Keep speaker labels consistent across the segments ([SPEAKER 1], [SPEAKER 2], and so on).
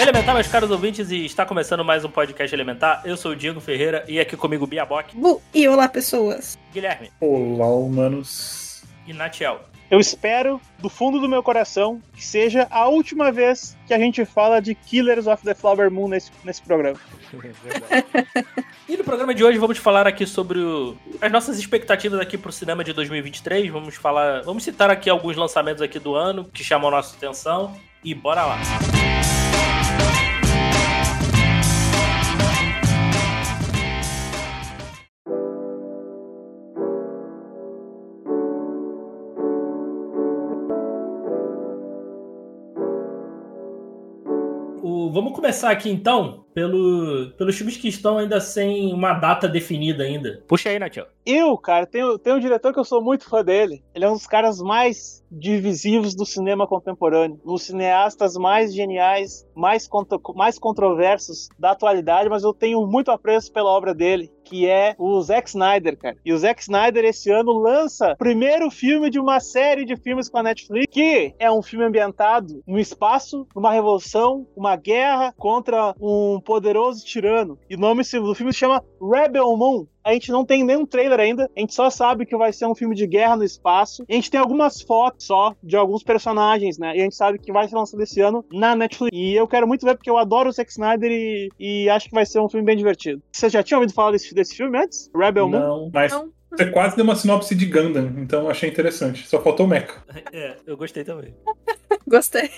[SPEAKER 1] Elementar, meus caros ouvintes, e está começando mais um podcast Elementar. Eu sou o Diego Ferreira e aqui comigo Bia Bock,
[SPEAKER 2] Bu e olá, pessoas.
[SPEAKER 1] Guilherme
[SPEAKER 3] Olá, humanos.
[SPEAKER 1] e Natiel.
[SPEAKER 4] Eu espero, do fundo do meu coração, que seja a última vez que a gente fala de Killers of the Flower Moon nesse, nesse programa.
[SPEAKER 1] E no programa de hoje vamos falar aqui sobre o- as nossas expectativas aqui pro cinema de 2023. Vamos falar, vamos citar aqui alguns lançamentos aqui do ano que chamam a nossa atenção e bora lá. O- Vamos começar aqui então pelo, pelos filmes que estão ainda sem uma data definida ainda. Puxa aí, Natiel.
[SPEAKER 4] Eu, cara, tenho, tenho um diretor que eu sou muito fã dele. Ele é um dos caras mais divisivos do cinema contemporâneo, um dos cineastas mais geniais, mais, contro- mais controversos da atualidade, mas eu tenho muito apreço pela obra dele, que é o Zack Snyder, cara. E o Zack Snyder esse ano lança o primeiro filme de uma série de filmes com a Netflix, que é um filme ambientado no espaço, numa revolução, uma guerra contra um poderoso tirano. E o nome do filme se chama Rebel Moon. A gente não tem nenhum trailer ainda, a gente só sabe que vai ser um filme de guerra no espaço. A gente tem algumas fotos só de alguns personagens, né? E a gente sabe que vai ser lançado esse ano na Netflix. E eu quero muito ver porque eu adoro o Zack Snyder e, e acho que vai ser um filme bem divertido. Você já tinha ouvido falar desse, desse filme antes? Rebel Moon?
[SPEAKER 3] Não, mas
[SPEAKER 2] Não.
[SPEAKER 3] você quase deu uma sinopse de Gundam, então eu achei interessante. Só faltou o Mecha.
[SPEAKER 1] É, eu gostei também.
[SPEAKER 2] Gostei.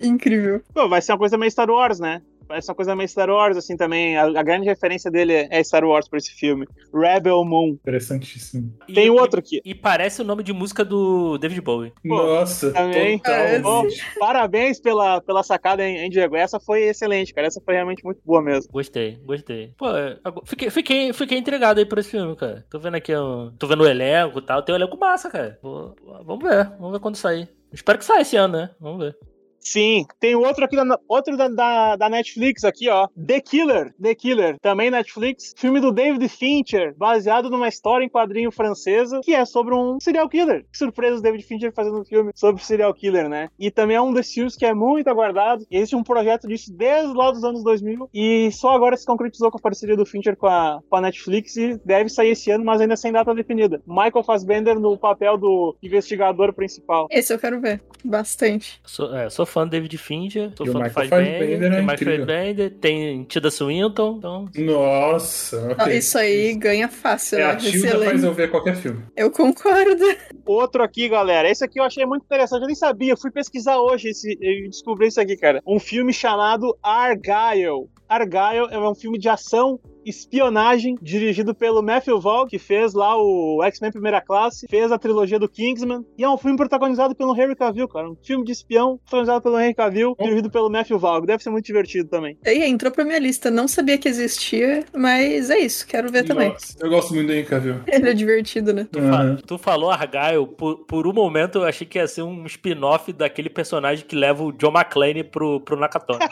[SPEAKER 2] Incrível.
[SPEAKER 4] Pô, vai ser uma coisa meio Star Wars, né? Vai ser uma coisa meio Star Wars, assim, também. A, a grande referência dele é Star Wars pra esse filme. Rebel Moon.
[SPEAKER 3] Interessantíssimo.
[SPEAKER 1] E-
[SPEAKER 4] Tem
[SPEAKER 1] e-
[SPEAKER 4] outro aqui.
[SPEAKER 1] E parece o nome de música do David Bowie.
[SPEAKER 4] Pô,
[SPEAKER 3] Nossa,
[SPEAKER 4] também.
[SPEAKER 2] É,
[SPEAKER 3] total.
[SPEAKER 4] sim.
[SPEAKER 3] gente.
[SPEAKER 4] Parabéns pela, pela sacada, hein, hein, Diego? Essa foi excelente, cara. Essa foi realmente muito boa mesmo.
[SPEAKER 1] Gostei, gostei. Pô, é, agora- fiquei, fiquei, fiquei intrigado aí por esse filme, cara. Tô vendo aqui, um, tô vendo o elenco e tal. Tem um elenco massa, cara. Vou- vamos ver, vamos ver quando sair. Espero que saia esse ano, né? Vamos ver.
[SPEAKER 4] Sim, tem outro aqui, da, outro da, da, da Netflix aqui, ó. The Killer, The Killer, também Netflix. Filme do David Fincher, baseado numa história em quadrinho francesa, que é sobre um serial killer. Que surpresa o David Fincher fazendo um filme sobre serial killer, né? E também é um desses filmes que é muito aguardado. E existe um projeto disso desde lá dos anos 2000 e só agora se concretizou com a parceria do Fincher com a, com a Netflix e deve sair esse ano, mas ainda sem data definida. Michael Fassbender no papel do investigador principal.
[SPEAKER 2] Esse eu quero ver. Bastante.
[SPEAKER 1] Sou, é, sou fã do David Fincher, sou
[SPEAKER 3] E o
[SPEAKER 1] fã do
[SPEAKER 3] Michael
[SPEAKER 1] Fassbender,
[SPEAKER 3] Fassbender é
[SPEAKER 1] tem Michael
[SPEAKER 3] incrível.
[SPEAKER 1] Fassbender, tem Tilda Swinton, então...
[SPEAKER 3] Nossa,
[SPEAKER 2] Ah,
[SPEAKER 3] ok.
[SPEAKER 2] Isso aí ganha fácil,
[SPEAKER 3] É,
[SPEAKER 2] né?
[SPEAKER 3] a Tilda
[SPEAKER 2] Excelente.
[SPEAKER 3] faz eu ver qualquer filme.
[SPEAKER 2] Eu concordo.
[SPEAKER 4] Outro aqui, galera. Esse aqui eu achei muito interessante. Eu nem sabia. Eu fui pesquisar hoje esse, e descobri isso aqui, cara. Um filme chamado Argyle. Argyle é um filme de ação, espionagem, dirigido pelo Matthew Vaughn, que fez lá o X-Men Primeira Classe, fez a trilogia do Kingsman. E é um filme protagonizado pelo Henry Cavill, cara. Um filme de espião protagonizado pelo Henry Cavill, dirigido pelo Matthew Vaughn. Deve ser muito divertido também.
[SPEAKER 2] E aí, entrou pra minha lista. Não sabia que existia, mas é isso. Quero ver também.
[SPEAKER 3] Nossa, eu gosto muito do Henry Cavill.
[SPEAKER 2] Ele é divertido, né?
[SPEAKER 1] Tu, fa-
[SPEAKER 3] Uhum.
[SPEAKER 1] tu falou Argyle, por, por um momento eu achei que ia ser um spin-off daquele personagem que leva o John McClane pro, pro Nakatomi.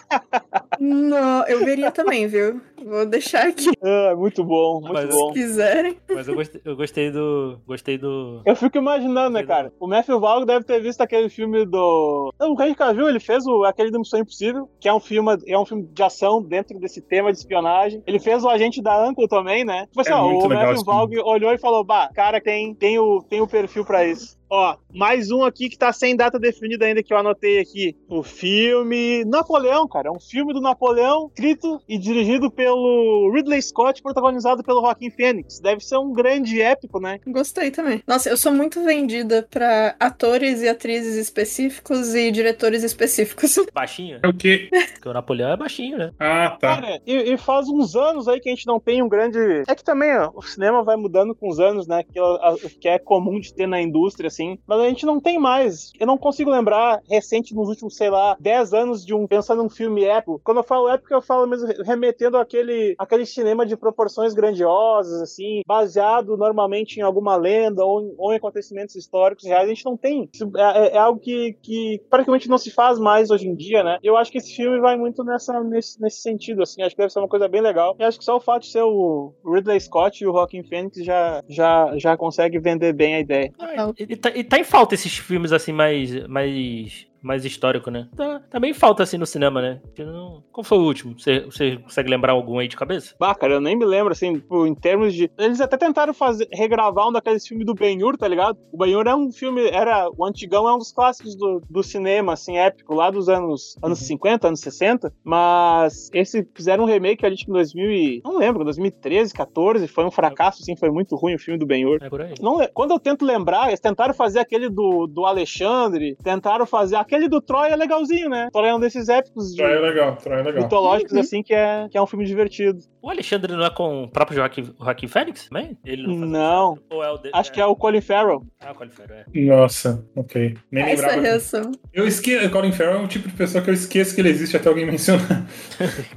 [SPEAKER 2] Não, eu veria também, viu? Vou deixar aqui
[SPEAKER 3] Tá
[SPEAKER 4] Ah, muito bom, muito
[SPEAKER 1] Mas-
[SPEAKER 4] bom.
[SPEAKER 2] se quiserem.
[SPEAKER 1] Mas eu gostei, eu gostei do... Gostei do...
[SPEAKER 4] Eu fico imaginando, né, cara? O Matthew Vaughn deve ter visto aquele filme do. Não, O Henry Cavill, ele fez o... aquele do Missão Impossível, que é um, filme, é um filme de ação dentro desse tema de espionagem. Ele fez o Agente da Uncle também, né? Tipo assim,
[SPEAKER 3] É
[SPEAKER 4] ó,
[SPEAKER 3] muito
[SPEAKER 4] o
[SPEAKER 3] legal
[SPEAKER 4] Matthew
[SPEAKER 3] esse filme.
[SPEAKER 4] Vaughn olhou e falou: Bah, cara, tem, tem, o, tem o perfil pra isso. Ó, mais um aqui que tá sem data definida ainda que eu anotei aqui. O filme Napoleão, cara. É um filme do Napoleão, escrito e dirigido pelo Ridley Scott, protagonizado pelo Joaquim Fênix. Deve ser um grande épico, né?
[SPEAKER 2] Gostei também. Nossa, eu sou muito vendida pra atores e atrizes específicos e diretores específicos.
[SPEAKER 1] Baixinho?
[SPEAKER 3] É o quê?
[SPEAKER 1] Porque o Napoleão é baixinho, né?
[SPEAKER 3] Ah, tá.
[SPEAKER 4] Cara, e, e faz uns anos aí que a gente não tem um grande. É que também ó, o cinema vai mudando com os anos, né? Que, a- a- que é comum de ter na indústria, assim. assim. Mas a gente não tem mais. Eu não consigo lembrar recente, nos últimos, sei lá, 10 anos de um pensando num filme épico. Quando eu falo épico, eu falo mesmo remetendo àquele, àquele cinema de proporções grandiosas, assim, baseado normalmente em alguma lenda ou em, ou em acontecimentos históricos reais. A gente não tem. Isso é, é- é algo que, que praticamente não se faz mais hoje em dia, né? Eu acho que esse filme vai muito nessa, nesse, nesse sentido, assim. Acho que deve ser uma coisa bem legal. E acho que só o fato de ser o Ridley Scott e o Joaquin Phoenix já, já, já consegue vender bem a ideia.
[SPEAKER 2] Total.
[SPEAKER 1] E, e tá, e tá em falta esses filmes assim mais mais mais histórico, né? Tá, tá bem em falta assim no cinema, né? Eu não- Qual foi o último? Você, você consegue lembrar algum aí de cabeça?
[SPEAKER 4] Bah, cara, eu nem me lembro, assim, tipo, em termos de. Eles até tentaram fazer, regravar um daqueles filmes do Ben-Hur, tá ligado? O Ben-Hur é um filme, era. O antigão é um dos clássicos do, do cinema, assim, épico, lá dos anos, anos
[SPEAKER 1] Uhum.
[SPEAKER 4] 50, anos 60. Mas esse fizeram um remake ali, tipo, em 2000. E, não lembro, 2013, 14. Foi um fracasso, assim, foi muito ruim o filme do Ben-Hur.
[SPEAKER 1] É por aí.
[SPEAKER 4] Não le- quando eu tento lembrar, eles tentaram fazer aquele do, do Alexandre, tentaram fazer aquele do Troy, é legalzinho, né? Troy é um desses épicos de,
[SPEAKER 3] Troia é legal, Troia é legal.
[SPEAKER 4] mitológicos,
[SPEAKER 2] Uhum.
[SPEAKER 4] assim, que é, que é um filme divertido.
[SPEAKER 1] O Alexandre não é com o próprio Joaquim, Joaquim Fênix? Também? Ele não faz
[SPEAKER 4] Não.
[SPEAKER 1] Ou é o de-
[SPEAKER 4] Acho que é o Colin Farrell.
[SPEAKER 1] Ah, o Colin Farrell, é.
[SPEAKER 3] Nossa, ok. Nem
[SPEAKER 2] Essa é a
[SPEAKER 3] lembrava.
[SPEAKER 2] reação.
[SPEAKER 3] Eu esqueço. Colin Farrell é um tipo de pessoa que eu esqueço que ele existe até alguém mencionar.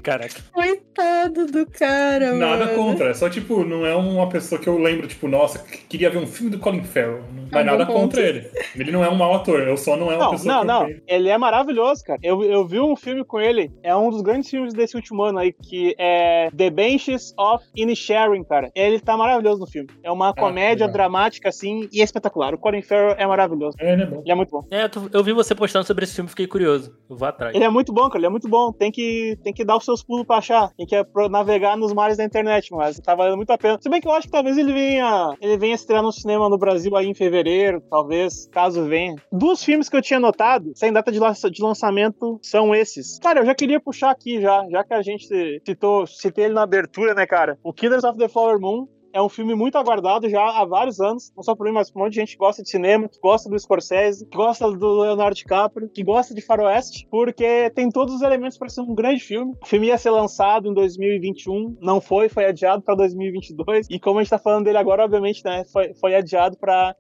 [SPEAKER 1] Caraca.
[SPEAKER 2] Coitado do cara,
[SPEAKER 3] Nada
[SPEAKER 2] mano.
[SPEAKER 3] contra. É só, tipo, não é uma pessoa que eu lembro, tipo, nossa, que- queria ver um filme do Colin Farrell. Não vai
[SPEAKER 2] É um bom
[SPEAKER 3] nada
[SPEAKER 2] ponto.
[SPEAKER 3] contra ele. Ele não é um mau ator. Eu só não é uma
[SPEAKER 4] Não,
[SPEAKER 3] pessoa
[SPEAKER 4] não,
[SPEAKER 3] que
[SPEAKER 4] não.
[SPEAKER 3] eu
[SPEAKER 4] Ele é maravilhoso, cara. Eu, eu vi um filme com ele. É um dos grandes filmes desse último ano aí, que é The Benches of Inisherin, cara. Ele tá maravilhoso no filme. É uma comédia
[SPEAKER 3] Ah, legal.
[SPEAKER 4] dramática, assim, e é espetacular. O Colin Farrell é maravilhoso.
[SPEAKER 3] É, ele é bom.
[SPEAKER 4] Ele é muito bom.
[SPEAKER 1] É, eu, tô- eu vi você postando sobre esse filme, fiquei curioso. Eu vou atrás.
[SPEAKER 4] Ele é muito bom, cara. Ele é muito bom. Tem que, tem que dar os seus pulos pra achar. Tem que é pro- navegar nos mares da internet, mas tá valendo muito a pena. Se bem que eu acho que talvez ele venha. Ele venha estrear no cinema no Brasil aí em fevereiro, talvez, caso venha. Dos filmes que eu tinha notado, sem data de, lança- de lançamento, são esses. Cara, eu já queria puxar aqui já, já que a gente citou, citei ele na abertura, né, cara? O Killers of the Flower Moon, é um filme muito aguardado já há vários anos, não só por mim, mas por um monte de gente que gosta de cinema, que gosta do Scorsese, que gosta do Leonardo DiCaprio, que gosta de faroeste, porque tem todos os elementos para ser um grande filme. O filme ia ser lançado em 2021, não foi, foi adiado para 2022, e como a gente tá falando dele agora, obviamente, né, foi, foi adiado para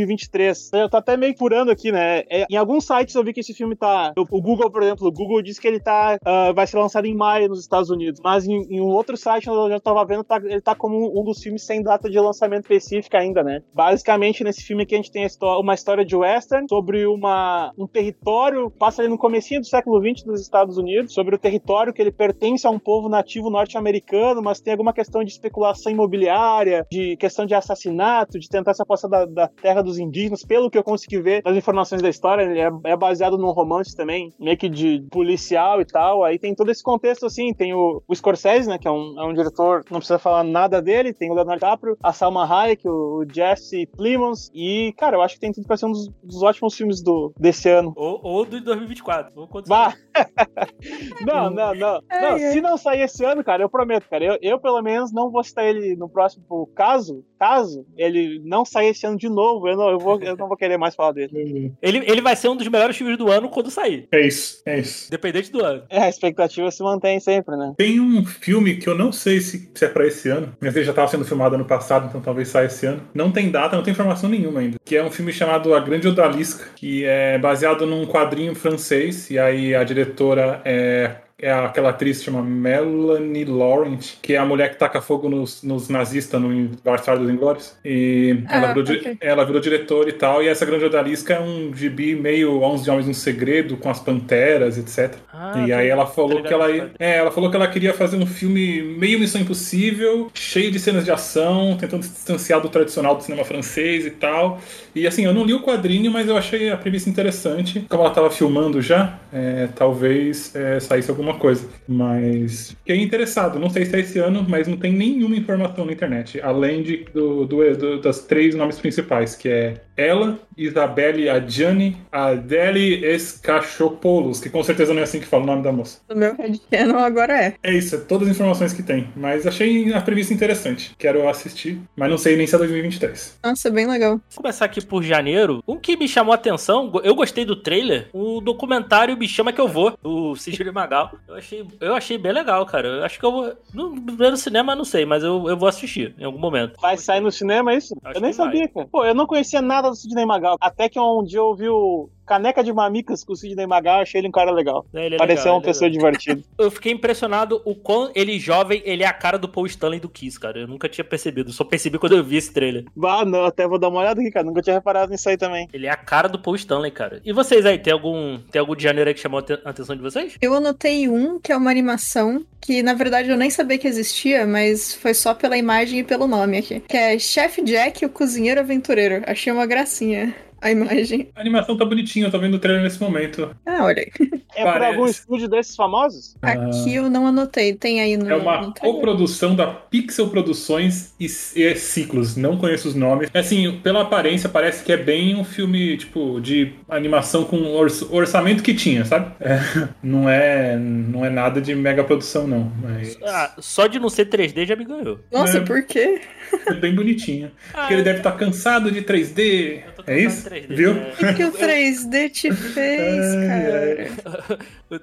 [SPEAKER 4] 2023. Eu tô até meio furando aqui, né, É, em alguns sites eu vi que esse filme tá, o o Google, por exemplo, o Google disse que ele tá, ah, vai ser lançado em maio nos Estados Unidos, mas em, em um outro site onde eu já tava vendo, tá- ele tá como um dos filmes sem data de lançamento específica ainda, né? Basicamente, nesse filme aqui a gente tem a histó- uma história de western sobre uma, um território, passa ali no comecinho do século XX dos Estados Unidos, sobre o território que ele pertence a um povo nativo norte-americano, mas tem alguma questão de especulação imobiliária, de questão de assassinato, de tentar se apossar da, da terra dos indígenas, pelo que eu consegui ver das informações da história, ele é, é baseado num romance também, meio que de policial e tal, aí tem todo esse contexto assim, tem o, o Scorsese, né, que é um, é um diretor, não precisa falar nada dele, tem o Leonardo DiCaprio, a Salma Hayek, o, o Jesse Plemons, e cara, eu acho que tem tudo pra ser um dos, dos ótimos filmes do, desse ano.
[SPEAKER 1] Ou, ou do de 2024. Ou quando
[SPEAKER 4] Bah! não, não, não. Não,
[SPEAKER 2] Ai, ai.
[SPEAKER 4] se não sair esse ano, cara, eu prometo, cara. Eu, eu, pelo menos, não vou citar ele no próximo. Caso, caso ele não sair esse ano de novo, eu não, eu vou, eu não vou querer mais falar dele.
[SPEAKER 1] Ele, ele vai ser um dos melhores filmes do ano quando sair.
[SPEAKER 3] É isso, é isso.
[SPEAKER 1] Independente do ano.
[SPEAKER 4] É, a expectativa se mantém sempre, né?
[SPEAKER 3] Tem um filme que eu não sei se, se é pra esse ano, mas ele já tava sendo filmado ano passado, então talvez saia esse ano. Não tem data, não tem informação nenhuma ainda. Que é um filme chamado A Grande Odalisca, que é baseado num quadrinho francês, e aí a diretora é. É aquela atriz que chama Melanie Laurent, que é a mulher que taca fogo nos, nos nazistas no aniversário dos Inglórios. E ela,
[SPEAKER 2] Ah,
[SPEAKER 3] virou, di-
[SPEAKER 2] ok.
[SPEAKER 3] ela virou diretora e tal. E essa grande odalisca é um gibi meio 11 Homens no Segredo, com as panteras, etc
[SPEAKER 1] Ah,
[SPEAKER 3] e
[SPEAKER 1] tá-
[SPEAKER 3] aí ela falou
[SPEAKER 1] ligado
[SPEAKER 3] que ela,
[SPEAKER 1] esse quadrinho.
[SPEAKER 3] é, ela falou que ela queria fazer um filme meio Missão Impossível, cheio de cenas de ação, tentando se distanciar do tradicional do cinema francês e tal. E assim, eu não li o quadrinho, mas eu achei a premissa interessante. Como ela tava filmando já, é, talvez é, saísse alguma coisa. Mas fiquei interessado, não sei se é esse ano, mas não tem nenhuma informação na internet, além de, do, do- do- das três nomes principais, que é ela, Isabelle Adjani, Adele Escachopoulos, que com certeza não é assim que fala o nome da moça.
[SPEAKER 2] No meu Red Channel agora é.
[SPEAKER 3] É isso, é todas as informações que tem. Mas achei a premissa interessante. Quero assistir, mas não sei nem se é 2023.
[SPEAKER 2] Nossa, bem legal.
[SPEAKER 1] Vamos começar aqui por janeiro. Um que me chamou a atenção, go- eu gostei do trailer, o documentário me chama que eu vou, o Sidney Magal. Eu achei, eu achei bem legal, cara. Eu acho que eu vou. No, no cinema, não sei, mas eu, eu vou assistir em algum momento.
[SPEAKER 4] Vai sair no cinema, é isso?
[SPEAKER 1] Acho
[SPEAKER 4] eu nem
[SPEAKER 1] que vai.
[SPEAKER 4] sabia, cara. Pô, eu não conhecia nada do Sidney Magal. Até que um dia eu ouvi o Caneca de Mamicas com o Sidney Magal, achei ele um cara legal.
[SPEAKER 1] É, ele é
[SPEAKER 4] Pareceu
[SPEAKER 1] legal,
[SPEAKER 4] uma
[SPEAKER 1] ele é
[SPEAKER 4] pessoa
[SPEAKER 1] legal.
[SPEAKER 4] divertida.
[SPEAKER 1] Eu fiquei impressionado o quão ele jovem, ele é a cara do Paul Stanley do Kiss, cara. Eu nunca tinha percebido, só percebi quando eu vi esse trailer.
[SPEAKER 4] Ah, não, até vou dar uma olhada aqui, cara. Nunca tinha reparado nisso aí também.
[SPEAKER 1] Ele é a cara do Paul Stanley, cara. E vocês aí, tem algum, tem algum de janeiro aí que chamou a te- a atenção de vocês?
[SPEAKER 2] Eu anotei um, que é uma animação, que na verdade eu nem sabia que existia, mas foi só pela imagem e pelo nome aqui. Que é Chef Jack, o Cozinheiro Aventureiro. Achei uma gracinha a imagem.
[SPEAKER 3] A animação tá bonitinha, eu tô vendo o trailer nesse momento.
[SPEAKER 2] Ah, olha aí.
[SPEAKER 4] É por
[SPEAKER 3] Parece.
[SPEAKER 4] algum estúdio desses famosos?
[SPEAKER 3] Ah.
[SPEAKER 2] Aqui eu não anotei, tem aí no.
[SPEAKER 3] É uma
[SPEAKER 2] no trailer?
[SPEAKER 3] coprodução da Pixel Produções e, e Ciclos. Não conheço os nomes. Assim, pela aparência, parece que é bem um filme, tipo, de animação com o ors- orçamento que tinha, sabe? É, não, é, não é nada de mega produção, não. Mas
[SPEAKER 1] Ah, só de não ser 3D já me ganhou.
[SPEAKER 2] Nossa,
[SPEAKER 3] É.
[SPEAKER 2] por quê?
[SPEAKER 3] é bem bonitinha.
[SPEAKER 1] Ah,
[SPEAKER 3] Porque ele deve estar cansado de 3D.
[SPEAKER 1] eu tô
[SPEAKER 3] É
[SPEAKER 1] cansado
[SPEAKER 3] isso?
[SPEAKER 1] de 3D,
[SPEAKER 3] Viu?
[SPEAKER 1] né?
[SPEAKER 2] O que o 3D te fez,
[SPEAKER 3] É um- Ai,
[SPEAKER 2] cara?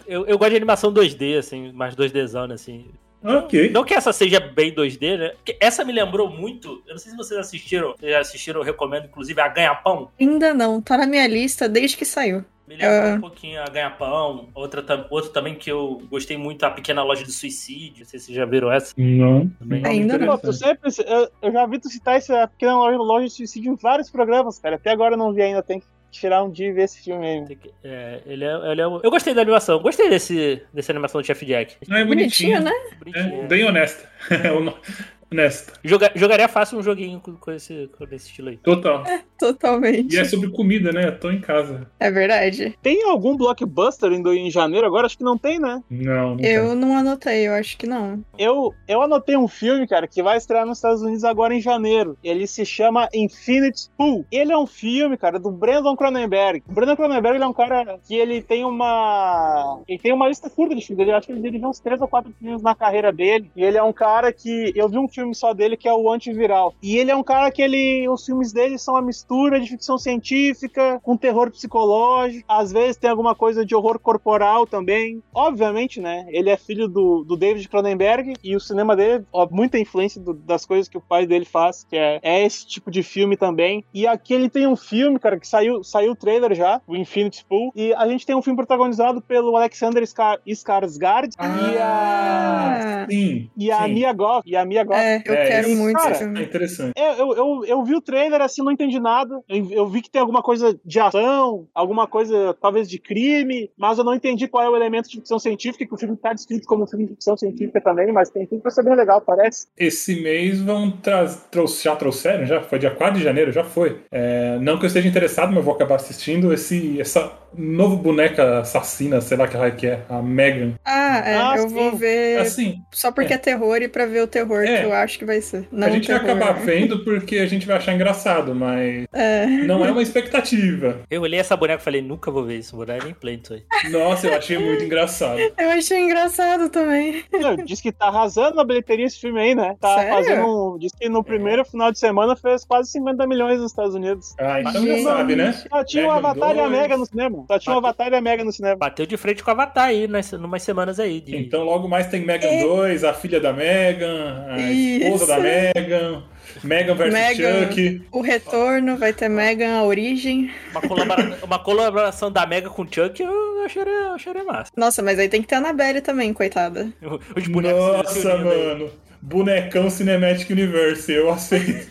[SPEAKER 1] Eu, eu gosto de animação 2D, assim, mais 2Dzão, assim.
[SPEAKER 3] Ah, Ok.
[SPEAKER 1] Não que essa seja bem 2D, né? Porque essa me lembrou muito. Eu não sei se vocês assistiram, vocês já assistiram, eu recomendo, inclusive, a Ganha-Pão.
[SPEAKER 2] Ainda não, tá na minha lista desde que saiu.
[SPEAKER 1] Me lembrou
[SPEAKER 2] Ah.
[SPEAKER 1] um pouquinho a Ganha-Pão. Outra, tam- outra também que eu gostei muito, a Pequena Loja de Suicídio. Não sei se vocês já viram essa.
[SPEAKER 3] Não.
[SPEAKER 1] Também.
[SPEAKER 3] Não,
[SPEAKER 2] Ainda
[SPEAKER 4] Pô, tu
[SPEAKER 3] interessante.
[SPEAKER 4] sempre, eu, eu já vi tu citar essa pequena loja, loja de suicídio em vários programas, cara. Até agora eu não vi ainda. Tem que tirar um dia e ver esse filme aí.
[SPEAKER 1] Tem que- É, ele é, ele é um- Eu gostei da animação, gostei desse, dessa animação do Chef Jack.
[SPEAKER 3] Não é
[SPEAKER 2] Bonitinho,
[SPEAKER 3] bonitinha.
[SPEAKER 2] né?
[SPEAKER 3] É,
[SPEAKER 1] Bonitinho.
[SPEAKER 3] bem honesta. É uma- honesta.
[SPEAKER 1] Joga- jogaria fácil um joguinho com, com esse, com esse estilo aí.
[SPEAKER 3] Total.
[SPEAKER 2] Totalmente.
[SPEAKER 3] E é sobre comida, né? Eu tô em casa.
[SPEAKER 2] É verdade.
[SPEAKER 4] Tem algum blockbuster em, do- em janeiro agora? Acho que não tem, né?
[SPEAKER 3] Não, não
[SPEAKER 2] Eu não anotei, eu acho que não.
[SPEAKER 4] Eu, eu anotei um filme, cara, que vai estrear nos Estados Unidos agora em janeiro. Ele se chama Infinite Pool. Ele é um filme, cara, do Brandon Cronenberg. O Brandon Cronenberg ele é um cara que ele tem uma. Ele tem uma lista curta de filmes. Ele acho que ele dirigiu uns três ou quatro filmes na carreira dele. E ele é um cara que. Eu vi um filme só dele que é o Antiviral. E ele é um cara que ele. Os filmes dele são uma mistura de ficção científica com terror psicológico. Às vezes tem alguma coisa de horror corporal também. Obviamente, né? Ele é filho do, do David Cronenberg e o cinema dele, ó, muita influência do- das coisas que o pai dele faz, que é, é esse tipo de filme também. E aqui ele tem um filme, cara, que saiu saiu o trailer já, o Infinity Pool. E a gente tem um filme protagonizado pelo Alexander Scar Skarsgård e a.
[SPEAKER 2] Ah,
[SPEAKER 3] Sim.
[SPEAKER 4] E a
[SPEAKER 3] sim.
[SPEAKER 4] Mia Goth, e a Mia Goth
[SPEAKER 2] é, eu
[SPEAKER 3] É,
[SPEAKER 2] quero
[SPEAKER 3] isso.
[SPEAKER 2] muito
[SPEAKER 4] Cara,
[SPEAKER 2] esse
[SPEAKER 3] É
[SPEAKER 2] filme.
[SPEAKER 3] interessante.
[SPEAKER 4] é, eu, eu, eu vi o trailer assim, não entendi nada. Eu, eu vi que tem alguma coisa de ação, alguma coisa talvez de crime, mas eu não entendi qual é o elemento de ficção científica, que o filme tá descrito como um filme de ficção científica também, mas tem tudo pra ser bem legal, parece.
[SPEAKER 3] Esse mês vão tra trouxe- já trouxeram, já foi dia 4 de janeiro, já foi. É, não que eu esteja interessado, mas eu vou acabar assistindo esse essa novo boneca assassina, sei lá que raio que é, a Megan.
[SPEAKER 2] Ah, é,
[SPEAKER 4] Ah,
[SPEAKER 2] eu vou
[SPEAKER 4] sim.
[SPEAKER 2] ver
[SPEAKER 3] Assim,
[SPEAKER 2] só porque é, terror e pra ver o terror
[SPEAKER 3] É.
[SPEAKER 2] que eu acho que vai ser. Não
[SPEAKER 3] a gente vai
[SPEAKER 2] terror.
[SPEAKER 3] acabar vendo porque a gente vai achar engraçado, mas
[SPEAKER 2] É.
[SPEAKER 3] não é uma expectativa.
[SPEAKER 1] Eu olhei essa boneca e falei, nunca vou ver isso, vou dar nem play nisso aí.
[SPEAKER 3] Nossa, eu achei muito engraçado.
[SPEAKER 2] Eu achei engraçado também.
[SPEAKER 4] Não, diz que tá arrasando na bilheteria esse filme aí, né? Tá
[SPEAKER 2] Sério?
[SPEAKER 4] fazendo. um- Diz que no primeiro final de semana fez quase 50 milhões nos Estados Unidos.
[SPEAKER 3] Ah, então
[SPEAKER 2] Gente.
[SPEAKER 3] já sabe, né?
[SPEAKER 4] Só tinha o
[SPEAKER 3] Megan
[SPEAKER 4] Avatar e a
[SPEAKER 3] 2.
[SPEAKER 4] Mega no cinema. Só tinha o Avatar e a Mega no cinema.
[SPEAKER 1] Bateu de frente com o Avatar aí, nas, numas semanas aí. De...
[SPEAKER 3] Então logo mais tem Megan
[SPEAKER 2] É.
[SPEAKER 3] 2, a filha da Megan, a
[SPEAKER 2] Isso.
[SPEAKER 3] esposa da Megan, Megan versus
[SPEAKER 2] Megan.
[SPEAKER 3] Chuck.
[SPEAKER 2] O retorno vai ter Megan, a origem.
[SPEAKER 1] Uma, colabora- uma colaboração da Mega com o Chuck, eu acharia, eu acharia massa.
[SPEAKER 2] Nossa, mas aí tem que ter a Annabelle também, coitada.
[SPEAKER 1] Os bonecos se
[SPEAKER 3] Nossa,
[SPEAKER 1] unindo aí.
[SPEAKER 3] mano. Bonecão Cinematic Universe, eu aceito.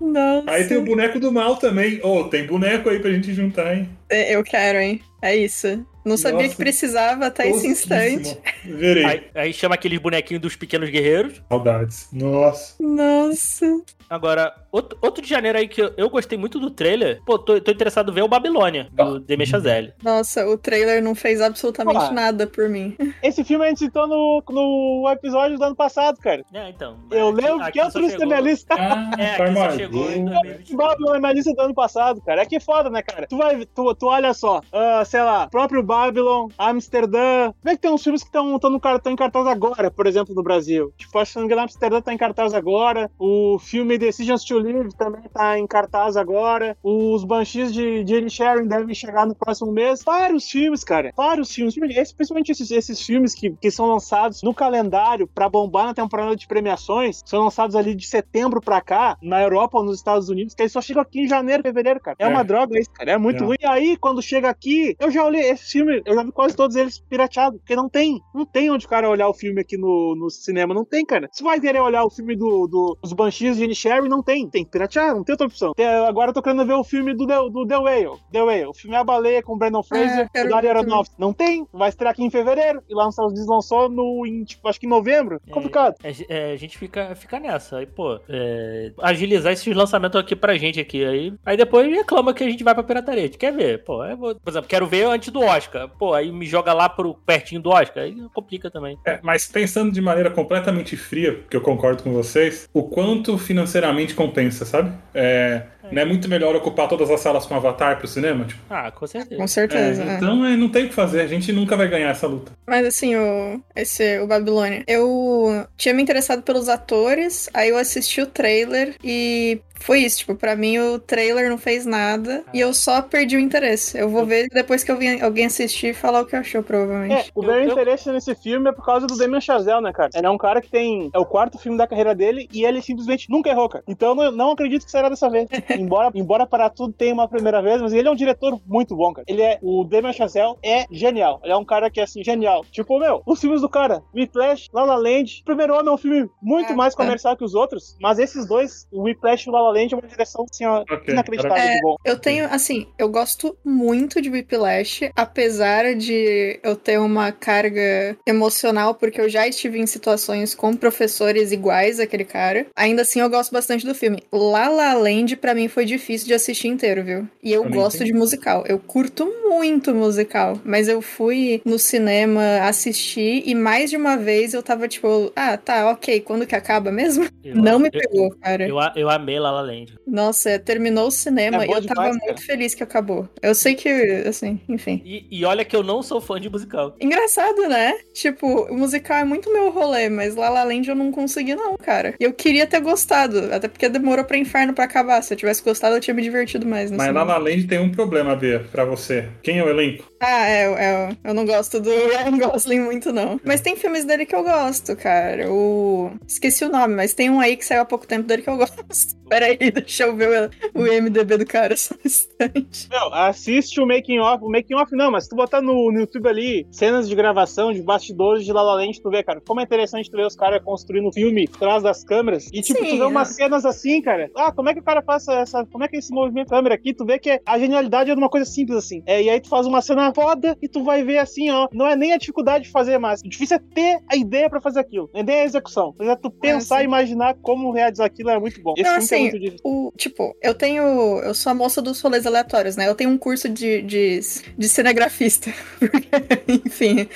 [SPEAKER 2] Nossa.
[SPEAKER 3] Aí tem o boneco do mal também. Ô, tem boneco aí pra gente juntar, hein?
[SPEAKER 2] É, Eu quero, hein? É isso. Não sabia
[SPEAKER 3] Nossa.
[SPEAKER 2] que precisava até Tá esse instante.
[SPEAKER 3] Tosquíssimo. Verei.
[SPEAKER 1] Aí, aí chama aqueles bonequinhos dos pequenos guerreiros.
[SPEAKER 3] Saudades. Nossa.
[SPEAKER 2] Nossa.
[SPEAKER 1] Agora, outro, outro de janeiro aí que eu, eu gostei muito do trailer. Pô, tô, tô interessado em ver o Babilônia, do
[SPEAKER 3] Tá.
[SPEAKER 1] Demi Chazelle.
[SPEAKER 2] Nossa, o trailer não fez absolutamente
[SPEAKER 4] Ah.
[SPEAKER 2] nada por mim.
[SPEAKER 4] Esse filme a gente citou no, no episódio do ano passado, cara.
[SPEAKER 1] É, então.
[SPEAKER 4] Eu
[SPEAKER 1] aqui-
[SPEAKER 4] lembro
[SPEAKER 1] aqui
[SPEAKER 4] que eu
[SPEAKER 1] só
[SPEAKER 4] trouxe na
[SPEAKER 1] chegou-
[SPEAKER 4] minha lista.
[SPEAKER 3] Ah,
[SPEAKER 1] É,
[SPEAKER 3] tá
[SPEAKER 1] aqui só
[SPEAKER 3] armadinho.
[SPEAKER 1] chegou em
[SPEAKER 4] Babylon é
[SPEAKER 1] 2023.
[SPEAKER 4] na lista do ano passado, cara. É que é foda, né, cara? Tu vai, tu, tu olha só, ah, sei lá, próprio Babylon, Amsterdã. Vê que tem uns filmes que estão no cartão em cartaz agora, por exemplo, no Brasil. Tipo, a Shangri-La Amsterdã tá em cartaz agora. O filme Decisions to Live também tá em cartaz agora. Os Banshees de Jerry Sharon devem chegar no próximo mês. Vários filmes, cara. Vários filmes. Esse- Principalmente esses, esses filmes que, que são lançados no calendário pra bombar na temporada de premiações. São lançados ali de setembro pra cá, na Europa ou nos Estados Unidos, que aí só chegam aqui em janeiro, fevereiro, cara. É,
[SPEAKER 3] É.
[SPEAKER 4] uma droga isso, cara. É muito
[SPEAKER 3] É.
[SPEAKER 4] ruim. E aí, quando chega aqui, eu já olhei esse filme, eu já vi quase todos eles pirateados, porque não tem. Não tem onde o cara olhar o filme aqui no, no cinema. Não tem, cara. Se vai querer olhar o filme do, do, dos Banshees de Sherry, não tem. Tem que piratear, não tem outra opção. Tem- agora eu tô querendo ver o filme do, The- do The Whale. The Whale. O filme é a baleia com o Brandon Fraser e
[SPEAKER 2] quero
[SPEAKER 4] o Dario
[SPEAKER 2] ver
[SPEAKER 4] Aronofsky. Não tem. Vai estrear aqui em fevereiro. E lá nos Estados Unidos lançou no, em, tipo, acho que em novembro. Complicado.
[SPEAKER 1] É, é, a gente fica, fica nessa. Aí, pô, é, agilizar esses lançamentos aqui pra gente aqui. Aí, aí depois reclama que a gente vai pra pirataria. A gente quer ver, pô. aí eu vou- por exemplo, quero ver antes do Oscar. Pô, aí me joga lá pro pertinho do Oscar. Aí complica também.
[SPEAKER 3] É, mas pensando de maneira completamente fria, que eu concordo com vocês, o quanto financeiramente compensa, sabe? É, Não é muito melhor ocupar todas as salas com Avatar pro cinema? Tipo,
[SPEAKER 1] Ah, com certeza.
[SPEAKER 2] Com certeza.
[SPEAKER 3] é,
[SPEAKER 2] né?
[SPEAKER 3] então é, não tem o que fazer, a gente nunca vai ganhar essa luta.
[SPEAKER 2] Mas assim, o, esse, o Babilônia. Eu tinha me interessado pelos atores, aí eu assisti o trailer e foi isso. Tipo, pra mim o trailer não fez nada e eu só perdi o interesse. Eu vou ver depois que eu vi alguém assistir e falar o que achou,
[SPEAKER 4] É,
[SPEAKER 2] provavelmente.
[SPEAKER 4] o
[SPEAKER 1] Eu-
[SPEAKER 4] meu
[SPEAKER 1] eu-
[SPEAKER 4] interesse nesse filme é por causa do Damien Chazelle, né, cara? Ele é um cara que tem. É o quarto filme da carreira dele e ele simplesmente nunca errou, cara. Então eu não, não acredito que será dessa vez. embora, embora para tudo tenha uma primeira vez, mas ele é um diretor muito bom, cara. Ele é. O Damien Chazelle é genial. Ele é um cara que é assim, genial. Tipo, meu, os filmes do cara, Whiplash, La La Land. Primeiro Homem é um filme muito
[SPEAKER 2] É,
[SPEAKER 4] mais
[SPEAKER 2] é.
[SPEAKER 4] comercial que os outros, mas esses dois, o Whiplash e o La La Land, é uma direção assim, ó,
[SPEAKER 3] Ok,
[SPEAKER 4] inacreditável de bom.
[SPEAKER 2] Eu tenho, assim, eu gosto muito de Whiplash, apesar de eu ter uma carga emocional, porque eu já estive em situações com professores iguais àquele cara. Ainda assim, eu gosto bastante do filme. La La Land, pra mim, foi difícil de assistir inteiro, viu? E eu
[SPEAKER 3] Eu nem
[SPEAKER 2] gosto de musical. Eu curto muito musical, mas eu fui no cinema assistir e mais de uma vez eu tava tipo, ah, tá, ok, quando que acaba mesmo?
[SPEAKER 1] Eu-
[SPEAKER 2] Não me
[SPEAKER 1] eu-
[SPEAKER 2] pegou, cara.
[SPEAKER 1] Eu, eu amei La La Land.
[SPEAKER 2] Nossa, terminou o cinema
[SPEAKER 4] É
[SPEAKER 2] e
[SPEAKER 4] boa
[SPEAKER 2] eu tava
[SPEAKER 4] demais, cara.
[SPEAKER 2] muito feliz que acabou. Eu sei que, assim, enfim.
[SPEAKER 1] E, e olha que eu não sou fã de musical.
[SPEAKER 2] Engraçado, né? Tipo, o musical é muito meu rolê, mas La La Land eu não consegui não, cara. E eu queria ter gostado, até porque demorou pra Inferno pra acabar. Se eu tivesse gostado, eu tinha me divertido mais. no
[SPEAKER 3] Mas
[SPEAKER 2] cinema.
[SPEAKER 3] lá na Land tem um problema, Bia, pra você. Quem é o elenco?
[SPEAKER 2] Ah, é, é, eu não gosto do Ryan Gosling muito,
[SPEAKER 4] É.
[SPEAKER 2] não. Mas tem filmes dele que eu gosto, cara. O... Esqueci o nome, mas tem um aí que saiu há pouco tempo dele que eu gosto. Peraí, deixa eu ver o, o IMDB do cara só um instante.
[SPEAKER 4] Não, assiste o making off. O making off não, mas se tu botar no, no YouTube ali cenas de gravação, de bastidores de La La Land, tu vê, cara, como é interessante tu ver os caras construindo o filme atrás das câmeras. E tipo,
[SPEAKER 2] Sim,
[SPEAKER 4] tu vê
[SPEAKER 2] é.
[SPEAKER 4] umas cenas assim, cara. Ah, como é que o cara faz essa, como é que é esse movimento de câmera aqui? Tu vê que a genialidade é de uma coisa simples assim. É, e aí tu faz uma cena foda e tu vai ver assim, ó, não é nem a dificuldade de fazer, mas o difícil é ter a ideia pra fazer aquilo, nem a execução. Mas é tu pensar
[SPEAKER 2] Ah, sim.
[SPEAKER 4] e imaginar como realizar aquilo é muito bom. Esse
[SPEAKER 2] Não,
[SPEAKER 4] filme tem
[SPEAKER 2] assim,
[SPEAKER 4] muito disso.
[SPEAKER 2] o, tipo, eu tenho. Eu sou a moça dos rolês aleatórios, né? Eu tenho um curso de, de, de cinegrafista. Porque, enfim,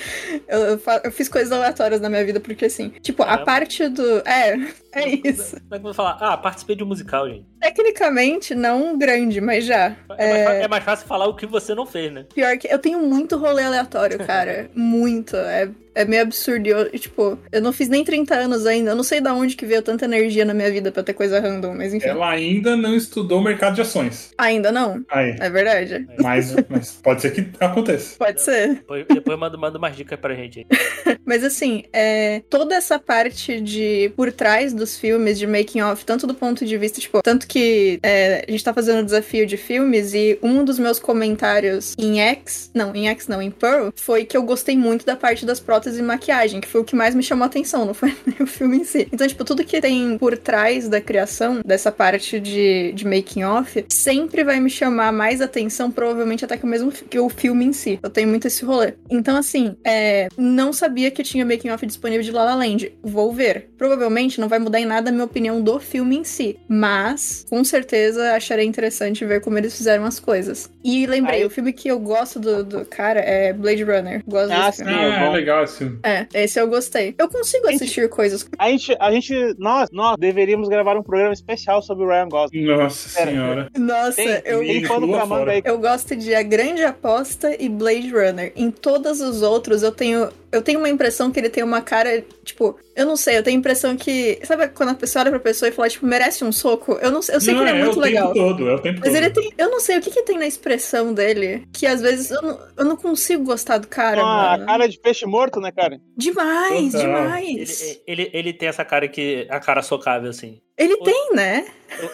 [SPEAKER 2] eu, eu, fa- eu fiz coisas aleatórias na minha vida, porque assim, tipo, a
[SPEAKER 1] Caramba.
[SPEAKER 2] parte do. É, é isso.
[SPEAKER 1] Como é que eu vou falar? Ah, participei de um musical, gente.
[SPEAKER 2] Tecnicamente, não grande, mas já.
[SPEAKER 1] É, mais, fa- é mais fácil falar o que você não fez, né?
[SPEAKER 2] Pior que eu tenho muito rolê aleatório, cara. muito. É, é meio absurdo. E Eu, tipo, eu não fiz nem 30 anos ainda. Eu não sei da onde que veio tanta energia na minha vida pra ter coisa random, mas enfim.
[SPEAKER 3] Ela ainda não estudou o mercado de ações.
[SPEAKER 2] Ainda não.
[SPEAKER 3] Aí.
[SPEAKER 2] É verdade.
[SPEAKER 3] Mas, mas pode ser que aconteça.
[SPEAKER 2] Pode ser.
[SPEAKER 1] Depois, depois manda, manda umas dicas pra gente aí.
[SPEAKER 2] Mas assim, é, toda essa parte de por trás dos filmes, de making off, tanto do ponto de vista, tipo, tanto que é, a gente tá fazendo o desafio de filmes e um dos meus comentários em X, não, em X não, em Pearl, foi que eu gostei muito da parte das próteses e maquiagem, que foi o que mais me chamou a atenção, não foi nem o filme em si. Então, tipo, tudo que tem por trás da criação, dessa parte de, de making off, sempre vai me chamar mais atenção, provavelmente até que o mesmo fi- que o filme em si. Eu tenho muito esse rolê. Então, assim, é, não sabia que tinha making off disponível de La La Land. Vou ver. Provavelmente não vai mudar em nada a minha opinião do filme em si, mas com certeza acharei interessante ver como eles fizeram as coisas. E lembrei,
[SPEAKER 4] Aí-
[SPEAKER 2] o filme que eu gosto do, do cara é Blade Runner. Gosto
[SPEAKER 4] Ah,
[SPEAKER 2] desse
[SPEAKER 4] sim.
[SPEAKER 2] filme.
[SPEAKER 3] Ah, é
[SPEAKER 4] bom.
[SPEAKER 3] legal esse filme.
[SPEAKER 2] É, esse eu gostei. Eu consigo
[SPEAKER 4] Gente,
[SPEAKER 2] assistir coisas
[SPEAKER 4] A gente, a gente nós, nós deveríamos gravar um programa especial sobre o Ryan maravilhosa.
[SPEAKER 3] Nossa
[SPEAKER 4] Pera.
[SPEAKER 3] senhora.
[SPEAKER 2] Nossa,
[SPEAKER 4] Tem,
[SPEAKER 2] eu,
[SPEAKER 3] Sim.
[SPEAKER 4] tem pano
[SPEAKER 3] Lua
[SPEAKER 4] pra manga
[SPEAKER 3] fora.
[SPEAKER 4] aí.
[SPEAKER 2] eu gosto de A Grande Aposta e Blade Runner. Em todos os outros, eu tenho, eu tenho uma impressão que ele tem uma cara, tipo, eu não sei, eu tenho a impressão que. Sabe quando a pessoa olha pra pessoa e fala, tipo, merece um soco? Eu não sei, eu sei
[SPEAKER 3] Não,
[SPEAKER 2] que ele é, muito
[SPEAKER 3] o
[SPEAKER 2] legal.
[SPEAKER 3] tempo todo, é o tempo
[SPEAKER 2] Mas
[SPEAKER 3] todo.
[SPEAKER 2] ele tem. Eu não sei o que, que tem na expressão dele. Que às vezes eu não, eu não consigo gostar do cara,
[SPEAKER 4] Ah, a
[SPEAKER 2] mano.
[SPEAKER 4] cara de peixe morto, né, cara?
[SPEAKER 2] Demais,
[SPEAKER 3] Total.
[SPEAKER 1] Ele,
[SPEAKER 2] demais. Ele,
[SPEAKER 1] ele, ele tem essa cara que. a cara socável, assim.
[SPEAKER 2] tem, né?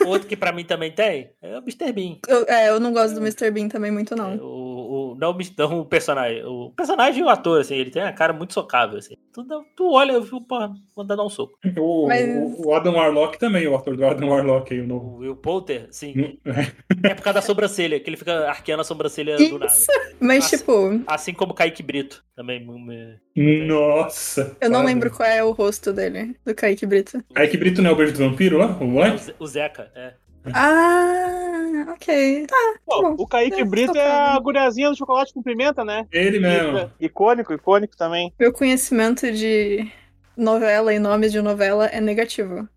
[SPEAKER 1] O- Outro que pra mim também tem é o Mr. Bean. É,
[SPEAKER 2] Eu, é, eu não gosto do Mr. Bean também muito, não.
[SPEAKER 1] O, o, não, o Mr. não o personagem. O personagem e o ator, assim, ele tem a cara muito socável, assim. Tu, dá- tu olha, eu fico, porra, mandar dar um soco.
[SPEAKER 3] O,
[SPEAKER 2] Mas-
[SPEAKER 3] o- o Adam Warlock também, o ator do Adam Warlock aí, o
[SPEAKER 1] O
[SPEAKER 3] novo.
[SPEAKER 1] Will Poulter, sim. É por causa da sobrancelha, que ele fica arqueando a sobrancelha do nada.
[SPEAKER 2] Isso. é Mas,
[SPEAKER 1] Nossa.
[SPEAKER 2] tipo,
[SPEAKER 1] Assim como o Kaique Brito também. hum, é. me-
[SPEAKER 3] Nossa!
[SPEAKER 2] eu não
[SPEAKER 3] Padre.
[SPEAKER 2] lembro qual é o rosto dele, do Kaique Brito.
[SPEAKER 3] Aí que Brito não é o beijo do vampiro lá? O
[SPEAKER 1] O,
[SPEAKER 3] moleque?
[SPEAKER 1] Ze- o Zeca, é.
[SPEAKER 2] Ah, ok. Tá,
[SPEAKER 4] Pô,
[SPEAKER 2] Bom,
[SPEAKER 4] o Kaique
[SPEAKER 2] é,
[SPEAKER 4] Brito é
[SPEAKER 2] tocado.
[SPEAKER 4] a guriazinha do chocolate com pimenta, né?
[SPEAKER 3] Ele mesmo.
[SPEAKER 4] Icônico, icônico também.
[SPEAKER 2] meu conhecimento de novela e nomes de novela é negativo.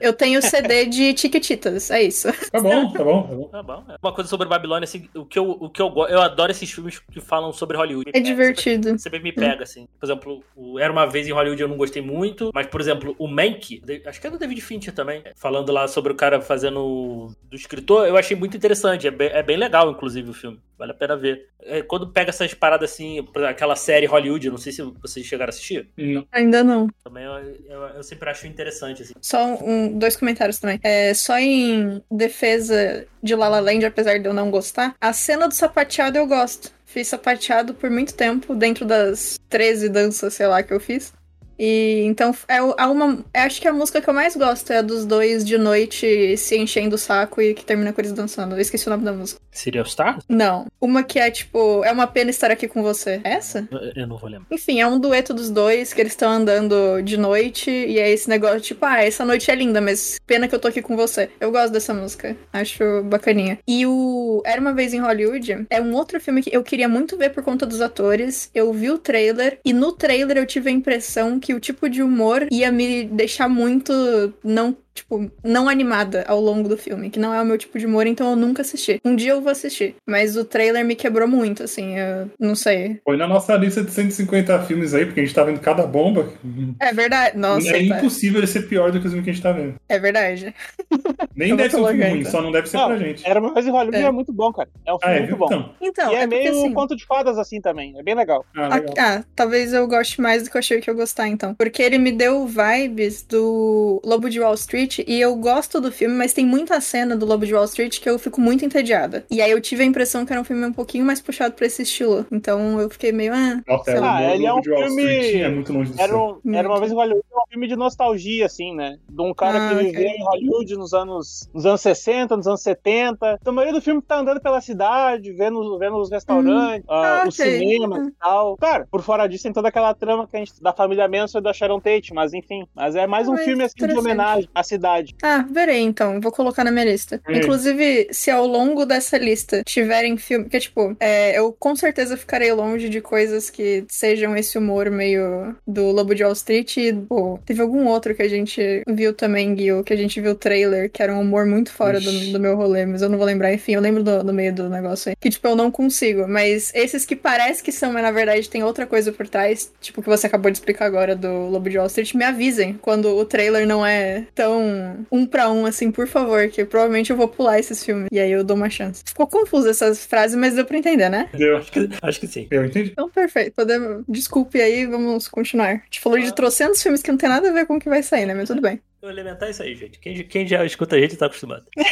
[SPEAKER 2] Eu tenho CD de Tiquititas, é isso.
[SPEAKER 3] Tá bom, tá bom, tá bom.
[SPEAKER 1] Tá bom. é. Uma coisa sobre Babilônia, assim, o que eu, o que eu gosto. Eu adoro esses filmes que falam sobre Hollywood.
[SPEAKER 2] É divertido.
[SPEAKER 1] Sempre me pega, assim. Por exemplo, o Era Uma Vez em Hollywood eu não gostei muito, mas, por exemplo, o Mank, de- acho que é do David Fincher também, falando lá sobre o cara fazendo o- do escritor, eu achei muito interessante. É bem, é bem legal, inclusive, o filme. Vale a pena ver. É, quando pega essas paradas, assim, por exemplo, aquela série Hollywood, eu não sei se vocês chegaram a assistir,
[SPEAKER 3] Não.
[SPEAKER 2] Ainda não.
[SPEAKER 1] também eu, eu- eu sempre acho interessante, assim.
[SPEAKER 2] Só um, dois comentários também. É, só em defesa de La La Land, apesar de eu não gostar, a cena do sapateado eu gosto. Fiz sapateado por muito tempo, dentro das 13 danças, sei lá, que eu fiz. E então é, o- há uma, é, acho que a música que eu mais gosto é a dos dois de noite se enchendo o saco e que termina com eles dançando. Eu esqueci o nome da música.
[SPEAKER 1] Seria o Star?
[SPEAKER 2] Não. Uma que é tipo, é uma pena estar aqui com você. É Essa?
[SPEAKER 1] Eu não vou lembrar.
[SPEAKER 2] Enfim, é um dueto dos dois que eles estão andando de noite e é esse negócio tipo, ah, essa noite é linda, mas pena que eu tô aqui com você. Eu gosto dessa música, acho bacaninha. E o Era uma vez em Hollywood é um outro filme que eu queria muito ver por conta dos atores. Eu vi o trailer e no trailer eu tive a impressão que o tipo de humor ia me deixar muito não Tipo, não animada ao longo do filme, que não é o meu tipo de humor, então eu nunca assisti. Um dia eu vou assistir, mas o trailer me quebrou muito, assim, eu não sei.
[SPEAKER 3] Foi na nossa lista de 150 filmes aí, porque a gente tá vendo cada bomba.
[SPEAKER 2] É verdade, nossa.
[SPEAKER 3] é
[SPEAKER 2] tá.
[SPEAKER 3] impossível ele ser pior do que o filme que a gente tá vendo.
[SPEAKER 2] É verdade.
[SPEAKER 3] Nem
[SPEAKER 2] Eu vou
[SPEAKER 3] deve ser um filme
[SPEAKER 2] colocar,
[SPEAKER 3] ruim,
[SPEAKER 2] então.
[SPEAKER 3] só não deve ser
[SPEAKER 4] Não,
[SPEAKER 3] pra gente.
[SPEAKER 4] Era uma vez em Hollywood,
[SPEAKER 2] É.
[SPEAKER 4] é. muito bom, cara. É um
[SPEAKER 3] Ah,
[SPEAKER 4] filme
[SPEAKER 3] é,
[SPEAKER 4] muito
[SPEAKER 3] viu?
[SPEAKER 4] bom.
[SPEAKER 3] Então.
[SPEAKER 2] Então,
[SPEAKER 4] e é,
[SPEAKER 2] porque,
[SPEAKER 4] meio
[SPEAKER 2] assim,
[SPEAKER 4] conto de fadas assim também. É bem legal.
[SPEAKER 3] Ah,
[SPEAKER 2] a-
[SPEAKER 3] legal.
[SPEAKER 2] ah, talvez eu goste mais do que eu achei que eu gostar, então. Porque ele me deu vibes do Lobo de Wall Street e eu gosto do filme, mas tem muita cena do Lobo de Wall Street que eu fico muito entediada. E aí eu tive a impressão que era um filme um pouquinho mais puxado pra esse estilo. Então eu fiquei meio, ah,
[SPEAKER 3] Nossa,
[SPEAKER 2] sei
[SPEAKER 3] era
[SPEAKER 2] lá.
[SPEAKER 3] o novo
[SPEAKER 4] ele é um
[SPEAKER 3] de Wall
[SPEAKER 4] filme-
[SPEAKER 3] Street, é muito longe disso.
[SPEAKER 4] Era, um- era uma
[SPEAKER 2] Muito.
[SPEAKER 4] vez em Hollywood, é um filme de nostalgia, assim, né? De um cara
[SPEAKER 2] Ah,
[SPEAKER 4] que
[SPEAKER 2] ok.
[SPEAKER 4] viveu em Hollywood nos anos, nos anos 60, nos anos 70. Então, a maioria do filme tá andando pela cidade, vendo, vendo os restaurantes, ah,
[SPEAKER 2] Ah,
[SPEAKER 4] os
[SPEAKER 2] ok.
[SPEAKER 4] cinemas e tal. Cara, por fora disso, tem toda aquela trama que a gente, da família Manson e da Sharon Tate, mas enfim. Mas é mais um
[SPEAKER 2] Mas
[SPEAKER 4] filme, assim, de
[SPEAKER 2] interessante.
[SPEAKER 4] homenagem à cidade.
[SPEAKER 2] Ah, verei então, vou colocar na minha lista.
[SPEAKER 3] Hum.
[SPEAKER 2] Inclusive, se ao longo dessa lista tiverem filme. Porque, tipo, é, eu com certeza ficarei longe de coisas que sejam esse humor meio do Lobo de Wall Street. E, pô, teve algum outro que a gente viu também, Gil, que a gente viu o trailer, que era um humor muito fora do,
[SPEAKER 3] Ixi.
[SPEAKER 2] do meu rolê, mas eu não vou lembrar. Enfim, eu lembro do, do meio do negócio aí. Que, tipo, eu não consigo. Mas esses que parece que são, mas na verdade tem outra coisa por trás, tipo, que você acabou de explicar agora do Lobo de Wall Street, me avisem quando o trailer não é tão um pra um, assim, por favor, que provavelmente eu vou pular esses filmes. E aí eu dou uma chance. Ficou confusa essas frases, mas deu pra entender, né?
[SPEAKER 3] Entendeu?
[SPEAKER 1] Acho que, acho que sim.
[SPEAKER 3] Eu entendi.
[SPEAKER 2] Então, perfeito. Podemos... Desculpe aí, vamos continuar. A gente falou de trocentos filmes que não tem nada a ver com o que vai sair, né? Mas tudo bem.
[SPEAKER 1] Eu elementar é isso aí, gente. Quem, quem já escuta a gente tá acostumado. Tá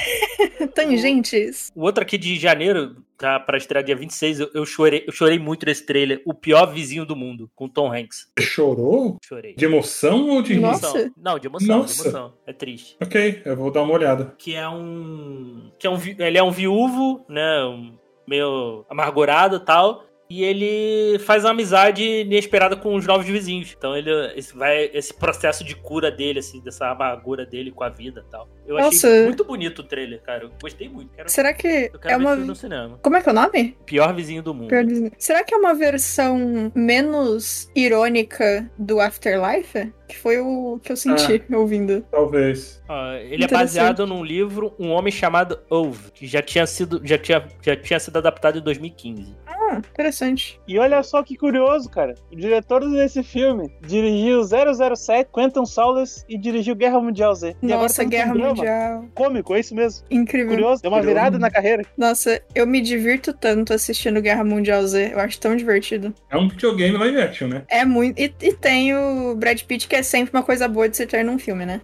[SPEAKER 2] Tangentes.
[SPEAKER 1] O outro aqui de janeiro, tá pra estrear dia 26, eu, eu chorei, eu chorei muito nesse trailer. O pior vizinho do mundo, com Tom Hanks.
[SPEAKER 3] Chorou?
[SPEAKER 1] Chorei.
[SPEAKER 3] De emoção ou de
[SPEAKER 2] Nossa.
[SPEAKER 3] riso?
[SPEAKER 1] Emoção. Não, de emoção, de
[SPEAKER 3] Nossa.
[SPEAKER 1] emoção. É triste.
[SPEAKER 3] Ok, eu vou dar uma olhada.
[SPEAKER 1] Que é um. Que é um. vi- Ele é um viúvo, né? Um, meio amargurado e tal. E ele faz uma amizade inesperada com os novos vizinhos. Então ele esse, vai esse processo de cura dele, assim, dessa amargura dele com a vida e tal. Eu achei
[SPEAKER 2] Nossa.
[SPEAKER 1] muito bonito o trailer, cara. Eu gostei muito. Quero,
[SPEAKER 2] Será que
[SPEAKER 1] eu quero
[SPEAKER 2] é
[SPEAKER 1] ver
[SPEAKER 2] uma.
[SPEAKER 1] isso no cinema.
[SPEAKER 2] Como é que é o nome?
[SPEAKER 1] Pior vizinho do mundo.
[SPEAKER 2] Pior Disney. Será que é uma versão menos irônica do Afterlife? Que foi o que eu senti
[SPEAKER 4] Ah.
[SPEAKER 2] ouvindo.
[SPEAKER 3] Talvez.
[SPEAKER 1] Ah, ele é
[SPEAKER 2] Interessante.
[SPEAKER 1] baseado num livro Um Homem Chamado Ove, que já tinha sido, já tinha, já tinha sido adaptado em 2015.
[SPEAKER 2] Ah, interessante.
[SPEAKER 4] E olha só que curioso, cara. O diretor desse filme dirigiu 007, Quentin Solace e dirigiu Guerra Mundial Z. E agora
[SPEAKER 2] Nossa,
[SPEAKER 4] tá no
[SPEAKER 2] Guerra
[SPEAKER 4] cinema.
[SPEAKER 2] Mundial. Hum.
[SPEAKER 4] Cômico, é isso mesmo.
[SPEAKER 2] Incrível.
[SPEAKER 4] Curioso, deu uma
[SPEAKER 3] Curioso.
[SPEAKER 4] virada na carreira.
[SPEAKER 2] Nossa, eu me divirto tanto assistindo Guerra Mundial Z. Eu acho tão divertido.
[SPEAKER 3] É um videogame live action, né?
[SPEAKER 2] É muito. E, e tem o Brad Pitt, que é sempre uma coisa boa de se ter num filme, né?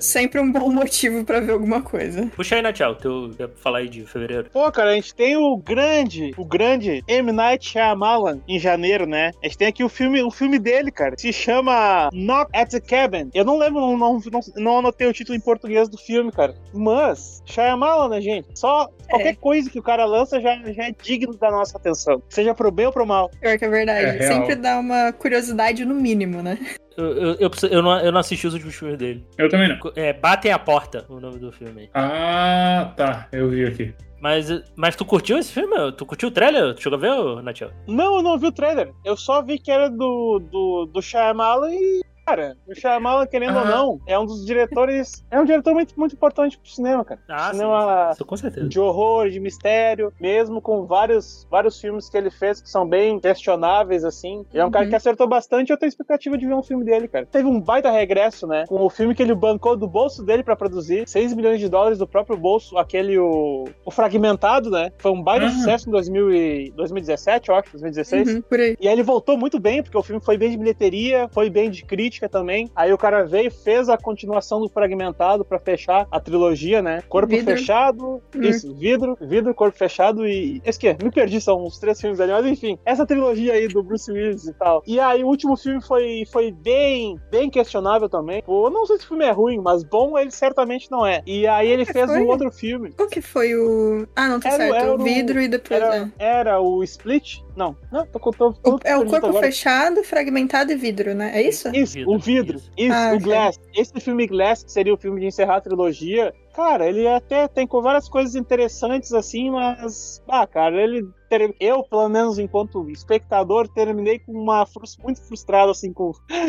[SPEAKER 2] sempre um bom motivo pra ver alguma coisa.
[SPEAKER 1] Puxa aí, Natal, teu quer falar aí de fevereiro.
[SPEAKER 4] Pô, cara, a gente tem o grande, o grande M. Night Shyamalan em janeiro, né? A gente tem aqui o filme, o filme dele, cara. Se chama Knock at the Cabin. Eu não lembro, não, não, não, não anotei o título em português do filme, cara. Mas, Shyamalan, né, gente? Só qualquer coisa que o cara lança já, já é digno da nossa atenção. Seja pro bem ou pro mal.
[SPEAKER 2] Pior que é verdade.
[SPEAKER 3] É real.
[SPEAKER 2] sempre dá uma curiosidade no mínimo, né?
[SPEAKER 1] Eu, eu, eu, preciso- eu não, eu não assisti os últimos filmes dele.
[SPEAKER 3] Eu também não.
[SPEAKER 1] É, Batem a Porta, o nome do filme.
[SPEAKER 3] Ah, tá. Eu vi aqui.
[SPEAKER 1] Mas, mas tu curtiu esse filme? Tu curtiu o trailer? Tu chegou a ver, Natal?
[SPEAKER 4] Não, eu não vi o trailer. Eu só vi que era do, do, do Shyamalan e. Cara, o Shyamalan, querendo ou
[SPEAKER 3] Ah.
[SPEAKER 4] não, é um dos diretores. É um diretor muito, muito importante pro cinema, cara.
[SPEAKER 1] Ah, sim,
[SPEAKER 4] Cinema-
[SPEAKER 1] sim, isso com certeza.
[SPEAKER 4] de horror, de mistério, mesmo com vários, vários filmes que ele fez que são bem questionáveis, assim. Ele é um cara
[SPEAKER 2] Uhum.
[SPEAKER 4] que acertou bastante, eu tenho expectativa de ver um filme dele, cara. Teve um baita regresso, né? Com o filme que ele bancou do bolso dele pra produzir, 6 milhões de dólares do próprio bolso, aquele o, o Fragmentado, né? Foi um baita
[SPEAKER 3] Ah.
[SPEAKER 4] sucesso em 2000 e- 2017, eu acho, 2016.
[SPEAKER 2] Uhum, por aí.
[SPEAKER 4] E aí ele voltou muito bem, porque o filme foi bem de bilheteria, foi bem de crítica também. Aí o cara veio, fez a continuação do Fragmentado pra fechar a trilogia, né? Corpo
[SPEAKER 2] Vidro.
[SPEAKER 4] fechado,
[SPEAKER 2] Hum.
[SPEAKER 4] isso, vidro, vidro, corpo fechado e. Esse que é, me perdi, são uns três filmes ali, mas enfim, essa trilogia aí do Bruce Willis e tal. E aí o último filme foi, foi bem, bem questionável também. Pô, eu não sei se o filme é ruim, mas bom ele certamente não é. E aí ele fez
[SPEAKER 2] foi?
[SPEAKER 4] um outro filme.
[SPEAKER 2] Qual que foi o. Ah, não, tá
[SPEAKER 4] Era o-
[SPEAKER 2] certo.
[SPEAKER 4] era
[SPEAKER 2] o
[SPEAKER 4] o-
[SPEAKER 2] vidro e depois.
[SPEAKER 4] Era,
[SPEAKER 2] né?
[SPEAKER 4] era o Split? Não, não, tô contando.
[SPEAKER 2] O- é o corpo
[SPEAKER 4] agora.
[SPEAKER 2] fechado, fragmentado e vidro, né? É isso?
[SPEAKER 4] Isso,
[SPEAKER 1] Vidro,
[SPEAKER 4] o vidro.
[SPEAKER 1] isso.
[SPEAKER 4] Isso,
[SPEAKER 2] Ah,
[SPEAKER 4] o
[SPEAKER 2] ok.
[SPEAKER 4] Glass. Esse filme Glass, que seria o filme de encerrar a trilogia, cara, ele até tem com várias coisas interessantes assim, mas. Ah, cara, ele. ter- Eu, pelo menos enquanto espectador, terminei com uma frus- muito frustrado assim com,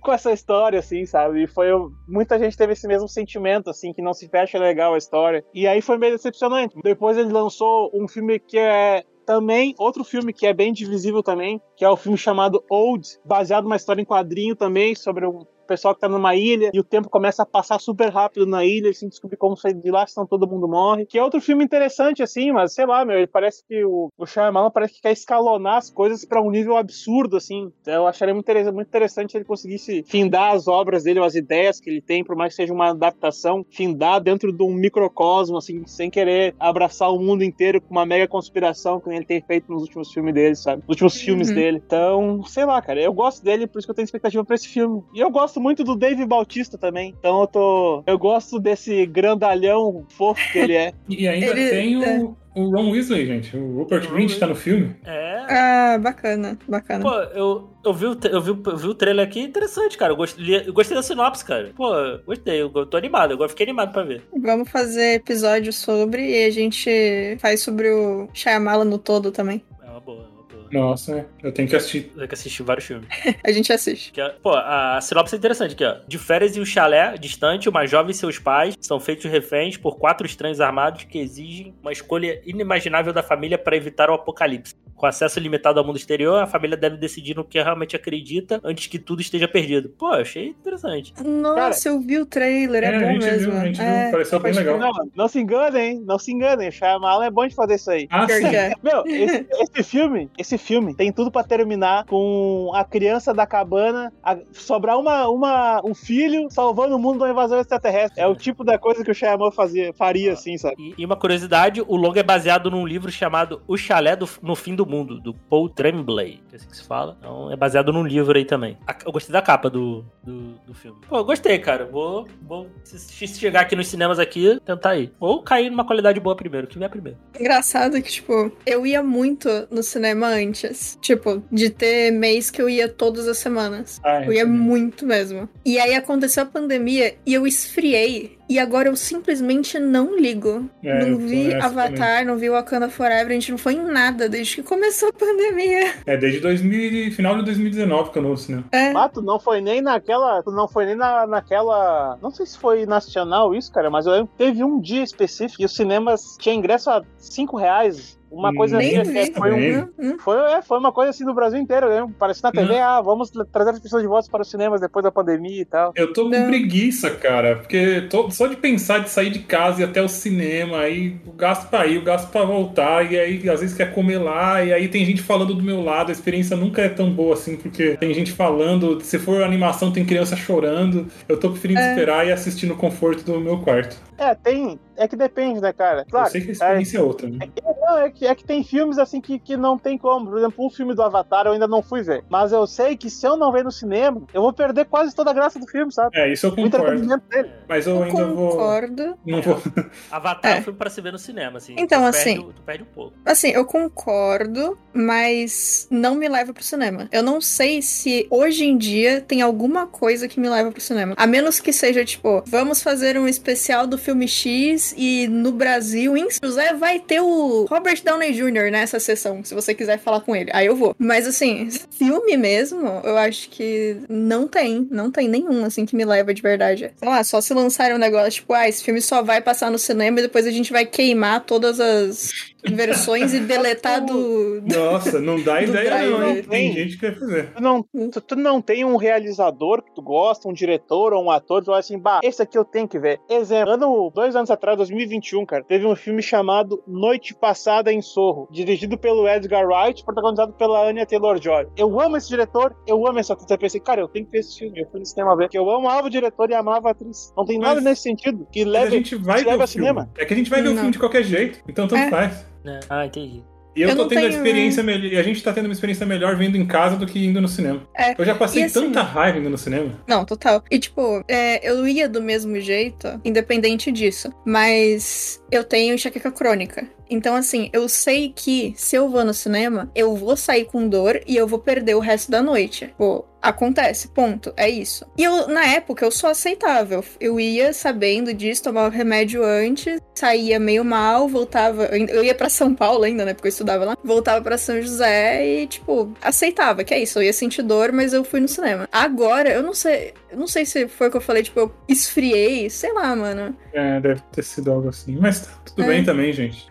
[SPEAKER 4] com essa história, assim, sabe? E foi. Muita gente teve esse mesmo sentimento, assim, que não se fecha legal a história. E aí foi meio decepcionante. Depois ele lançou um filme que é também, outro filme que é bem divisível também, que é o filme chamado Old, baseado numa história em quadrinho também, sobre um pessoal que tá numa ilha e o tempo começa a passar super rápido na ilha, assim, descobrir como sair de lá, senão todo mundo morre. Que é outro filme interessante, assim, mas sei lá, meu, ele parece que o, o Shyamalan parece que quer escalonar as coisas pra um nível absurdo, assim. Eu acharia muito interessante, muito interessante se ele conseguisse findar as obras dele, ou as ideias que ele tem, por mais que seja uma adaptação, findar dentro de um microcosmo, assim, sem querer abraçar o mundo inteiro com uma mega conspiração, que nem ele tem feito nos últimos filmes dele, sabe? Nos últimos filmes
[SPEAKER 2] Uhum.
[SPEAKER 4] dele. Então, sei lá, cara, eu gosto dele, por isso que eu tenho expectativa pra esse filme. E eu gosto muito do Dave Bautista também, então eu tô... Eu gosto desse grandalhão fofo que ele é.
[SPEAKER 3] E ainda
[SPEAKER 2] Ele-
[SPEAKER 3] tem
[SPEAKER 2] é.
[SPEAKER 3] o, o Ron Weasley, gente. O Rupert
[SPEAKER 1] Ron
[SPEAKER 3] Grint tá no filme.
[SPEAKER 1] É.
[SPEAKER 2] Ah, bacana, bacana.
[SPEAKER 1] Pô, eu, eu, vi o, tra- eu, vi, o- eu vi o trailer aqui, interessante, cara. Eu gostei, eu gostei da sinopse, cara. Pô, gostei, eu, eu tô animado, agora fiquei animado pra ver.
[SPEAKER 2] Vamos fazer episódio sobre e a gente faz sobre o Shyamala no todo também.
[SPEAKER 1] É uma boa, é uma boa.
[SPEAKER 3] Nossa, eu tenho que assistir.
[SPEAKER 1] Eu que assisti vários filmes.
[SPEAKER 2] A gente assiste.
[SPEAKER 1] Que é- pô, a sinopse é interessante aqui, ó. De férias e o chalé, distante, uma jovem e seus pais são feitos reféns por quatro estranhos armados que exigem uma escolha inimaginável da família para evitar o apocalipse. Com acesso limitado ao mundo exterior, a família deve decidir no que realmente acredita antes que tudo esteja perdido. Pô, achei interessante.
[SPEAKER 2] Nossa, eu vi o trailer, é,
[SPEAKER 3] É, a
[SPEAKER 2] bom
[SPEAKER 3] gente viu,
[SPEAKER 2] mesmo.
[SPEAKER 3] a gente viu,
[SPEAKER 2] É,
[SPEAKER 3] pareceu bem
[SPEAKER 2] pode
[SPEAKER 3] legal.
[SPEAKER 2] crer.
[SPEAKER 4] Não, não se enganem, hein? Não se enganem. O Shyamalan é bom de fazer isso aí.
[SPEAKER 3] Ah,
[SPEAKER 2] Pior
[SPEAKER 3] sim.
[SPEAKER 2] que é.
[SPEAKER 4] Meu, esse, esse filme, esse filme tem tudo pra terminar com a criança da cabana, a- sobrar uma, uma, um filho salvando o mundo da invasão extraterrestre. É o tipo da coisa que o Shyamalan
[SPEAKER 3] Ah.
[SPEAKER 4] fazia, faria, assim, sabe?
[SPEAKER 1] E, e uma curiosidade, o longa é baseado num livro chamado O Chalé do- no Fim do Mundo, do Paul Tremblay, que é assim que se fala. Então é baseado num livro aí também. A- Eu gostei da capa do, do, do filme. Pô, eu gostei, cara. Vou, vou se, se chegar aqui nos cinemas aqui, tentar ir. Ou cair numa qualidade boa primeiro, que vier primeiro.
[SPEAKER 2] Engraçado que, tipo, eu ia muito no cinema antes. Tipo, de ter mês que eu ia todas as semanas.
[SPEAKER 3] Ah,
[SPEAKER 2] Eu ia
[SPEAKER 3] entendi.
[SPEAKER 2] é muito mesmo. E aí aconteceu a pandemia e eu esfriei. E agora eu simplesmente não ligo.
[SPEAKER 3] É, eu
[SPEAKER 2] não
[SPEAKER 3] tô
[SPEAKER 2] vi
[SPEAKER 3] nessa
[SPEAKER 2] Avatar, não vi Wakanda Forever, a gente não foi em nada desde que começou a pandemia.
[SPEAKER 3] também. É desde 2000, e- final de 2019 que eu não né? vou no cinema.
[SPEAKER 2] É.
[SPEAKER 4] Ah, tu não foi nem naquela. Tu não foi nem na, naquela. Não sei se foi nacional isso, cara, mas eu lembro que teve um dia específico e os cinemas tinha ingresso a 5 reais. Uma coisa
[SPEAKER 2] Nem
[SPEAKER 4] assim,
[SPEAKER 2] vi.
[SPEAKER 4] até foi um
[SPEAKER 3] Também.
[SPEAKER 2] Hum, hum.
[SPEAKER 4] Foi, é, foi uma coisa assim do Brasil inteiro, né? Parecia na TV, ah, vamos tra- trazer as pessoas de volta para os cinemas depois da pandemia e tal.
[SPEAKER 3] Eu tô com
[SPEAKER 2] Não.
[SPEAKER 3] preguiça, cara, porque tô- só de pensar de sair de casa e ir até o cinema, aí o gasto pra ir, o gasto pra voltar, e aí às vezes quer comer lá, e aí tem gente falando do meu lado, a experiência nunca é tão boa assim, porque tem gente falando, se for animação tem criança chorando, eu tô preferindo
[SPEAKER 2] É.
[SPEAKER 3] esperar e assistir no conforto do meu quarto.
[SPEAKER 4] É, tem. É que depende, né, cara? Claro.
[SPEAKER 3] eu sei que a
[SPEAKER 4] é,
[SPEAKER 3] experiência é, outra, né?
[SPEAKER 4] não, é, que, é que tem filmes assim que, que não tem como. Por exemplo, o filme do Avatar eu ainda não fui ver. Mas eu sei que se eu não ver no cinema, eu vou perder quase toda a graça do filme, sabe?
[SPEAKER 3] É, isso eu
[SPEAKER 4] O
[SPEAKER 3] concordo,
[SPEAKER 4] entretenimento dele.
[SPEAKER 3] mas eu
[SPEAKER 2] Eu
[SPEAKER 3] ainda vou...
[SPEAKER 2] concordo.
[SPEAKER 3] Não vou...
[SPEAKER 1] Avatar
[SPEAKER 2] É.
[SPEAKER 1] é um filme pra se ver no cinema, assim.
[SPEAKER 2] Então,
[SPEAKER 1] Tu
[SPEAKER 2] assim-
[SPEAKER 1] Perde, tu perde um pouco.
[SPEAKER 2] Assim, eu concordo, mas não me leva pro cinema. Eu não sei se hoje em dia tem alguma coisa que me leva pro cinema. A menos que seja, tipo, vamos fazer um especial do filme X e no Brasil, em São José, vai ter o Robert Downey Jr. nessa sessão, se você quiser falar com ele. Aí eu vou. Mas assim, filme mesmo, eu acho que não tem. Não tem nenhum, assim, que me leva de verdade. Sei lá, só se lançarem um negócio, tipo, ah, esse filme só vai passar no cinema e depois a gente vai queimar todas as versões e deletar do.
[SPEAKER 3] Nossa, não dá
[SPEAKER 2] Do
[SPEAKER 3] ideia não, hein?
[SPEAKER 4] driver.
[SPEAKER 3] Tem gente que quer fazer.
[SPEAKER 4] Tu não, tu, tu não tem um realizador que tu gosta, um diretor ou um ator, tu olha assim, bah, esse aqui eu tenho que ver. Exemplo, ano, dois anos atrás, 2021, cara, teve um filme chamado Noite Passada em Sorro, dirigido pelo Edgar Wright, protagonizado pela Anya Taylor-Joy. Eu amo esse diretor, eu amo essa atriz. Eu pensei, cara, eu tenho que ver esse filme, eu fui no cinema ver, porque eu amava o diretor e amava a atriz. Não tem nada
[SPEAKER 3] Mas-
[SPEAKER 4] nesse sentido que
[SPEAKER 3] Mas a
[SPEAKER 4] leve...
[SPEAKER 3] gente vai ver
[SPEAKER 4] leva
[SPEAKER 3] o
[SPEAKER 4] ao
[SPEAKER 3] filme.
[SPEAKER 4] cinema.
[SPEAKER 3] É que a gente vai ver o
[SPEAKER 2] Não.
[SPEAKER 3] filme de qualquer jeito, então tanto
[SPEAKER 2] É.
[SPEAKER 3] faz.
[SPEAKER 1] né? Ah, entendi.
[SPEAKER 3] E eu,
[SPEAKER 2] Eu
[SPEAKER 3] tô
[SPEAKER 2] não
[SPEAKER 3] tendo a
[SPEAKER 2] tenho- né?
[SPEAKER 3] experiência melhor. E a gente tá tendo uma experiência melhor vindo em casa do que indo no cinema.
[SPEAKER 2] É,
[SPEAKER 3] Eu já passei
[SPEAKER 2] e assim-
[SPEAKER 3] tanta raiva indo no cinema.
[SPEAKER 2] Não, total. E tipo, é, eu ia do mesmo jeito, independente disso. Mas eu tenho enxaqueca crônica. Então, assim, eu sei que se eu vou no cinema, eu vou sair com dor e eu vou perder o resto da noite. Pô, acontece, ponto. É isso. E eu, na época, eu só aceitava. Eu- Eu ia sabendo disso, tomava remédio antes, saía meio mal, voltava. eu ainda- Eu ia pra São Paulo ainda, né? Porque eu estudava lá. Voltava pra São José e, tipo, aceitava, que é isso. Eu ia sentir dor, mas eu fui no cinema. Agora, eu não sei. Eu não sei se foi o que eu falei, tipo, eu esfriei, sei lá, mano.
[SPEAKER 3] É, deve ter sido algo assim. Mas tá tudo
[SPEAKER 2] É.
[SPEAKER 3] bem também, gente.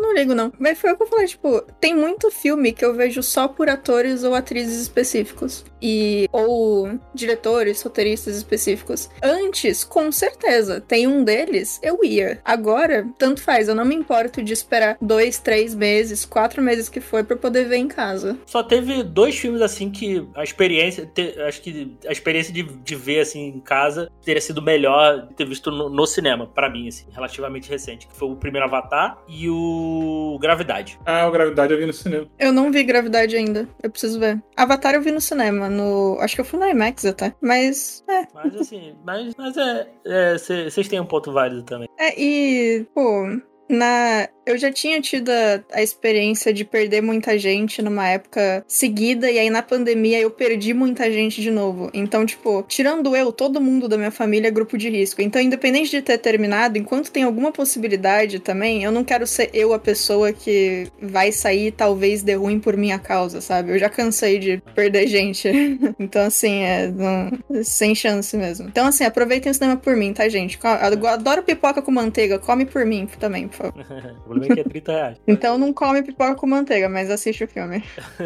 [SPEAKER 2] Não ligo, não. Mas foi o que eu falei, tipo, tem muito filme que eu vejo só por atores ou atrizes específicos. E. Ou diretores, roteiristas específicos. Antes, com certeza, tem um deles, eu ia. Agora, tanto faz, eu não me importo de esperar dois, três meses, quatro meses que foi pra eu poder ver em casa.
[SPEAKER 1] Só teve dois filmes assim que a experiência, te- acho que a experiência de, de ver assim em casa teria sido melhor de ter visto no, no cinema pra mim assim, relativamente recente, que foi o primeiro Avatar e o Gravidade.
[SPEAKER 3] Ah, o Gravidade eu vi no cinema.
[SPEAKER 2] Eu não vi Gravidade ainda, eu preciso ver. Avatar eu vi no cinema, no. Acho que eu fui no IMAX até. Mas. É,
[SPEAKER 1] Mas assim, mas, mas é, é, cê- vocês têm um ponto válido também.
[SPEAKER 2] É, e, pô, na... eu já tinha tido a, a experiência de perder muita gente numa época seguida, e aí na pandemia eu perdi muita gente de novo. Então, tipo, tirando eu, todo mundo da minha família é grupo de risco. Então, independente de ter terminado, enquanto tem alguma possibilidade também, eu não quero ser eu a pessoa que vai sair e talvez dê ruim por minha causa, sabe? Eu já cansei de perder gente. Então, assim, é. não- sem chance mesmo. Então, assim, aproveitem o cinema por mim, tá, gente? Co- Eu adoro pipoca com manteiga, come por mim também, por favor.
[SPEAKER 1] o problema é que é 30 reais.
[SPEAKER 2] Então não come pipoca com manteiga, mas assiste o filme.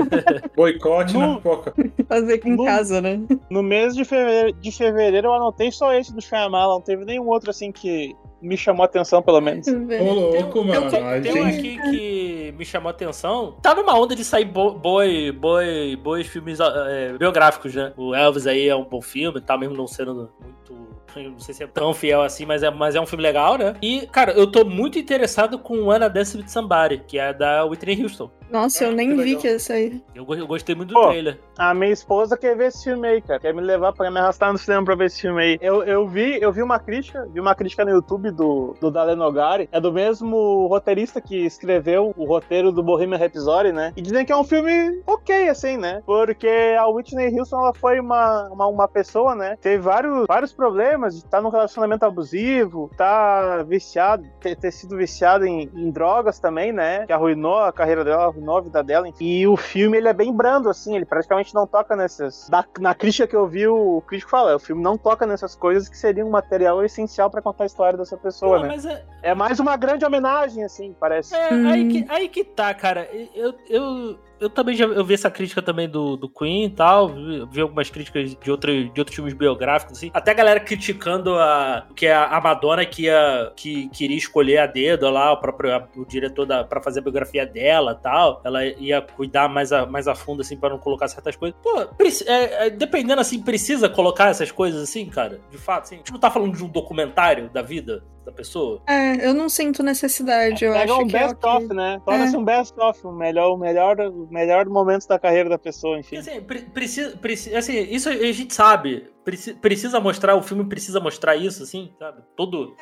[SPEAKER 3] Boicote na
[SPEAKER 4] Não.
[SPEAKER 3] pipoca.
[SPEAKER 2] Fazer em
[SPEAKER 4] Bom.
[SPEAKER 2] casa, né?
[SPEAKER 4] No mês de fevereiro, de fevereiro eu anotei só esse do Shyamalan, não teve nenhum outro assim que me chamou a atenção, pelo menos.
[SPEAKER 3] Ô,
[SPEAKER 2] Então,
[SPEAKER 3] louco, mano.
[SPEAKER 2] eu-
[SPEAKER 3] a
[SPEAKER 1] Tem um aqui
[SPEAKER 3] gente...
[SPEAKER 1] que me chamou a atenção. Tá numa onda de sair bo- boi, boi, boi filmes é, biográficos, né? O Elvis aí é um bom filme, tá mesmo não sendo muito. eu Não sei se é tão fiel assim, mas é, mas é um filme legal, né? E, cara, eu tô muito interessado com Ana Dance with Somebody, que é da Whitney Houston.
[SPEAKER 2] Nossa, eu nem
[SPEAKER 3] que
[SPEAKER 2] vi
[SPEAKER 3] legal.
[SPEAKER 2] que ia sair.
[SPEAKER 1] Eu, go- eu gostei muito do
[SPEAKER 4] Pô.
[SPEAKER 1] trailer.
[SPEAKER 4] A minha esposa quer ver esse filme aí, cara. Quer me levar pra me arrastar no cinema pra ver esse filme aí. Eu, eu vi, eu vi uma crítica, vi uma crítica no YouTube do, do Dale Nogari. É do mesmo roteirista que escreveu o roteiro do Bohemian Rhapsody, né? E dizem que é um filme ok, assim, né? Porque a Whitney Houston, ela foi uma, uma, uma pessoa, né? Teve vários, vários problemas, de tá num relacionamento abusivo, tá viciado, ter, ter sido viciado em, em drogas também, né? Que arruinou a carreira dela, arruinou a vida dela. enfim. E o filme, ele é bem brando, assim, ele praticamente não toca nessas... da- na crítica que eu vi, o crítico fala, "É, o filme não toca nessas coisas que seriam um material essencial pra contar a história dessa pessoa,
[SPEAKER 1] Pô,
[SPEAKER 4] né?
[SPEAKER 1] mas é,
[SPEAKER 4] É mais uma grande homenagem, assim, parece.
[SPEAKER 1] É,
[SPEAKER 2] Hum.
[SPEAKER 1] aí, que, aí que tá, cara. Eu, eu, eu também já eu vi essa crítica também do, do Queen e tal. Vi, vi algumas críticas de, outro, de outros filmes biográficos, assim. Até a galera criticando a, que a, a Madonna que, ia, que queria escolher a dedo lá, o próprio a- o diretor da, pra fazer a biografia dela e tal. Ela ia cuidar mais a, mais a fundo, assim, pra não colocar certas coisas. Pô, preci- é, é, dependendo, assim, precisa colocar essas coisas, assim, cara? De fato, assim. A gente não tá falando de um documentário da vida da pessoa?
[SPEAKER 2] É, eu não sinto necessidade, eu
[SPEAKER 4] Pega
[SPEAKER 2] acho
[SPEAKER 4] um
[SPEAKER 2] que é
[SPEAKER 4] best-of,
[SPEAKER 2] ok.
[SPEAKER 4] né? Torna-se um best-of, o melhor, o melhor, o melhor momento da carreira da pessoa,
[SPEAKER 1] Porque,
[SPEAKER 4] enfim.
[SPEAKER 1] Assim, pre- precisa, preci- assim, isso a gente sabe. Preci- Precisa mostrar, o filme precisa mostrar isso, assim, sabe? Todo.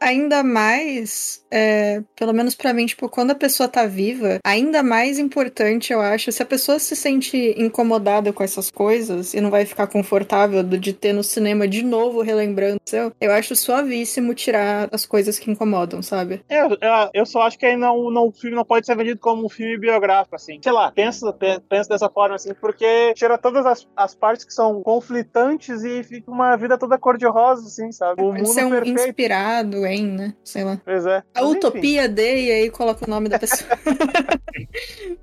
[SPEAKER 2] Ainda mais, é, pelo menos pra mim, tipo, quando a pessoa tá viva, ainda mais importante, eu acho, se a pessoa se sente incomodada com essas coisas e não vai ficar confortável do- de ter no cinema de novo relembrando, seu, eu acho suavíssimo tirar as coisas que incomodam, sabe?
[SPEAKER 4] Eu, É, eu, eu só acho que aí não, não, o filme não pode ser vendido como um filme biográfico, assim. Sei lá, penso, pe- penso dessa forma, assim, porque tira todas as, as partes que são conflitantes e fica uma vida toda cor-de-rosa, assim, sabe? O
[SPEAKER 2] Pode
[SPEAKER 4] mundo
[SPEAKER 2] ser um
[SPEAKER 4] perfeito.
[SPEAKER 2] inspirado em, né? Sei lá.
[SPEAKER 4] Pois é.
[SPEAKER 2] A
[SPEAKER 4] Mas, enfim.
[SPEAKER 2] utopia dele e aí coloca o nome da pessoa.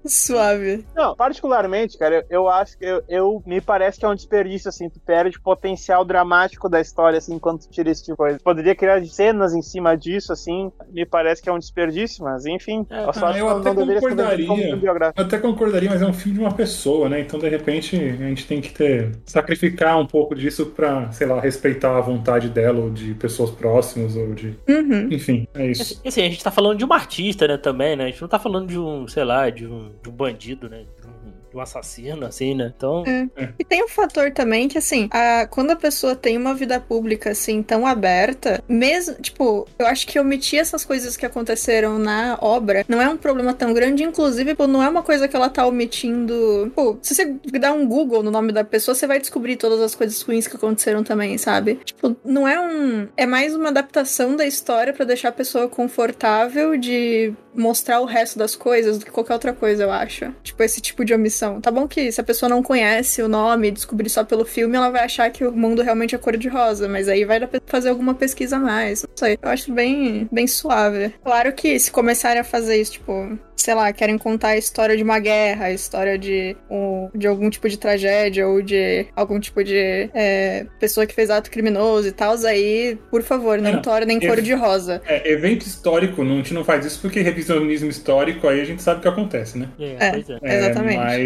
[SPEAKER 2] Suave.
[SPEAKER 4] Não, particularmente, cara, eu, eu acho que eu, eu- me parece que é um desperdício, assim, tu perde o potencial dramático da história, assim, quando tu tira esse tipo de coisa. Poderia criar cenas em cima disso, assim, me parece que é um desperdício, mas enfim.
[SPEAKER 1] É,
[SPEAKER 4] eu só
[SPEAKER 3] ah,
[SPEAKER 4] acho
[SPEAKER 3] eu
[SPEAKER 4] que não
[SPEAKER 3] até
[SPEAKER 4] deveria ser vendido como
[SPEAKER 3] concordaria.
[SPEAKER 4] um biográfico.
[SPEAKER 3] Eu até concordaria, mas é um filme de uma pessoa, né? Então, de repente, a gente tem que ter sacrificar um pouco disso pra, sei lá, respeitar a vontade dela ou de pessoas próximas ou de,
[SPEAKER 2] Uhum.
[SPEAKER 3] enfim, é isso.
[SPEAKER 1] Assim, a gente tá falando de uma artista, né, também, né? A gente não tá falando de um, sei lá, de um, de um bandido, né? De um, de um assassino, assim, né? Então.
[SPEAKER 2] É. E tem um fator também que, assim, a- quando a pessoa tem uma vida pública, assim, tão aberta, mesmo, tipo, eu acho que omitir essas coisas que aconteceram na obra não é um problema tão grande, inclusive, pô, não é uma coisa que ela tá omitindo. Pô, se você dar um Google no nome da pessoa, você vai descobrir todas as coisas ruins que aconteceram também, sabe? Tipo, não é um. É mais uma adaptação da história pra deixar a pessoa confortável de mostrar o resto das coisas do que qualquer outra coisa, eu acho. Tipo, esse tipo de omissão. Tá bom que se a pessoa não conhece o nome e descobrir só pelo filme, ela vai achar que o mundo realmente é cor-de-rosa, mas aí vai dar pra fazer alguma pesquisa a mais. Não sei. Eu acho bem, bem suave. Claro que se começarem a fazer isso, tipo, sei lá, querem contar a história de uma guerra, a história de, um, de algum tipo de tragédia ou de algum tipo de é, pessoa que fez ato criminoso e tal, aí, por favor, não
[SPEAKER 3] Não,
[SPEAKER 2] tornem
[SPEAKER 3] É, eu-
[SPEAKER 2] cor-de-rosa.
[SPEAKER 3] É, evento histórico, não, a gente não faz isso porque revisionismo histórico aí a gente sabe o que acontece, né?
[SPEAKER 1] É,
[SPEAKER 2] É.
[SPEAKER 1] pois é.
[SPEAKER 3] É,
[SPEAKER 2] Exatamente.
[SPEAKER 3] Mas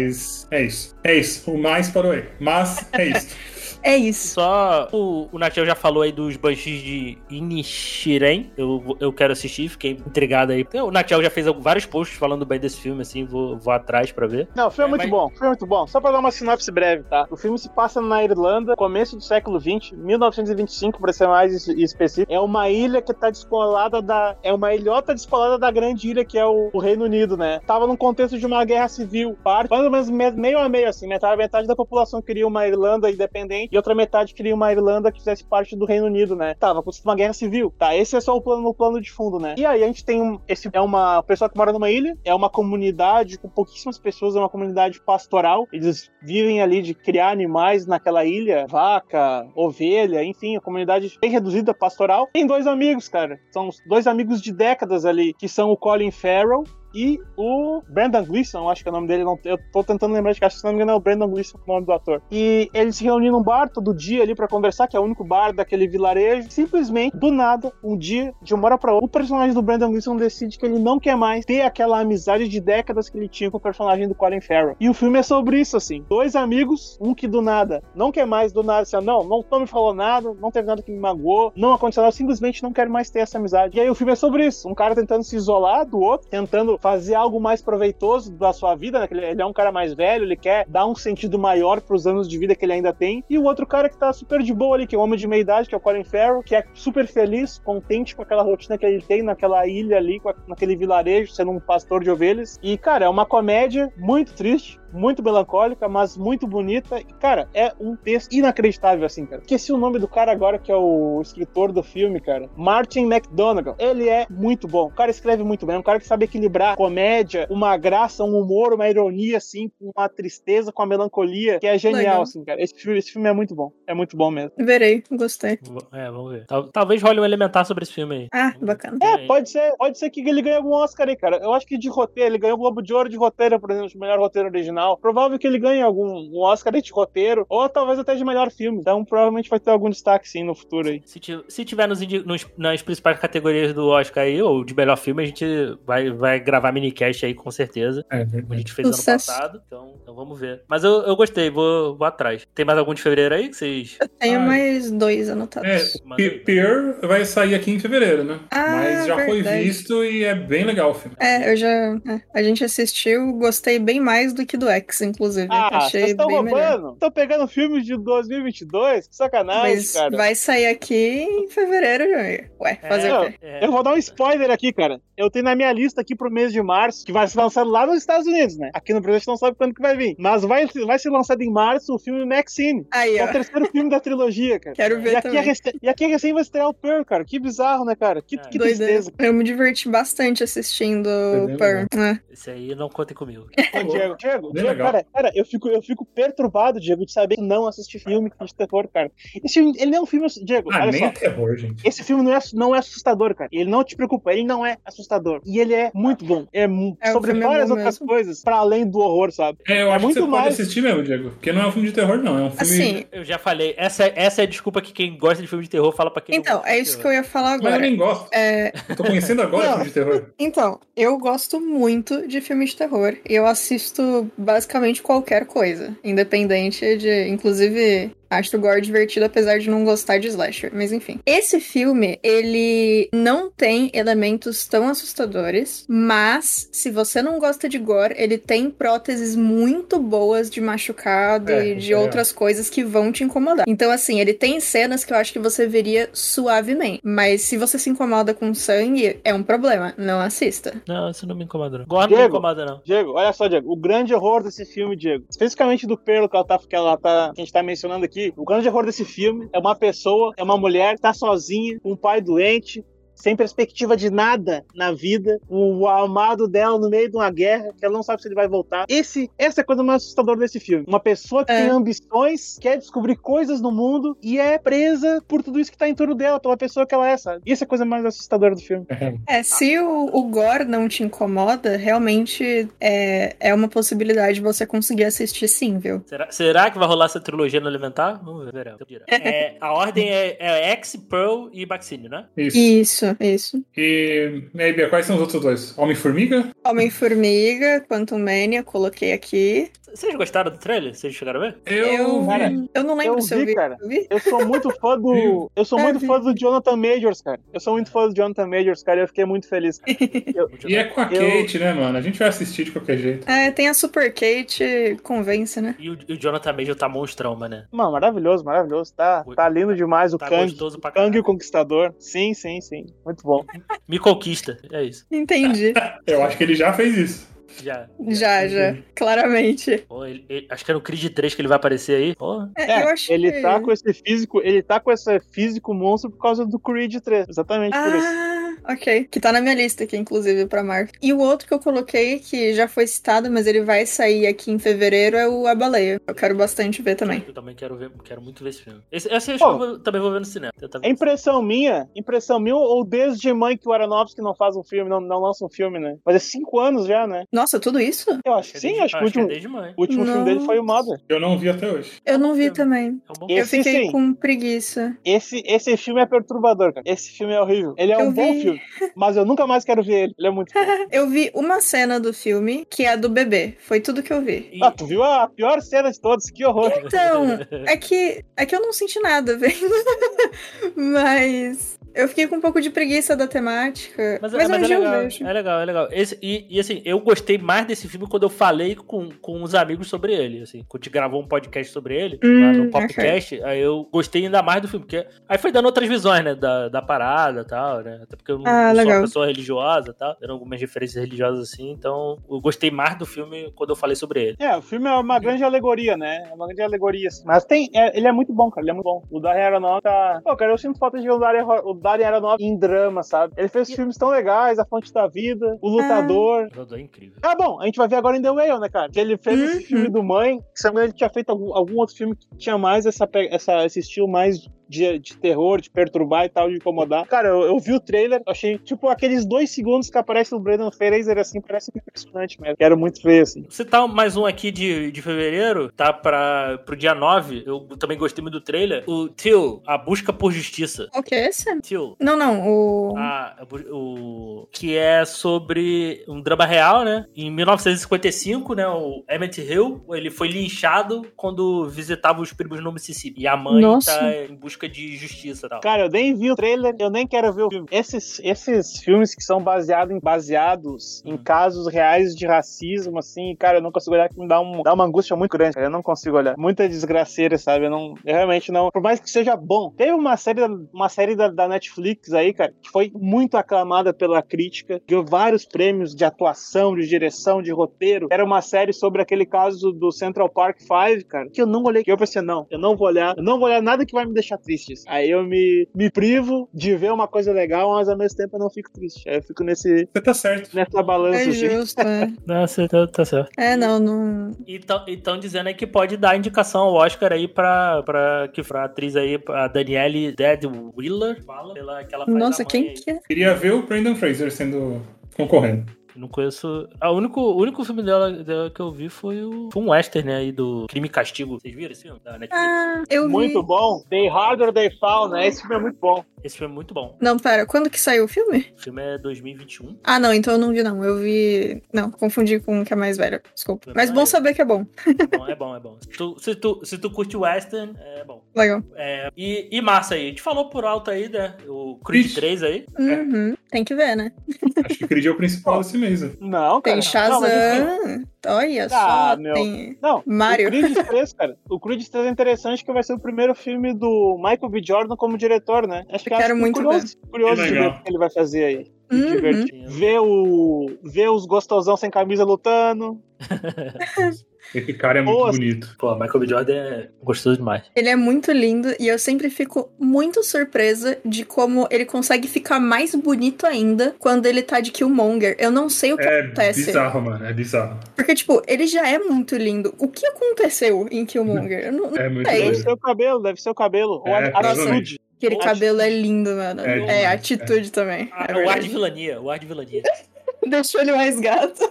[SPEAKER 3] é isso. É isso. O mais parou aí. Mas é isso.
[SPEAKER 2] É isso.
[SPEAKER 1] Só o, o Natiel já falou aí dos Banshees de Inishiren. Eu, eu quero assistir, fiquei intrigado aí. Então, O Natiel já fez vários posts falando bem desse filme, assim, vou, vou atrás pra ver.
[SPEAKER 4] Não, o filme é,
[SPEAKER 1] É,
[SPEAKER 4] muito
[SPEAKER 1] mas-
[SPEAKER 4] bom, o filme é muito bom. Só pra dar uma sinopse breve, tá? O filme se passa na Irlanda, começo do século 20, 1925, pra ser mais es- específico. É uma ilha que tá descolada da. É uma ilhota descolada da grande ilha que é o, o Reino Unido, né? Tava num contexto de uma guerra civil. Parte, mais ou menos me- meio a meio, assim. Metade, metade da população queria uma Irlanda independente e outra metade queria uma Irlanda que fizesse parte do Reino Unido, né? Tava acontecendo uma guerra civil. Tá, esse é só o plano, o plano de fundo, né? E aí a gente tem um. Esse é uma pessoa que mora numa ilha, é uma comunidade com pouquíssimas pessoas, é uma comunidade pastoral. Eles vivem ali de criar animais naquela ilha, vaca, ovelha, enfim, a comunidade é bem reduzida pastoral. Tem dois amigos, cara. São os dois amigos de décadas ali, que são o Colin Farrell e o Brandon Gleeson, acho que é o nome dele, não, eu tô tentando lembrar de cara, se não me engano é o Brandon Gleeson o nome do ator. E eles se reuniam num bar todo dia ali pra conversar, que é o único bar daquele vilarejo. Simplesmente, do nada, um dia, de uma hora pra outra, o personagem do Brandon Gleeson decide que ele não quer mais ter aquela amizade de décadas que ele tinha com o personagem do Colin Farrell. E o filme é sobre isso, assim. Dois amigos, um que do nada não quer mais, do nada, assim, ó, não, não, não me falou nada, não teve nada que me magoou, não aconteceu nada, eu simplesmente não quero mais ter essa amizade. E aí o filme é sobre isso. Um cara tentando se isolar do outro, tentando fazer algo mais proveitoso da sua vida, né? que Ele ele é um cara mais velho, ele quer dar um sentido maior pros anos de vida que ele ainda tem. E o outro cara que tá super de boa ali, que é um homem de meia idade, que é o Colin Farrell, que é super feliz, contente com aquela rotina que ele tem naquela ilha ali, com a- naquele vilarejo, sendo um pastor de ovelhas. E, cara, é uma comédia muito triste, muito melancólica, mas muito bonita. E, cara, é um texto inacreditável, assim, cara. Esqueci o nome do cara agora, que é o escritor do filme, cara. Martin McDonagall. Ele é muito bom. O cara escreve muito bem. É um cara que sabe equilibrar comédia, uma graça, um humor, uma ironia, assim, com uma tristeza, com a melancolia, que é genial,
[SPEAKER 2] Legal.
[SPEAKER 4] assim, cara. Esse filme, esse filme é muito bom. É muito bom mesmo.
[SPEAKER 2] Verei, gostei.
[SPEAKER 1] V- É, vamos ver. Tal- talvez role um elementar sobre esse filme aí.
[SPEAKER 2] Ah, bacana.
[SPEAKER 4] É, pode ser, pode ser que ele ganhe algum Oscar aí, cara. Eu acho que de roteiro, ele ganhou o Globo de Ouro de roteiro, por exemplo, de melhor roteiro original. Provável que ele ganhe algum um Oscar aí de roteiro, ou talvez até de melhor filme. Então provavelmente vai ter algum destaque sim no futuro aí.
[SPEAKER 1] Se, ti- se tiver nos, indi- nos- nas principais categorias do Oscar aí, ou de melhor filme, a gente vai, vai gravar minicast aí com certeza.
[SPEAKER 3] É,
[SPEAKER 1] Como a
[SPEAKER 3] verdade.
[SPEAKER 1] gente fez
[SPEAKER 2] Sucesso.
[SPEAKER 1] ano passado. Então, então vamos ver. Mas eu, eu gostei, vou, vou atrás. Tem mais algum de fevereiro aí que vocês.
[SPEAKER 2] Eu tenho
[SPEAKER 3] Ai.
[SPEAKER 2] mais dois
[SPEAKER 3] Ah, É,
[SPEAKER 2] anotados.
[SPEAKER 3] o Pe- Peer vai sair aqui em fevereiro, né?
[SPEAKER 2] Ah,
[SPEAKER 3] Mas já foi
[SPEAKER 2] verdade.
[SPEAKER 3] visto e é bem legal o filme.
[SPEAKER 2] É, eu já. é, a gente assistiu, gostei bem mais do que do X, inclusive.
[SPEAKER 4] Ah, vocês
[SPEAKER 2] Achei
[SPEAKER 4] estão
[SPEAKER 2] bem melhor.
[SPEAKER 4] roubando? Estão pegando filmes de 2022? Que sacanagem,
[SPEAKER 2] Mas
[SPEAKER 4] cara.
[SPEAKER 2] vai sair aqui em fevereiro, Júnior. Ué, fazer
[SPEAKER 1] É,
[SPEAKER 2] o quê?
[SPEAKER 1] é,
[SPEAKER 4] Eu vou dar um spoiler aqui, cara. Eu tenho na minha lista aqui pro mês de março, que vai ser lançado lá nos Estados Unidos, né? Aqui no Brasil a gente não sabe quando que vai vir. Mas vai, vai ser lançado em março o filme Maxine,
[SPEAKER 2] Aí,
[SPEAKER 4] que é o
[SPEAKER 2] ó.
[SPEAKER 4] terceiro filme da trilogia, cara.
[SPEAKER 2] Quero
[SPEAKER 4] E
[SPEAKER 2] ver
[SPEAKER 4] aqui, é
[SPEAKER 2] também.
[SPEAKER 4] rece- e aqui é recém vai estrear o Pearl, cara. Que bizarro, né, cara? Que,
[SPEAKER 1] É.
[SPEAKER 4] que
[SPEAKER 2] Doideira.
[SPEAKER 4] tristeza.
[SPEAKER 2] Eu me diverti bastante assistindo
[SPEAKER 3] bem
[SPEAKER 2] Pearl. né?
[SPEAKER 1] Esse aí não contem comigo.
[SPEAKER 4] Ô, Diego, Diego,
[SPEAKER 3] Bem
[SPEAKER 4] Diego,
[SPEAKER 3] legal.
[SPEAKER 4] cara, cara, eu fico, eu fico perturbado, Diego, de saber que não assistir filme de terror, cara. Esse filme, ele não é um filme, Diego,
[SPEAKER 3] Ah,
[SPEAKER 4] olha
[SPEAKER 3] nem
[SPEAKER 4] só.
[SPEAKER 3] é terror, gente.
[SPEAKER 4] Esse filme não é, não é assustador, cara. Ele não te preocupa, ele não é assustador. E ele é muito bom. É, mu-
[SPEAKER 2] É, o
[SPEAKER 4] sobre
[SPEAKER 2] filme é
[SPEAKER 4] várias
[SPEAKER 2] bom
[SPEAKER 4] outras
[SPEAKER 2] mesmo.
[SPEAKER 4] coisas, pra além do horror, sabe?
[SPEAKER 3] É, eu acho
[SPEAKER 4] muito
[SPEAKER 3] que você
[SPEAKER 4] mais-
[SPEAKER 3] pode assistir mesmo, Diego. Porque não é um filme de terror, não. É um filme.
[SPEAKER 2] Assim,
[SPEAKER 1] Eu já falei, essa, essa é a desculpa que quem gosta de filme de terror fala pra quem não
[SPEAKER 2] então,
[SPEAKER 1] gosta
[SPEAKER 2] é
[SPEAKER 1] de
[SPEAKER 2] isso que
[SPEAKER 1] terror.
[SPEAKER 2] eu ia falar
[SPEAKER 3] Mas eu
[SPEAKER 2] agora.
[SPEAKER 3] nem gosto.
[SPEAKER 2] É,
[SPEAKER 3] Eu tô conhecendo agora
[SPEAKER 2] Não.
[SPEAKER 3] filme de terror.
[SPEAKER 2] Então, eu gosto muito de filmes de terror. E eu assisto basicamente qualquer coisa. Independente de. Inclusive, acho o gore divertido, apesar de não gostar de slasher. Mas enfim. Esse filme, ele não tem elementos tão assustadores. Mas, se você não gosta de gore, ele tem próteses muito boas de machucado
[SPEAKER 3] É,
[SPEAKER 2] e de
[SPEAKER 3] é.
[SPEAKER 2] outras coisas que vão te incomodar. Então, assim, ele tem cenas que eu acho que você veria suavemente. Mas se você se incomoda com sangue, é um problema. Não assista.
[SPEAKER 1] Não, isso não me incomoda, não. Gordo não me
[SPEAKER 4] Diego.
[SPEAKER 1] incomoda, não.
[SPEAKER 4] Diego, olha só, Diego. O grande horror desse filme, Diego, especificamente do Perlo que, ela tá, que, ela tá, que a gente tá mencionando aqui, o grande horror desse filme é uma pessoa, é uma mulher que tá sozinha, com um pai doente, sem perspectiva de nada na vida, o amado dela no meio de uma guerra, que ela não sabe se ele vai voltar. Esse, essa é a coisa mais assustadora desse filme. Uma pessoa que
[SPEAKER 2] É.
[SPEAKER 4] tem ambições, quer descobrir coisas no mundo e é presa por tudo isso que tá em torno dela, pela pessoa que ela é, sabe? Isso é a coisa mais assustadora do filme.
[SPEAKER 2] É, se o, o gore não te incomoda, realmente é, é uma possibilidade você conseguir assistir sim, viu?
[SPEAKER 1] Será, será que vai rolar essa trilogia no Elementar? Vamos ver. veremos. É, a ordem é, é X, Pearl e Baxine, né?
[SPEAKER 3] Isso. E,
[SPEAKER 2] Isso, isso.
[SPEAKER 3] e aí, Bia, quais são os outros dois? Homem-Formiga?
[SPEAKER 2] Homem-Formiga, Quantum Mania, coloquei aqui.
[SPEAKER 1] C- Vocês gostaram do trailer? Vocês chegaram a ver?
[SPEAKER 3] Eu.
[SPEAKER 2] Eu,
[SPEAKER 3] vi.
[SPEAKER 4] cara,
[SPEAKER 2] eu não lembro
[SPEAKER 4] eu
[SPEAKER 2] se eu
[SPEAKER 4] vi,
[SPEAKER 2] vi.
[SPEAKER 4] cara.
[SPEAKER 2] Eu vi?
[SPEAKER 4] Eu sou muito fã do.
[SPEAKER 3] Viu?
[SPEAKER 4] Eu sou
[SPEAKER 2] É,
[SPEAKER 4] muito
[SPEAKER 2] viu?
[SPEAKER 4] fã do Jonathan Majors, cara. Eu sou muito fã do Jonathan Majors, cara. E eu fiquei muito feliz. cara.
[SPEAKER 3] E é com a
[SPEAKER 4] Eu-
[SPEAKER 3] Kate, né, mano? A gente vai assistir de qualquer jeito.
[SPEAKER 2] É, tem a Super Kate, convence, né?
[SPEAKER 1] E o, e o Jonathan Major tá monstrão, mano.
[SPEAKER 4] Mano, maravilhoso, maravilhoso. Tá, tá lindo demais o
[SPEAKER 1] Tá
[SPEAKER 4] Kang.
[SPEAKER 1] gostoso pra
[SPEAKER 4] Kang
[SPEAKER 1] caralho.
[SPEAKER 4] o Conquistador. Sim, sim, sim. Muito bom.
[SPEAKER 1] Me conquista. É isso.
[SPEAKER 2] Entendi.
[SPEAKER 3] Eu acho que ele já fez isso.
[SPEAKER 1] Já. Uhum.
[SPEAKER 2] já, já. Claramente.
[SPEAKER 1] Pô, ele- ele- acho que é no Creed 3 que ele vai aparecer aí. Pô,
[SPEAKER 2] É,
[SPEAKER 4] É,
[SPEAKER 2] eu acho
[SPEAKER 4] Ele
[SPEAKER 2] que-
[SPEAKER 4] tá com esse físico, ele tá com esse físico monstro por causa do Creed 3. Exatamente por isso.
[SPEAKER 2] Ah, ok. Que tá na minha lista aqui, inclusive, pra marca. E o outro que eu coloquei, que já foi citado, mas ele vai sair aqui em fevereiro, é o A Baleia. Eu quero bastante ver também.
[SPEAKER 1] eu também quero ver, quero muito ver esse filme. Esse, esse eu acho que eu vou- também vou ver no cinema. Eu
[SPEAKER 4] É
[SPEAKER 1] também-
[SPEAKER 4] impressão minha, impressão minha ou desde mãe que o Aronofsky não faz um filme, não, não lança um filme, né? Mas é cinco anos já, né?
[SPEAKER 2] Nossa, tudo isso?
[SPEAKER 4] Eu acho,
[SPEAKER 1] é
[SPEAKER 4] sim,
[SPEAKER 1] desde-
[SPEAKER 4] acho que o último,
[SPEAKER 1] é desde mãe.
[SPEAKER 4] o último filme dele foi o Mother.
[SPEAKER 3] Eu não vi até hoje.
[SPEAKER 2] Eu não vi também.
[SPEAKER 1] É um bom
[SPEAKER 2] Eu
[SPEAKER 4] Esse
[SPEAKER 2] fiquei
[SPEAKER 4] sim.
[SPEAKER 2] com preguiça.
[SPEAKER 4] Esse, esse filme é perturbador, cara. Esse filme é horrível. Ele é
[SPEAKER 2] Eu
[SPEAKER 4] um bom
[SPEAKER 2] vi.
[SPEAKER 4] filme, mas eu nunca mais quero ver ele. Ele é muito bom.
[SPEAKER 2] Eu vi uma cena do filme, que é a do bebê. Foi tudo que eu vi.
[SPEAKER 1] E-
[SPEAKER 4] Ah, tu viu a pior cena de todos? Que horror.
[SPEAKER 2] Então, é que, é que eu não senti nada, velho. Mas Eu fiquei com um pouco de preguiça da temática. Mas, mas,
[SPEAKER 1] é
[SPEAKER 2] um dia eu
[SPEAKER 1] legal,
[SPEAKER 2] vejo.
[SPEAKER 1] é legal, é legal. Esse- e, e, assim, eu gostei mais desse filme quando eu falei com, com os amigos sobre ele, assim. Quando a gente gravou um podcast sobre ele,
[SPEAKER 2] Hum,
[SPEAKER 1] lá no podcast, aí eu gostei ainda mais do filme, porque aí foi dando outras visões, né, da, da parada e tal, né. Até porque eu não,
[SPEAKER 2] Ah,
[SPEAKER 1] não sou uma
[SPEAKER 2] legal.
[SPEAKER 1] pessoa religiosa e tal, eram algumas referências religiosas assim, então eu gostei mais do filme quando eu falei sobre ele.
[SPEAKER 4] É, o filme é uma grande alegoria, né? É uma grande alegoria, assim. Mas tem. é- ele é muito bom, cara. Ele é muito bom. O Darren Aronofsky tá. Pô, cara, eu sinto falta de ver o Darren, Ro- o Darren Aronofsky em drama, sabe? Ele fez filmes tão legais, A Fonte da Vida,
[SPEAKER 2] Ah.
[SPEAKER 4] O Lutador.
[SPEAKER 1] Rodou é incrível.
[SPEAKER 4] Ah, bom, a gente vai ver agora em The Whale, né, cara? Que ele fez
[SPEAKER 2] Uhum.
[SPEAKER 4] esse filme do Mãe, que se eu não me engano, ele tinha feito algum, algum outro filme que tinha mais essa, pe- essa, esse estilo mais de, de terror, de perturbar e tal, de incomodar. Cara, eu, eu vi o trailer, achei, tipo, aqueles dois segundos que aparece o Brandon Fraser, assim, parece impressionante mesmo. Quero muito ver, assim.
[SPEAKER 1] Você tá mais um aqui de, de fevereiro, tá para pro dia 9. Eu também gostei muito do trailer. O Till, A Busca por Justiça.
[SPEAKER 2] Qual que é esse?
[SPEAKER 1] Till,
[SPEAKER 2] Não, não, o.
[SPEAKER 1] Ah, o, o- que é sobre um drama real, né? Em 1955, né, o Emmett Hill, ele foi linchado quando visitava os primos no Mississippi. E a mãe
[SPEAKER 2] Nossa.
[SPEAKER 1] tá em busca de justiça e tal.
[SPEAKER 4] Cara, eu nem vi o trailer, eu nem quero ver o filme. Esses, esses filmes que são baseado em, baseados em casos reais de racismo, assim, cara, eu não consigo olhar, que me dá, um, dá uma angústia muito grande, cara. Eu não consigo olhar. Muita desgraceira, sabe? Eu, não, eu realmente não. Por mais que seja bom. Teve uma série, da- uma série da, da Netflix aí, cara, que foi muito aclamada pela crítica, ganhou vários prêmios de atuação, de direção, de roteiro. Era uma série sobre aquele caso do Central Park 5, cara, que eu não olhei, que eu pensei, não, eu não vou olhar, eu não vou olhar nada que vai me deixar triste. Aí eu me, me privo de ver uma coisa legal, mas ao mesmo tempo eu não fico triste. Aí eu fico nesse,
[SPEAKER 3] Você tá certo.
[SPEAKER 4] nessa balança,
[SPEAKER 2] É
[SPEAKER 4] assim.
[SPEAKER 2] justo, né?
[SPEAKER 1] Nossa, tá, certo.
[SPEAKER 2] É, não, não.
[SPEAKER 1] E estão dizendo aí que pode dar indicação ao Oscar aí pra, pra, que, pra atriz aí, a Danielle Deadwiller. Fala pela que ela faz
[SPEAKER 2] Nossa,
[SPEAKER 1] a mãe
[SPEAKER 2] quem
[SPEAKER 1] aí.
[SPEAKER 2] que é?
[SPEAKER 3] Queria ver o Brandon Fraser sendo concorrendo.
[SPEAKER 1] Não conheço. A único, o único filme dela, dela que eu vi foi o. Foi um western, né? Aí do Crime e Castigo. Vocês viram esse filme? Da Netflix.
[SPEAKER 2] Ah, eu vi.
[SPEAKER 4] Muito bom. They Harder, They Fall, né? Esse filme é muito bom.
[SPEAKER 1] Esse filme é muito bom.
[SPEAKER 2] Não, pera, quando que saiu o filme?
[SPEAKER 1] O filme é 2021.
[SPEAKER 2] Ah, não, então eu não vi, não. Eu vi. Não, confundi com o que é mais velho. Desculpa. Mas bom saber que é bom.
[SPEAKER 1] É bom, é bom, é bom. Se tu, se tu, se tu curte western, é bom.
[SPEAKER 2] Legal.
[SPEAKER 1] É, e, e massa aí. A gente falou por alto aí, né? O Creed
[SPEAKER 3] Ixi.
[SPEAKER 1] 3 aí.
[SPEAKER 4] é.
[SPEAKER 2] Uhum, Tem que ver, né?
[SPEAKER 3] Acho que o Creed é o principal desse mês. né?
[SPEAKER 4] Não, cara.
[SPEAKER 2] Tem
[SPEAKER 4] Não, mas enfim.
[SPEAKER 2] Shazam. Olha
[SPEAKER 4] Ah,
[SPEAKER 2] só.
[SPEAKER 4] meu.
[SPEAKER 2] Tem.
[SPEAKER 4] Não,
[SPEAKER 2] Mario.
[SPEAKER 4] o Creed 3, cara. O Creed 3 é interessante que vai ser o primeiro filme do Michael B. Jordan como diretor, né? Acho que
[SPEAKER 2] Eu quero
[SPEAKER 4] acho
[SPEAKER 2] muito
[SPEAKER 4] curioso, curioso
[SPEAKER 3] Que
[SPEAKER 4] de ver
[SPEAKER 3] legal.
[SPEAKER 4] o que ele vai fazer aí.
[SPEAKER 2] Uhum.
[SPEAKER 4] divertido. Ver, o, ver os gostosão sem camisa lutando.
[SPEAKER 3] Esse cara é muito
[SPEAKER 4] Nossa.
[SPEAKER 3] bonito.
[SPEAKER 1] Pô, Michael B. Jordan é gostoso demais.
[SPEAKER 2] Ele é muito lindo e eu sempre fico muito surpresa de como ele consegue ficar mais bonito ainda quando ele tá de Killmonger. Eu não sei o que
[SPEAKER 3] É
[SPEAKER 2] acontece.
[SPEAKER 3] bizarro, mano. É bizarro.
[SPEAKER 2] Porque, tipo, ele já é muito lindo. O que aconteceu em Killmonger? Eu não-
[SPEAKER 3] É muito
[SPEAKER 2] É
[SPEAKER 4] Deve
[SPEAKER 3] doido.
[SPEAKER 4] ser o cabelo, deve ser o cabelo. Ou a-
[SPEAKER 3] É,
[SPEAKER 4] a
[SPEAKER 3] provavelmente.
[SPEAKER 4] atitude.
[SPEAKER 2] Aquele
[SPEAKER 4] Ati-
[SPEAKER 2] cabelo é lindo, mano.
[SPEAKER 3] É lindo,
[SPEAKER 2] É,
[SPEAKER 3] né?
[SPEAKER 2] atitude também.
[SPEAKER 1] Ah,
[SPEAKER 2] é
[SPEAKER 1] o ar de
[SPEAKER 2] verdade.
[SPEAKER 1] vilania, o ar de vilania.
[SPEAKER 2] Deixou ele mais gato.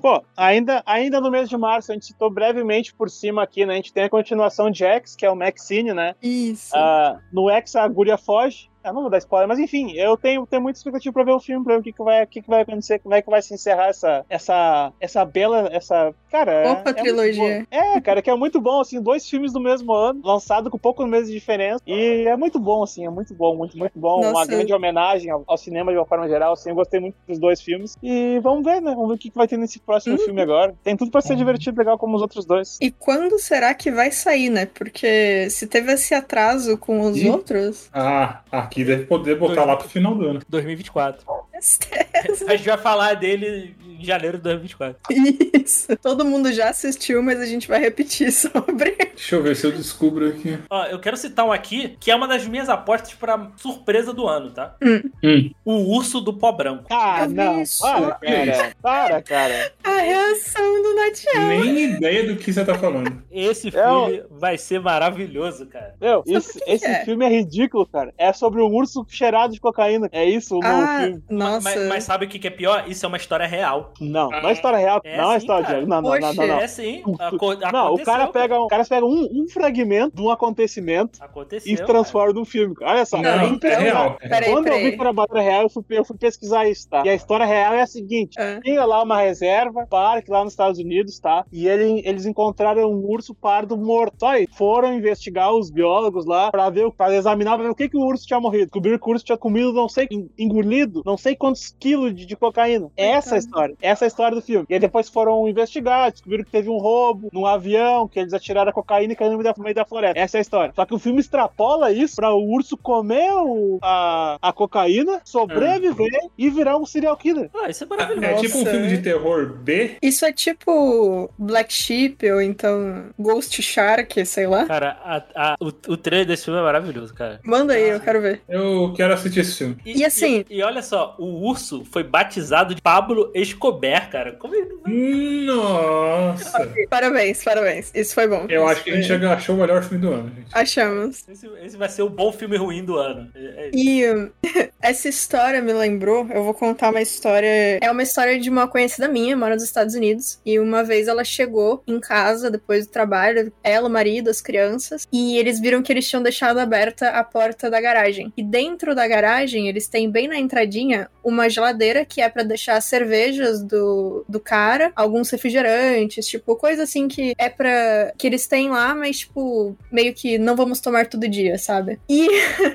[SPEAKER 4] Pô, ainda, ainda no mês de março, a gente citou brevemente por cima aqui, né? A gente tem a continuação de X, que é o Maxine, né?
[SPEAKER 2] Isso.
[SPEAKER 4] Ah, no X, a agulha foge. Eu não vou dar spoiler, mas enfim, eu tenho, tenho muita expectativa pra ver o filme, pra ver o que, que, vai, o que, que vai acontecer, como é que vai se encerrar essa, essa, essa bela, essa, cara... é-
[SPEAKER 2] Opa,
[SPEAKER 4] é muito
[SPEAKER 2] trilogia.
[SPEAKER 4] bom. É, cara, que é muito bom, assim, dois filmes do mesmo ano, lançado com poucos meses de diferença, e é muito bom, assim, é muito bom, muito, muito bom, uma
[SPEAKER 2] Nossa.
[SPEAKER 4] grande homenagem ao, ao cinema de uma forma geral, assim, eu gostei muito dos dois filmes, e vamos ver, né, vamos ver o que, que vai ter nesse próximo
[SPEAKER 2] Uhum.
[SPEAKER 4] filme agora. Tem tudo pra ser divertido, legal, como os outros dois.
[SPEAKER 2] E quando será que vai sair, né? Porque se teve esse atraso com os
[SPEAKER 3] Ih.
[SPEAKER 2] outros.
[SPEAKER 3] Ah, aqui deve poder botar lá pro final do ano.
[SPEAKER 1] 2024.
[SPEAKER 2] é
[SPEAKER 1] A gente vai falar dele em janeiro de 2024.
[SPEAKER 2] Isso. Todo mundo já assistiu, mas a gente vai repetir sobre.
[SPEAKER 3] Deixa eu ver se eu descubro aqui.
[SPEAKER 1] Ó, eu quero citar um aqui, que é uma das minhas apostas pra surpresa do ano, tá?
[SPEAKER 2] Hum.
[SPEAKER 3] Hum.
[SPEAKER 1] O Urso do Pó Branco.
[SPEAKER 4] Ah,
[SPEAKER 2] Eu vi
[SPEAKER 4] não,
[SPEAKER 2] isso.
[SPEAKER 4] para, cara, para, cara.
[SPEAKER 2] A reação do Nath.
[SPEAKER 3] Nem ideia do que você tá falando.
[SPEAKER 1] Esse
[SPEAKER 4] É o-
[SPEAKER 1] filme vai ser maravilhoso, cara.
[SPEAKER 4] Meu, esse,
[SPEAKER 2] que
[SPEAKER 4] esse
[SPEAKER 2] é?
[SPEAKER 4] filme é ridículo, cara. É sobre um urso cheirado de cocaína. É isso o novo
[SPEAKER 2] Ah,
[SPEAKER 4] filme?
[SPEAKER 2] nossa.
[SPEAKER 1] Mas, mas sabe o que que é pior? Isso é uma história real.
[SPEAKER 4] Não,
[SPEAKER 3] Ah,
[SPEAKER 4] não é história real.
[SPEAKER 1] é
[SPEAKER 4] não é
[SPEAKER 1] sim,
[SPEAKER 4] história,
[SPEAKER 1] cara.
[SPEAKER 4] Diego. Não, não, não, Ah, não, não.
[SPEAKER 1] É sim. Aco
[SPEAKER 4] Não, o
[SPEAKER 1] aconteceu,
[SPEAKER 4] cara pega, um, o cara pega um, um fragmento de um acontecimento
[SPEAKER 1] Aconteceu.
[SPEAKER 4] e transforma num filme. cara. Olha só.
[SPEAKER 3] Não,
[SPEAKER 2] Não, então-
[SPEAKER 3] é real.
[SPEAKER 2] Peraí,
[SPEAKER 4] Quando eu vi
[SPEAKER 2] peraí.
[SPEAKER 4] que era batalha real, eu fui, eu fui pesquisar isso, tá? E a história real é a seguinte:
[SPEAKER 2] Ah.
[SPEAKER 4] tinha lá uma reserva, parque lá nos Estados Unidos, tá? E ele- eles encontraram um urso pardo morto. Aí foram investigar os biólogos lá pra ver, o- pra examinar, pra ver o que, que o urso tinha morrido. Descobriram que o urso tinha comido, não sei, en- engolido, não sei quantos quilos de, de cocaína. Essa é a história. Essa é a história do filme. E aí depois foram investigar, descobriram que teve um roubo num avião, que eles atiraram a cocaína e caiu no meio da- no meio da floresta. Essa é a história. Só que o filme extrapola isso pra o urso comer o- a, a cocaína, sobreviver e virar um serial killer.
[SPEAKER 1] Ah, isso é maravilhoso.
[SPEAKER 3] É tipo um
[SPEAKER 2] Nossa,
[SPEAKER 3] filme
[SPEAKER 2] é.
[SPEAKER 3] de terror B.
[SPEAKER 2] Isso é tipo Black Sheep ou então Ghost Shark, sei lá.
[SPEAKER 1] Cara, a- a- o, o trailer desse filme é maravilhoso, cara.
[SPEAKER 2] Manda aí, eu quero ver.
[SPEAKER 3] Eu quero assistir esse filme.
[SPEAKER 2] E assim-
[SPEAKER 1] E, e olha só, o urso foi batizado de Pablo Escobar, cara. Como ele.
[SPEAKER 3] Nossa!
[SPEAKER 2] Parabéns, parabéns. Isso foi bom.
[SPEAKER 3] Eu acho que a gente já achou o melhor filme do ano, gente.
[SPEAKER 2] Achamos.
[SPEAKER 1] Esse, esse vai ser o bom filme ruim do ano. É- é-
[SPEAKER 2] E hum, essa história me lembrou, eu vou contar uma história. É uma história de uma conhecida minha, mora nos Estados Unidos, e uma vez ela chegou em casa depois do trabalho, ela, o marido, as crianças, e eles viram que eles tinham deixado aberta a porta da garagem. E dentro da garagem, eles têm bem na entradinha uma geladeira que é pra deixar as cervejas do, do cara, alguns refrigerantes, tipo, coisa assim que é pra que eles têm lá, mas tipo, meio que não vamos tomar todo dia, sabe? E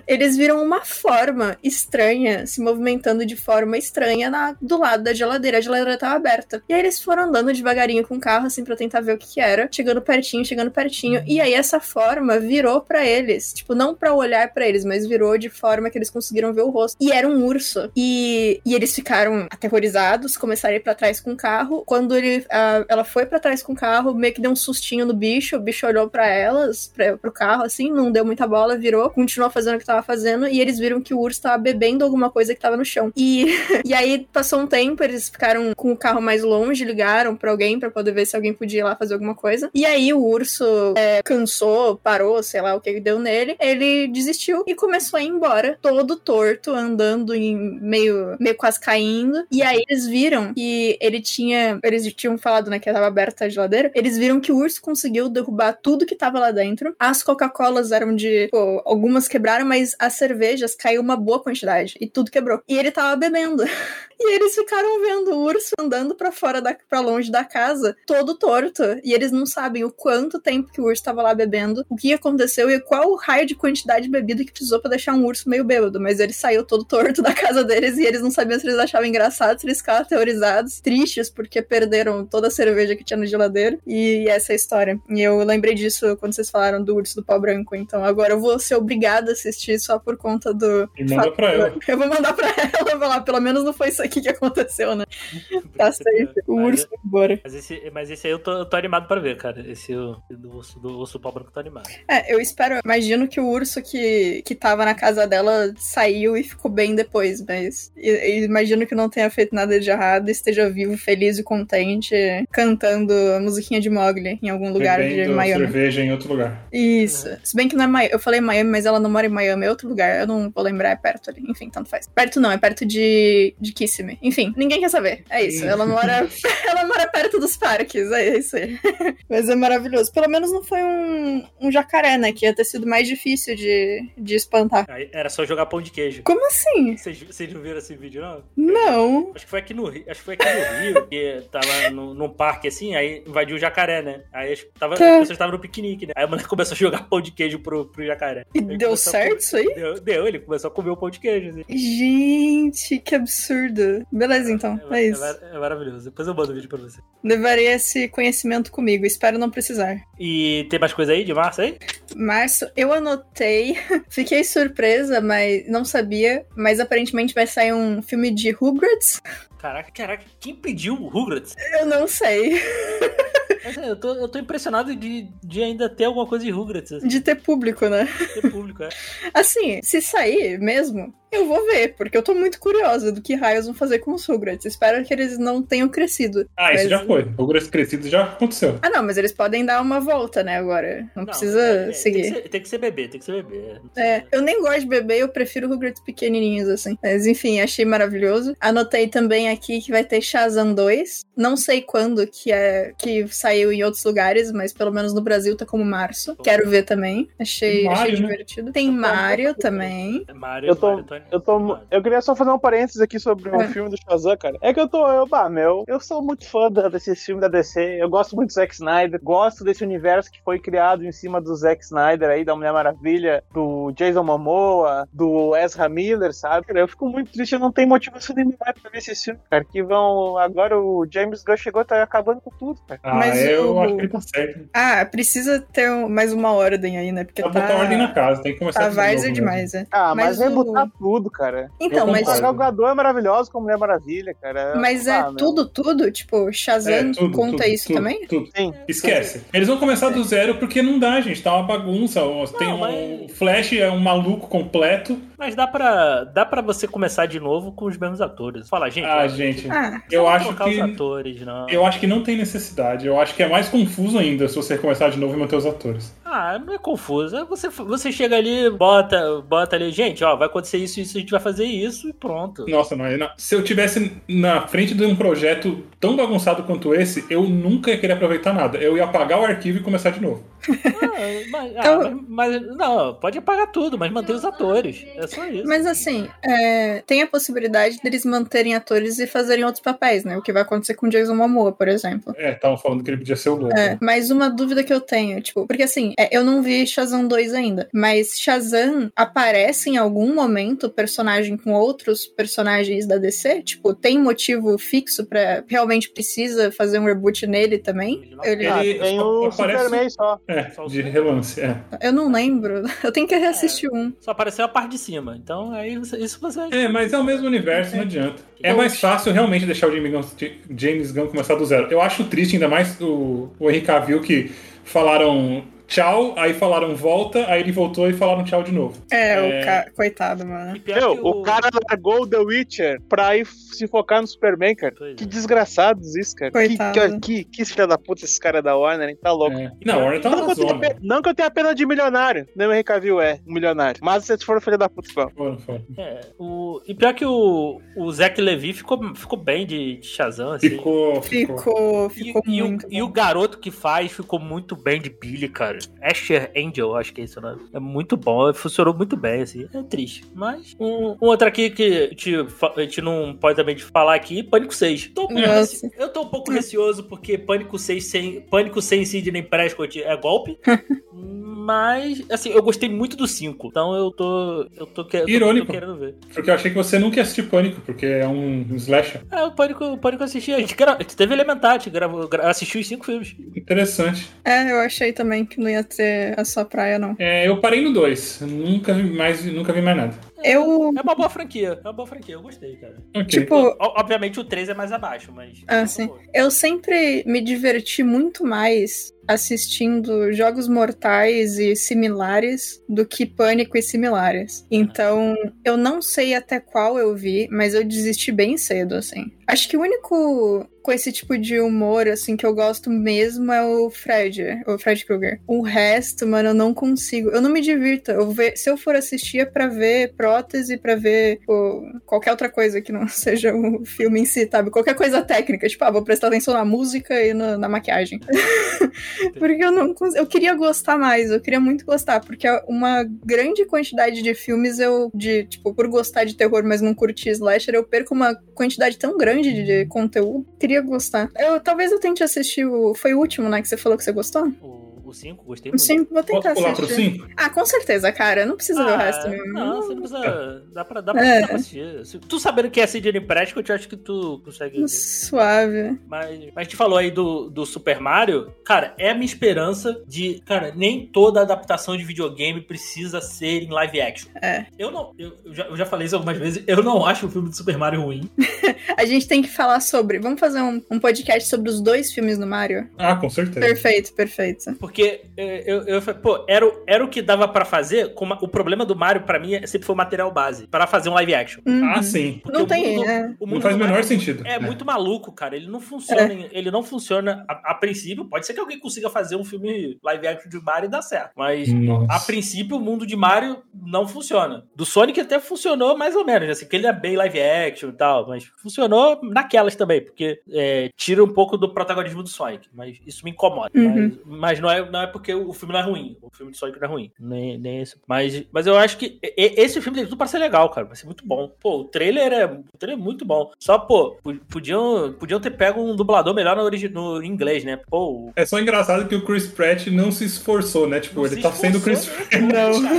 [SPEAKER 2] eles viram uma forma estranha se movimentando de forma estranha na- do lado da geladeira. A geladeira tava aberta. E aí eles foram andando devagarinho com o carro, assim, pra tentar ver o que, que era. Chegando pertinho, chegando pertinho. E aí essa forma virou pra eles. Tipo, não pra olhar pra eles, mas virou de forma que eles conseguiram ver o rosto. E era um urso. E, e eles ficaram aterrorizados, começaram a ir pra trás com o carro. Quando ele, a- ela foi pra trás com o carro, meio que deu um sustinho no bicho. O bicho olhou pra elas, pra, pro carro, assim, não deu muita bola, virou, continuou fazendo o que tava fazendo. E eles viram que o urso tava bebendo alguma coisa que tava no chão. E e aí passou um tempo, eles ficaram com o carro mais longe, ligaram pra alguém pra poder ver se alguém podia ir lá fazer alguma coisa. E aí o urso é, cansou, parou, sei lá o que que deu nele. Ele desistiu e começou a ir embora, todo torto, andando em meio, meio quase caindo. E aí eles viram que ele tinha, eles tinham falado, né, que tava aberta a geladeira. Eles viram que o urso conseguiu derrubar tudo que tava lá dentro. As Coca-Colas eram de, pô, algumas quebraram, mas as cervejas caiu uma boa quantidade e tudo quebrou. E ele tava bebendo. E eles ficaram vendo o urso andando pra fora da para longe da casa, todo torto, e eles não sabem o quanto tempo que o urso tava lá bebendo, o que aconteceu e qual o raio de quantidade de bebida que precisou pra deixar um urso meio bêbado, mas ele saiu todo torto da casa deles e eles não sabiam se eles achavam engraçado, se eles ficavam aterrorizados, tristes porque perderam toda a cerveja que tinha na geladeira. E essa é a história. E eu lembrei disso quando vocês falaram do urso do pau branco, então agora eu vou ser obrigada a assistir só por conta do
[SPEAKER 3] E manda pra ela.
[SPEAKER 2] eu vou mandar pra ela e falar, pelo menos não foi isso aqui que aconteceu, né? Tá safe. O
[SPEAKER 1] Mas- é-
[SPEAKER 2] urso foi embora.
[SPEAKER 1] Mas esse, mas esse aí eu tô, eu tô animado pra ver, cara. Esse eu- do urso, do urso pau branco eu tô animado.
[SPEAKER 2] É, eu espero, imagino que o urso que, que tava na casa dela saiu e ficou bem depois, mas e- e imagino que não tenha feito nada de errado, esteja vivo, feliz e contente, cantando a musiquinha de Mogli em algum lugar de
[SPEAKER 3] Bebendo
[SPEAKER 2] Miami.
[SPEAKER 3] cerveja em outro lugar.
[SPEAKER 2] Isso. Se bem que não é Miami. Eu falei Miami, mas ela não mora em Miami, é outro lugar. Eu não vou lembrar, é perto ali. Enfim, tanto faz. Perto não, é perto de, de Kissimmee. Enfim, ninguém quer saber. É isso. Ela mora, ela mora perto dos parques. É isso aí. mas é maravilhoso. Pelo menos não foi um, um jacaré, né? Que ia ter sido mais difícil de, de espantar.
[SPEAKER 1] Aí era só jogar pão de queijo.
[SPEAKER 2] Como assim?
[SPEAKER 1] Vocês, vocês não viram esse vídeo, não?
[SPEAKER 2] Não.
[SPEAKER 1] Acho que foi aqui no Rio, acho que foi aqui no Rio, que tava no, num parque assim, aí invadiu o jacaré, né? Aí as, tava, as
[SPEAKER 2] Tá.
[SPEAKER 1] pessoas estavam no piquenique, né? Aí o moleque começou a jogar pão de queijo pro, pro jacaré.
[SPEAKER 2] E
[SPEAKER 1] Ele
[SPEAKER 2] deu
[SPEAKER 1] começou a
[SPEAKER 2] certo isso aí?
[SPEAKER 1] comer- Deu, deu, ele começou a comer o pão de queijo. Assim.
[SPEAKER 2] Gente, que absurdo. Beleza, então.
[SPEAKER 1] mar-
[SPEAKER 2] É isso.
[SPEAKER 1] mar- é maravilhoso. Depois eu mando o vídeo pra você.
[SPEAKER 2] Levarei esse conhecimento comigo. Espero não precisar.
[SPEAKER 1] E tem mais coisa aí de março aí?
[SPEAKER 2] Março, eu anotei, fiquei surpresa, mas não sabia. Mas aparentemente vai sair um filme de Rugrats?
[SPEAKER 1] Caraca, caraca, quem pediu o Rugrats?
[SPEAKER 2] Eu não sei.
[SPEAKER 1] Mas, é, eu, tô, eu tô impressionado de, de ainda ter alguma coisa de Rugrats, assim,
[SPEAKER 2] De ter público, né?
[SPEAKER 1] ter público, é.
[SPEAKER 2] Assim, se sair mesmo, eu vou ver, porque eu tô muito curiosa do que raios vão fazer com os Rugrats. Espero que eles não tenham crescido.
[SPEAKER 3] Ah, isso
[SPEAKER 2] Mas-
[SPEAKER 3] já foi. O grosso crescido já aconteceu.
[SPEAKER 2] Ah, não, mas eles podem dar uma volta, né? Agora. Não, precisa
[SPEAKER 1] é, é,
[SPEAKER 2] seguir.
[SPEAKER 1] Tem que, ser, tem que ser bebê, tem que ser bebê. Não
[SPEAKER 2] É,
[SPEAKER 1] precisa-
[SPEAKER 2] eu nem gosto de bebê, eu prefiro Rugrats pequenininhos, assim. Mas enfim, achei maravilhoso. Anotei também aqui que vai ter Shazam 2. Não sei quando que é que saiu em outros lugares, mas pelo menos no Brasil tá como março. Quero ver também. Achei,
[SPEAKER 3] Tem Mario,
[SPEAKER 2] achei
[SPEAKER 3] né?
[SPEAKER 2] divertido. Tem Mario também.
[SPEAKER 1] Mario,
[SPEAKER 4] Eu tô,
[SPEAKER 1] Mario, tô Stallone.
[SPEAKER 4] Eu, tô, mu- eu queria só fazer um parênteses aqui sobre o
[SPEAKER 2] É.
[SPEAKER 4] filme do Shazam, cara. É que eu tô, eu, bah, meu, eu sou muito fã da- desse filme da DC. Eu gosto muito do Zack Snyder. Gosto desse universo que foi criado em cima do Zack Snyder aí, da Mulher Maravilha, do Jason Momoa, do Ezra Miller, sabe? Cara, Eu fico muito triste, eu não tenho motivação nenhuma pra ver esse filme, cara. Que vão. Agora o James Gunn chegou, tá acabando com tudo, cara.
[SPEAKER 3] Ah,
[SPEAKER 2] Mas
[SPEAKER 3] eu
[SPEAKER 2] o-
[SPEAKER 3] acho que ele tá certo.
[SPEAKER 2] Ah, precisa ter um- mais uma ordem aí, né? Porque
[SPEAKER 3] Pra
[SPEAKER 2] tá.
[SPEAKER 3] botar ordem na casa, tem que começar
[SPEAKER 2] Tá
[SPEAKER 3] tudo de novo né?
[SPEAKER 2] várzea
[SPEAKER 3] mesmo.
[SPEAKER 2] demais, é.
[SPEAKER 4] Ah, mas,
[SPEAKER 2] Mas o-
[SPEAKER 4] rebutar tudo, cara.
[SPEAKER 2] Então, mas.
[SPEAKER 4] A
[SPEAKER 3] concordo.
[SPEAKER 4] Gal Gadot é maravilhosa como Mulher Maravilha, cara.
[SPEAKER 2] Mas é
[SPEAKER 4] Ah, meu.
[SPEAKER 2] tudo, tudo? Tipo, Shazam
[SPEAKER 3] É, tudo,
[SPEAKER 2] conta
[SPEAKER 3] tudo,
[SPEAKER 2] isso
[SPEAKER 3] tudo,
[SPEAKER 2] também?
[SPEAKER 3] tudo.
[SPEAKER 4] Sim.
[SPEAKER 3] Esquece. Eles vão começar do zero porque não dá, gente. Tá uma bagunça. Tem
[SPEAKER 1] Não,
[SPEAKER 3] um
[SPEAKER 1] mas-
[SPEAKER 3] o Flash, é um maluco completo.
[SPEAKER 1] Mas dá pra, dá pra você começar de novo com os mesmos atores. Fala, gente,
[SPEAKER 3] Ah,
[SPEAKER 1] não
[SPEAKER 3] gente,
[SPEAKER 2] Ah,
[SPEAKER 3] eu
[SPEAKER 1] vamos
[SPEAKER 3] acho
[SPEAKER 1] trocar
[SPEAKER 3] que.
[SPEAKER 1] os atores, não.
[SPEAKER 3] Eu acho que não tem necessidade. Eu acho que é mais confuso ainda se você começar de novo e manter os atores.
[SPEAKER 1] Ah, não é confuso. É Você, você chega ali, bota, bota ali, gente, ó, vai acontecer isso, isso, a gente vai fazer isso e pronto.
[SPEAKER 3] Nossa, não, é na- se eu tivesse na frente de um projeto tão bagunçado quanto esse, eu nunca ia querer aproveitar nada. Eu ia apagar o arquivo e começar de novo.
[SPEAKER 1] Ah, mas, ah,
[SPEAKER 2] Então-
[SPEAKER 1] mas- mas- não, pode apagar tudo, mas manter os atores. É só isso.
[SPEAKER 2] mas assim, é, tem a possibilidade deles manterem atores e fazerem outros papéis, né? O que vai acontecer com Jason Momoa, por exemplo.
[SPEAKER 3] É, estavam falando que ele podia ser o louco.
[SPEAKER 2] É, mas uma dúvida que eu tenho, tipo, porque assim, é, eu não vi Shazam 2 ainda, mas Shazam aparece em algum momento personagem com outros personagens da DC? Tipo, tem motivo fixo pra realmente precisa fazer um reboot nele também? Ele-
[SPEAKER 4] Ah,
[SPEAKER 3] Ele
[SPEAKER 4] tem
[SPEAKER 3] só
[SPEAKER 4] o
[SPEAKER 3] aparece-
[SPEAKER 4] Superman só.
[SPEAKER 3] É, de relance, é.
[SPEAKER 2] eu não lembro, eu
[SPEAKER 1] É.
[SPEAKER 2] tenho que reassistir um.
[SPEAKER 1] Só apareceu a parte de cima. Então, aí você- isso você.
[SPEAKER 3] É, mas é o mesmo universo, não adianta. É mais
[SPEAKER 1] Então,
[SPEAKER 3] fácil realmente deixar o James Gunn, James Gunn começar do zero. Eu acho triste, ainda mais o, o Henrique Cavill, que falaram tchau, aí falaram volta, aí ele voltou e falaram tchau de novo.
[SPEAKER 2] É,
[SPEAKER 3] É.
[SPEAKER 2] o ca... coitado, mano.
[SPEAKER 1] E pior
[SPEAKER 4] Meu,
[SPEAKER 1] que
[SPEAKER 4] o cara largou o The Witcher pra ir f- se focar no Superman, cara.
[SPEAKER 1] Pois
[SPEAKER 4] Que
[SPEAKER 1] é.
[SPEAKER 4] desgraçados isso, cara. Que,
[SPEAKER 2] Coitado.
[SPEAKER 4] que, que, que filha da puta esses caras da Warner, hein? Tá louco.
[SPEAKER 3] É. Não, o Warner tá
[SPEAKER 4] Não, que
[SPEAKER 3] na
[SPEAKER 4] eu tenha
[SPEAKER 2] é
[SPEAKER 3] zona.
[SPEAKER 4] pe- não que eu tenha pena de milionário. Nem o Henry Cavill é um milionário. Mas vocês foram filha da puta, então. pô.
[SPEAKER 3] Foram, foram.
[SPEAKER 1] É, o, e pior que o, o Zack Levi ficou, ficou bem de, de Shazam, assim.
[SPEAKER 3] Ficou, ficou.
[SPEAKER 2] Ficou,
[SPEAKER 1] E,
[SPEAKER 2] ficou
[SPEAKER 1] e o,
[SPEAKER 2] muito.
[SPEAKER 1] e o
[SPEAKER 2] bom.
[SPEAKER 1] garoto que faz ficou muito bem de Billy, cara. Asher Angel, acho que é isso, né? É muito bom, funcionou muito bem, assim. É triste. Mas. Um, um outro aqui que a gente fa- a gente não pode também falar aqui: Pânico 6. Tô um pouco
[SPEAKER 2] Nossa.
[SPEAKER 1] rece- eu tô um pouco receoso porque Pânico 6 sem, Pânico sem Sidney Prescott é golpe. Mas, assim, eu gostei muito do 5. Então eu tô. Eu tô, que- eu tô-
[SPEAKER 3] Irônico.
[SPEAKER 1] tô querendo ver.
[SPEAKER 3] Porque eu achei que você nunca ia assistir Pânico, porque é um slasher.
[SPEAKER 1] É, o Pânico, o Pânico eu assisti. A gente, gra- a gente teve Elementar, a gente gravou, gra- assistiu os 5 filmes.
[SPEAKER 3] Interessante.
[SPEAKER 2] É, eu achei também que não ia ser a sua praia, não.
[SPEAKER 3] É, eu parei no 2. Nunca vi mais, nunca vi mais nada.
[SPEAKER 2] Eu.
[SPEAKER 1] É uma boa franquia, é uma boa franquia, eu gostei, cara.
[SPEAKER 3] Ok.
[SPEAKER 2] Tipo,
[SPEAKER 1] O- Obviamente o 3 é mais abaixo, mas.
[SPEAKER 2] Ah, sim. Eu sempre me diverti muito mais assistindo jogos mortais e similares do que pânico e similares. Então, eu não sei até qual eu vi, mas eu desisti bem cedo, assim. Acho que o único com esse tipo de humor, assim, que eu gosto mesmo é o Fred, o Fred Krueger. O resto, mano, eu não consigo. Eu não me divirto. Eu ve- se eu for assistir é pra ver prótese, pra ver tipo, qualquer outra coisa que não seja o filme em si, sabe? Qualquer coisa técnica. Tipo, ah, vou prestar atenção na música e na- na maquiagem. Porque eu não cons- Eu queria gostar mais, eu queria muito gostar, porque uma grande quantidade de filmes eu, de, tipo, por gostar de terror, mas não curtir slasher, eu perco uma quantidade tão grande de, de conteúdo. Queria gostar. Eu talvez eu tente assistir o. Foi o último, né? Que você falou que você gostou?
[SPEAKER 1] O 5, gostei
[SPEAKER 2] O
[SPEAKER 1] muito.
[SPEAKER 2] 5, vou tentar
[SPEAKER 3] Posso pular pro
[SPEAKER 2] assistir.
[SPEAKER 3] 5?
[SPEAKER 2] Ah, com certeza, cara. Não precisa ver o
[SPEAKER 1] Ah,
[SPEAKER 2] resto mesmo.
[SPEAKER 1] Não, você não precisa. Dá pra, dá pra,
[SPEAKER 2] É.
[SPEAKER 1] dá pra assistir. Se- Tu sabendo que é Sidney Prescott, eu acho que tu consegue. ver.
[SPEAKER 2] Suave.
[SPEAKER 1] Mas, mas te falou aí do, do Super Mario. Cara, é a minha esperança de. Cara, nem toda adaptação de videogame precisa ser em live action.
[SPEAKER 2] É.
[SPEAKER 1] Eu não. Eu, eu já, eu já falei isso algumas vezes. Eu não acho o filme do Super Mario ruim.
[SPEAKER 2] A gente tem que falar sobre. Vamos fazer um, um podcast sobre os dois filmes do Mario?
[SPEAKER 3] Ah, com certeza.
[SPEAKER 2] Perfeito, perfeito.
[SPEAKER 1] Porque é, eu, eu falei, pô, era, o- era o que dava pra fazer. com uma- o problema do Mario, pra mim, é- sempre foi o material base. Pra fazer um live action.
[SPEAKER 2] Uhum.
[SPEAKER 3] Ah, sim.
[SPEAKER 1] Porque
[SPEAKER 2] Não
[SPEAKER 1] o
[SPEAKER 2] tem,
[SPEAKER 1] mundo-
[SPEAKER 2] né?
[SPEAKER 1] o mundo
[SPEAKER 3] Não faz o
[SPEAKER 1] do
[SPEAKER 3] menor
[SPEAKER 1] Mario
[SPEAKER 3] sentido.
[SPEAKER 1] Uhum.
[SPEAKER 3] né?
[SPEAKER 1] É muito maluco, cara. Ele não
[SPEAKER 2] É.
[SPEAKER 1] funciona. em- Ele não funciona a, a princípio. Pode ser que alguém consiga fazer um filme live action de Mario e dar certo. Mas
[SPEAKER 3] Nossa.
[SPEAKER 1] a princípio o mundo de Mario não funciona. Do Sonic até funcionou mais ou menos, assim, que ele é bem live action e tal, mas funcionou naquelas também, porque é, tira um pouco do protagonismo do Sonic, mas isso me incomoda.
[SPEAKER 2] Uhum.
[SPEAKER 1] Mas, mas não é não é porque o filme não é ruim. O filme de Sonic não é ruim. Nem, nem esse. Mas, mas eu acho que e- e- esse filme tem tudo pra ser legal, cara. Vai ser muito bom. Pô, o trailer é, o trailer é muito bom. Só, pô, po- podiam, podiam ter pego um dublador melhor no, origi- no inglês, né? Pô, o-
[SPEAKER 3] É só engraçado que o Chris Pratt não se esforçou, né? Tipo,
[SPEAKER 1] não
[SPEAKER 3] ele
[SPEAKER 1] se
[SPEAKER 3] tá sendo o Chris
[SPEAKER 1] esforçou,
[SPEAKER 3] Pratt.
[SPEAKER 1] né?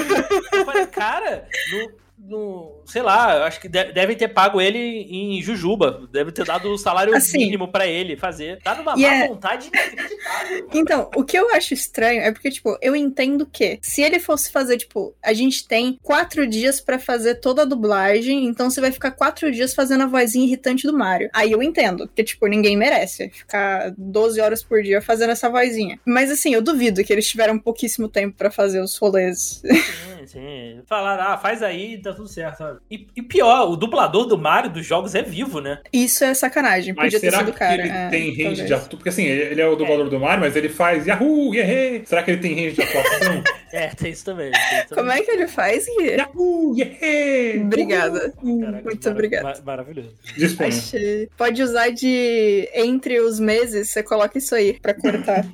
[SPEAKER 1] Eu falei, cara, no. No, sei lá, eu acho que de- devem ter pago ele em Jujuba. Deve ter dado o salário
[SPEAKER 2] Assim.
[SPEAKER 1] mínimo pra ele fazer. Tá numa
[SPEAKER 2] E é-
[SPEAKER 1] má vontade inacreditável.
[SPEAKER 2] Então, o que eu acho estranho é porque, tipo, eu entendo que se ele fosse fazer, tipo, a gente tem quatro dias pra fazer toda a dublagem, então você vai ficar quatro dias fazendo a vozinha irritante do Mario. Aí eu entendo, porque, tipo, ninguém merece ficar 12 horas por dia fazendo essa vozinha. Mas, assim, eu duvido que eles tiveram pouquíssimo tempo pra fazer os rolês.
[SPEAKER 1] Sim, sim. Falaram, ah, faz aí e tá tudo certo, sabe? E, e pior, o dublador do Mario dos jogos é vivo, né?
[SPEAKER 2] Isso é sacanagem,
[SPEAKER 3] Mas
[SPEAKER 2] podia ter
[SPEAKER 3] será
[SPEAKER 2] sido o
[SPEAKER 3] que
[SPEAKER 2] cara.
[SPEAKER 3] ele
[SPEAKER 2] é,
[SPEAKER 3] tem range
[SPEAKER 2] talvez.
[SPEAKER 3] de atuação? Porque assim, ele ele é o dublador do Mario, mas ele faz Yahoo, yeah! Será que ele tem range de atuação?
[SPEAKER 1] É, tem isso também. tem isso
[SPEAKER 2] Como
[SPEAKER 1] também.
[SPEAKER 2] é que ele faz, Gui?
[SPEAKER 3] Yahoo, yeah!
[SPEAKER 2] Obrigada.
[SPEAKER 1] Caraca,
[SPEAKER 2] Muito
[SPEAKER 1] mara-
[SPEAKER 2] obrigado.
[SPEAKER 1] ma- maravilhoso.
[SPEAKER 3] Disponha.
[SPEAKER 2] Achei. Pode usar de entre os meses, você coloca isso aí pra cortar.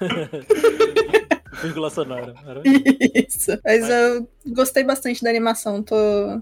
[SPEAKER 1] Vírgula sonora. maravilhoso.
[SPEAKER 2] Isso. Mas,
[SPEAKER 1] Mas-
[SPEAKER 2] eu gostei bastante da animação tô...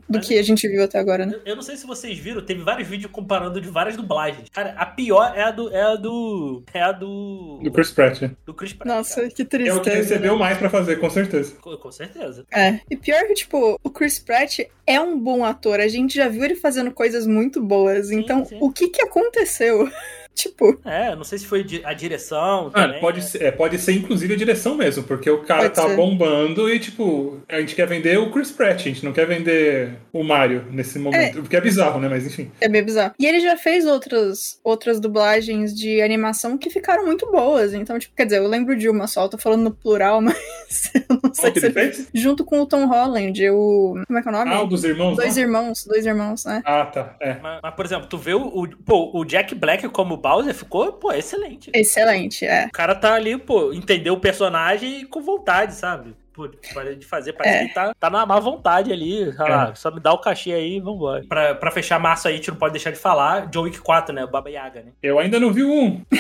[SPEAKER 2] do
[SPEAKER 1] Mas-
[SPEAKER 2] que a gente viu até agora, né?
[SPEAKER 1] Eu- Eu não sei se vocês viram, teve vários vídeos comparando de várias dublagens. Cara, a pior é a do. É a do. É a do.
[SPEAKER 3] né? Do Chris Pratt.
[SPEAKER 1] Do Chris Pratt.
[SPEAKER 2] Nossa, que
[SPEAKER 3] É
[SPEAKER 2] tristeza.
[SPEAKER 3] o que recebeu mais pra fazer, com certeza.
[SPEAKER 1] cara. Com, com certeza.
[SPEAKER 2] É. E pior que, tipo, o Chris Pratt é um bom ator. A gente já viu ele fazendo coisas muito boas. então,
[SPEAKER 1] sim.
[SPEAKER 2] o que que aconteceu? tipo,
[SPEAKER 1] É, não sei se foi di- a direção.
[SPEAKER 3] Mano,
[SPEAKER 1] também,
[SPEAKER 3] pode,
[SPEAKER 1] né?
[SPEAKER 3] ser, é, pode ser inclusive a direção mesmo, porque o cara
[SPEAKER 2] Pode
[SPEAKER 3] tá
[SPEAKER 2] ser.
[SPEAKER 3] bombando e, tipo, a gente quer vender o Chris Pratt, a gente não quer vender o Mario nesse momento. Porque é bizarro, né? Mas enfim.
[SPEAKER 2] é meio bizarro. E ele já fez outras, outras dublagens de animação que ficaram muito boas. Então, tipo, quer dizer, eu lembro de uma só, eu tô falando no plural, mas eu não sei
[SPEAKER 3] Qual que
[SPEAKER 2] se
[SPEAKER 3] ele
[SPEAKER 2] ele fez.
[SPEAKER 3] fez?
[SPEAKER 2] Junto com o Tom Holland, o. Como é que é o nome?
[SPEAKER 3] Ah, o dos irmãos?
[SPEAKER 2] Dois
[SPEAKER 3] lá?
[SPEAKER 2] irmãos, dois irmãos, né?
[SPEAKER 3] Ah, tá. É.
[SPEAKER 1] Mas, mas, por exemplo, tu vê o, o- pô, o Jack Black como Bowser ficou, pô, excelente.
[SPEAKER 2] Excelente, é.
[SPEAKER 1] O cara tá ali, pô, entendeu o personagem e com vontade, sabe? Pô, para de fazer, parece
[SPEAKER 2] É.
[SPEAKER 1] que ele tá, tá na má vontade ali. Sei lá,
[SPEAKER 3] É.
[SPEAKER 1] Só me dá o cachê aí e vambora. Pra, pra fechar massa aí, a gente não pode deixar de falar. John Wick 4, né? O Baba Yaga, né?
[SPEAKER 3] Eu ainda não vi o um.
[SPEAKER 1] Pô,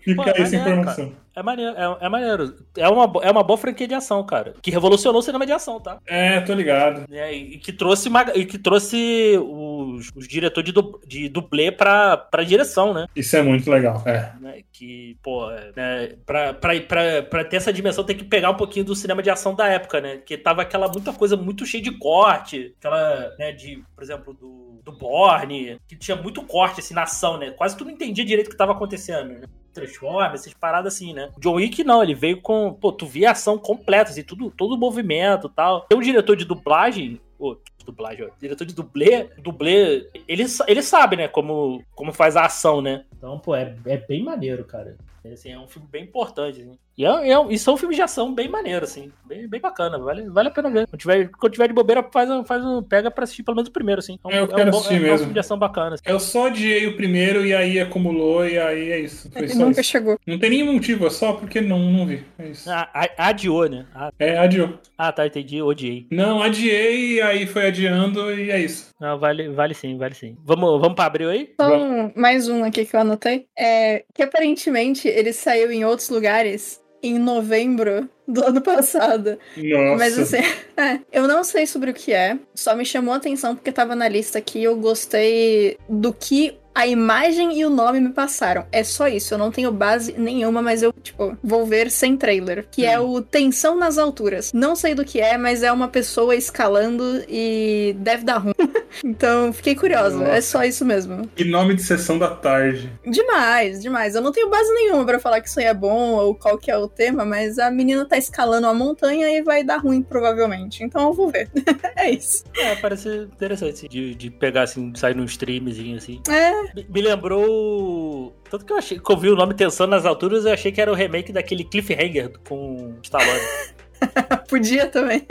[SPEAKER 3] Fica aí essa
[SPEAKER 1] maneiro,
[SPEAKER 3] informação.
[SPEAKER 1] É maneiro, é, é maneiro. É uma, bo- é uma boa franquia de ação, cara. Que revolucionou o cinema de ação, tá?
[SPEAKER 3] É, tô ligado.
[SPEAKER 1] Né, E, e que trouxe, uma- e que trouxe os, os diretores de, du- de dublê pra, pra direção, né?
[SPEAKER 3] Isso é muito legal. É.
[SPEAKER 1] né, Que, pô, é, né? pra, pra, pra, pra ter essa dimensão tem que pegar um pouquinho do cinema de ação da época, né? Que tava aquela muita coisa muito cheia de corte, aquela, né, de, por exemplo, do, do Borne, que tinha muito corte, assim, na ação, né? Quase tu não entendia direito o que tava acontecendo, né? Transforma, essas paradas assim, né? O John Wick não, ele veio com. Pô, tu via a ação completa, assim, tudo, todo o movimento e tal. Tem um diretor de dublagem. Ô, dublagem, ó. Diretor de dublê. Dublê. Ele, sa- ele sabe, né? Como, como faz a ação, né? Então, pô, é, é bem maneiro, cara. É, assim, é um filme bem importante, assim. E, é, é, um- e são filmes de ação bem maneiro, assim. Bem, bem bacana. Vale, vale a pena ver. Quando tiver, quando tiver de bobeira, faz, um- faz um. Pega pra assistir pelo menos o primeiro, assim. É um,
[SPEAKER 3] É, eu
[SPEAKER 1] um
[SPEAKER 3] quero assistir
[SPEAKER 1] é, um
[SPEAKER 3] mesmo.
[SPEAKER 1] filme de ação bacana. assim.
[SPEAKER 3] Eu só adiei o primeiro e aí acumulou e aí é isso. Foi
[SPEAKER 2] Ele
[SPEAKER 3] só
[SPEAKER 2] nunca
[SPEAKER 3] isso.
[SPEAKER 2] chegou.
[SPEAKER 3] Não tem nenhum motivo, é só porque não, não vi. É isso.
[SPEAKER 1] Ah, a- adiou, né? Ah,
[SPEAKER 3] É, adiou.
[SPEAKER 1] ah, tá, entendi. Odiei.
[SPEAKER 3] Não, adiei e aí foi adiando e é isso.
[SPEAKER 1] Não, vale, vale sim, vale sim. Vamos, vamos pra abril aí?
[SPEAKER 2] Só um- mais um aqui que eu anotei. É que aparentemente ele saiu em outros lugares em novembro do ano passado.
[SPEAKER 3] Nossa.
[SPEAKER 2] Mas assim, é, eu não sei sobre o que é. Só me chamou a atenção porque tava na lista aqui e eu gostei do que a imagem e o nome me passaram. É só isso. Eu não tenho base nenhuma, mas eu, tipo, vou ver sem trailer. Que é o Tensão nas Alturas. Não sei do que é, mas é uma pessoa escalando e deve dar ruim. então, fiquei curiosa. É só isso mesmo.
[SPEAKER 3] E nome de sessão da tarde.
[SPEAKER 2] Demais, demais. Eu não tenho base nenhuma pra falar que isso aí é bom ou qual que é o tema, mas a menina tá escalando uma montanha e vai dar ruim, provavelmente. Então eu vou ver. é isso.
[SPEAKER 1] É, parece interessante assim, de, de pegar assim, sair num streamzinho assim.
[SPEAKER 2] É,
[SPEAKER 1] Me, me lembrou. Tanto que eu achei que eu vi o nome Tensão nas alturas, eu achei que era o remake daquele Cliffhanger com Stallone.
[SPEAKER 2] podia também.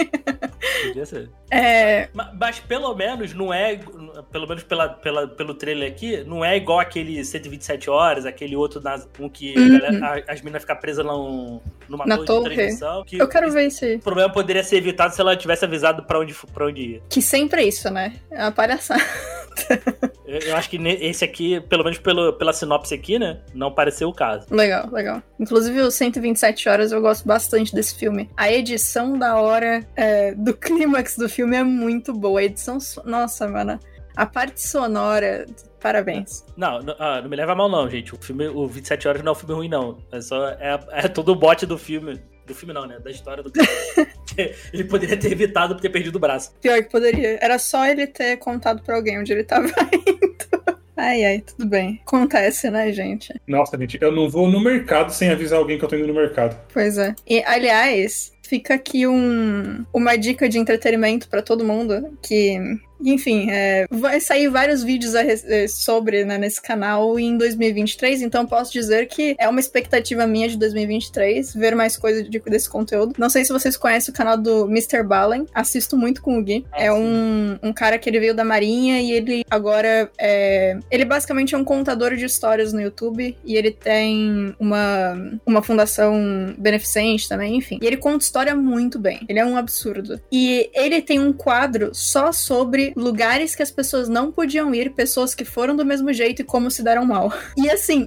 [SPEAKER 1] Podia ser.
[SPEAKER 2] É,
[SPEAKER 1] Ma- Mas, pelo menos não é. Pelo menos pela, pela- pelo trailer aqui, não é igual aquele 127 horas, aquele outro nas, um que a
[SPEAKER 2] Uhum.
[SPEAKER 1] galera- a- as meninas ficam presas num, numa
[SPEAKER 2] Na
[SPEAKER 1] torre de
[SPEAKER 2] torre.
[SPEAKER 1] transmissão. que
[SPEAKER 2] eu quero ver isso aí.
[SPEAKER 1] O problema poderia ser evitado se ela tivesse avisado pra onde, pra onde ia.
[SPEAKER 2] Que sempre é isso, né? É uma palhaçada.
[SPEAKER 1] Eu, eu acho que ne- esse aqui, pelo menos pelo, pela sinopse aqui, né? Não pareceu o caso.
[SPEAKER 2] Legal, legal. Inclusive, o 127 Horas eu gosto bastante desse filme. A edição da hora é, do clímax do filme é muito boa. A edição. so- Nossa, mano. A parte sonora. Parabéns.
[SPEAKER 1] Não, não, ah, não me leva a mal, não, gente. O filme, o 27 Horas não é um filme ruim, não. É só. É, é todo o bote do filme. Do filme, não, né? Da história do cara. Ele poderia ter evitado ter perdido o braço.
[SPEAKER 2] Pior que poderia. Era só ele ter contado pra alguém onde ele tava indo. Ai, ai, tudo bem. Acontece, né, gente?
[SPEAKER 3] Nossa, gente, eu não vou no mercado sem avisar alguém que eu tô indo no mercado.
[SPEAKER 2] Pois é. E, aliás, fica aqui um, uma dica de entretenimento pra todo mundo que. Enfim, é, vai sair vários vídeos a res- eh, sobre né, nesse canal em 2023, então posso dizer que é uma expectativa minha de 2023 ver mais coisa de- desse conteúdo. Não sei se vocês conhecem o canal do Mr. Balen, assisto muito com o Gui.
[SPEAKER 3] Ah,
[SPEAKER 2] é
[SPEAKER 3] sim.
[SPEAKER 2] um, um cara que ele veio da Marinha e ele agora é. Ele basicamente é um contador de histórias no YouTube e ele tem uma uma fundação beneficente também, enfim. E ele conta história muito bem. Ele é um absurdo. E ele tem um quadro só sobre lugares que as pessoas não podiam ir, pessoas que foram do mesmo jeito e como se deram mal. E assim,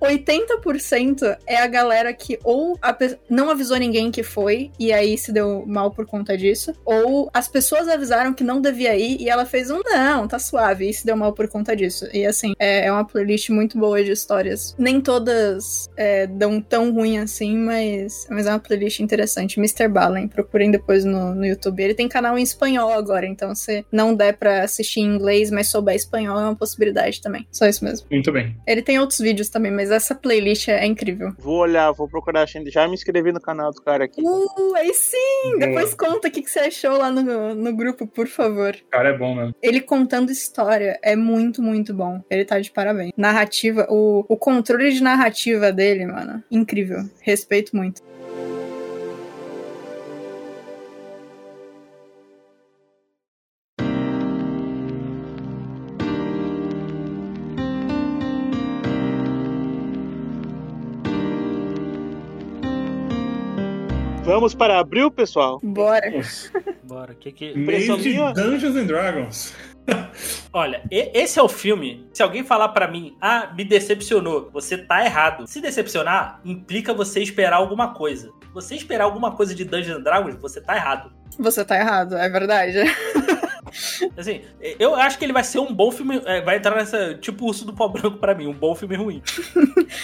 [SPEAKER 2] 80% é a galera que ou a pe- não avisou ninguém que foi e aí se deu mal por conta disso, ou as pessoas avisaram que não devia ir e ela fez um não, tá suave, e se deu mal por conta disso. E assim, é, é uma playlist muito boa de histórias. Nem todas é, dão tão ruim assim, mas, mas é uma playlist interessante. Mr. Balen, procurem depois no, no YouTube. Ele tem canal em espanhol agora, então se não der pra assistir em inglês, mas souber espanhol é uma possibilidade também. Só isso mesmo.
[SPEAKER 3] Muito bem.
[SPEAKER 2] Ele tem outros vídeos também, mas essa playlist é, é incrível.
[SPEAKER 4] Vou olhar, vou procurar. Já me inscrevi no canal do cara aqui.
[SPEAKER 2] Uh, aí sim! Depois conta o que, que você achou lá no, no grupo, por favor.
[SPEAKER 3] O cara é bom mesmo.
[SPEAKER 2] Ele contando história é muito, muito bom. Ele tá de parabéns. Narrativa, o, o controle de narrativa dele, mano, incrível. Respeito muito.
[SPEAKER 4] Vamos para abril, pessoal.
[SPEAKER 2] Bora.
[SPEAKER 1] Bora, o que que.
[SPEAKER 3] Mês de
[SPEAKER 4] minha?
[SPEAKER 3] Dungeons and Dragons.
[SPEAKER 1] Olha, e- esse é o filme. Se alguém falar pra mim, ah, me decepcionou, você tá errado. Se decepcionar, implica você esperar alguma coisa. Você esperar alguma coisa de Dungeons and Dragons, você tá errado.
[SPEAKER 2] Você tá errado, é verdade.
[SPEAKER 1] Assim, eu acho que ele vai ser um bom filme. é, vai entrar nessa. Tipo o urso do pó branco pra mim, um bom filme ruim.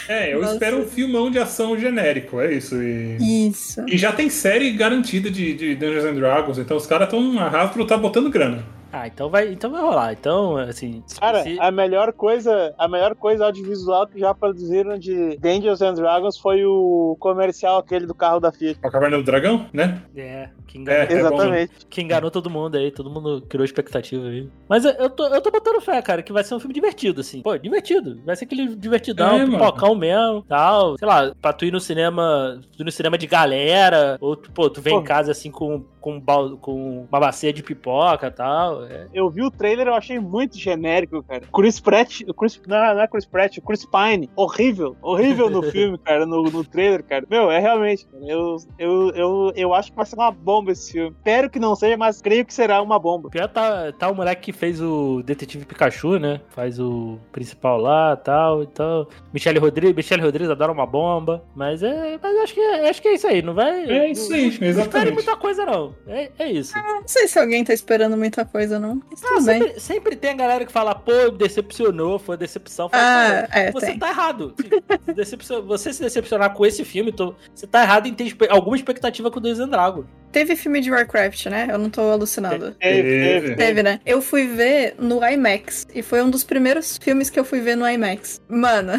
[SPEAKER 3] É, eu
[SPEAKER 2] Nossa.
[SPEAKER 3] espero um filmão de ação genérico, é isso. E,
[SPEAKER 2] Isso.
[SPEAKER 3] e já tem série garantida de, de Dungeons and Dragons, então os caras estão a Hasbro tá botando grana.
[SPEAKER 1] Ah, então vai, então vai rolar. Então, assim. se-
[SPEAKER 4] Cara,
[SPEAKER 1] se-
[SPEAKER 4] a melhor coisa, a melhor coisa audiovisual que já produziram de Dungeons and Dragons foi o comercial aquele do carro da Fiat.
[SPEAKER 3] A Caverna do Dragão, né?
[SPEAKER 1] É, que enganou,
[SPEAKER 3] É, é bom. mesmo.
[SPEAKER 4] Exatamente.
[SPEAKER 1] que enganou todo mundo aí, todo mundo criou expectativa aí. Mas eu- eu tô, eu tô botando fé, cara, que vai ser um filme divertido, assim. Pô, divertido. Vai ser aquele divertidão,
[SPEAKER 3] É, mano.
[SPEAKER 1] pipocão mesmo, tal. Sei lá, pra tu ir no cinema, tu ir no cinema de galera, ou tu, pô, tu vem
[SPEAKER 4] Pô.
[SPEAKER 1] em casa assim com, com, um bal- com uma bacia de pipoca e tal. É.
[SPEAKER 4] Eu vi o trailer, eu achei muito genérico, cara. Chris Pratt, o Chris, não, não é Chris Pratt, o Chris Pine, horrível, horrível no filme, cara, no, no trailer, cara. Meu, é realmente, cara, eu, eu, eu, eu acho que vai ser uma bomba esse filme. Espero que não seja, mas creio que será uma bomba.
[SPEAKER 1] Pior tá, tá o moleque que fez o Detetive Pikachu, né? Faz o principal lá tal. Então, Michele Rodrigues, Michele Rodrigues adora uma bomba. Mas é. Mas eu acho que, eu acho que é isso aí, não vai.
[SPEAKER 3] É isso aí,
[SPEAKER 1] Não espere
[SPEAKER 3] exatamente.
[SPEAKER 1] muita coisa, não. É, é isso.
[SPEAKER 2] Não sei se alguém tá esperando muita coisa, não. Mas tudo bem.
[SPEAKER 1] sempre, sempre tem a galera que fala, pô, decepcionou, foi decepção. Fala, "Cara,
[SPEAKER 2] Ah, é,
[SPEAKER 1] você
[SPEAKER 2] tem.
[SPEAKER 1] tá errado. Se- se decepcion- Você se decepcionar com esse filme, então, você tá errado em ter espe- alguma expectativa com o Deus Drago.
[SPEAKER 2] Teve filme de Warcraft, né? Eu não tô alucinado.
[SPEAKER 4] É,
[SPEAKER 3] Teve.
[SPEAKER 2] Teve, né? Eu fui ver no IMAX. E foi um dos primeiros filmes que eu fui ver no IMAX. Mano,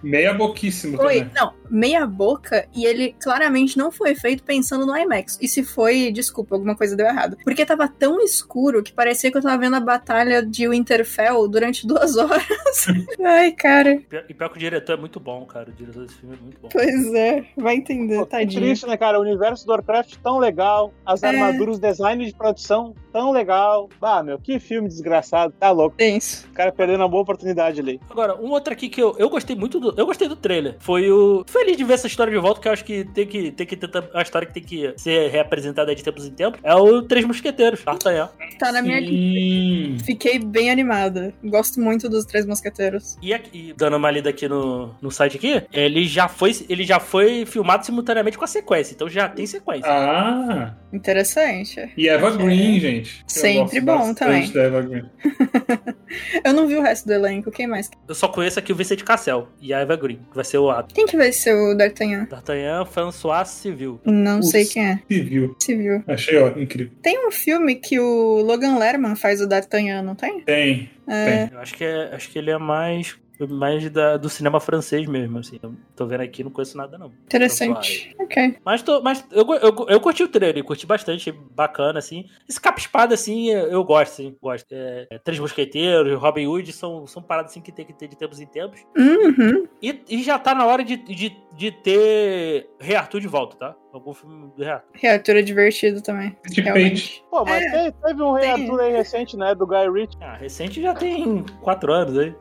[SPEAKER 3] Meia boquíssimo
[SPEAKER 2] Foi,
[SPEAKER 3] também.
[SPEAKER 2] não, meia boca e ele claramente não foi feito pensando no IMAX. E se foi, desculpa, alguma coisa deu errado. Porque tava tão escuro que parecia que eu tava vendo a batalha de Winterfell durante duas horas. Ai, cara.
[SPEAKER 1] Pior- E pior que o diretor é muito bom, cara. O diretor desse filme é muito bom.
[SPEAKER 2] Pois é, vai
[SPEAKER 4] Pô,
[SPEAKER 2] entender,
[SPEAKER 4] que triste, né, cara? O universo do Warcraft tão legal, as
[SPEAKER 2] É.
[SPEAKER 4] armaduras, o design de produção tão legal. Ah, meu, que filme desgraçado, tá louco.
[SPEAKER 2] Tenso.
[SPEAKER 4] O cara perdendo uma boa oportunidade ali.
[SPEAKER 1] Agora, um outro aqui que eu, eu gostei muito do. Eu gostei do trailer. Foi o. Foi feliz de ver essa história de volta, que eu acho que tem que, tem que tentar. A história que tem que ser reapresentada de tempos em tempos é o Três Mosqueteiros, D'Artagnan.
[SPEAKER 2] Tá na minha lista.
[SPEAKER 3] Hum,
[SPEAKER 2] Fiquei bem animada. Gosto muito dos Três Mosqueteiros.
[SPEAKER 1] E, aqui, e dando uma lida aqui no, no site aqui, ele já foi ele já foi filmado simultaneamente com a sequência, então já tem sequência.
[SPEAKER 3] ah,
[SPEAKER 2] Interessante.
[SPEAKER 3] e Eva Green, gente. Eu
[SPEAKER 2] Sempre
[SPEAKER 3] gosto
[SPEAKER 2] bom também.
[SPEAKER 3] bastante da Eva Green.
[SPEAKER 2] Eu não vi o resto do elenco. Quem mais?
[SPEAKER 1] Eu só conheço aqui o Vicente Cassel e a Eva Green, que vai ser o ato.
[SPEAKER 2] Quem que vai ser o D'Artagnan?
[SPEAKER 1] D'Artagnan François Civil.
[SPEAKER 2] Não sei
[SPEAKER 3] Putz.
[SPEAKER 2] quem é.
[SPEAKER 3] Se viu.
[SPEAKER 2] Civil.
[SPEAKER 3] Achei, ó, incrível.
[SPEAKER 2] Tem um filme que o Logan Lerman faz o D'Artagnan, não tem?
[SPEAKER 3] Tem.
[SPEAKER 2] É.
[SPEAKER 1] Eu acho que, é- acho que ele é mais, mais da- do cinema francês mesmo, assim. Eu tô vendo aqui, não conheço nada, não.
[SPEAKER 2] Interessante. Ok.
[SPEAKER 1] Mas, tô, mas eu, eu, eu curti o trailer, curti bastante, bacana, assim. Esse capa-espada, assim, eu gosto, assim, gosto. É, é, Três Mosqueteiros, Robin Hood, são, são paradas assim, que tem que ter de tempos em tempos.
[SPEAKER 2] Uhum.
[SPEAKER 1] E, e já tá na hora de, de, de ter Rei Arthur de volta, tá? Algum filme do Rei Arthur.
[SPEAKER 2] Reatura é divertido também.
[SPEAKER 3] Steve
[SPEAKER 2] Realmente.
[SPEAKER 3] Page.
[SPEAKER 4] Pô, mas
[SPEAKER 2] É.
[SPEAKER 4] teve, teve um
[SPEAKER 2] Tem.
[SPEAKER 4] reatura aí recente, né? Do Guy Ritchie.
[SPEAKER 1] Ah, recente já tem quatro anos aí.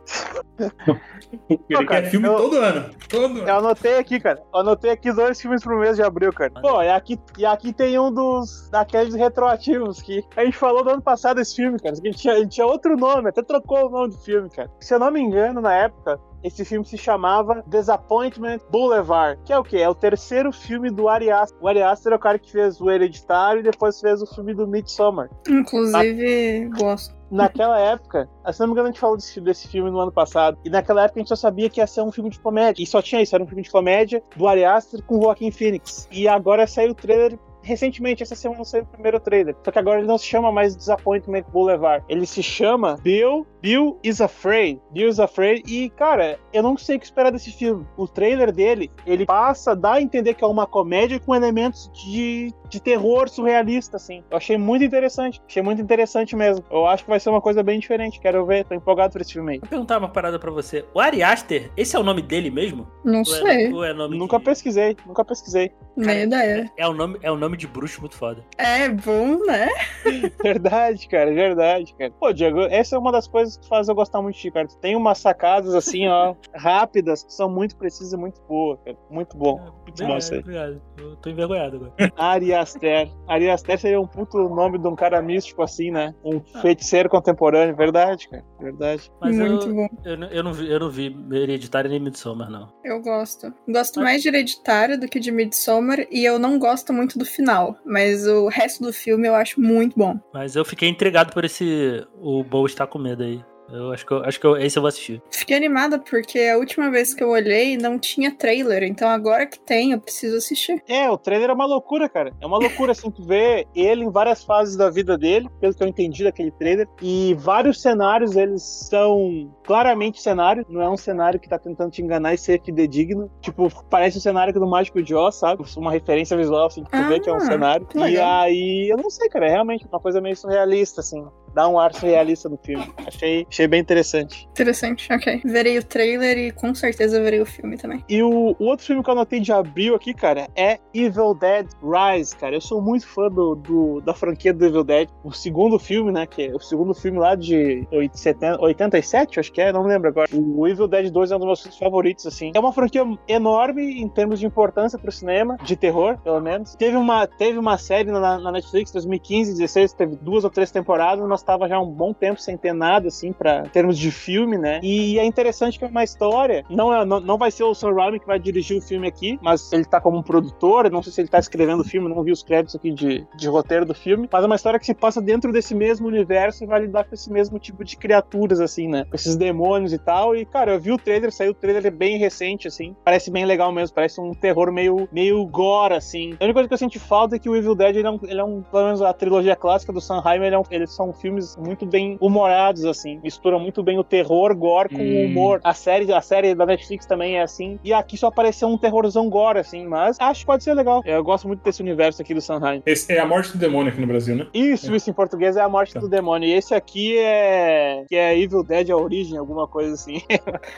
[SPEAKER 3] Ele
[SPEAKER 4] cara,
[SPEAKER 3] quer filme
[SPEAKER 4] eu-
[SPEAKER 3] todo ano. Todo
[SPEAKER 4] Eu
[SPEAKER 3] ano.
[SPEAKER 4] anotei aqui, cara. Eu anotei aqui dois filmes pro mês de abril, cara. Pô, e aqui, e aqui tem um dos daqueles retroativos que a gente falou do ano passado esse filme, cara. Ele tinha, ele tinha outro nome, até trocou o nome do filme, cara. Se eu não me engano, na época, esse filme se chamava Disappointment Boulevard, que é o quê? É o terceiro filme do Ari Aster. O Ari Aster é o cara que fez o Hereditário e depois fez o filme do Midsommar.
[SPEAKER 2] Inclusive, gosto.
[SPEAKER 4] Naquela época, se não me engano, a gente falou desse, desse filme no ano passado. E naquela época a gente só sabia que ia ser um filme de comédia. E só tinha isso, era um filme de comédia do Ari Aster com Joaquim Phoenix. E agora saiu o trailer. Recentemente, essa semana saiu o primeiro trailer. Só que agora ele não se chama mais Disappointment Boulevard. Ele se chama Bill. Bill is Afraid. Bill is Afraid. E, cara, eu não sei o que esperar desse filme. O trailer dele, ele passa, dá a entender que é uma comédia com elementos de, de terror surrealista, assim. Eu achei muito interessante. Achei muito interessante mesmo. Eu acho que vai ser uma coisa bem diferente. Quero ver, tô empolgado por esse filme aí.
[SPEAKER 1] Vou perguntar uma parada pra você. O Ari Aster, esse é o nome dele mesmo?
[SPEAKER 2] Não
[SPEAKER 1] Ou é-
[SPEAKER 2] sei.
[SPEAKER 1] ou é nome
[SPEAKER 4] Nunca
[SPEAKER 1] de-
[SPEAKER 4] pesquisei, nunca pesquisei.
[SPEAKER 2] Nem ideia.
[SPEAKER 1] É o nome, é o nome de bruxo muito foda.
[SPEAKER 2] É bom, né?
[SPEAKER 4] Verdade, cara, é verdade, cara. Pô, Diego, essa é uma das coisas que faz eu gostar muito de ti, cara. Tu tem umas sacadas assim, ó, rápidas, que são muito precisas e muito boas, cara. Muito bom.
[SPEAKER 1] Muito
[SPEAKER 4] bom isso aí.
[SPEAKER 1] É, Obrigado. Eu tô envergonhado agora.
[SPEAKER 4] Ari Aster. Ari Aster seria um puto nome de um cara místico assim, né? Um feiticeiro contemporâneo, verdade, cara. Verdade.
[SPEAKER 1] Mas
[SPEAKER 2] Muito
[SPEAKER 1] eu,
[SPEAKER 2] bom.
[SPEAKER 1] eu, não- eu, não vi, eu não vi Hereditário nem Midsommar, não.
[SPEAKER 2] Eu gosto. Gosto mais de Hereditário do que de Midsommar e eu não gosto muito do final, mas o resto do filme eu acho muito bom.
[SPEAKER 1] Mas eu fiquei intrigado por esse. O Bo está com medo aí. Eu acho que eu, acho que eu, esse eu vou assistir.
[SPEAKER 2] Fiquei animada porque a última vez que eu olhei não tinha trailer, então agora que tem eu preciso assistir.
[SPEAKER 4] É, o trailer é uma loucura, cara. É uma loucura, assim, tu vê ele em várias fases da vida dele, pelo que eu entendi daquele trailer. E vários cenários, eles são claramente cenário. Não é um cenário que tá tentando te enganar e ser fidedigno. Tipo, parece o cenário do Mágico de Oz, sabe? Uma referência visual, assim, que tu vê que é
[SPEAKER 2] Ah,
[SPEAKER 4] um cenário.
[SPEAKER 2] que
[SPEAKER 4] E
[SPEAKER 2] legal.
[SPEAKER 4] aí, eu não sei, cara, é realmente uma coisa meio surrealista, assim. Dá um ar surrealista no filme. Achei, achei bem interessante.
[SPEAKER 2] Interessante, ok. Verei o trailer e com certeza verei o filme também.
[SPEAKER 4] E o, o outro filme que eu anotei de abril aqui, cara, é Evil Dead Rise, cara. Eu sou muito fã do, do- da franquia do Evil Dead. O segundo filme, né? Que é o segundo filme lá de oit- seten- 87, acho que é, não me lembro agora. O Evil Dead 2 é um dos meus filmes favoritos, assim. É uma franquia enorme em termos de importância pro cinema, de terror, pelo menos. Teve uma, teve uma série na, na Netflix 2015, 2016, teve duas ou três temporadas, mas tava já um bom tempo sem ter nada, assim, pra em termos de filme, né? E é interessante que é uma história. Não, é, não, não vai ser o Sam Raimi que vai dirigir o filme aqui, mas ele tá como um produtor. eu Não sei se ele tá escrevendo o filme, não vi os créditos aqui de, de roteiro do filme. Mas é uma história que se passa dentro desse mesmo universo e vai lidar com esse mesmo tipo de criaturas, assim, né? Com esses demônios e tal. E, cara, eu vi o trailer, saiu o trailer bem recente, assim. Parece bem legal mesmo, parece um terror meio, meio gore, assim. A única coisa que eu senti falta é que o Evil Dead, ele é um, ele é um pelo menos a trilogia clássica do Sam Raimi, ele é um- eles são filmes muito bem humorados, assim. Misturam muito bem o terror gore com o
[SPEAKER 3] Hum.
[SPEAKER 4] humor. A série, a série da Netflix também é assim. E aqui só apareceu um terrorzão gore, assim. Mas acho que pode ser legal. Eu gosto muito desse universo aqui do Sam Raimi.
[SPEAKER 3] Esse é a morte do demônio aqui no Brasil, né?
[SPEAKER 4] Isso, isso em português é a morte do demônio. E esse aqui é. que é Evil Dead, a origem, alguma coisa assim.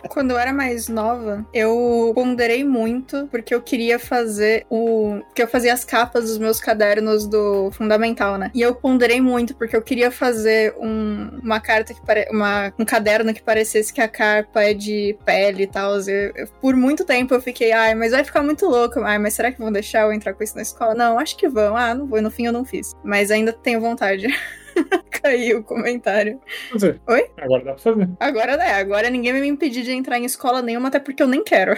[SPEAKER 2] Quando eu era mais nova, eu ponderei muito porque eu queria fazer o. Porque eu fazia as capas dos meus cadernos do Fundamental, né? E eu ponderei muito porque eu queria fazer fazer um- uma carta que pare... uma, um caderno que parecesse que a capa é de pele e tal. Eu- eu- Por muito tempo eu fiquei, ai, mas vai ficar muito louco. Ai, mas será que vão deixar eu entrar com isso na escola? Não, acho que vão. Ah, não vou. E no fim eu não fiz. Mas ainda tenho vontade. Caiu o comentário.
[SPEAKER 3] Fazer.
[SPEAKER 2] Oi?
[SPEAKER 3] Agora dá pra fazer.
[SPEAKER 2] Agora né, agora ninguém vai me impedir de entrar em escola nenhuma, até porque eu nem quero.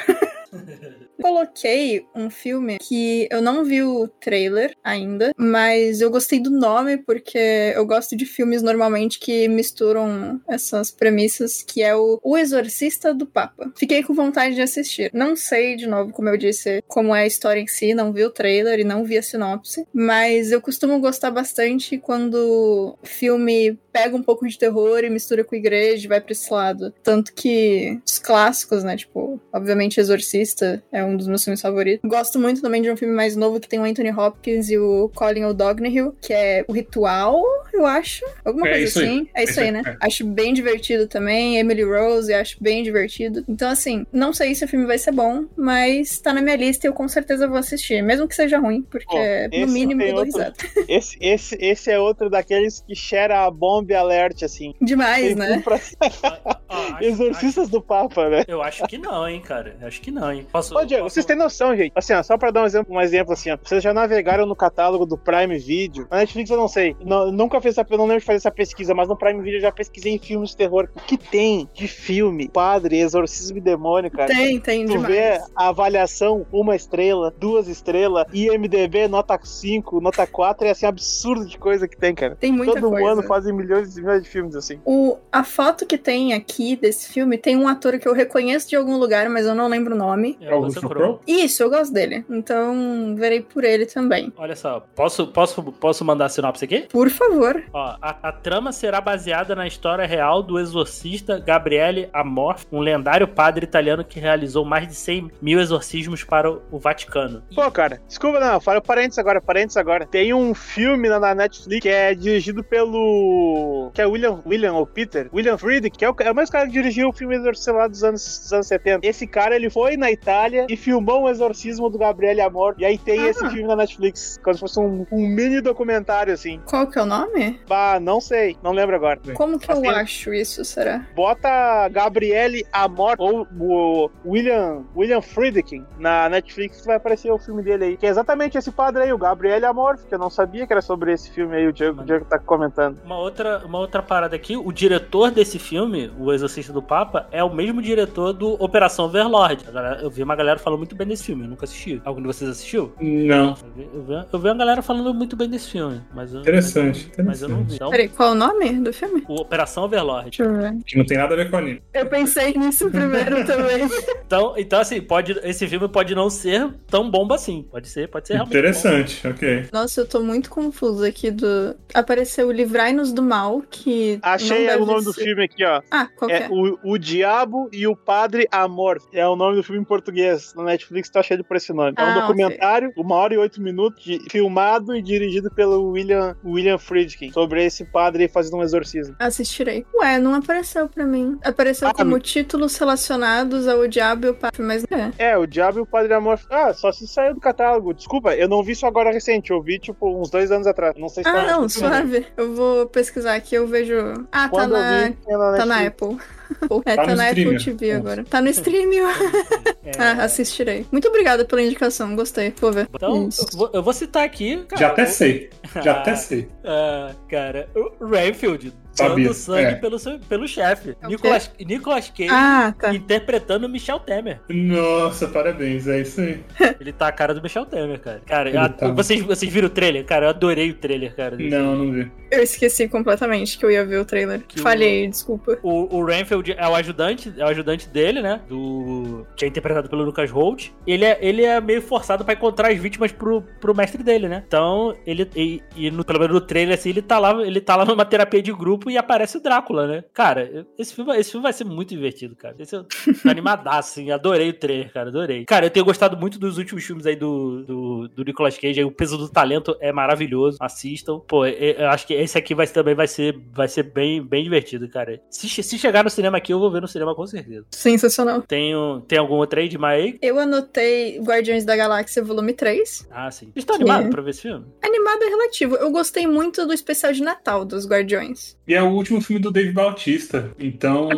[SPEAKER 2] Coloquei um filme que eu não vi o trailer ainda, mas eu gostei do nome porque eu gosto de filmes normalmente que misturam essas premissas, que é o O Exorcista do Papa. Fiquei com vontade de assistir. Não sei, de novo, como eu disse, como é a história em si, não vi o trailer e não vi a sinopse, mas eu costumo gostar bastante quando o filme pega um pouco de terror e mistura com igreja e vai pra esse lado. Tanto que os clássicos, né? Tipo, obviamente Exorcista é um dos meus filmes favoritos. Gosto muito também de um filme mais novo que tem o Anthony Hopkins e o Colin O'Donoghue, que é O Ritual, eu acho. Alguma
[SPEAKER 3] É
[SPEAKER 2] coisa
[SPEAKER 3] isso aí.
[SPEAKER 2] assim. É isso aí, né? Acho bem divertido também. Emily Rose, eu acho bem divertido. Então, assim, não sei se o filme vai ser bom, mas tá na minha lista e eu com certeza vou assistir. Mesmo que seja ruim, porque é,
[SPEAKER 4] Bom,
[SPEAKER 2] no
[SPEAKER 4] esse
[SPEAKER 2] mínimo
[SPEAKER 4] tem
[SPEAKER 2] eu dou
[SPEAKER 4] outro-
[SPEAKER 2] risada.
[SPEAKER 4] Esse, esse, esse é outro daqueles que cheira a bomba e alerte, assim.
[SPEAKER 2] Demais,
[SPEAKER 4] Tem
[SPEAKER 2] né?
[SPEAKER 4] tudo pra-
[SPEAKER 1] Ó, acho-
[SPEAKER 4] Exorcistas do Papa, né?
[SPEAKER 1] acho- eu acho que não, hein, cara. Eu acho que não, hein. Posso,
[SPEAKER 4] Ô, Diego,
[SPEAKER 1] posso-
[SPEAKER 4] vocês têm noção, gente. Assim, ó, só pra dar um exemplo, um exemplo assim, ó. Vocês já navegaram no catálogo do Prime Video? Na Netflix eu não sei. Não- nunca fiz essa, eu não lembro de fazer essa pesquisa, mas no Prime Video eu já pesquisei em filmes de terror. O que tem de filme? Padre, exorcismo e demônio, cara.
[SPEAKER 2] Tem, tem,
[SPEAKER 4] Tu
[SPEAKER 2] demais.
[SPEAKER 4] vê a avaliação, uma estrela, duas estrelas, IMDB, nota 5, nota 4, é assim, absurdo de coisa que tem, cara.
[SPEAKER 2] Tem muita
[SPEAKER 4] Todo um
[SPEAKER 2] coisa.
[SPEAKER 4] ano fazem milhões e milhões de filmes assim.
[SPEAKER 2] O, a foto que tem aqui desse filme tem um ator que eu reconheço de algum lugar, mas eu não lembro o nome.
[SPEAKER 1] É,
[SPEAKER 3] É o Russell Crowe?
[SPEAKER 2] Isso, eu gosto dele. Então, verei por ele também.
[SPEAKER 1] Olha só, posso, posso, posso mandar a sinopse aqui?
[SPEAKER 2] Por favor.
[SPEAKER 1] Ó, a, a trama será baseada na história real do exorcista Gabriele Amorf, um lendário padre italiano que realizou mais de 100 mil exorcismos para o, o Vaticano.
[SPEAKER 4] Pô, cara, desculpa, não, fala parênteses agora, parênteses agora. Tem um filme na, na Netflix que é dirigido pelo. que é William, William ou Peter? William Friedrich, que é o, é o mesmo cara que dirigiu o filme Exorcismo lá dos anos, dos anos 70. Esse cara, ele foi na Itália e filmou o exorcismo do Gabriele Amor. E aí tem
[SPEAKER 2] Ah.
[SPEAKER 4] esse filme na Netflix, como se fosse um, um mini documentário, assim.
[SPEAKER 2] Qual que é o nome?
[SPEAKER 4] Bah, não sei, não lembro agora.
[SPEAKER 2] Como que eu
[SPEAKER 4] Assim-
[SPEAKER 2] acho isso, será?
[SPEAKER 4] Bota Gabriele Amor ou o William, William Friedkin na Netflix que vai aparecer o filme dele aí. Que é exatamente esse padre aí, o Gabriele Amor, que eu não sabia que era sobre esse filme aí, o Diego, o Diego tá comentando.
[SPEAKER 1] Uma outra, uma outra parada aqui, o diretor desse filme, o Exorcista do Papa, é o mesmo diretor do Operação Overlord. A galera- Eu vi uma galera falando muito bem desse filme, eu nunca assisti. Algum de vocês assistiu?
[SPEAKER 3] Não.
[SPEAKER 1] Eu vi, eu vi- eu vi uma galera falando muito bem desse filme, mas eu,
[SPEAKER 3] Interessante,
[SPEAKER 1] mas eu, mas eu não vi. Então,
[SPEAKER 2] Peraí, qual é o nome do filme?
[SPEAKER 1] o Operação Overlord.
[SPEAKER 2] Deixa eu ver.
[SPEAKER 3] Que não tem nada a ver com a Nina.
[SPEAKER 2] Eu pensei nisso primeiro também.
[SPEAKER 1] Então, então assim, pode, esse filme pode não ser tão bomba assim. Pode ser, pode ser realmente.
[SPEAKER 3] Interessante, ok.
[SPEAKER 2] Nossa, eu tô muito confusa aqui do. Apareceu Livrai-nos do Mal, que.
[SPEAKER 4] Achei
[SPEAKER 2] não deve
[SPEAKER 4] o nome do
[SPEAKER 2] ser-
[SPEAKER 4] filme aqui, ó.
[SPEAKER 2] Ah, qual que
[SPEAKER 4] É
[SPEAKER 2] é?
[SPEAKER 4] o, o Diabo e o Padre Amor. É o nome do filme em português. Na Netflix tá cheio por esse nome. É um
[SPEAKER 2] Ah,
[SPEAKER 4] documentário, uma hora e oito minutos, de- filmado e dirigido pelo William, William Friedkin, sobre esse padre fazendo um exorcismo.
[SPEAKER 2] Assistirei. Ué, não apareceu pra mim. Apareceu
[SPEAKER 4] Ah,
[SPEAKER 2] como títulos relacionados ao Diabo e o Papo, mas não é.
[SPEAKER 4] É, o Diabo e o Padre Amor. Ah, só se saiu do catálogo. Desculpa, eu não vi isso agora recente. Eu vi, tipo, uns dois anos atrás. Não sei se
[SPEAKER 2] Ah,
[SPEAKER 4] tá
[SPEAKER 2] não, suave. Eu vou pesquisar aqui, eu vejo. Ah, tá
[SPEAKER 4] Quando
[SPEAKER 2] na,
[SPEAKER 4] eu vi, tinha na
[SPEAKER 2] tá na
[SPEAKER 4] Netflix.
[SPEAKER 2] Apple. É,
[SPEAKER 3] Tá
[SPEAKER 2] tá,
[SPEAKER 3] no
[SPEAKER 2] na Apple
[SPEAKER 3] streamer.
[SPEAKER 2] TV
[SPEAKER 3] Nossa.
[SPEAKER 2] agora. Tá no streaming.
[SPEAKER 1] É,
[SPEAKER 2] Ah, assistirei. Muito obrigada pela indicação, gostei. Vou ver.
[SPEAKER 1] Então,
[SPEAKER 2] Isso.
[SPEAKER 1] eu vou, eu vou citar aqui. Cara,
[SPEAKER 3] Já até sei.
[SPEAKER 1] o-
[SPEAKER 3] Já até sei.
[SPEAKER 1] Ah, cara, o Renfield dando
[SPEAKER 3] Sabia,
[SPEAKER 1] sangue
[SPEAKER 3] é.
[SPEAKER 1] pelo, seu- pelo chefe.
[SPEAKER 2] É o
[SPEAKER 1] Nicolas, Nicolas Cage
[SPEAKER 2] Ah, tá.
[SPEAKER 1] interpretando o Michel Temer.
[SPEAKER 3] Nossa, parabéns, é isso aí.
[SPEAKER 1] Ele tá a cara do Michel Temer, cara. Cara,
[SPEAKER 3] Ele
[SPEAKER 1] a-
[SPEAKER 3] tá.
[SPEAKER 1] vocês, vocês viram o trailer? Cara, eu adorei o trailer, cara. desse
[SPEAKER 3] Não, não vi.
[SPEAKER 2] Eu esqueci completamente que eu ia ver o trailer.
[SPEAKER 1] Que
[SPEAKER 2] Falhei, desculpa.
[SPEAKER 1] O, o Renfield é o ajudante, é o ajudante dele, né? Do que é interpretado pelo Lucas Holt. Ele é, ele é meio forçado pra encontrar as vítimas pro, pro mestre dele, né? Então ele e, e no, pelo menos no trailer assim, ele tá lá, ele tá lá numa terapia de grupo e aparece o Drácula, né? Cara, eu- esse filme, esse filme vai ser muito divertido, cara. Esse é eu tô animadaço, assim. Adorei o trailer, cara. Adorei. Cara, eu tenho gostado muito dos últimos filmes aí do, do, do Nicolas Cage. Aí o peso do talento é maravilhoso. Assistam. Pô, é, eu eu acho que esse aqui vai, também vai ser, vai ser bem, bem divertido, cara. Se, che- se chegar no cinema aqui, eu vou ver no cinema com certeza.
[SPEAKER 2] Sensacional.
[SPEAKER 1] Tenho, tem algum outro aí de Maia aí?
[SPEAKER 2] Eu anotei Guardiões da Galáxia Volume 3.
[SPEAKER 1] Ah, sim. Estou animado
[SPEAKER 2] Sim.
[SPEAKER 1] pra ver esse filme?
[SPEAKER 2] Animado é relativo. Eu gostei muito do especial de Natal dos Guardiões.
[SPEAKER 3] E é o último filme do Dave Bautista. Então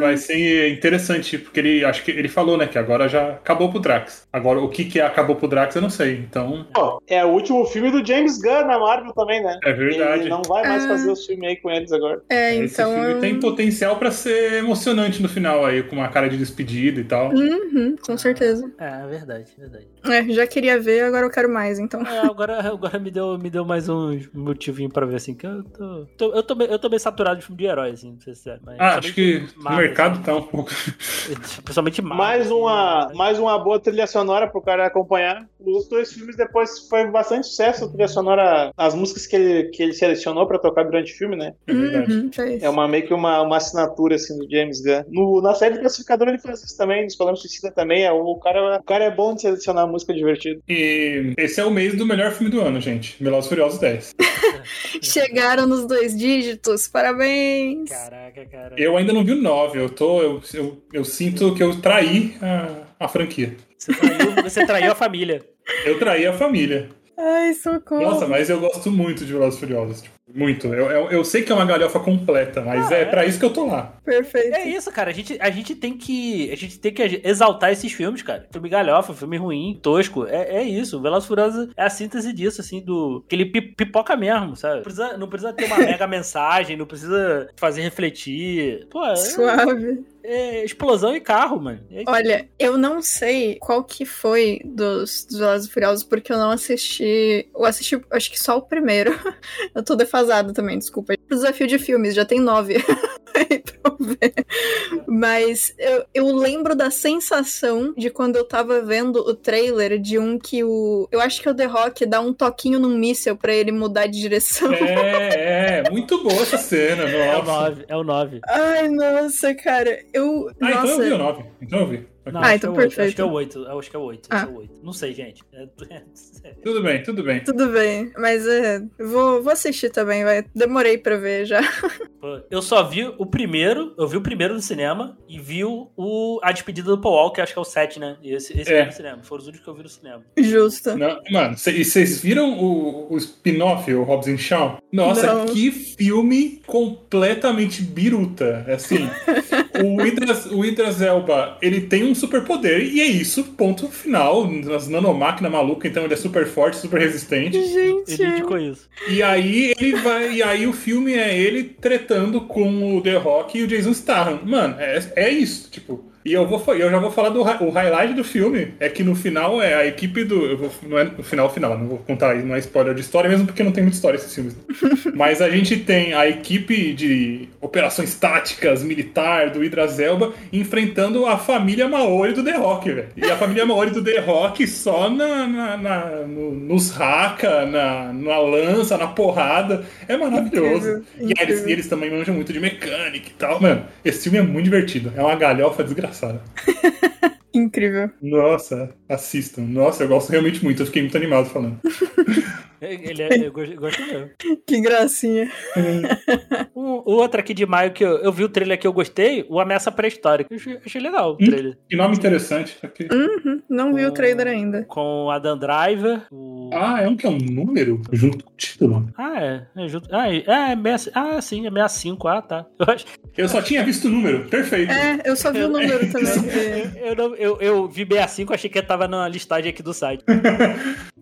[SPEAKER 3] vai ser interessante, porque ele acho que ele falou, né, que agora já acabou pro Drax. Agora, o que, que é acabou pro Drax, eu não sei. Então,
[SPEAKER 4] Pô, é o último filme do James Gunn na Marvel também, né?
[SPEAKER 3] é verdade.
[SPEAKER 4] Ele não vai mais
[SPEAKER 2] Ah.
[SPEAKER 4] fazer os filmes aí com eles agora.
[SPEAKER 2] É,
[SPEAKER 3] Esse
[SPEAKER 2] então.
[SPEAKER 3] filme
[SPEAKER 2] eu-
[SPEAKER 3] tem potencial pra ser emocionante no final aí, com uma cara de despedida e tal.
[SPEAKER 2] Uhum,
[SPEAKER 3] Ah.
[SPEAKER 2] com certeza.
[SPEAKER 1] É, verdade, verdade.
[SPEAKER 2] É, já queria ver, agora eu quero mais, então.
[SPEAKER 1] É, agora agora me, deu, me deu mais um motivinho pra ver, assim, que eu tô. tô- eu, tô bem, eu tô bem saturado de filme de herói, assim, pra ser sincero. mas
[SPEAKER 3] Ah, acho que
[SPEAKER 1] principalmente
[SPEAKER 3] o
[SPEAKER 1] Marvel,
[SPEAKER 3] mercado tá um pouco.
[SPEAKER 1] assim, Principalmente Marvel,
[SPEAKER 4] Mais
[SPEAKER 1] assim,
[SPEAKER 4] uma,
[SPEAKER 1] né?
[SPEAKER 4] mais uma boa trilha sonora pro cara acompanhar. Os dois filmes depois foi bastante sucesso a trilha sonora, as músicas que ele, que ele selecionou pra tocar durante o filme, né?
[SPEAKER 3] É verdade.
[SPEAKER 2] Uhum, fez.
[SPEAKER 4] É uma, meio que uma, uma assinatura assim do James Gunn. No- na série do Classificador ele faz isso também, no Esquadrão Suicida também. É, o, cara, o cara é bom de selecionar música divertida.
[SPEAKER 3] E esse é o mês do melhor filme do ano, gente. Velozes e Furiosos 10.
[SPEAKER 2] Chegaram nos dois dígitos, parabéns!
[SPEAKER 1] Caraca, cara.
[SPEAKER 3] Eu ainda não vi o 9, eu tô. Eu, eu, eu sinto que eu traí a, a franquia.
[SPEAKER 1] Você, traiu, você traiu a família.
[SPEAKER 3] Eu traí a família.
[SPEAKER 2] Ai, socorro!
[SPEAKER 3] Nossa, mas eu gosto muito de Velozes e Furiosos. tipo, muito. Eu, eu, eu sei que é uma galhofa completa, mas
[SPEAKER 1] Ah,
[SPEAKER 3] é,
[SPEAKER 1] é.
[SPEAKER 3] pra isso que eu tô lá.
[SPEAKER 2] Perfeito.
[SPEAKER 1] É isso, cara. A gente, a gente tem que. A gente tem que exaltar esses filmes, cara. Filme galhofa, filme ruim, tosco. É, é isso. Velozes e Furiosos é a síntese disso, assim, do. Aquele pi- pipoca mesmo, sabe? Não precisa, não precisa ter uma mega mensagem, não precisa fazer refletir. Pô, é-
[SPEAKER 2] Suave.
[SPEAKER 1] é explosão e carro, mano. É isso.
[SPEAKER 2] Olha, eu não sei qual que foi dos, dos Velozes e Furiosos, porque eu não assisti. Eu assisti, acho que só o primeiro. Eu tô defasada também, desculpa. O desafio de filmes, já tem nove. aí pra eu ver. Mas eu, eu lembro da sensação de quando eu tava vendo o trailer de um que o. Eu acho que o The Rock dá um toquinho num míssel pra ele mudar de direção.
[SPEAKER 3] É, é. Muito boa essa cena,
[SPEAKER 1] É o
[SPEAKER 3] nossa.
[SPEAKER 1] 9, é o 9.
[SPEAKER 2] Ai, nossa, cara. Eu.
[SPEAKER 3] Ah, então eu vi o
[SPEAKER 2] nossa.
[SPEAKER 3] 9. Então eu vi. Ok.
[SPEAKER 1] Não,
[SPEAKER 2] Ah,
[SPEAKER 1] acho
[SPEAKER 2] então
[SPEAKER 1] que é o oito,
[SPEAKER 2] perfeito.
[SPEAKER 1] Acho que é o 8. Acho que é o 8.
[SPEAKER 2] Ah.
[SPEAKER 1] É o 8. Não sei, gente. É-
[SPEAKER 3] Tudo bem, tudo bem.
[SPEAKER 2] Tudo bem, mas é, vou, vou assistir também, vai. Demorei pra ver já.
[SPEAKER 1] Pô, Eu só vi o primeiro, eu vi o primeiro no cinema e vi o, o- a despedida do Paul Walker, acho que é o 7, né? E Esse, esse
[SPEAKER 3] É.
[SPEAKER 1] eu vi no cinema. Foram os únicos que eu vi no cinema.
[SPEAKER 2] Justo.
[SPEAKER 3] Não, mano, cê- e vocês viram o, o spin-off, o Hobbs and Shaw? Nossa,
[SPEAKER 2] Não.
[SPEAKER 3] que filme completamente biruta. Assim, o, Idras, o Idris Elba, ele tem um superpoder e é isso, ponto final. Nas nanomáquina maluca, então ele é super forte, super resistente.
[SPEAKER 2] Gente.
[SPEAKER 1] Ele indicou isso.
[SPEAKER 3] E aí ele vai. E aí o filme é ele tretando com o The Rock e o Jason Statham. Mano, é, é isso, tipo. E eu, vou, fa- eu já vou falar do hi- o highlight do filme. É que no final é a equipe do. Eu vou, não é no final final, não vou contar isso, não é spoiler de história, mesmo porque não tem muita história esses filmes. né? Mas a gente tem a equipe de operações táticas, militar, do Idras Elba, enfrentando a família Maori do The Rock, velho. E a família Maori do The Rock só na, na- na- no- nos raca, na, na lança, na porrada. É maravilhoso.
[SPEAKER 2] Incrível,
[SPEAKER 3] E aí eles,
[SPEAKER 2] incrível.
[SPEAKER 3] e eles também manjam muito de mecânica e tal. Mano, esse filme é muito divertido. É uma galhofa desgraçada.
[SPEAKER 2] Incrível.
[SPEAKER 3] Nossa, assistam. Nossa, eu gosto realmente muito. Eu fiquei muito animado falando.
[SPEAKER 1] Ele é, eu gosto eu gosto mesmo.
[SPEAKER 2] Que gracinha.
[SPEAKER 1] Um, o outro aqui de maio que eu, eu vi o trailer que eu gostei, o Ameaça Pré-Histórica. Eu Achei, achei legal o
[SPEAKER 3] Hum.
[SPEAKER 1] trailer.
[SPEAKER 3] Que nome interessante. Aqui.
[SPEAKER 2] Hum? Não vi
[SPEAKER 1] Ah.
[SPEAKER 2] o trailer ainda.
[SPEAKER 1] Com a Dan Driver, o.
[SPEAKER 3] É. Ah, é um que é um número junto com o título.
[SPEAKER 1] Ah, é. é junto- ah, é, é, ameaça- ah, sim, é 65. Ah, tá. Eu acho,
[SPEAKER 3] Eu só tinha visto o número, perfeito.
[SPEAKER 2] É, eu só vi o número também.
[SPEAKER 1] Eu, não- eu, eu vi 65, achei que tava na listagem aqui do site.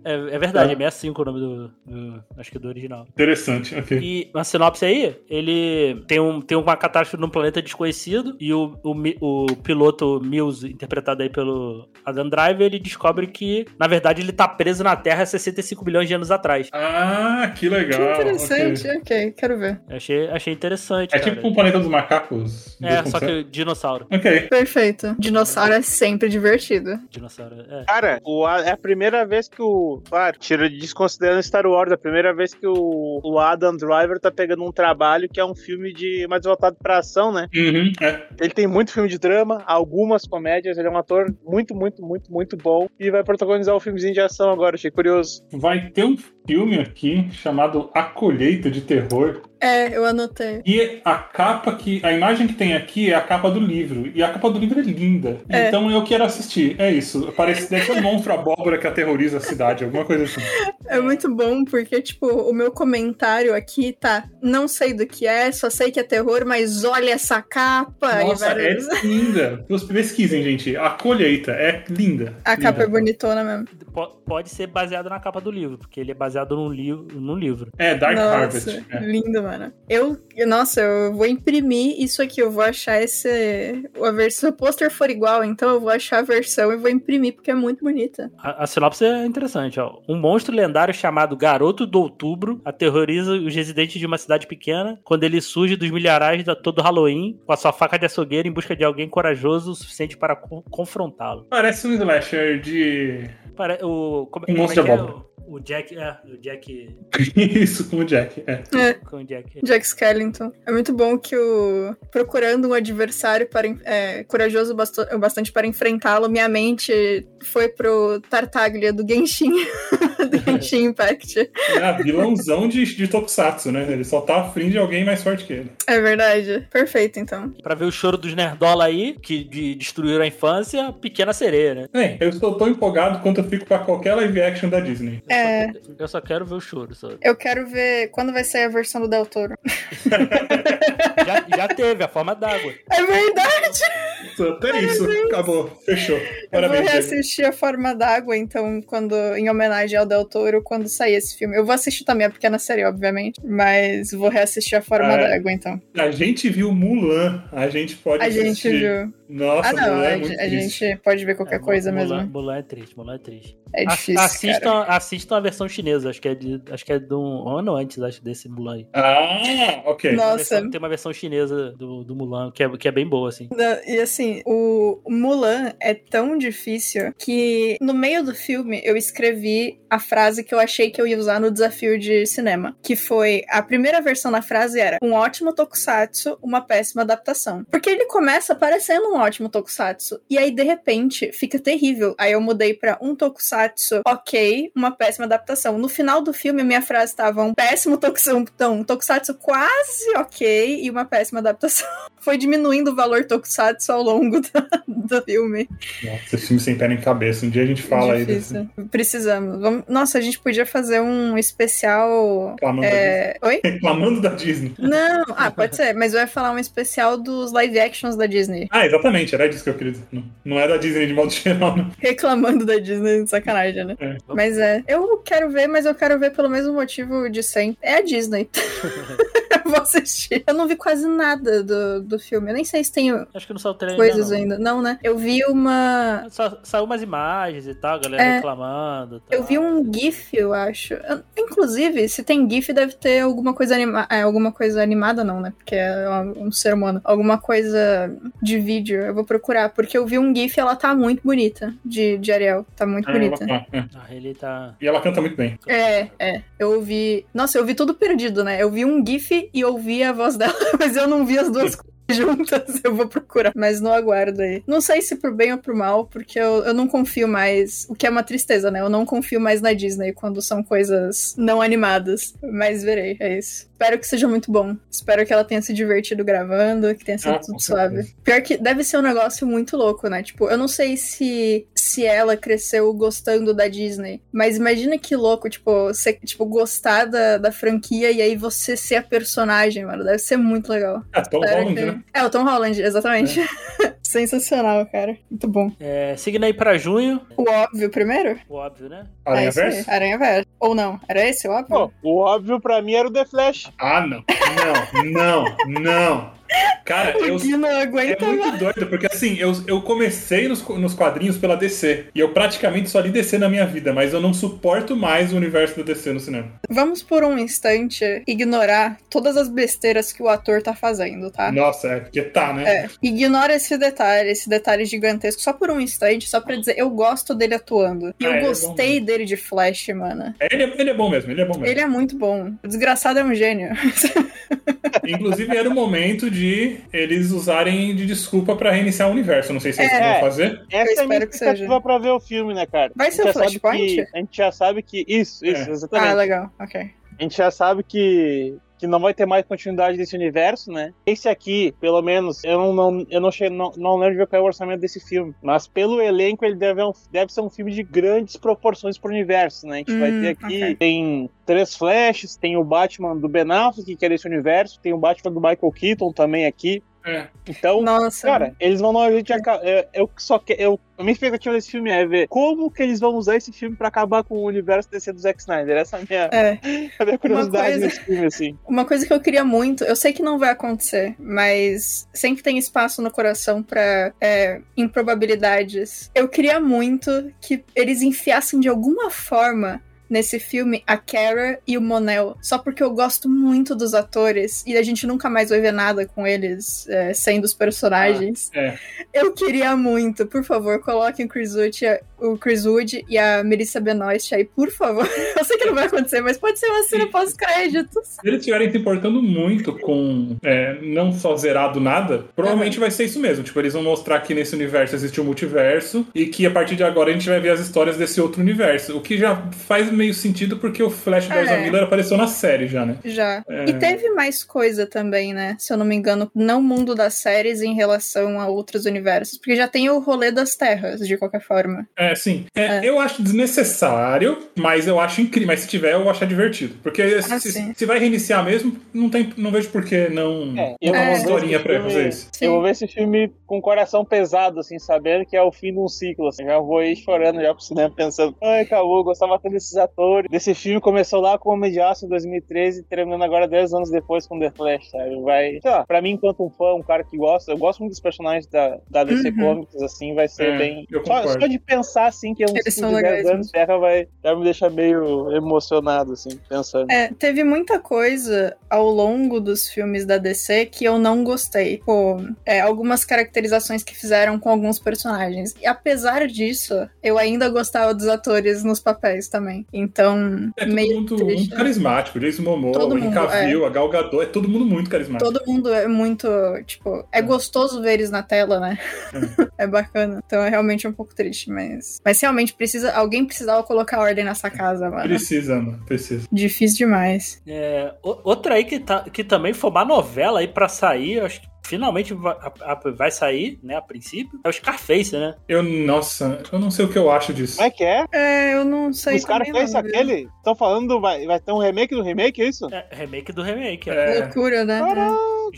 [SPEAKER 1] É, é verdade, é 65 o nome do, do- Acho que do original.
[SPEAKER 3] Interessante, ok.
[SPEAKER 1] E uma sinopse aí, ele tem, um, tem uma catástrofe num planeta desconhecido e o, o, Mi- o piloto Mills, interpretado aí pelo Adam Driver, ele descobre que, na verdade, ele tá preso na Terra há 65 milhões de anos atrás.
[SPEAKER 3] Ah,
[SPEAKER 2] Que
[SPEAKER 3] que legal.
[SPEAKER 2] interessante,
[SPEAKER 3] ok.
[SPEAKER 2] ok, quero ver.
[SPEAKER 1] Achei, achei interessante,
[SPEAKER 3] É
[SPEAKER 1] cara.
[SPEAKER 3] tipo um planeta dos macacos.
[SPEAKER 1] É,
[SPEAKER 3] 2.0.
[SPEAKER 1] só que dinossauro.
[SPEAKER 3] Ok.
[SPEAKER 2] Perfeito. Dinossauro é sempre divertido.
[SPEAKER 1] Dinossauro, é.
[SPEAKER 4] Cara, o- a- é a primeira vez que o tipo, claro, tira desconsiderando Star Wars, é a primeira vez que o, o Adam Driver tá pegando um trabalho que é um filme de mais voltado pra ação, né?
[SPEAKER 3] Uhum, é.
[SPEAKER 4] Ele tem muito filme de drama, algumas comédias, ele é um ator muito, muito, muito, muito bom e vai protagonizar um filmezinho de ação agora, achei curioso.
[SPEAKER 3] Vai ter um filme aqui chamado A Colheita de Terror.
[SPEAKER 2] É, eu anotei.
[SPEAKER 3] E a capa que. A imagem que tem aqui é a capa do livro. E a capa do livro é linda.
[SPEAKER 2] É.
[SPEAKER 3] Então eu quero assistir. É isso. Parece deve ser um monstro abóbora que aterroriza a cidade, alguma coisa assim.
[SPEAKER 2] É muito bom, porque, tipo, o meu comentário aqui tá. Não sei do que é, só sei que é terror, mas olha essa capa. e
[SPEAKER 3] Nossa, é
[SPEAKER 2] vários-
[SPEAKER 3] linda. Vocês pesquisem, gente. A colheita é linda.
[SPEAKER 2] A capa é
[SPEAKER 3] linda.
[SPEAKER 2] bonitona mesmo.
[SPEAKER 1] Po- Pode ser baseado na capa do livro, porque ele é baseado num, li num livro.
[SPEAKER 3] É, Dark
[SPEAKER 2] nossa,
[SPEAKER 3] Harvest. É.
[SPEAKER 2] lindo, mano. Eu, eu- nossa, eu vou imprimir isso aqui, eu vou achar esse... A versão, se o pôster for igual, então eu vou achar a versão e vou imprimir, porque é muito bonita.
[SPEAKER 1] A, a sinopse é interessante, ó. Um monstro lendário chamado Garoto do Outubro aterroriza os residentes de uma cidade pequena quando ele surge dos milharais da todo Halloween com a sua faca de açougueiro em busca de alguém corajoso o suficiente para co- confrontá-lo.
[SPEAKER 3] Parece um slasher de.
[SPEAKER 1] Pare- O, como,
[SPEAKER 3] Um
[SPEAKER 1] como
[SPEAKER 3] monstro
[SPEAKER 1] é que é?
[SPEAKER 3] de
[SPEAKER 1] O, o Jack. É, o Jack.
[SPEAKER 3] Isso com o Jack. É.
[SPEAKER 1] Com o Jack.
[SPEAKER 2] Jack Skellington. É muito bom que o... Procurando um adversário para, en- é, corajoso basto- o bastante para enfrentá-lo, minha mente foi pro Tartaglia do Genshin. do Genshin Impact.
[SPEAKER 3] É vilãozão de, de Tokusatsu, né? Ele só tá afim de alguém mais forte que ele.
[SPEAKER 2] É verdade. Perfeito, então.
[SPEAKER 1] Pra ver o choro dos nerdola aí, que de- destruíram a infância, pequena sereia, né?
[SPEAKER 3] Bem, eu estou tão empolgado quanto eu fico pra qualquer live action da Disney.
[SPEAKER 2] É...
[SPEAKER 1] Eu só quero ver o choro. Só.
[SPEAKER 2] Eu quero ver quando vai sair a versão do Del Toro.
[SPEAKER 1] Já, já teve, a forma d'água.
[SPEAKER 2] É verdade!
[SPEAKER 3] Até isso. Acabou. Fechou.
[SPEAKER 2] eu
[SPEAKER 3] Parabéns.
[SPEAKER 2] vou
[SPEAKER 3] Diego.
[SPEAKER 2] reassistir A Forma d'Água, então, quando em homenagem ao Del Toro, quando sair esse filme. Eu vou assistir também a Pequena Série, obviamente, mas vou reassistir A Forma
[SPEAKER 3] Ah, é.
[SPEAKER 2] d'Água, então.
[SPEAKER 3] A gente viu Mulan. A gente pode
[SPEAKER 2] A gente
[SPEAKER 3] assistir.
[SPEAKER 2] viu.
[SPEAKER 3] Nossa,
[SPEAKER 2] Ah, não,
[SPEAKER 3] Mulan
[SPEAKER 2] a,
[SPEAKER 3] é
[SPEAKER 2] ge-
[SPEAKER 3] muito
[SPEAKER 2] a
[SPEAKER 3] triste.
[SPEAKER 2] gente pode ver qualquer
[SPEAKER 1] É,
[SPEAKER 2] coisa
[SPEAKER 1] Mulan,
[SPEAKER 2] mesmo. né?
[SPEAKER 1] Mulan é triste, Mulan é triste.
[SPEAKER 2] É
[SPEAKER 1] Ass-
[SPEAKER 2] difícil. cara.
[SPEAKER 1] assistam, assistam a versão chinesa, acho que é de, acho que é de um ano antes acho, desse Mulan aí.
[SPEAKER 3] Ah, ok.
[SPEAKER 1] Tem uma
[SPEAKER 2] Nossa.
[SPEAKER 1] versão- tem uma versão chinesa do, do Mulan que é, que é bem boa, assim.
[SPEAKER 2] Não, E assim, o Mulan é tão difícil que no meio do filme eu escrevi a frase que eu achei que eu ia usar no desafio de cinema. Que foi a primeira versão da frase era um ótimo tokusatsu, uma péssima adaptação. Porque ele começa parecendo um ótimo tokusatsu. E aí, de repente, fica terrível. Aí eu mudei pra um tokusatsu, ok, uma péssima adaptação. No final do filme, a minha frase tava um péssimo tokusatsu, um tokusatsu quase ok e uma péssima adaptação foi diminuindo o valor tokusatsu ao longo da- do filme.
[SPEAKER 3] Nossa, esse filme sem pé nem cabeça. Um dia a gente fala aí desse.
[SPEAKER 2] Difícil. Precisamos. Vamos- Nossa, a gente podia fazer um especial.
[SPEAKER 3] Reclamando, da
[SPEAKER 2] é, Oi?
[SPEAKER 3] Disney. Reclamando da Disney.
[SPEAKER 2] Não, ah, pode ser, mas eu ia falar um especial dos live actions da Disney.
[SPEAKER 3] Ah, exatamente, era disso que eu queria dizer. Não, não é da Disney de modo geral, não.
[SPEAKER 2] Reclamando da Disney, sacanagem, né?
[SPEAKER 3] É.
[SPEAKER 2] Mas é, eu quero ver, mas eu quero ver pelo mesmo motivo de sempre. É a Disney. Eu Vou assistir. Eu não vi quase nada do, do filme. Eu nem sei se tem
[SPEAKER 1] Acho que não saiu o trailer
[SPEAKER 2] coisas
[SPEAKER 1] não.
[SPEAKER 2] ainda. Não, né? Eu vi uma.
[SPEAKER 1] Só, saiu umas imagens e tal, a galera
[SPEAKER 2] É.
[SPEAKER 1] reclamando. e tal.
[SPEAKER 2] Eu vi um GIF, eu acho. Eu- Inclusive, se tem GIF, deve ter alguma coisa animada. alguma coisa animada, não, né? Porque é um um ser humano. Alguma coisa de vídeo. Eu vou procurar. Porque eu vi um GIF e ela tá muito bonita. De, de Ariel. Tá muito bonita.
[SPEAKER 3] Ela- ah, é.
[SPEAKER 1] Ah, ele tá.
[SPEAKER 3] E ela canta muito bem.
[SPEAKER 2] É, é. Eu ouvi. Nossa, eu ouvi tudo perdido, né? Eu vi um GIF e ouvi a voz dela, mas eu não vi as duas coisas. Juntas eu vou procurar, mas não aguardo aí. Não sei se pro bem ou pro mal, porque eu, eu não confio mais. O que é uma tristeza, né? Eu não confio mais na Disney quando são coisas não animadas. Mas verei, é isso. Espero que seja muito bom. Espero que ela tenha se divertido gravando, que tenha sido
[SPEAKER 3] Ah, com
[SPEAKER 2] tudo suave.
[SPEAKER 3] certeza.
[SPEAKER 2] Pior que deve ser um negócio muito louco, né? Tipo, eu não sei se, se ela cresceu gostando da Disney, mas imagina que louco, tipo, você tipo, gostar da, da franquia e aí você ser a personagem, mano. Deve ser muito legal.
[SPEAKER 3] Ah, Tom
[SPEAKER 2] Espero
[SPEAKER 3] Holland,
[SPEAKER 2] que-
[SPEAKER 3] né? É.
[SPEAKER 2] É, o Tom Holland, exatamente. Sensacional, cara. Muito bom.
[SPEAKER 1] É, seguindo aí pra junho,
[SPEAKER 2] O óbvio primeiro?
[SPEAKER 1] o óbvio, né?
[SPEAKER 3] Aranha
[SPEAKER 2] é isso aí,
[SPEAKER 3] Verso?
[SPEAKER 2] Aranha Verso. Ou não? Era esse o óbvio?
[SPEAKER 4] Pô, o óbvio pra mim era o The Flash.
[SPEAKER 3] Ah, não. Não, não, não. Cara, eu,
[SPEAKER 2] Porque não aguenta
[SPEAKER 3] É
[SPEAKER 2] mais.
[SPEAKER 3] muito doido, porque assim, eu, eu comecei nos, nos quadrinhos pela DC. E eu praticamente só li DC na minha vida, mas eu não suporto mais o universo da DC no cinema.
[SPEAKER 2] Vamos por um instante ignorar todas as besteiras que o ator tá fazendo, tá?
[SPEAKER 3] Nossa, é porque tá, né?
[SPEAKER 2] É, ignora esse detalhe, esse detalhe gigantesco, só por um instante, só pra dizer, eu gosto dele atuando. E eu
[SPEAKER 3] Ah, ele é bom
[SPEAKER 2] gostei dele de Flash, mano.
[SPEAKER 3] Ele, é- ele é bom mesmo, ele é bom mesmo.
[SPEAKER 2] Ele é muito bom. O desgraçado é um gênio.
[SPEAKER 3] Inclusive, era o momento de eles usarem de desculpa pra reiniciar o universo. Não sei se eles
[SPEAKER 4] É.
[SPEAKER 3] vão fazer.
[SPEAKER 4] Essa é a minha
[SPEAKER 2] espero que seja.
[SPEAKER 4] expectativa pra ver o filme, né, cara?
[SPEAKER 2] Vai
[SPEAKER 4] A gente
[SPEAKER 2] ser o
[SPEAKER 4] já sabe
[SPEAKER 2] Flashpoint?
[SPEAKER 4] que- a gente já sabe que. Isso, isso,
[SPEAKER 3] É.
[SPEAKER 4] exatamente.
[SPEAKER 2] ah, legal. Ok.
[SPEAKER 4] A gente já sabe que, que não vai ter mais continuidade desse universo, né? Esse aqui, pelo menos, eu não, não, eu não, che- não, não lembro de ver qual é o orçamento desse filme. Mas pelo elenco, ele deve, é um- deve ser um filme de grandes proporções pro universo, né? A gente vai
[SPEAKER 2] Hum,
[SPEAKER 4] ter aqui,
[SPEAKER 2] ok.
[SPEAKER 4] tem três flashes, tem o Batman do Ben Affleck, que é desse universo, tem o Batman do Michael Keaton também aqui.
[SPEAKER 3] É.
[SPEAKER 4] Então,
[SPEAKER 2] Nossa.
[SPEAKER 4] Cara, eles vão dar um jeito de acabar. Eu, eu só que eu a minha expectativa desse filme é ver como que eles vão usar esse filme pra acabar com o universo DC do Zack Snyder. Essa é a minha,
[SPEAKER 2] É.
[SPEAKER 4] a minha curiosidade
[SPEAKER 2] coisa-
[SPEAKER 4] nesse filme assim.
[SPEAKER 2] Uma coisa que eu queria muito, eu sei que não vai acontecer, mas sempre tem espaço no coração pra é, improbabilidades. Eu queria muito que eles enfiassem de alguma forma nesse filme a Kara e o Monel, só porque eu gosto muito dos atores e a gente nunca mais vai ver nada com eles é, sendo os personagens.
[SPEAKER 3] Ah, é.
[SPEAKER 2] Eu queria muito, por favor, coloquem o Chris Wood, e a- o Chris Wood e a Melissa Benoist aí, por favor. Eu sei que não vai acontecer, mas pode ser uma cena pós-créditos.
[SPEAKER 3] Se eles estiverem se importando muito com é, não só zerado nada, provavelmente vai ser isso mesmo. Tipo, eles vão mostrar que nesse universo existe um multiverso e que a partir de agora a gente vai ver as histórias desse outro universo. O que já faz meio sentido porque o Flash da Ezra
[SPEAKER 2] É.
[SPEAKER 3] Miller apareceu na série já, né?
[SPEAKER 2] Já.
[SPEAKER 3] É.
[SPEAKER 2] E teve mais coisa também, né? Se eu não me engano, não mundo das séries em relação a outros universos. Porque já tem o rolê das terras, de qualquer forma.
[SPEAKER 3] É, sim. É,
[SPEAKER 2] É.
[SPEAKER 3] Eu acho desnecessário, mas eu acho incrível. Mas se tiver, eu vou achar divertido. Porque se,
[SPEAKER 2] Ah, sim.
[SPEAKER 3] se vai reiniciar mesmo, não, tem, não vejo por que não
[SPEAKER 4] É,
[SPEAKER 3] é,
[SPEAKER 4] eu
[SPEAKER 3] uma
[SPEAKER 2] vou ver
[SPEAKER 3] historinha
[SPEAKER 4] esse
[SPEAKER 3] pra
[SPEAKER 4] filme-
[SPEAKER 3] vocês.
[SPEAKER 2] Sim.
[SPEAKER 4] Eu vou ver esse filme com o coração pesado, assim, sabendo que é o fim de um ciclo. Assim. Já vou aí chorando já pro cinema, pensando, ai, acabou, eu gostava tanto desses atores. Desse filme começou lá com o Homem de Aço em 2013 e terminando agora 10 anos depois com The Flash, sabe? Vai. Sei lá, pra mim, enquanto um fã, um cara que gosta, eu gosto muito dos personagens da, da DC
[SPEAKER 2] Uhum.
[SPEAKER 4] Comics, assim, vai ser
[SPEAKER 3] É,
[SPEAKER 4] bem.
[SPEAKER 3] eu
[SPEAKER 4] Só,
[SPEAKER 3] concordo.
[SPEAKER 4] só de pensar assim que é um
[SPEAKER 2] Eles
[SPEAKER 4] ciclo
[SPEAKER 2] são
[SPEAKER 4] de 10
[SPEAKER 2] legais né?
[SPEAKER 4] anos terra vai, vai me deixar meio emocionado, assim, pensando.
[SPEAKER 2] É, teve muita coisa ao longo dos filmes da DC que eu não gostei. Pô, é, algumas caracterizações que fizeram com alguns personagens. E apesar disso, eu ainda gostava dos atores nos papéis também. Então,
[SPEAKER 3] É todo
[SPEAKER 2] meio
[SPEAKER 3] mundo
[SPEAKER 2] triste. né?
[SPEAKER 3] muito carismático. Jason Momoa,
[SPEAKER 2] Todo
[SPEAKER 3] o Henry
[SPEAKER 2] mundo,
[SPEAKER 3] Cavill, a Gal Gadot, é todo mundo muito carismático.
[SPEAKER 2] Todo mundo é muito, tipo, é gostoso ver eles na tela, né? É bacana. Então é realmente um pouco triste, mas. Mas realmente precisa. Alguém precisava colocar ordem nessa casa, mano.
[SPEAKER 3] Precisa, mano. Precisa.
[SPEAKER 2] Difícil demais.
[SPEAKER 5] É, o- outra aí que, tá, que também foi uma novela aí pra sair, eu acho que finalmente vai, a- a- vai sair, né, a princípio, é o Scarface, né?
[SPEAKER 3] Eu, nossa, eu não sei o que eu acho disso.
[SPEAKER 4] Como é que é?
[SPEAKER 2] É, eu não sei.
[SPEAKER 4] Os caras
[SPEAKER 2] também
[SPEAKER 4] fez
[SPEAKER 2] não, viu? Uhum.
[SPEAKER 4] aquele? Estão falando, vai, vai ter um remake do remake, é isso?
[SPEAKER 5] É, remake do remake. é.
[SPEAKER 3] É,
[SPEAKER 2] Loucura, né?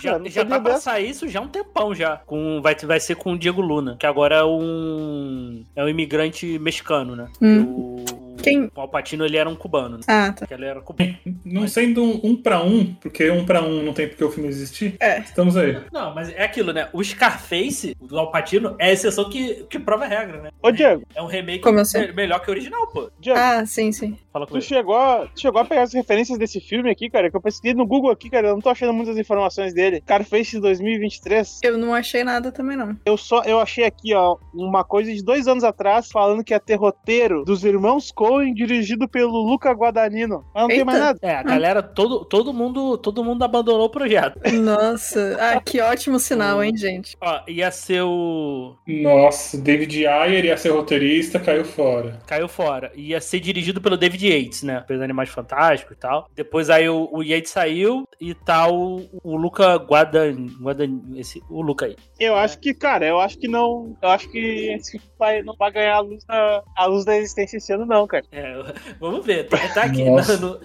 [SPEAKER 5] Já,
[SPEAKER 4] não
[SPEAKER 5] já
[SPEAKER 4] sabia
[SPEAKER 5] tá pra
[SPEAKER 4] dessa.
[SPEAKER 5] sair isso já há um tempão já. Com, vai, vai ser com o Diego Luna, que agora é um. é um imigrante mexicano, né?
[SPEAKER 2] Hum.
[SPEAKER 5] O,
[SPEAKER 2] Quem-
[SPEAKER 5] o Palpatino ele era um cubano, né?
[SPEAKER 2] Ah, tá.
[SPEAKER 5] Que ele era cubano.
[SPEAKER 3] não sendo um, um pra um, porque um pra um não tem porque o filme existir.
[SPEAKER 2] É.
[SPEAKER 3] Estamos aí.
[SPEAKER 5] Não, mas é aquilo, né? O Scarface do Alpatino é a exceção que, que prova a regra, né?
[SPEAKER 4] Ô, Diego,
[SPEAKER 5] É um remake
[SPEAKER 2] Como assim?
[SPEAKER 5] me- melhor que o original, pô.
[SPEAKER 4] Diego,
[SPEAKER 2] Ah, sim, sim.
[SPEAKER 5] Fala com
[SPEAKER 4] tu
[SPEAKER 5] ele.
[SPEAKER 4] chegou, a, tu chegou a pegar as referências desse filme aqui, cara, que eu pesquisei no Google aqui, cara, eu não tô achando muitas informações dele. Cara, fez em 2023.
[SPEAKER 2] Eu não achei nada também, não.
[SPEAKER 4] Eu só, eu achei aqui, ó, uma coisa de dois anos atrás, falando que ia ter roteiro dos irmãos Coen, dirigido pelo Luca Guadagnino. Mas não tem
[SPEAKER 2] Eita.
[SPEAKER 4] mais nada.
[SPEAKER 2] Ah.
[SPEAKER 5] É, a galera, todo, todo mundo todo mundo abandonou o projeto.
[SPEAKER 2] Nossa. Ah, que ótimo sinal, hein, gente?
[SPEAKER 5] Ó, ia ser o.
[SPEAKER 3] Nossa, David Ayer ia ser roteirista, caiu fora.
[SPEAKER 5] Caiu fora. Ia ser dirigido pelo David Yates, né? Pelos Animais Fantásticos e tal. Depois aí o, o Yates saiu e tá o, o Luca Guadan. Guadan esse, o Luca aí.
[SPEAKER 4] Eu acho que, cara, eu acho que não. Eu acho que esse filme vai, não vai ganhar a luz, da, a luz da existência esse ano, não, cara.
[SPEAKER 5] É, vamos ver. Tá, tá aqui no,
[SPEAKER 3] Nossa.
[SPEAKER 5] no,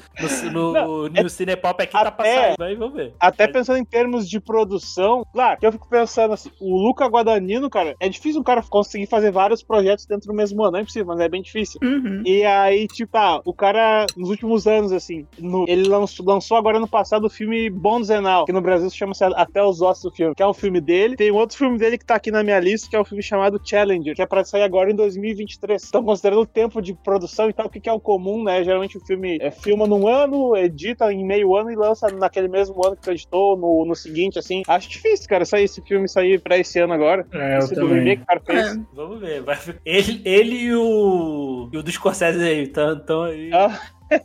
[SPEAKER 5] no, no, no Cinepop aqui tá
[SPEAKER 4] é até-
[SPEAKER 5] passando. Aí vamos ver.
[SPEAKER 4] Até
[SPEAKER 5] Mas-
[SPEAKER 4] pensando em termos de produção, claro, que eu fico pensando assim, o Luca Guadagnino, cara, é difícil um cara conseguir fazer vários projetos dentro do mesmo ano, não é impossível, mas é bem difícil.
[SPEAKER 2] Uhum.
[SPEAKER 4] E aí, tipo, ah, o o cara, nos últimos anos, assim, no- ele lançou, lançou agora no passado o filme Bom Zenal, que no Brasil se chama Até os Ossos do Filme, que é um filme dele. Tem um outro filme dele que tá aqui na minha lista, que é um filme chamado Challenger, que é pra sair agora em 2023. Então, considerando o tempo de produção e tal, o que que é o comum, né? Geralmente o filme é, filma num ano, edita em meio ano e lança naquele mesmo ano que tu editou, no, no seguinte, assim. Acho difícil, cara, sair esse filme sair pra esse ano agora.
[SPEAKER 3] É, eu
[SPEAKER 4] esse do remake
[SPEAKER 3] também.
[SPEAKER 4] que o cara fez.
[SPEAKER 2] É.
[SPEAKER 1] Vamos ver. vai fi- Ele, ele e o. E o dos Scorsese aí. Estão aí
[SPEAKER 4] Ah.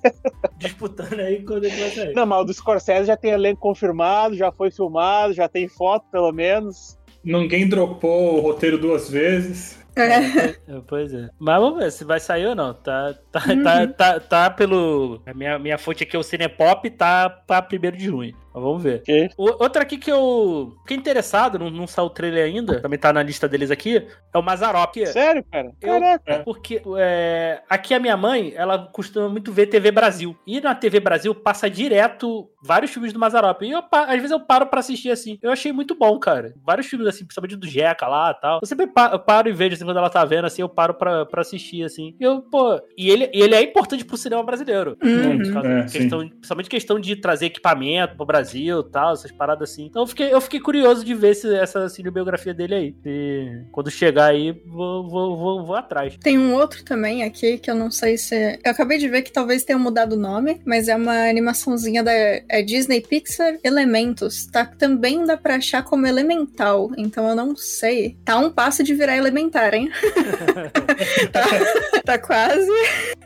[SPEAKER 1] disputando aí quando
[SPEAKER 5] é
[SPEAKER 1] ele vai sair.
[SPEAKER 4] Não, mas o do Scorsese já tem elenco confirmado, já foi filmado, já tem foto, pelo menos.
[SPEAKER 3] Ninguém dropou o roteiro duas vezes.
[SPEAKER 2] É.
[SPEAKER 1] É, Pois é. Mas vamos ver se vai sair ou não. Tá, tá,
[SPEAKER 2] Uhum.
[SPEAKER 1] tá, tá, tá pelo. A minha, minha fonte aqui é o Cinepop, tá pra 1 de junho. Mas vamos ver.
[SPEAKER 4] Ok.
[SPEAKER 1] O- outra aqui que eu fiquei interessado, não, não saiu o trailer ainda, também tá na lista deles aqui, é o Mazarop. que-
[SPEAKER 4] Sério, cara?
[SPEAKER 1] Eu- é,
[SPEAKER 4] Caraca.
[SPEAKER 1] Porque é, aqui a minha mãe, ela costuma muito ver TV Brasil. E na TV Brasil passa direto vários filmes do Mazarop. E eu, pa- às vezes eu paro pra assistir assim. Eu achei muito bom, cara. Vários filmes assim, principalmente do Jeca lá e tal. Eu sempre pa- eu paro e vejo assim, quando ela tá vendo, assim, eu paro pra, pra assistir, assim. E eu, pô. E ele, e ele é importante pro cinema brasileiro.
[SPEAKER 2] Uhum.
[SPEAKER 1] Por causa
[SPEAKER 3] É,
[SPEAKER 1] de questão- principalmente questão de trazer equipamento pro Brasil e tal, essas paradas assim. Então eu fiquei, eu fiquei curioso de ver se, essa cinebiografia dele aí. E quando chegar aí, vou, vou, vou, vou atrás.
[SPEAKER 2] Tem um outro também aqui que eu não sei se. é- Eu acabei de ver que talvez tenha mudado o nome, mas é uma animaçãozinha da é Disney Pixar Elementos. Tá também dá pra achar como Elemental, então eu não sei. Tá um passo de virar Elementar, hein? tá, tá quase.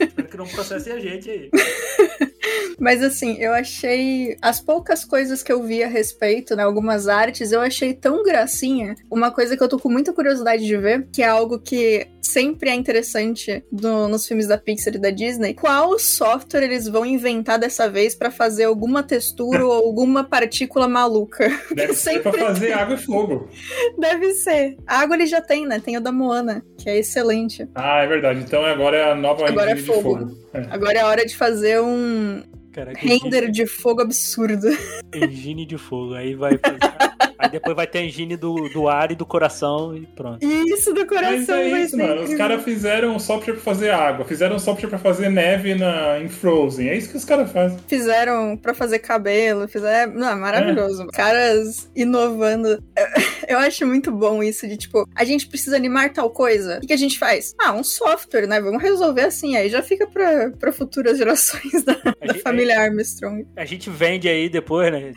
[SPEAKER 1] Espero que não processem a gente aí.
[SPEAKER 2] Mas assim, eu achei as poucas coisas que eu vi a respeito, né, algumas artes, eu achei tão gracinha. Uma coisa que eu tô com muita curiosidade de ver, que é algo que sempre é interessante no- nos filmes da Pixar e da Disney, qual software eles vão inventar dessa vez pra fazer alguma textura ou alguma partícula maluca.
[SPEAKER 3] Deve ser pra
[SPEAKER 2] Sempre
[SPEAKER 3] fazer
[SPEAKER 2] tem.
[SPEAKER 3] água e fogo.
[SPEAKER 2] Deve ser. A água ele já tem, né? Tem o da Moana, que é excelente.
[SPEAKER 3] Ah, é verdade. Então agora é a nova
[SPEAKER 2] Agora é
[SPEAKER 3] engine
[SPEAKER 2] fogo.
[SPEAKER 3] de fogo. É.
[SPEAKER 2] Agora é a hora de fazer um
[SPEAKER 1] Caraca,
[SPEAKER 2] render de fogo absurdo.
[SPEAKER 1] engine de fogo. Aí vai. aí depois vai ter a engine do, do ar e do coração e pronto.
[SPEAKER 2] Isso do
[SPEAKER 3] Mas
[SPEAKER 2] coração
[SPEAKER 3] é
[SPEAKER 2] vai
[SPEAKER 3] isso,
[SPEAKER 2] ser né?
[SPEAKER 3] mano. Os
[SPEAKER 2] incrível.
[SPEAKER 3] caras fizeram um software pra fazer água, fizeram um software pra fazer neve na, em Frozen. É isso que os caras fazem.
[SPEAKER 2] fizeram pra fazer cabelo, fizeram. Não, é maravilhoso. Caras inovando. Eu acho muito bom isso de tipo, a gente precisa animar tal coisa. O que que a gente faz? Ah, um software, né? Vamos resolver assim. Aí já fica pra, pra futuras gerações da,
[SPEAKER 1] A
[SPEAKER 2] da
[SPEAKER 1] gente,
[SPEAKER 2] família Armstrong.
[SPEAKER 1] a gente vende aí depois, né?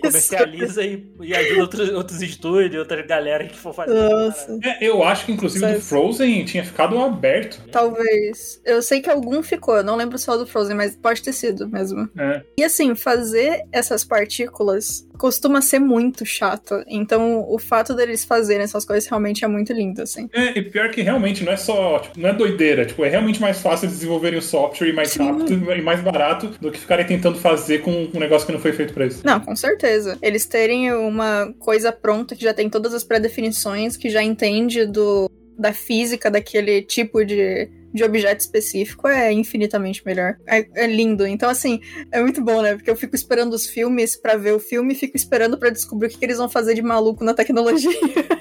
[SPEAKER 1] Comercializa e, e ajuda outros, outros estúdios, outras galera que for fazer.
[SPEAKER 2] Nossa.
[SPEAKER 3] É, eu acho que inclusive
[SPEAKER 2] Certo.
[SPEAKER 3] do Frozen tinha ficado aberto.
[SPEAKER 1] É.
[SPEAKER 2] Talvez. Eu sei que algum ficou, eu não lembro se é o do Frozen, mas pode ter sido mesmo.
[SPEAKER 3] né?
[SPEAKER 2] E assim, fazer essas partículas costuma ser muito chato. Então, o fato deles fazerem essas coisas realmente é muito lindo, assim.
[SPEAKER 3] É, e pior que realmente não é só, tipo, não é doideira, tipo, é realmente mais fácil desenvolverem o software e mais
[SPEAKER 2] Sim.
[SPEAKER 3] rápido e mais barato do que ficarem tentando fazer com um negócio que não foi feito pra isso.
[SPEAKER 2] Não, com certeza. Eles terem uma coisa pronta que já tem todas as pré-definições, que já entende do, da física daquele tipo de, de objeto específico é infinitamente melhor. É, é lindo. Então, assim, é muito bom, né? Porque eu fico esperando os filmes pra ver o filme e fico esperando pra descobrir o que, que eles vão fazer de maluco na tecnologia.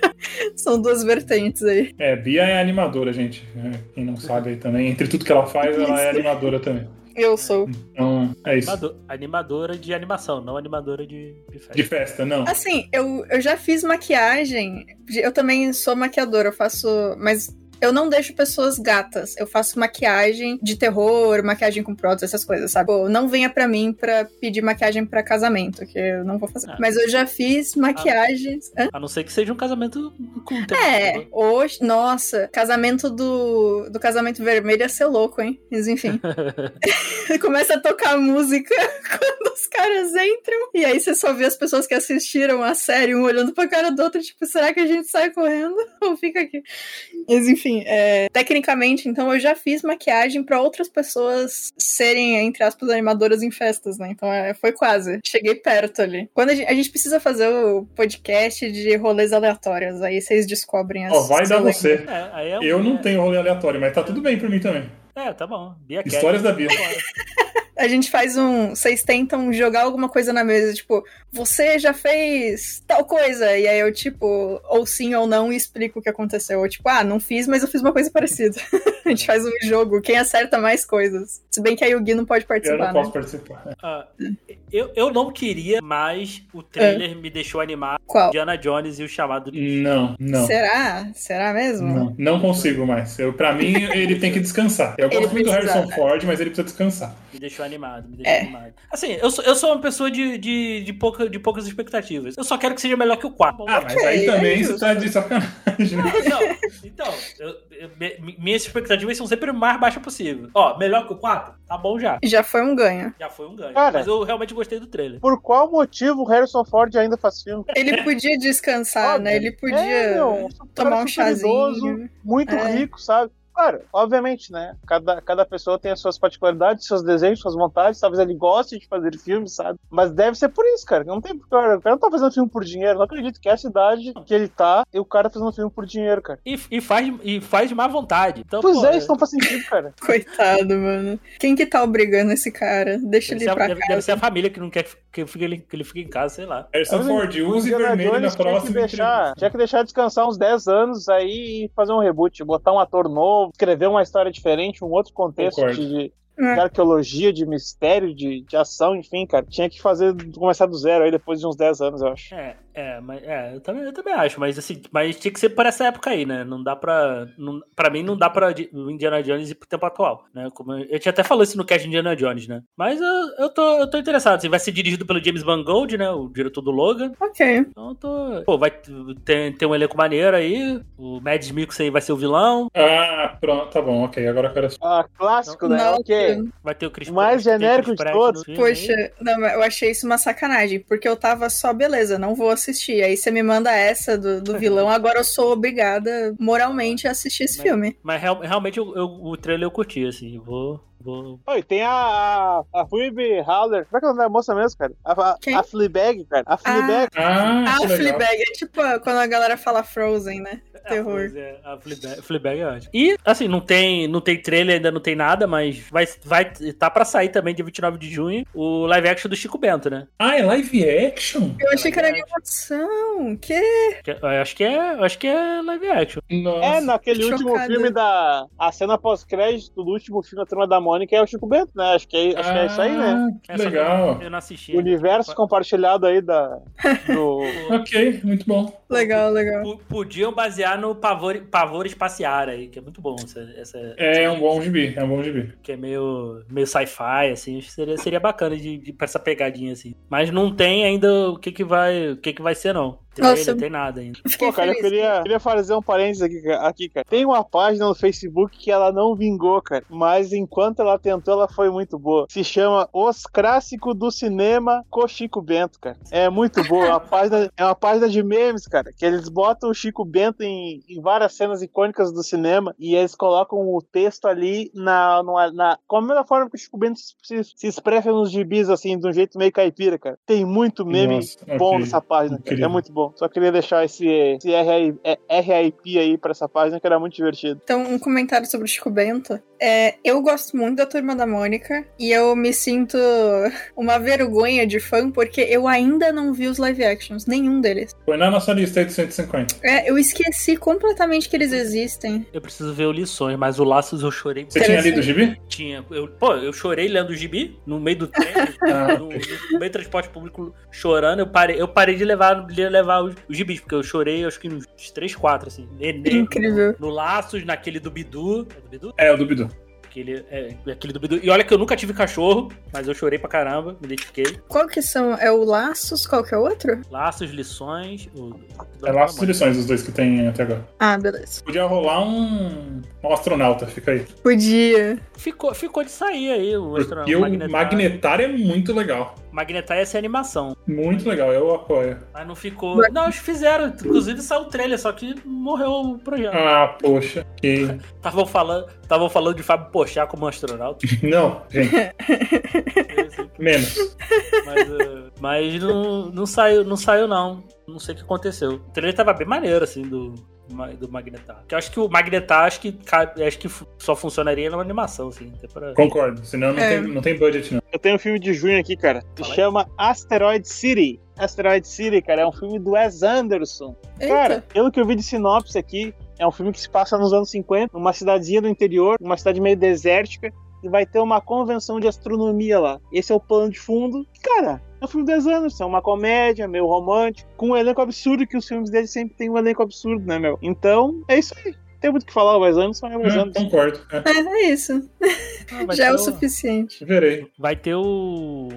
[SPEAKER 2] São duas vertentes aí.
[SPEAKER 3] É, Bia é animadora, gente. né? Quem não sabe aí também, entre tudo que ela faz, ela é
[SPEAKER 2] Isso.
[SPEAKER 3] animadora também.
[SPEAKER 2] Eu sou.
[SPEAKER 3] Então, é isso.
[SPEAKER 1] Animado- animadora de animação, não animadora de, de festa.
[SPEAKER 3] De festa, não.
[SPEAKER 2] Assim, eu, eu já fiz maquiagem. de- Eu também sou maquiadora, eu faço. Mas eu não deixo pessoas gatas. Eu faço maquiagem de terror, maquiagem com prótese, essas coisas, sabe? Ou não venha pra mim pra pedir maquiagem pra casamento, que eu não vou fazer.
[SPEAKER 1] Ah.
[SPEAKER 2] Mas eu já fiz maquiagens. Hã?
[SPEAKER 1] A não ser que seja um casamento com
[SPEAKER 2] É, hoje. Nossa, casamento do, do casamento vermelho ia ser louco, hein? Mas enfim. Começa a tocar música quando os caras entram. E aí você só vê as pessoas que assistiram a série, um olhando pra cara do outro, tipo, será que a gente sai correndo? Ou Então, fica aqui? Mas enfim, é, tecnicamente, então eu já fiz maquiagem pra outras pessoas serem, entre aspas, animadoras em festas, né? Então é, foi quase. Cheguei perto ali. Quando a gente, a gente precisa fazer o podcast de rolês aleatórios, aí vocês descobrem as.
[SPEAKER 3] Ó, vai dar
[SPEAKER 2] suas-
[SPEAKER 3] você.
[SPEAKER 1] É, aí é um-
[SPEAKER 3] Eu não
[SPEAKER 1] é-
[SPEAKER 3] tenho rolê aleatório, mas tá tudo bem pra mim também.
[SPEAKER 1] É, tá bom. Bia quer.
[SPEAKER 3] Histórias da Bia.
[SPEAKER 1] Vambora.
[SPEAKER 2] A gente faz um. Vocês tentam jogar alguma coisa na mesa, tipo, você já fez tal coisa. E aí eu, tipo, ou sim ou não, e explico o que aconteceu. Ou tipo, ah, não fiz, mas eu fiz uma coisa parecida. A gente faz um jogo, quem acerta mais coisas. Se bem que a Yugi não pode
[SPEAKER 3] Eu
[SPEAKER 2] participar,
[SPEAKER 3] não posso
[SPEAKER 2] né?
[SPEAKER 3] participar.
[SPEAKER 1] Ah, eu, eu não queria, mas o trailer me deixou animado.
[SPEAKER 2] Qual?
[SPEAKER 1] Diana Jones e o chamado.
[SPEAKER 3] Não, não.
[SPEAKER 2] Será? Será mesmo?
[SPEAKER 3] Não, não consigo mais. Eu, pra mim, ele tem que descansar. Eu
[SPEAKER 2] Ele
[SPEAKER 3] gosto muito do
[SPEAKER 2] precisa,
[SPEAKER 3] Harrison
[SPEAKER 2] né?
[SPEAKER 3] Ford, mas ele precisa descansar.
[SPEAKER 1] Me deixou animado, me deixou animado. Assim, eu sou, eu sou uma pessoa de, de, de, pouca, de poucas expectativas. Eu só quero que seja melhor que o 4.
[SPEAKER 3] Ah, mas aí
[SPEAKER 2] é
[SPEAKER 3] também
[SPEAKER 2] justo.
[SPEAKER 3] você tá de sacanagem. né?
[SPEAKER 1] Não, então, eu- eu- mi- minhas expectativas são sempre o mais baixas possível. Ó, melhor que o 4? Tá bom já.
[SPEAKER 2] Já foi um ganho.
[SPEAKER 1] Já foi um ganho.
[SPEAKER 4] Cara.
[SPEAKER 1] Mas eu realmente gostei do trailer.
[SPEAKER 4] Por qual motivo o Harrison Ford ainda faz filme?
[SPEAKER 2] Ele podia descansar,
[SPEAKER 4] Óbvio.
[SPEAKER 2] né? Ele podia
[SPEAKER 4] É, meu, um
[SPEAKER 2] tomar
[SPEAKER 4] cara
[SPEAKER 2] um
[SPEAKER 4] super
[SPEAKER 2] chazinho.
[SPEAKER 4] idoso, muito
[SPEAKER 2] É.
[SPEAKER 4] rico, sabe? Claro, obviamente, né? Cada, cada pessoa tem as suas particularidades, seus desejos, suas vontades. Talvez ele goste de fazer filme, sabe? Mas deve ser por isso, cara. Não tem, cara, o cara não tá fazendo filme por dinheiro. Não acredito que é a cidade que ele tá e o cara fazendo filme por dinheiro, cara.
[SPEAKER 1] E, e, faz, e faz de má vontade. Então,
[SPEAKER 4] Pois
[SPEAKER 1] pô,
[SPEAKER 4] é, isso não faz sentido, cara.
[SPEAKER 2] Coitado, mano. Quem que tá obrigando esse cara? Deixa
[SPEAKER 1] Deve ser,
[SPEAKER 2] ele
[SPEAKER 4] é
[SPEAKER 2] ir
[SPEAKER 1] a,
[SPEAKER 2] pra
[SPEAKER 1] deve-
[SPEAKER 2] casa.
[SPEAKER 1] deve ser a família que não quer que, que, fique, ele- que ele fique em casa, sei lá.
[SPEAKER 3] Harrison
[SPEAKER 4] Mas,
[SPEAKER 3] Ford, use
[SPEAKER 4] Indiana
[SPEAKER 3] vermelho na
[SPEAKER 4] Jones tinha que
[SPEAKER 3] próxima
[SPEAKER 4] deixar,
[SPEAKER 3] entrevista.
[SPEAKER 4] Tinha que deixar descansar uns 10 anos aí e fazer um reboot, botar um ator novo, escrever uma história diferente, um outro contexto
[SPEAKER 3] Concordo.
[SPEAKER 4] de,
[SPEAKER 2] É.
[SPEAKER 4] de arqueologia, de mistério, de, de ação, enfim, cara. Tinha que fazer, começar do zero aí depois de uns 10 anos, eu acho.
[SPEAKER 1] É, é, mas é, eu também, eu também acho, mas assim, mas tinha que ser por essa época aí, né? Não dá pra. Não, pra mim, não dá pra di- o Indiana Jones ir pro tempo atual, né? Como eu, eu tinha até falado isso no cast de Indiana Jones, né? Mas eu, eu, tô, eu tô interessado. Assim, vai ser dirigido pelo James Mangold, né? O diretor do Logan.
[SPEAKER 2] Ok.
[SPEAKER 1] Então eu tô. Pô, vai ter, ter um elenco maneiro aí. O Mads Mikkelsen vai ser o vilão.
[SPEAKER 3] Ah, pronto, tá bom, ok. Agora eu quero
[SPEAKER 4] Ah, clássico, né?
[SPEAKER 2] Não,
[SPEAKER 4] ok.
[SPEAKER 1] Vai ter o Chris
[SPEAKER 4] O mais
[SPEAKER 1] vai ter o Chris
[SPEAKER 4] genérico de
[SPEAKER 1] Pratt
[SPEAKER 4] todos.
[SPEAKER 1] no filme aí.
[SPEAKER 2] Poxa, não, mas eu achei isso uma sacanagem, porque eu tava só, beleza, não vou assistir. Aí você me manda essa do,
[SPEAKER 4] Uhum.
[SPEAKER 2] do vilão, agora eu sou obrigada moralmente a assistir esse
[SPEAKER 1] Mas-
[SPEAKER 2] filme.
[SPEAKER 1] Mas real- realmente eu- eu- o trailer eu curti, assim. Vou. vou...
[SPEAKER 4] Oi, tem a, a Phoebe Howler. Como é que é o nome da moça mesmo, cara? A, a,
[SPEAKER 2] Quem?
[SPEAKER 4] a Fleabag, cara. A Fleabag.
[SPEAKER 3] Ah,
[SPEAKER 2] Ah,
[SPEAKER 3] que
[SPEAKER 2] o
[SPEAKER 3] legal.
[SPEAKER 2] Fleabag é tipo a- quando a galera fala Frozen, né? Terror.
[SPEAKER 1] Ah, pois é, a Fleabag, Fleabag é ótimo. E, assim, não tem, não tem trailer, ainda não tem nada, mas vai, vai tá pra sair também, dia 29 de junho, o live action do Chico Bento, né?
[SPEAKER 3] Ah, é live action?
[SPEAKER 2] Eu achei que era
[SPEAKER 1] Verdade.
[SPEAKER 2] animação. Que?
[SPEAKER 1] Que- eu acho que é, eu acho que é live action.
[SPEAKER 3] Ah, Nossa.
[SPEAKER 4] É, naquele
[SPEAKER 2] Chocada.
[SPEAKER 4] último filme da. A cena pós-crédito do último filme da Turma da Mônica é o Chico Bento, né? Acho que é, acho que é isso aí, né?
[SPEAKER 3] Ah,
[SPEAKER 1] É,
[SPEAKER 3] Que
[SPEAKER 1] só que
[SPEAKER 3] legal.
[SPEAKER 1] Eu não assisti.
[SPEAKER 4] O universo compartilhado aí da. Do...
[SPEAKER 2] é.
[SPEAKER 3] Ok, muito bom.
[SPEAKER 2] Legal, legal.
[SPEAKER 1] P- Podiam basear no pavor, pavor espaciar aí, que é muito bom. Essa, essa-
[SPEAKER 3] É um bom gibi, é um bom gibi.
[SPEAKER 1] que é meio, meio sci-fi, assim. Acho que seria, seria bacana de, de, pra essa pegadinha, assim. Mas não tem ainda o que que vai, o que que vai ser, não. Trailer,
[SPEAKER 2] Nossa.
[SPEAKER 1] não tem nada ainda.
[SPEAKER 2] Fiquei
[SPEAKER 4] Pô, cara, eu
[SPEAKER 2] feliz.
[SPEAKER 4] queria, queria fazer um parênteses aqui, ca- aqui, cara. Tem uma página no Facebook que ela não vingou, cara. Mas enquanto ela tentou, ela foi muito boa. Se chama Os Clássicos do Cinema com Chico Bento, cara. É muito boa. É uma página, é uma página de memes, cara. Que eles botam o Chico Bento em, em várias cenas icônicas do cinema e eles colocam o texto ali na. numa- na como é a forma que o Chico Bento se, se- se expressa nos gibis, assim, de um jeito meio caipira, cara. Tem muito meme
[SPEAKER 3] Nossa,
[SPEAKER 4] bom
[SPEAKER 3] ok.
[SPEAKER 4] nessa página, cara.
[SPEAKER 3] Incrível.
[SPEAKER 4] É muito bom. Só queria deixar esse, esse RI é, RIP aí pra essa página, que era muito divertido.
[SPEAKER 2] Então, um comentário sobre o Chico Bento. É, eu gosto muito da Turma da Mônica e eu me sinto uma vergonha de fã porque eu ainda não vi os live actions, nenhum deles.
[SPEAKER 3] Foi na nossa lista aí de 150.
[SPEAKER 2] É, eu esqueci completamente que eles existem.
[SPEAKER 1] Eu preciso ver o lições, mas o Laços eu chorei
[SPEAKER 3] Você tinha lido o gibi?
[SPEAKER 1] Tinha. Eu, pô, eu chorei lendo o gibi no meio do trem,
[SPEAKER 3] Ah,
[SPEAKER 1] no, no
[SPEAKER 3] ok.
[SPEAKER 1] meio do transporte público chorando. Eu parei, eu parei de levar, de levar os, os gibis, porque eu chorei acho que nos 3, 4, assim. Nenê,
[SPEAKER 2] Incrível.
[SPEAKER 1] No Laços, naquele do Bidu. É do Bidu?
[SPEAKER 3] É, eu duvido.
[SPEAKER 1] Aquele, é, aquele do Bidu. E olha que eu nunca tive cachorro, mas eu chorei pra caramba, me identifiquei.
[SPEAKER 2] Qual que são? É o Laços? Qual que é o outro?
[SPEAKER 1] Laços, lições. O,
[SPEAKER 3] É lá as seleções, os dois que tem até agora.
[SPEAKER 2] Ah, beleza.
[SPEAKER 3] Podia rolar um, um astronauta, fica aí.
[SPEAKER 2] Podia.
[SPEAKER 1] Ficou, ficou de sair aí o Um astronauta.
[SPEAKER 3] Porque o
[SPEAKER 1] Magnetar.
[SPEAKER 3] Magnetar é muito legal.
[SPEAKER 1] Magnetar ia ser animação.
[SPEAKER 3] Muito legal, eu apoio.
[SPEAKER 1] Mas não ficou. Não, eles fizeram. Inclusive saiu o trailer, só que morreu o projeto.
[SPEAKER 3] Ah, poxa. Que...
[SPEAKER 1] Estavam falando, estavam falando de Fábio Pochá como astronauta. assim,
[SPEAKER 3] Não, gente, menos.
[SPEAKER 1] mas eh, mas não, não saiu, não saiu, não. Não sei o que aconteceu. O trailer tava bem maneiro, assim, do, ma- do Magnetar. Que eu acho que o Magnetar acho que, ca- acho que fu- só funcionaria numa animação, assim. até pra-
[SPEAKER 3] Concordo, senão não,
[SPEAKER 2] É.
[SPEAKER 3] tem, não tem budget, não.
[SPEAKER 4] Eu tenho um filme de junho aqui, cara, que
[SPEAKER 1] Fala aí.
[SPEAKER 4] chama Asteroid City. Asteroid City, cara, é um filme do Wes Anderson. Cara,
[SPEAKER 2] Eita.
[SPEAKER 4] pelo que eu vi de sinopse aqui, É um filme que se passa nos anos 50, numa cidadezinha do interior, uma cidade meio desértica, e vai ter uma convenção de astronomia lá. Esse é o plano de fundo. Cara, é um filme dos anos, é uma comédia, meio romântico, com um elenco absurdo, que os filmes dele sempre tem um elenco absurdo, né, meu? Então, é isso aí. Tem muito o que falar, o Wes Anderson é o Wes
[SPEAKER 3] Hum,
[SPEAKER 4] Anderson.
[SPEAKER 3] concordo. É,
[SPEAKER 2] É, é isso.
[SPEAKER 1] Ah, vai
[SPEAKER 2] Já é
[SPEAKER 1] ter
[SPEAKER 2] o suficiente.
[SPEAKER 3] verei.
[SPEAKER 1] Vai ter o.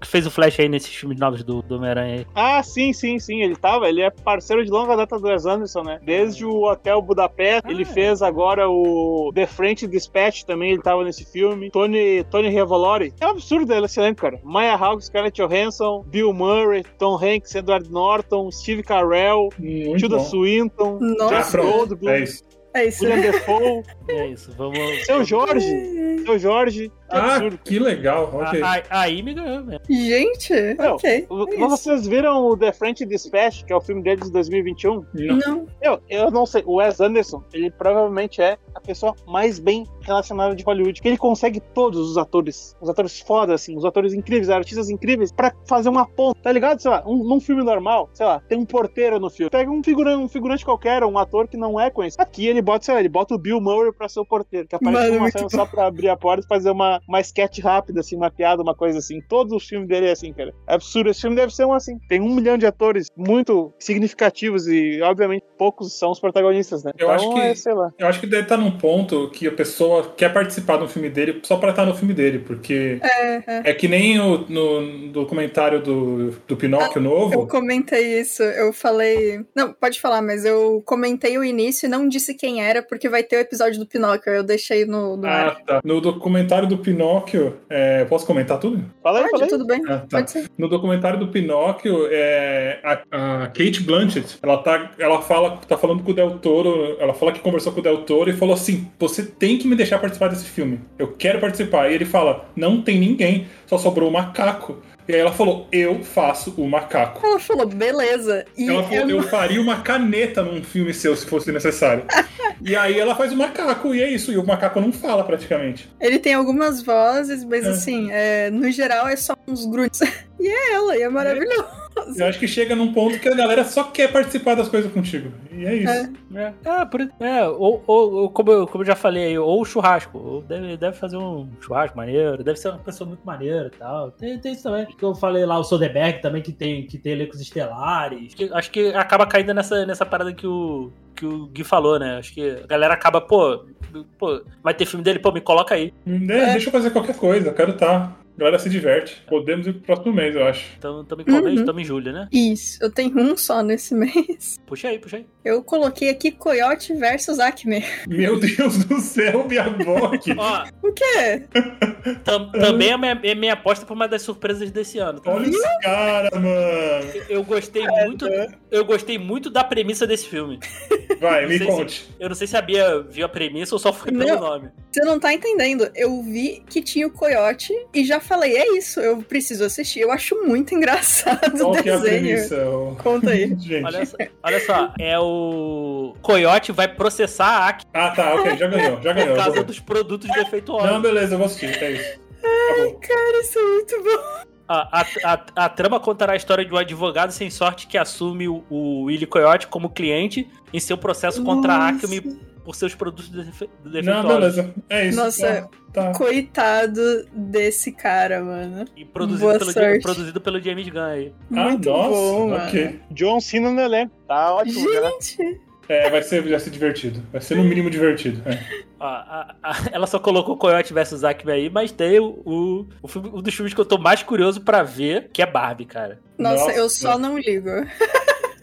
[SPEAKER 1] que fez o Flash aí nesses filmes novos do, do Homem-Aranha aí.
[SPEAKER 4] Ah, sim, sim, sim, ele tava, ele é parceiro de longa data do Wes Anderson, né? Desde o Hotel Budapeste, ele fez agora o The French Dispatch também, ele tava nesse filme. Tony, Tony Revolori. É um absurdo ele esse elenco, cara. Maya Hawke, Scarlett Johansson, Bill Murray, Tom Hanks, Edward Norton, Steve Carell,
[SPEAKER 3] Muito
[SPEAKER 4] Tilda
[SPEAKER 3] bom.
[SPEAKER 4] Swinton,
[SPEAKER 3] Ah,
[SPEAKER 2] Nossa,
[SPEAKER 3] pronto.
[SPEAKER 4] Goldblum.
[SPEAKER 3] É isso.
[SPEAKER 2] é isso.
[SPEAKER 4] William Defoe,
[SPEAKER 1] É isso, vamos.
[SPEAKER 4] Seu Jorge, Seu Jorge. É
[SPEAKER 3] Ah,
[SPEAKER 4] absurdo.
[SPEAKER 3] que legal.
[SPEAKER 1] A-
[SPEAKER 3] Ok.
[SPEAKER 1] a- Aí me ganhou, né?
[SPEAKER 2] Gente,
[SPEAKER 4] Não,
[SPEAKER 2] ok. é
[SPEAKER 4] V-
[SPEAKER 2] isso.
[SPEAKER 4] Vocês viram o The French Dispatch, que é o filme dele de 2021?
[SPEAKER 3] Não.
[SPEAKER 2] Não,
[SPEAKER 4] Eu, eu não sei, o Wes Anderson, ele provavelmente é a pessoa mais bem relacionada de Hollywood. Porque ele consegue todos os atores, os atores foda, assim, os atores incríveis, artistas incríveis, pra fazer uma ponta, tá ligado? Sei lá, um, num filme normal, sei lá, tem um porteiro no filme. Pega um figurante, um figurante qualquer, um ator que não é conhecido. Aqui ele bota, sei lá, ele bota o Bill Murray pra ser o porteiro, que aparece
[SPEAKER 2] Mano, é
[SPEAKER 4] numa
[SPEAKER 2] muito
[SPEAKER 4] cena
[SPEAKER 2] bom.
[SPEAKER 4] só pra abrir a porta e fazer uma, uma sketch rápida, assim, uma piada, uma coisa assim. Todos os filmes dele é assim, cara. É absurdo. Esse filme deve ser um assim. Tem um milhão de atores muito significativos e, obviamente, poucos são os protagonistas, né?
[SPEAKER 3] Eu acho que-
[SPEAKER 4] é, sei lá.
[SPEAKER 3] Eu acho que deve estar num ponto que a pessoa quer participar do filme dele só pra estar no filme dele, porque
[SPEAKER 2] é, é.
[SPEAKER 3] é, que nem o, no documentário do, do Pinóquio
[SPEAKER 2] Ah, Eu
[SPEAKER 3] novo.
[SPEAKER 2] comentei isso, eu falei. Não, pode falar, mas eu comentei o início e não disse quem era, porque vai ter o episódio do Pinóquio, eu deixei no. no
[SPEAKER 3] Ah,
[SPEAKER 2] ar.
[SPEAKER 3] tá. No documentário do Pinóquio, é, posso comentar tudo?
[SPEAKER 4] Fala aí,
[SPEAKER 2] Pode,
[SPEAKER 4] fala aí.
[SPEAKER 2] tudo bem.
[SPEAKER 3] Ah, tá.
[SPEAKER 2] Pode ser.
[SPEAKER 3] No documentário do Pinóquio, é, a, a Kate Blanchett, ela tá, ela fala, tá falando com o Del Toro, ela fala que conversou com o Del Toro e falou assim: "Você tem que me deixar participar desse filme. Eu quero participar". E ele fala: "Não tem ninguém, só sobrou o macaco". E aí ela falou: "Eu faço o macaco".
[SPEAKER 2] Ela falou, beleza. E
[SPEAKER 3] Ela
[SPEAKER 2] é
[SPEAKER 3] falou, eu faria uma caneta num filme seu se fosse necessário. e aí ela faz o macaco, e é isso. E o macaco não fala praticamente.
[SPEAKER 2] Ele tem algumas vozes, mas
[SPEAKER 3] É.
[SPEAKER 2] assim, é, no geral é só uns grunts. E é ela, e é maravilhoso.
[SPEAKER 3] Eu acho que chega num ponto que a galera só quer participar das coisas contigo. E é isso.
[SPEAKER 2] É.
[SPEAKER 1] É, é, por, é ou, ou- ou como, eu, como eu já falei aí, ou churrasco. Ou deve, deve fazer um churrasco maneiro, deve ser uma pessoa muito maneira e tal. Tem, tem isso também. Que eu falei lá, o Soderbergh também, que tem, que tem elencos estelares. Que- acho que acaba caindo nessa, nessa parada que o, que o Gui falou, né? Acho que a galera acaba, pô, pô, vai ter filme dele, pô, me coloca aí.
[SPEAKER 2] É.
[SPEAKER 3] Né, Deixa eu fazer qualquer coisa, eu quero estar. A galera se diverte. Podemos ir pro próximo mês, eu acho.
[SPEAKER 1] Tamo, Então, tamo em qual mês?
[SPEAKER 2] Uhum.
[SPEAKER 1] Tamo em julho, né?
[SPEAKER 3] É.
[SPEAKER 2] Isso, eu tenho um só nesse mês.
[SPEAKER 1] Puxa aí, puxa aí.
[SPEAKER 2] Eu coloquei aqui Coyote versus Acme.
[SPEAKER 3] Meu Deus do céu, minha boque.
[SPEAKER 1] Ó,
[SPEAKER 2] O quê?
[SPEAKER 1] tam- também é minha, é minha aposta pra uma das surpresas desse ano. tá?
[SPEAKER 3] Olha esse cara, mano.
[SPEAKER 1] Eu gostei muito, eu gostei muito da premissa desse filme.
[SPEAKER 3] Vai,
[SPEAKER 1] Não
[SPEAKER 3] me
[SPEAKER 1] sei
[SPEAKER 3] conte.
[SPEAKER 1] Eu não sei se sabia, viu a premissa ou só foi pelo
[SPEAKER 2] Não.
[SPEAKER 1] nome.
[SPEAKER 2] Você não tá entendendo. Eu vi que tinha o Coyote e já falei, é isso, eu preciso assistir. Eu acho muito engraçado
[SPEAKER 3] Qual
[SPEAKER 2] o
[SPEAKER 3] que é a
[SPEAKER 2] desenho.
[SPEAKER 3] premissa? ô?
[SPEAKER 2] Conta aí.
[SPEAKER 3] Gente.
[SPEAKER 1] Olha só, olha só, é o Coyote vai processar a Aki
[SPEAKER 3] Ah, tá, ok, já ganhou,
[SPEAKER 1] por
[SPEAKER 3] já ganhou.
[SPEAKER 1] causa
[SPEAKER 3] Vou-
[SPEAKER 1] dos produtos de efeito
[SPEAKER 3] Não,
[SPEAKER 1] óleo.
[SPEAKER 3] beleza, eu vou assistir, é isso. Acabou.
[SPEAKER 2] Cara, isso é muito bom.
[SPEAKER 1] A, a- a- a trama contará a história de um advogado sem sorte que assume o, o Willy Coyote como cliente em seu processo contra a
[SPEAKER 2] Nossa.
[SPEAKER 1] Acme por seus produtos de efe- de efeito
[SPEAKER 3] Não,
[SPEAKER 1] óleo.
[SPEAKER 3] beleza, é isso.
[SPEAKER 2] Nossa.
[SPEAKER 3] Tá, tá.
[SPEAKER 2] Coitado desse cara, mano.
[SPEAKER 1] E produzido
[SPEAKER 2] Boa
[SPEAKER 1] pelo,
[SPEAKER 2] sorte.
[SPEAKER 1] produzido pelo James Gunn aí.
[SPEAKER 3] Ah,
[SPEAKER 2] Muito
[SPEAKER 3] nossa,
[SPEAKER 2] bom, mano.
[SPEAKER 3] ok.
[SPEAKER 4] John Cena no elenco. Tá ótimo, né?
[SPEAKER 2] Gente,
[SPEAKER 3] É, vai ser, vai ser divertido. Vai ser no mínimo divertido. é.
[SPEAKER 1] Ó, a- a- ela só colocou Coyote vs Acme aí, mas tem o, o- o filme- um dos filmes que eu tô mais curioso pra ver, que é Barbie, cara.
[SPEAKER 2] nossa,
[SPEAKER 3] Nossa.
[SPEAKER 2] eu só não ligo. É,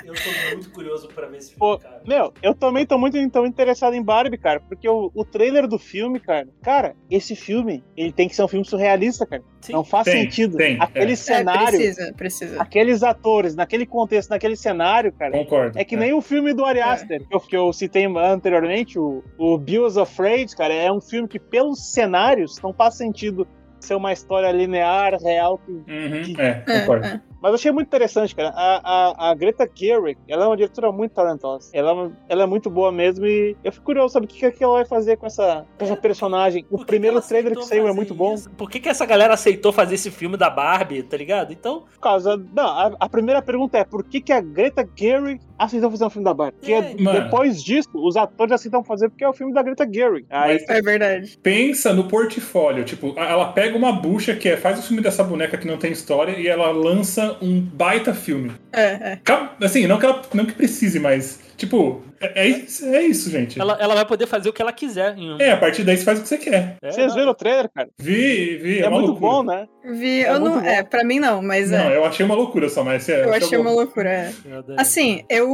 [SPEAKER 1] Eu tô muito curioso pra ver esse filme,
[SPEAKER 4] Pô,
[SPEAKER 1] cara.
[SPEAKER 4] Meu, eu também tô muito então, interessado em Barbie, cara, porque o, o trailer do filme, cara, cara, esse filme, ele tem que ser um filme surrealista, cara.
[SPEAKER 1] Sim.
[SPEAKER 4] Não faz
[SPEAKER 3] Tem,
[SPEAKER 4] sentido.
[SPEAKER 3] tem,
[SPEAKER 4] Aquele
[SPEAKER 3] é.
[SPEAKER 2] É,
[SPEAKER 4] cenário,
[SPEAKER 2] precisa, precisa.
[SPEAKER 4] aqueles atores, naquele contexto, naquele cenário, cara.
[SPEAKER 3] Concordo.
[SPEAKER 4] É que nem o filme do Ari Aster, que, eu, que eu citei anteriormente, o, o Bills Afraid, cara, é um filme que, pelos cenários, não faz sentido ser uma história linear, real, que
[SPEAKER 3] Uhum, é,
[SPEAKER 2] É,
[SPEAKER 3] concordo.
[SPEAKER 2] é.
[SPEAKER 4] Mas achei muito interessante, cara. A, a, a Greta Gerwig, ela é uma diretora muito talentosa. Ela, é uma- ela é muito boa mesmo e eu fico curioso, sabe, o que, que é que ela vai fazer com essa, com essa personagem. O
[SPEAKER 1] É, Por que
[SPEAKER 4] primeiro
[SPEAKER 1] que ela
[SPEAKER 4] trailer que
[SPEAKER 1] aceitou
[SPEAKER 4] saiu é
[SPEAKER 1] fazer
[SPEAKER 4] muito bom.
[SPEAKER 1] isso? Por que, que essa galera aceitou fazer esse filme da Barbie, tá ligado? Então,
[SPEAKER 4] Por causa. Não, a, a primeira pergunta é por que, que a Greta Gerwig aceitou fazer um filme da Barbie? Porque
[SPEAKER 1] É,
[SPEAKER 3] mano.
[SPEAKER 4] depois disso, os atores aceitam fazer porque é o filme da Greta Gerwig. Aí,
[SPEAKER 2] É verdade.
[SPEAKER 3] Pensa no portfólio, tipo, a- ela pega uma bucha que é faz o filme dessa boneca que não tem história e ela lança um baita filme.
[SPEAKER 2] É, é.
[SPEAKER 3] Ca- Assim, não que, ela, não que precise, mas, tipo, é, é isso- é isso, gente.
[SPEAKER 1] ela, ela vai poder fazer o que ela quiser. Em um...
[SPEAKER 3] É, a partir daí você faz o que você quer.
[SPEAKER 1] É,
[SPEAKER 4] vocês
[SPEAKER 1] não-
[SPEAKER 4] viram o trailer, cara?
[SPEAKER 3] Vi, vi,
[SPEAKER 4] É,
[SPEAKER 3] é, uma
[SPEAKER 4] muito
[SPEAKER 3] loucura.
[SPEAKER 4] bom, né?
[SPEAKER 2] Vi,
[SPEAKER 4] É
[SPEAKER 2] eu não.
[SPEAKER 4] muito bom.
[SPEAKER 2] É, pra mim não, mas
[SPEAKER 3] Não,
[SPEAKER 2] é.
[SPEAKER 3] eu achei uma loucura só, mas... É,
[SPEAKER 2] Eu achei
[SPEAKER 3] bom.
[SPEAKER 2] uma loucura. é.
[SPEAKER 1] Meu Deus.
[SPEAKER 2] Assim, eu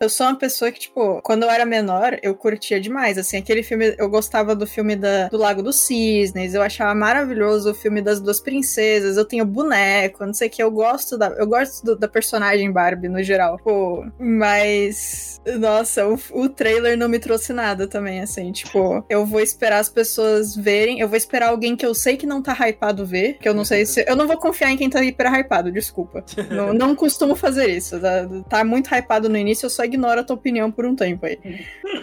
[SPEAKER 2] eu sou uma pessoa que, tipo, quando eu era menor, eu curtia demais, assim, aquele filme, eu gostava do filme da, do Lago dos Cisnes, eu achava maravilhoso o filme das duas princesas, eu tenho boneco, não sei o que, eu gosto da, eu gosto do- da personagem Barbie, no geral, Pô, mas, nossa, o, o trailer não me trouxe nada também, assim, tipo, eu vou esperar as pessoas verem, eu vou esperar alguém que eu sei que não tá hypado ver, que eu não sei se, eu não vou confiar em quem tá hiper hypado, desculpa. Não, não costumo fazer isso. Tá, tá muito hypado no início, eu só ignoro a tua opinião por um tempo aí.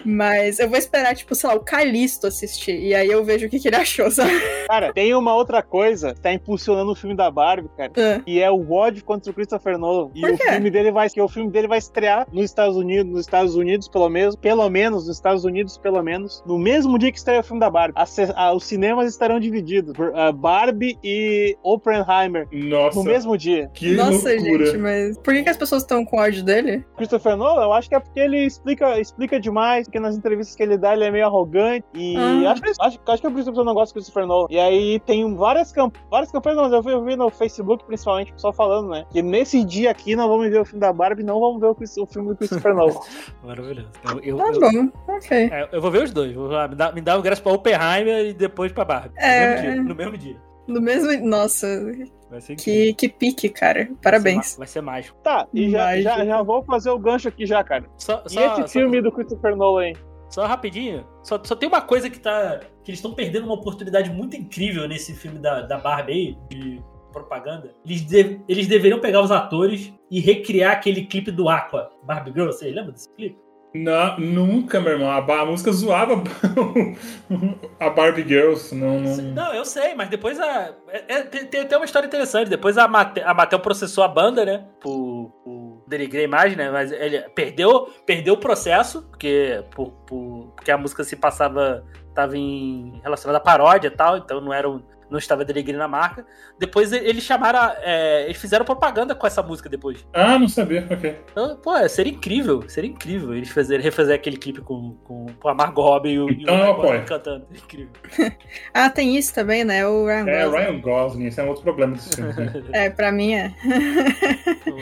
[SPEAKER 2] Mas eu vou esperar, tipo, sei lá, o Calisto assistir. E aí eu vejo o que, que ele achou, sabe?
[SPEAKER 4] Cara, tem uma outra coisa que tá impulsionando o filme da Barbie, cara.
[SPEAKER 2] É.
[SPEAKER 4] E é o ódio contra o Christopher Nolan. E
[SPEAKER 2] Por
[SPEAKER 4] o
[SPEAKER 2] quê?
[SPEAKER 4] filme dele vai, que o filme dele vai estrear nos Estados Unidos, nos Estados Unidos pelo menos, pelo menos nos Estados Unidos pelo menos, no mesmo dia que estreia o filme da Barbie. As ce- ah, os cinemas estarão divididos por ah, Barbie e Oppenheimer
[SPEAKER 3] Nossa,
[SPEAKER 4] no mesmo dia.
[SPEAKER 3] que
[SPEAKER 2] Nossa,
[SPEAKER 3] loucura.
[SPEAKER 2] gente, mas por que, que as pessoas estão com ódio dele?
[SPEAKER 4] Christopher Nolan, eu acho que é porque ele explica, explica demais, porque nas entrevistas que ele dá ele é meio arrogante e
[SPEAKER 2] Ah.
[SPEAKER 4] acho, que- acho, acho que é por isso que eu não gosto do Christopher Nolan. E aí tem várias, camp várias campanhas, não, mas eu vi, eu vi no Facebook principalmente o pessoal falando, né? Que nesse dia aqui não vamos ver o filme da Barbie, não vamos ver o, Chris- o filme do Christopher Nolan.
[SPEAKER 1] é, Maravilhoso. Eu, eu-
[SPEAKER 2] Tá
[SPEAKER 1] eu-
[SPEAKER 2] bom, ok.
[SPEAKER 1] é, eu vou ver os dois. Vou lá, me, dá, me dá o ingresso pra Oppenheimer e depois pra Barbie.
[SPEAKER 2] É.
[SPEAKER 1] No, mesmo dia, no mesmo dia.
[SPEAKER 2] No mesmo. Nossa,
[SPEAKER 1] Vai ser incrível.
[SPEAKER 2] que, que pique, cara.
[SPEAKER 1] Vai ser
[SPEAKER 2] Parabéns.
[SPEAKER 1] ma- Vai ser mágico.
[SPEAKER 4] tá, e já,
[SPEAKER 2] Mas-
[SPEAKER 4] já, já vou fazer o gancho aqui já, cara.
[SPEAKER 1] Só,
[SPEAKER 4] E
[SPEAKER 1] só-
[SPEAKER 4] esse
[SPEAKER 1] só-
[SPEAKER 4] filme do Christopher Nolan, hein?
[SPEAKER 1] Só rapidinho, só, só tem uma coisa que tá. que eles estão perdendo uma oportunidade muito incrível nesse filme da, da Barbie aí, de propaganda. Eles, de- eles deveriam pegar os atores e recriar aquele clipe do Aqua. Barbie Girl, você lembra desse clipe?
[SPEAKER 3] Não, nunca, meu irmão. A, ba- a música zoava a Barbie Girls. Não, não...
[SPEAKER 1] Não, eu sei, mas depois a. é- é- tem, tem até uma história interessante. Depois a, Mate, a Mattel processou a banda, né? Por. por Denigrei a imagem, né? Mas ele perdeu, perdeu o processo, porque, por, por- porque a música se passava. Tava em. relacionada à paródia e tal, então não era um, não estava denigrando a marca. Depois e- eles chamaram. a- é, eles fizeram propaganda com essa música depois.
[SPEAKER 3] Ah, não sabia. Ok.
[SPEAKER 1] Então, pô, seria incrível, seria incrível eles fazerem, refazer aquele clipe com, com, com a Margot Robbie e o, e o
[SPEAKER 3] Então eu
[SPEAKER 1] Ryan
[SPEAKER 3] apoio.
[SPEAKER 1] Gosling cantando. Incrível.
[SPEAKER 2] Ah, tem isso também, né? O Ryan
[SPEAKER 3] É,
[SPEAKER 2] Gosling.
[SPEAKER 3] Ryan Gosling, esse é um outro problema desse filme. Né?
[SPEAKER 2] É, pra mim é.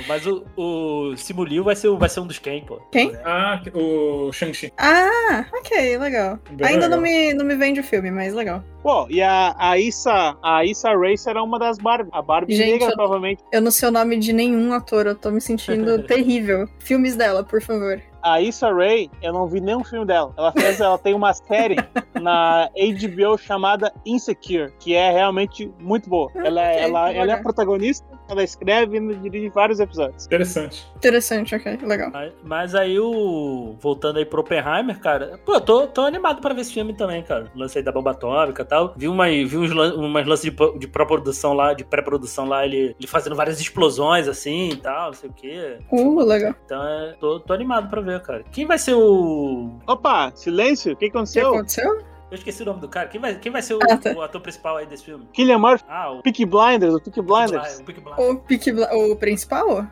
[SPEAKER 1] Mas o, o Simulio vai ser, o- vai ser um dos quem, pô.
[SPEAKER 2] Quem?
[SPEAKER 3] ah, o Shang-Chi.
[SPEAKER 2] Ah, ok, legal.
[SPEAKER 3] Bem
[SPEAKER 2] Ainda
[SPEAKER 3] legal.
[SPEAKER 2] não me, não me vende o filme, mas legal.
[SPEAKER 4] Pô, e a, a Issa, a Issa Rae será uma das Barbie. A Barbie
[SPEAKER 2] Gente,
[SPEAKER 4] negra,
[SPEAKER 2] eu-
[SPEAKER 4] provavelmente.
[SPEAKER 2] Eu não sei o nome de nenhum ator, eu tô me sentindo terrível. Filmes dela, por favor.
[SPEAKER 4] A Issa Rae, eu não vi nenhum filme dela. Ela fez, ela tem uma série na HBO chamada Insecure, que é realmente muito boa. Ela,
[SPEAKER 2] Ah, ok,
[SPEAKER 4] é- ela,
[SPEAKER 2] vou
[SPEAKER 4] ela é a
[SPEAKER 2] olhar.
[SPEAKER 4] protagonista, ela escreve e dirige vários episódios.
[SPEAKER 3] Interessante.
[SPEAKER 2] Interessante, ok, legal.
[SPEAKER 1] Mas, mas aí o. Voltando aí pro Oppenheimer, cara. Pô, eu tô, tô animado pra ver esse filme também, cara. O Lance aí da bomba atômica e tal. Vi, uma, vi uns, lan- umas lances de, pro- de pré-produção lá, de pré-produção lá, ele, ele fazendo várias explosões assim e tal, não sei o quê.
[SPEAKER 2] Uh, legal.
[SPEAKER 1] Então é, tô, tô animado pra ver, cara. Quem vai ser o.
[SPEAKER 4] Opa, silêncio, o que
[SPEAKER 2] O que
[SPEAKER 4] aconteceu?
[SPEAKER 2] aconteceu?
[SPEAKER 1] Eu esqueci o nome do cara. Quem vai, quem vai ser o,
[SPEAKER 2] Ah, tá.
[SPEAKER 1] o ator principal aí desse filme?
[SPEAKER 4] Killian Murphy,
[SPEAKER 1] Ah, o.
[SPEAKER 4] Peaky Blinders, o Peaky Blinders.
[SPEAKER 1] O Pick Black.
[SPEAKER 2] O, Peaky Bla- o principal?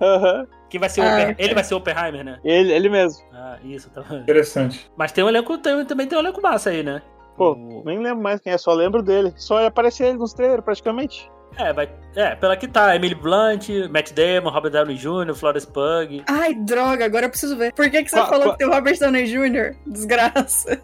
[SPEAKER 4] Aham,
[SPEAKER 1] Quem vai ser o
[SPEAKER 2] Ah,
[SPEAKER 1] Oppen-
[SPEAKER 2] ok.
[SPEAKER 1] Ele vai ser o Oppenheimer, né?
[SPEAKER 4] ele, ele mesmo.
[SPEAKER 1] Ah, isso, tá
[SPEAKER 3] Interessante.
[SPEAKER 1] Mas tem um elenco, tem- também tem um elenco massa aí, né?
[SPEAKER 4] Pô,
[SPEAKER 1] O-
[SPEAKER 4] Nem lembro mais quem é, só lembro dele. Só aparece ele nos trailers, praticamente.
[SPEAKER 1] É, vai... é, pela que tá, Emily Blunt, Matt Damon, Robert Downey Jr., Florence Pug.
[SPEAKER 2] Ai, droga, agora eu preciso ver. Por que, que você
[SPEAKER 4] Qua-
[SPEAKER 2] falou
[SPEAKER 4] qua-
[SPEAKER 2] que tem o Robert Downey Jr.? Desgraça.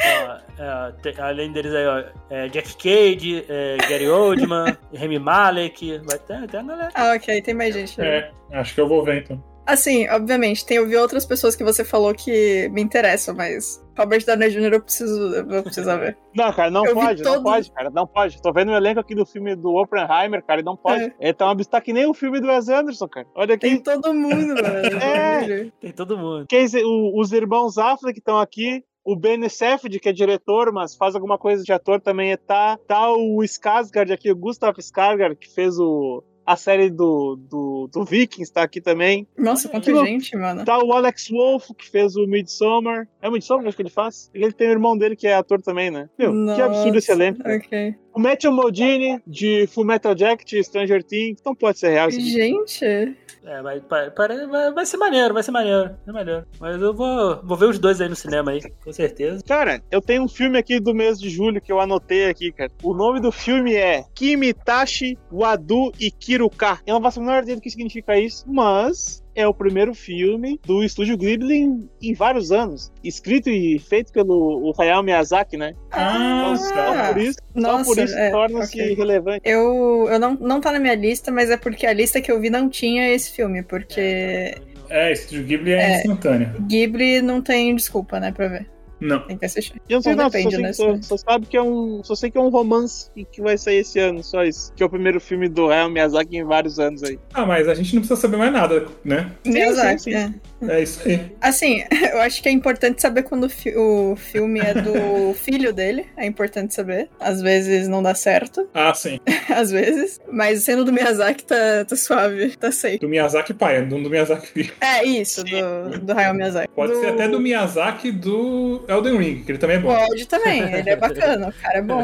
[SPEAKER 1] ó, é, te- além deles aí, ó, é, Jack Cade, é, Gary Oldman, Remy Malek, vai ter, tem a galera.
[SPEAKER 2] Ah, ok, tem mais gente.
[SPEAKER 4] É.
[SPEAKER 3] É, acho que eu vou ver então.
[SPEAKER 2] Assim, obviamente, tem ouvi outras pessoas que você falou que me interessam, mas Robert Downey Jr. eu preciso, eu vou precisar ver.
[SPEAKER 4] Não, cara, não
[SPEAKER 2] Eu vi
[SPEAKER 4] pode, não
[SPEAKER 2] todo-
[SPEAKER 4] pode, cara, não pode. Tô vendo o elenco aqui do filme do Oppenheimer, cara, e não pode.
[SPEAKER 2] É.
[SPEAKER 4] Ele tá, uma, tá que nem o filme do Wes Anderson, cara. Olha aqui.
[SPEAKER 2] Tem todo mundo, né? mano.
[SPEAKER 4] É.
[SPEAKER 1] Tem todo mundo.
[SPEAKER 4] Quem se- o- os irmãos Affleck que estão aqui. O Ben Safdie, que é diretor, mas faz alguma coisa de ator também, tá, tá o Skarsgård aqui, o Gustav Skarsgård, que fez o, a série do, do, do Vikings, tá aqui também.
[SPEAKER 2] Nossa,
[SPEAKER 6] Que
[SPEAKER 2] quanta
[SPEAKER 4] louco.
[SPEAKER 2] gente, mano.
[SPEAKER 4] Tá o Alex Wolff, que fez o Midsommar. É o Midsommar acho que ele faz? Ele tem o irmão dele que é ator também, né? Meu, que
[SPEAKER 2] Nossa,
[SPEAKER 4] absurdo esse elenco. cara.
[SPEAKER 2] Ok.
[SPEAKER 4] O Matthew Modine, de Full Metal Jacket, Stranger Things, não pode ser real. isso aqui.
[SPEAKER 2] Gente,
[SPEAKER 1] É, vai, pa- pare- vai, vai ser maneiro, vai ser maneiro. É maneiro. Mas eu vou, vou ver os dois aí no cinema aí, com certeza.
[SPEAKER 4] Cara, eu tenho um filme aqui do mês de julho que eu anotei aqui, cara. O nome do filme é Kimitashi, Wadu e Kiruka. Eu não faço a menor ideia do que significa isso, mas é o primeiro filme do estúdio Ghibli em, em vários anos. Escrito e feito pelo o Hayao Miyazaki, né?
[SPEAKER 3] Ah,
[SPEAKER 4] Só por isso,
[SPEAKER 2] nossa.
[SPEAKER 4] só por isso
[SPEAKER 2] é,
[SPEAKER 4] torna-se
[SPEAKER 2] ok.
[SPEAKER 4] relevante.
[SPEAKER 2] Eu, eu não, não tá na minha lista, mas é porque a lista que eu vi não tinha esse filme, porque
[SPEAKER 3] É, Estúdio Ghibli é,
[SPEAKER 2] É.
[SPEAKER 3] instantânea.
[SPEAKER 2] Ghibli não tem desculpa, né, pra ver.
[SPEAKER 3] Não.
[SPEAKER 2] Tem que assistir.
[SPEAKER 4] Eu não sei
[SPEAKER 2] Ou
[SPEAKER 4] nada, só,
[SPEAKER 2] depende,
[SPEAKER 4] sei,
[SPEAKER 2] né,
[SPEAKER 4] só,
[SPEAKER 2] se-
[SPEAKER 4] só sabe que é um. Só sei que é um romance e que vai sair esse ano, só isso. Que é o primeiro filme do Hayao Miyazaki em vários anos aí.
[SPEAKER 3] Ah, mas a gente não precisa saber mais nada, né?
[SPEAKER 4] Sim,
[SPEAKER 2] Miyazaki,
[SPEAKER 4] sim, sim,
[SPEAKER 2] é.
[SPEAKER 3] É isso aí.
[SPEAKER 2] Assim, eu acho que é importante saber quando o, fi- o filme é do filho dele. É importante saber. Às vezes não dá certo,
[SPEAKER 3] Ah, sim.
[SPEAKER 2] às vezes. Mas sendo do Miyazaki, tá, tá suave, tá safe.
[SPEAKER 3] Do Miyazaki pai, não do Miyazaki filho.
[SPEAKER 2] É isso, do, do Hayao Miyazaki.
[SPEAKER 3] Pode
[SPEAKER 2] do...
[SPEAKER 3] ser até do Miyazaki do Elden Ring, que ele também é bom.
[SPEAKER 2] Pode também, ele é bacana, o cara é bom.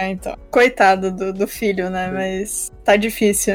[SPEAKER 2] É, então. Coitado do, do filho, né? Mas tá difícil.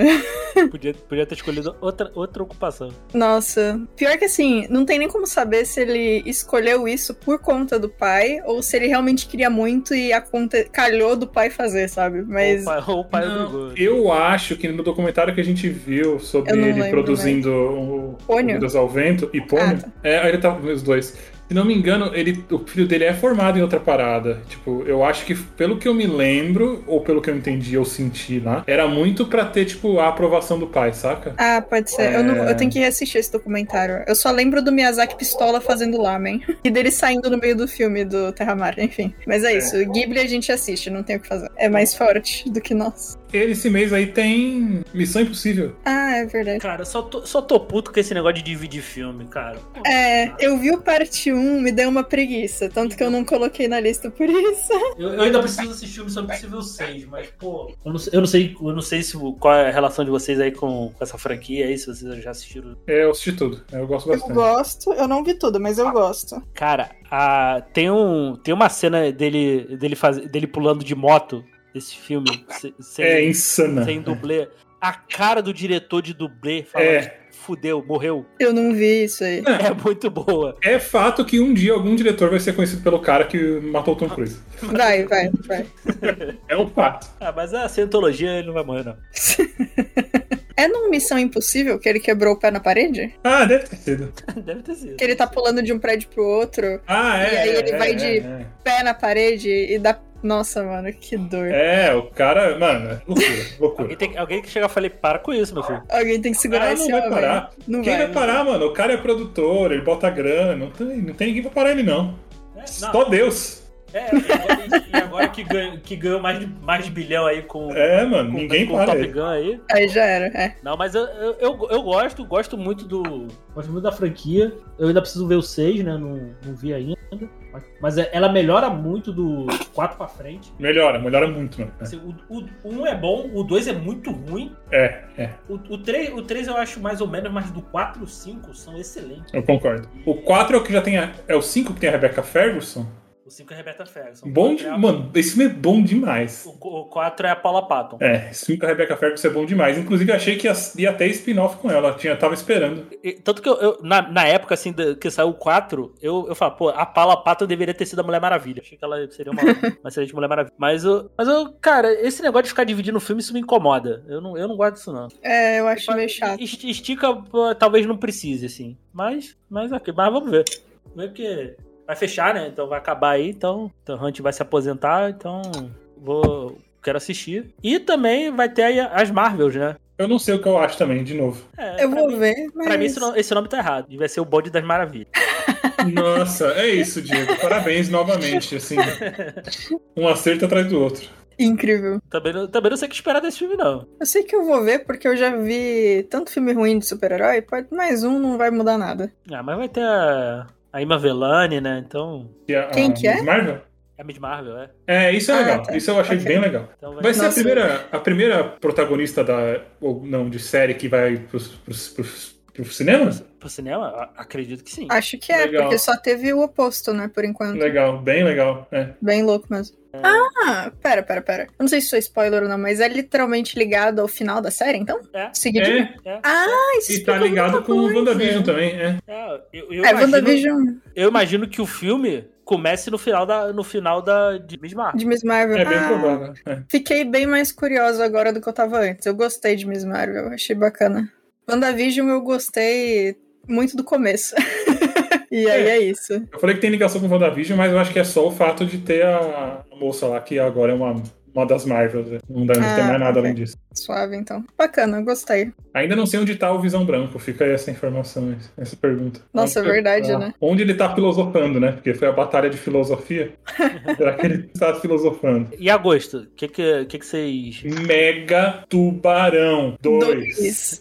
[SPEAKER 1] Podia, podia ter escolhido outra, outra ocupação.
[SPEAKER 2] Nossa, pior que assim, não tem nem como saber se ele escolheu isso por conta do pai ou se ele realmente queria muito e aconte... calhou do pai fazer, sabe? Mas
[SPEAKER 1] Ou o pai, ou o pai
[SPEAKER 3] Não,
[SPEAKER 1] obrigou.
[SPEAKER 3] Eu acho que no documentário que a gente viu sobre
[SPEAKER 2] Eu não
[SPEAKER 3] ele
[SPEAKER 2] lembro,
[SPEAKER 3] produzindo o
[SPEAKER 2] Pônio?
[SPEAKER 3] Comidas ao Vento e Pônio,
[SPEAKER 2] Ah, tá.
[SPEAKER 3] é, ele tava os dois. Se não me engano, ele, o filho dele é formado em outra parada. Tipo, eu acho que, pelo que eu me lembro, ou pelo que eu entendi ou senti lá, era muito pra ter, tipo, a aprovação do pai, saca?
[SPEAKER 2] Ah, pode ser. Eu, não-
[SPEAKER 3] É.
[SPEAKER 2] eu tenho que reassistir esse documentário. Eu só lembro do Miyazaki Pistola fazendo lamen. E dele saindo no meio do filme do Terra Mar, enfim. Mas é isso. O Ghibli a gente assiste, não tem o que fazer. É mais forte do que nós.
[SPEAKER 3] Ele, esse mês aí, tem Missão Impossível.
[SPEAKER 2] Ah, é verdade.
[SPEAKER 1] Cara, eu só tô, só tô puto com esse negócio de dividir filme, cara.
[SPEAKER 2] É, eu vi o parte 1, me deu uma preguiça. Tanto que eu não coloquei na lista por isso.
[SPEAKER 1] Eu, eu ainda preciso assistir o Missão Impossível 6, mas, pô. Eu não, sei- eu não sei, eu não sei se, o- qual é a relação de vocês aí com, com essa franquia aí, se vocês já assistiram.
[SPEAKER 3] É, eu assisti tudo. Eu gosto
[SPEAKER 2] Eu
[SPEAKER 3] bastante.
[SPEAKER 2] gosto, eu não vi tudo, mas eu gosto.
[SPEAKER 1] Cara, a- tem, um, tem uma cena dele, dele, faz, dele pulando de moto nesse filme, se- sem,
[SPEAKER 3] É insana.
[SPEAKER 1] sem dublê. A cara do diretor de dublê falando,
[SPEAKER 3] É,
[SPEAKER 1] fudeu, morreu.
[SPEAKER 2] Eu não vi isso aí.
[SPEAKER 1] É muito boa.
[SPEAKER 3] é fato que um dia algum diretor vai ser conhecido pelo cara que matou o Tom Cruise.
[SPEAKER 2] Vai, vai, vai.
[SPEAKER 3] É um fato.
[SPEAKER 1] Ah, mas a cientologia ele não vai morrer, não.
[SPEAKER 2] É numa Missão Impossível que ele quebrou o pé na parede?
[SPEAKER 3] Ah, deve ter sido.
[SPEAKER 1] Deve ter sido.
[SPEAKER 2] Que ele tá pulando de um prédio pro outro,
[SPEAKER 3] Ah, é.
[SPEAKER 2] E aí ele
[SPEAKER 3] é,
[SPEAKER 2] vai
[SPEAKER 3] é,
[SPEAKER 2] de-
[SPEAKER 3] é.
[SPEAKER 2] pé na parede e dá. Nossa, mano, que dor.
[SPEAKER 3] É, o cara. Mano, loucura, loucura.
[SPEAKER 1] Alguém, tem, alguém que chegar e falei, para com isso, meu filho.
[SPEAKER 2] Alguém tem que segurar
[SPEAKER 3] Ah, não
[SPEAKER 2] esse
[SPEAKER 3] vai
[SPEAKER 2] homem.
[SPEAKER 3] parar.
[SPEAKER 2] Não né?
[SPEAKER 3] Quem vai
[SPEAKER 2] não
[SPEAKER 3] parar, mano? O cara é produtor, ele bota grana, não tem, não tem ninguém pra parar ele, não.
[SPEAKER 1] É, não,
[SPEAKER 3] Só Deus.
[SPEAKER 1] é, agora- e agora que ganhou, que ganhou mais, de, mais de bilhão aí com,
[SPEAKER 3] É, mano,
[SPEAKER 1] com,
[SPEAKER 3] ninguém
[SPEAKER 1] com o
[SPEAKER 3] para
[SPEAKER 1] Top
[SPEAKER 3] ele.
[SPEAKER 1] Gun aí.
[SPEAKER 2] Aí já era, é.
[SPEAKER 1] Não, mas eu, eu, eu, eu gosto, gosto muito do. Gosto muito da franquia. Eu ainda preciso ver o 6, né? Não, não vi ainda. Mas, mas é- ela melhora muito do 4 pra frente.
[SPEAKER 3] Melhora, melhora muito, mano.
[SPEAKER 1] Assim, o, o, o 1 é bom, o 2 é muito ruim.
[SPEAKER 3] É, é,
[SPEAKER 1] O, o, 3, o 3 eu acho mais ou menos, mas do 4 e o 5 são excelentes.
[SPEAKER 3] eu concordo. O 4 é o que já tem. A, é o 5 que tem a Rebecca Ferguson.
[SPEAKER 1] O 5 é a Roberta Ferguson.
[SPEAKER 3] Bom
[SPEAKER 1] O
[SPEAKER 3] de,
[SPEAKER 1] quatro é a-
[SPEAKER 3] Mano, esse filme é bom demais.
[SPEAKER 1] O, o 4 é a Paula Patton.
[SPEAKER 3] É, esse filme com a Rebecca Ferguson é bom demais. Inclusive, eu achei que ia, ia ter spin-off com ela. Tinha, tava esperando.
[SPEAKER 1] E- Tanto que eu, eu- na, na época, assim, da- que saiu o 4, eu, eu falo, pô, a Paula Patton deveria ter sido a Mulher Maravilha. Achei que ela seria uma, uma excelente Mulher Maravilha. Mas, eu, mas eu, cara, esse negócio de ficar dividindo o filme, isso me incomoda. Eu não, eu não gosto disso, não.
[SPEAKER 2] É, eu acho meio chato.
[SPEAKER 1] Esti- Estica, pô, talvez não precise, assim. Mas, mas ok, mas vamos ver. Vamos ver porque vai fechar, né? Então vai acabar aí, então, então Hunt vai se aposentar, então vou... Quero assistir. E também vai ter aí as Marvels, né?
[SPEAKER 3] Eu não sei o que eu acho também, de novo.
[SPEAKER 1] É,
[SPEAKER 2] Eu
[SPEAKER 1] pra
[SPEAKER 2] vou
[SPEAKER 1] mim-
[SPEAKER 2] ver, mas.
[SPEAKER 1] Pra mim, esse nome, esse nome tá errado. Devia ser o Bode das Maravilhas.
[SPEAKER 3] Nossa, é isso, Diego. Parabéns novamente, assim. Um acerto atrás do outro.
[SPEAKER 2] Incrível.
[SPEAKER 1] Também não, também não sei o que esperar desse filme, não.
[SPEAKER 2] Eu sei que eu vou ver porque eu já vi tanto filme ruim de super-herói, pode mais um não vai mudar nada.
[SPEAKER 1] Ah, mas vai ter a, a Ima Velani, né? Então.
[SPEAKER 3] E a-
[SPEAKER 2] Quem
[SPEAKER 3] a
[SPEAKER 2] que é?
[SPEAKER 3] Miss Marvel?
[SPEAKER 1] É a Mid Marvel, é.
[SPEAKER 3] É, isso é
[SPEAKER 2] Ah,
[SPEAKER 3] legal.
[SPEAKER 2] tá.
[SPEAKER 3] Isso eu achei
[SPEAKER 2] Ok.
[SPEAKER 3] bem legal.
[SPEAKER 1] Então
[SPEAKER 3] Vai ser a
[SPEAKER 2] Nossa.
[SPEAKER 3] primeira, a primeira protagonista da. ou não, de série que vai pros, pros, pros, pros cinemas?
[SPEAKER 1] pro cinema? A- Acredito que sim.
[SPEAKER 2] Acho que é,
[SPEAKER 3] Legal.
[SPEAKER 2] porque só teve o oposto, né, por enquanto.
[SPEAKER 3] Legal, bem legal. É.
[SPEAKER 2] Bem louco mesmo. Ah, pera, pera, pera. Eu não sei se isso é spoiler ou não, mas é literalmente ligado ao final da série, então?
[SPEAKER 1] É.
[SPEAKER 2] Seguidinho?
[SPEAKER 3] É,
[SPEAKER 1] É,
[SPEAKER 2] Ah, isso
[SPEAKER 3] e tá
[SPEAKER 2] explica
[SPEAKER 3] ligado
[SPEAKER 2] muita
[SPEAKER 3] com o
[SPEAKER 2] coisa.
[SPEAKER 3] WandaVision também. É.
[SPEAKER 1] é, eu, eu
[SPEAKER 2] É,
[SPEAKER 1] imagino,
[SPEAKER 2] WandaVision
[SPEAKER 1] eu imagino que o filme comece no final da, no final da de Miss Marvel.
[SPEAKER 2] de Miss Marvel.
[SPEAKER 3] É bem
[SPEAKER 2] Ah,
[SPEAKER 3] provável. É.
[SPEAKER 2] Fiquei bem mais curiosa agora do que eu tava antes. Eu gostei de Miss Marvel, achei bacana. WandaVision eu gostei muito do começo. e aí é isso.
[SPEAKER 3] Eu falei que tem ligação com o WandaVision, mas eu acho que é só o fato de ter a, a moça lá, que agora é uma, uma das Marvels. né? Não deve
[SPEAKER 2] Ah,
[SPEAKER 3] ter mais nada
[SPEAKER 2] ok.
[SPEAKER 3] além disso.
[SPEAKER 2] Suave, então. Bacana, gostei.
[SPEAKER 3] Ainda não sei onde tá o Visão Branco, fica aí essa informação, essa pergunta.
[SPEAKER 2] Nossa,
[SPEAKER 3] Onde-
[SPEAKER 2] é verdade,
[SPEAKER 3] ah,
[SPEAKER 2] né?
[SPEAKER 3] Onde ele tá filosofando, né? Porque foi a batalha de filosofia. Será que ele tá filosofando?
[SPEAKER 1] E agosto? O que, que, que, que vocês.
[SPEAKER 3] Mega Tubarão 2.
[SPEAKER 2] Dois.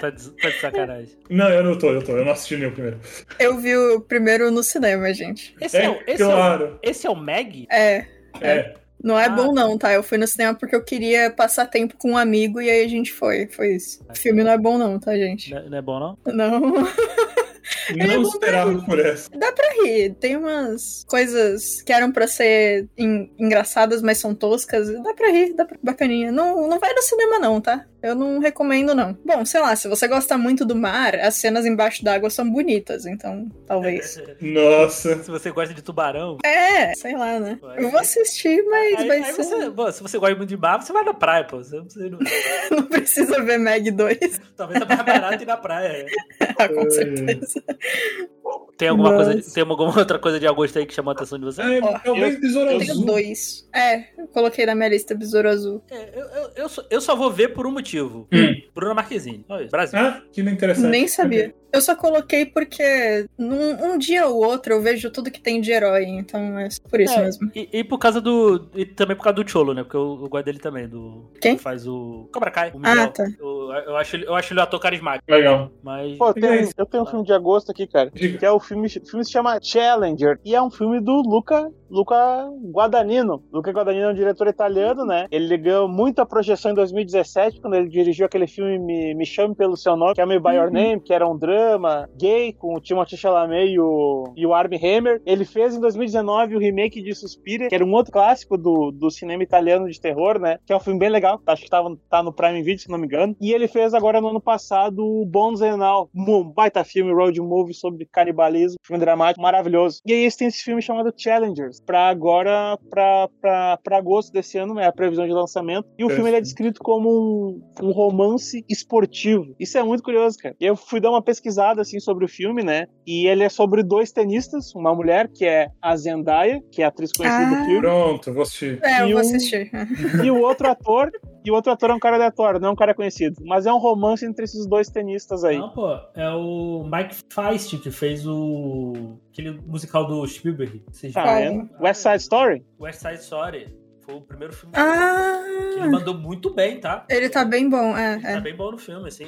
[SPEAKER 1] Tá de, tá de sacanagem.
[SPEAKER 3] Não, eu não tô, eu tô. Eu não assisti nem o primeiro.
[SPEAKER 2] Eu vi o primeiro no cinema, gente.
[SPEAKER 1] Esse é, o- esse, é o,
[SPEAKER 3] claro.
[SPEAKER 1] esse é o Meg?
[SPEAKER 2] É,
[SPEAKER 3] É.
[SPEAKER 2] não é
[SPEAKER 1] Ah.
[SPEAKER 2] bom não, tá? Eu fui no cinema porque eu queria passar tempo com um amigo e aí a gente foi. Foi isso. O filme não é bom não, tá, gente?
[SPEAKER 1] Não, não é bom, não?
[SPEAKER 2] Não. é
[SPEAKER 3] Não
[SPEAKER 2] bom
[SPEAKER 3] esperava por essa.
[SPEAKER 2] Ri, tem umas coisas que eram pra ser en- engraçadas, mas são toscas. Dá pra rir, dá pra... bacaninha. Não, não vai no cinema não, tá? Eu não recomendo não. Bom, sei lá, se você gosta muito do mar, as cenas embaixo d'água são bonitas, então talvez.
[SPEAKER 3] Nossa.
[SPEAKER 1] Se você gosta de tubarão.
[SPEAKER 2] É, sei lá, né? Eu vou assistir, mas
[SPEAKER 1] Aí,
[SPEAKER 2] vai
[SPEAKER 1] aí
[SPEAKER 2] ser... um
[SPEAKER 1] você, bom, se você gosta muito de mar, você vai na praia, pô. Você, você não-
[SPEAKER 2] Não precisa ver Meg 2.
[SPEAKER 1] talvez é mais barato ir na praia. né?
[SPEAKER 2] Ah, com
[SPEAKER 3] É.
[SPEAKER 2] certeza.
[SPEAKER 1] Tem alguma,
[SPEAKER 2] Nossa.
[SPEAKER 1] coisa, tem alguma outra coisa de agosto aí que chamou a atenção de você?
[SPEAKER 3] É,
[SPEAKER 2] Ó,
[SPEAKER 3] talvez Besouro
[SPEAKER 2] Eu tenho
[SPEAKER 3] Azul.
[SPEAKER 2] dois. É, eu coloquei na minha lista Besouro Azul.
[SPEAKER 1] É, eu, eu, eu, só, eu só vou ver por um motivo.
[SPEAKER 3] Hum.
[SPEAKER 1] Bruna Marquezine. Olha isso. Brasil.
[SPEAKER 3] Ah, que interessante.
[SPEAKER 2] Nem sabia. Eu só coloquei porque num, um dia ou outro eu vejo tudo que tem de herói, então é por isso
[SPEAKER 1] É,
[SPEAKER 2] mesmo.
[SPEAKER 1] E, e por causa do. E também por causa do Cholo, né? Porque eu, eu gosto dele também. Do,
[SPEAKER 2] Quem?
[SPEAKER 1] que faz o. Cobra Kai. o
[SPEAKER 2] Ah,
[SPEAKER 1] Miguel.
[SPEAKER 2] tá.
[SPEAKER 1] Eu, eu acho, ele- eu acho ele um ator carismático.
[SPEAKER 3] Legal.
[SPEAKER 1] Mas.
[SPEAKER 4] Pô, eu tenho,
[SPEAKER 3] Diga aí.
[SPEAKER 4] eu tenho um filme de agosto aqui, cara.
[SPEAKER 3] Diga.
[SPEAKER 4] Que é o filme, o filme se chama Challenger. E é um filme do Luca, Luca Guadagnino. Luca Guadagnino é um diretor italiano, né? Ele ganhou muita projeção em 2017, quando ele dirigiu aquele filme Me, Me Chame Pelo Seu Nome, que é Me By Your Name, que era um drama gay com o Timothée Chalamet e o, e o Armie Hammer. Ele fez em 2019 o remake de Suspira, que era um outro clássico do, do cinema italiano de terror, né? Que é um filme bem legal, acho que tava, tá no Prime Video, se não me engano. E ele fez agora no ano passado o Bones and All, um baita filme, road movie sobre canibalismo, filme dramático, maravilhoso. E aí eles têm esse filme chamado Challengers, pra agora, pra, pra, pra agosto desse ano, é a previsão de lançamento. E o filme ele é descrito como um, um romance esportivo. Isso é muito curioso, cara. Eu fui dar uma pesquisada, assim, sobre o filme, né? E ele é sobre dois tenistas, uma mulher, que é a Zendaya, que é a atriz conhecida do
[SPEAKER 2] Ah.
[SPEAKER 4] filme,
[SPEAKER 3] Pronto, vou assistir.
[SPEAKER 2] É, eu
[SPEAKER 4] e
[SPEAKER 2] vou
[SPEAKER 4] um-
[SPEAKER 2] assistir.
[SPEAKER 4] e o outro ator, e o outro ator é um cara aleatório, não é um cara conhecido. Mas é um romance entre esses dois tenistas aí.
[SPEAKER 5] Não, pô, é o Mike Feist que fez o. aquele musical do Spielberg. Vocês
[SPEAKER 4] Tá
[SPEAKER 2] Qual?
[SPEAKER 4] vendo? West Side Story?
[SPEAKER 1] West Side Story foi o primeiro filme que ele
[SPEAKER 2] Ah!
[SPEAKER 1] mandou muito bem, tá?
[SPEAKER 2] Ele tá bem bom,
[SPEAKER 1] Tá
[SPEAKER 2] é, é.
[SPEAKER 1] bem bom no filme, assim.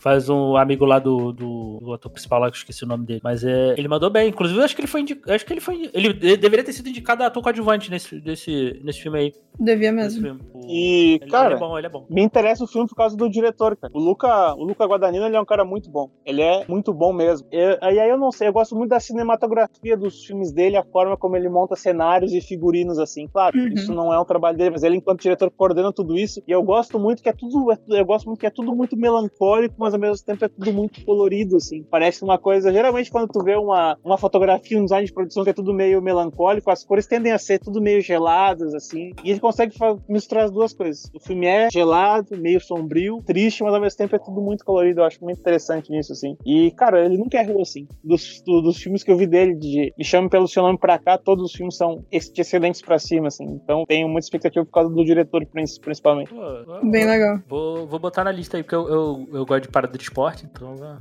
[SPEAKER 1] Faz um amigo lá do, do, do ator principal lá, que eu esqueci o nome dele. Mas é, ele mandou bem. Inclusive, eu acho que ele foi indi- eu acho que ele foi. indi- Ele de- deveria ter sido indicado a ator coadjuvante nesse, desse, nesse filme aí.
[SPEAKER 2] Devia
[SPEAKER 1] Nesse
[SPEAKER 2] mesmo.
[SPEAKER 1] filme. O-
[SPEAKER 4] E,
[SPEAKER 1] ele, ele é
[SPEAKER 4] cara,
[SPEAKER 1] bom, ele é bom.
[SPEAKER 4] me interessa o filme por causa do diretor, cara. O Luca, o Luca Guadagnino, ele é um cara muito bom. Ele é muito bom mesmo. E, e aí eu não sei, eu gosto muito da cinematografia dos filmes dele, a forma como ele monta cenários e figurinos, assim. Claro,
[SPEAKER 2] Uhum.
[SPEAKER 4] isso não é um trabalho dele, mas ele, enquanto diretor, coordena tudo isso. E eu gosto muito que é tudo, é tudo- eu gosto muito que é tudo muito melancólico, mas ao mesmo tempo é tudo muito colorido, assim. Parece uma coisa, geralmente quando tu vê uma, uma fotografia, um design de produção que é tudo meio melancólico, as cores tendem a ser tudo meio geladas, assim. E ele consegue fa- misturar as duas coisas. O filme é gelado, meio sombrio, triste, mas ao mesmo tempo é tudo muito colorido. Eu acho muito interessante nisso, assim. E, cara, ele nunca errou, assim. Dos, do- dos filmes que eu vi dele, de Me Chame Pelo Seu Nome pra cá, todos os filmes são ex- excelentes pra cima, assim. Então tem tenho muita expectativa por causa do diretor, princi- principalmente.
[SPEAKER 1] Pô,
[SPEAKER 2] Bem legal.
[SPEAKER 1] Vou, vou botar na lista aí, porque eu, eu, eu gosto de parada de esporte, então. vai.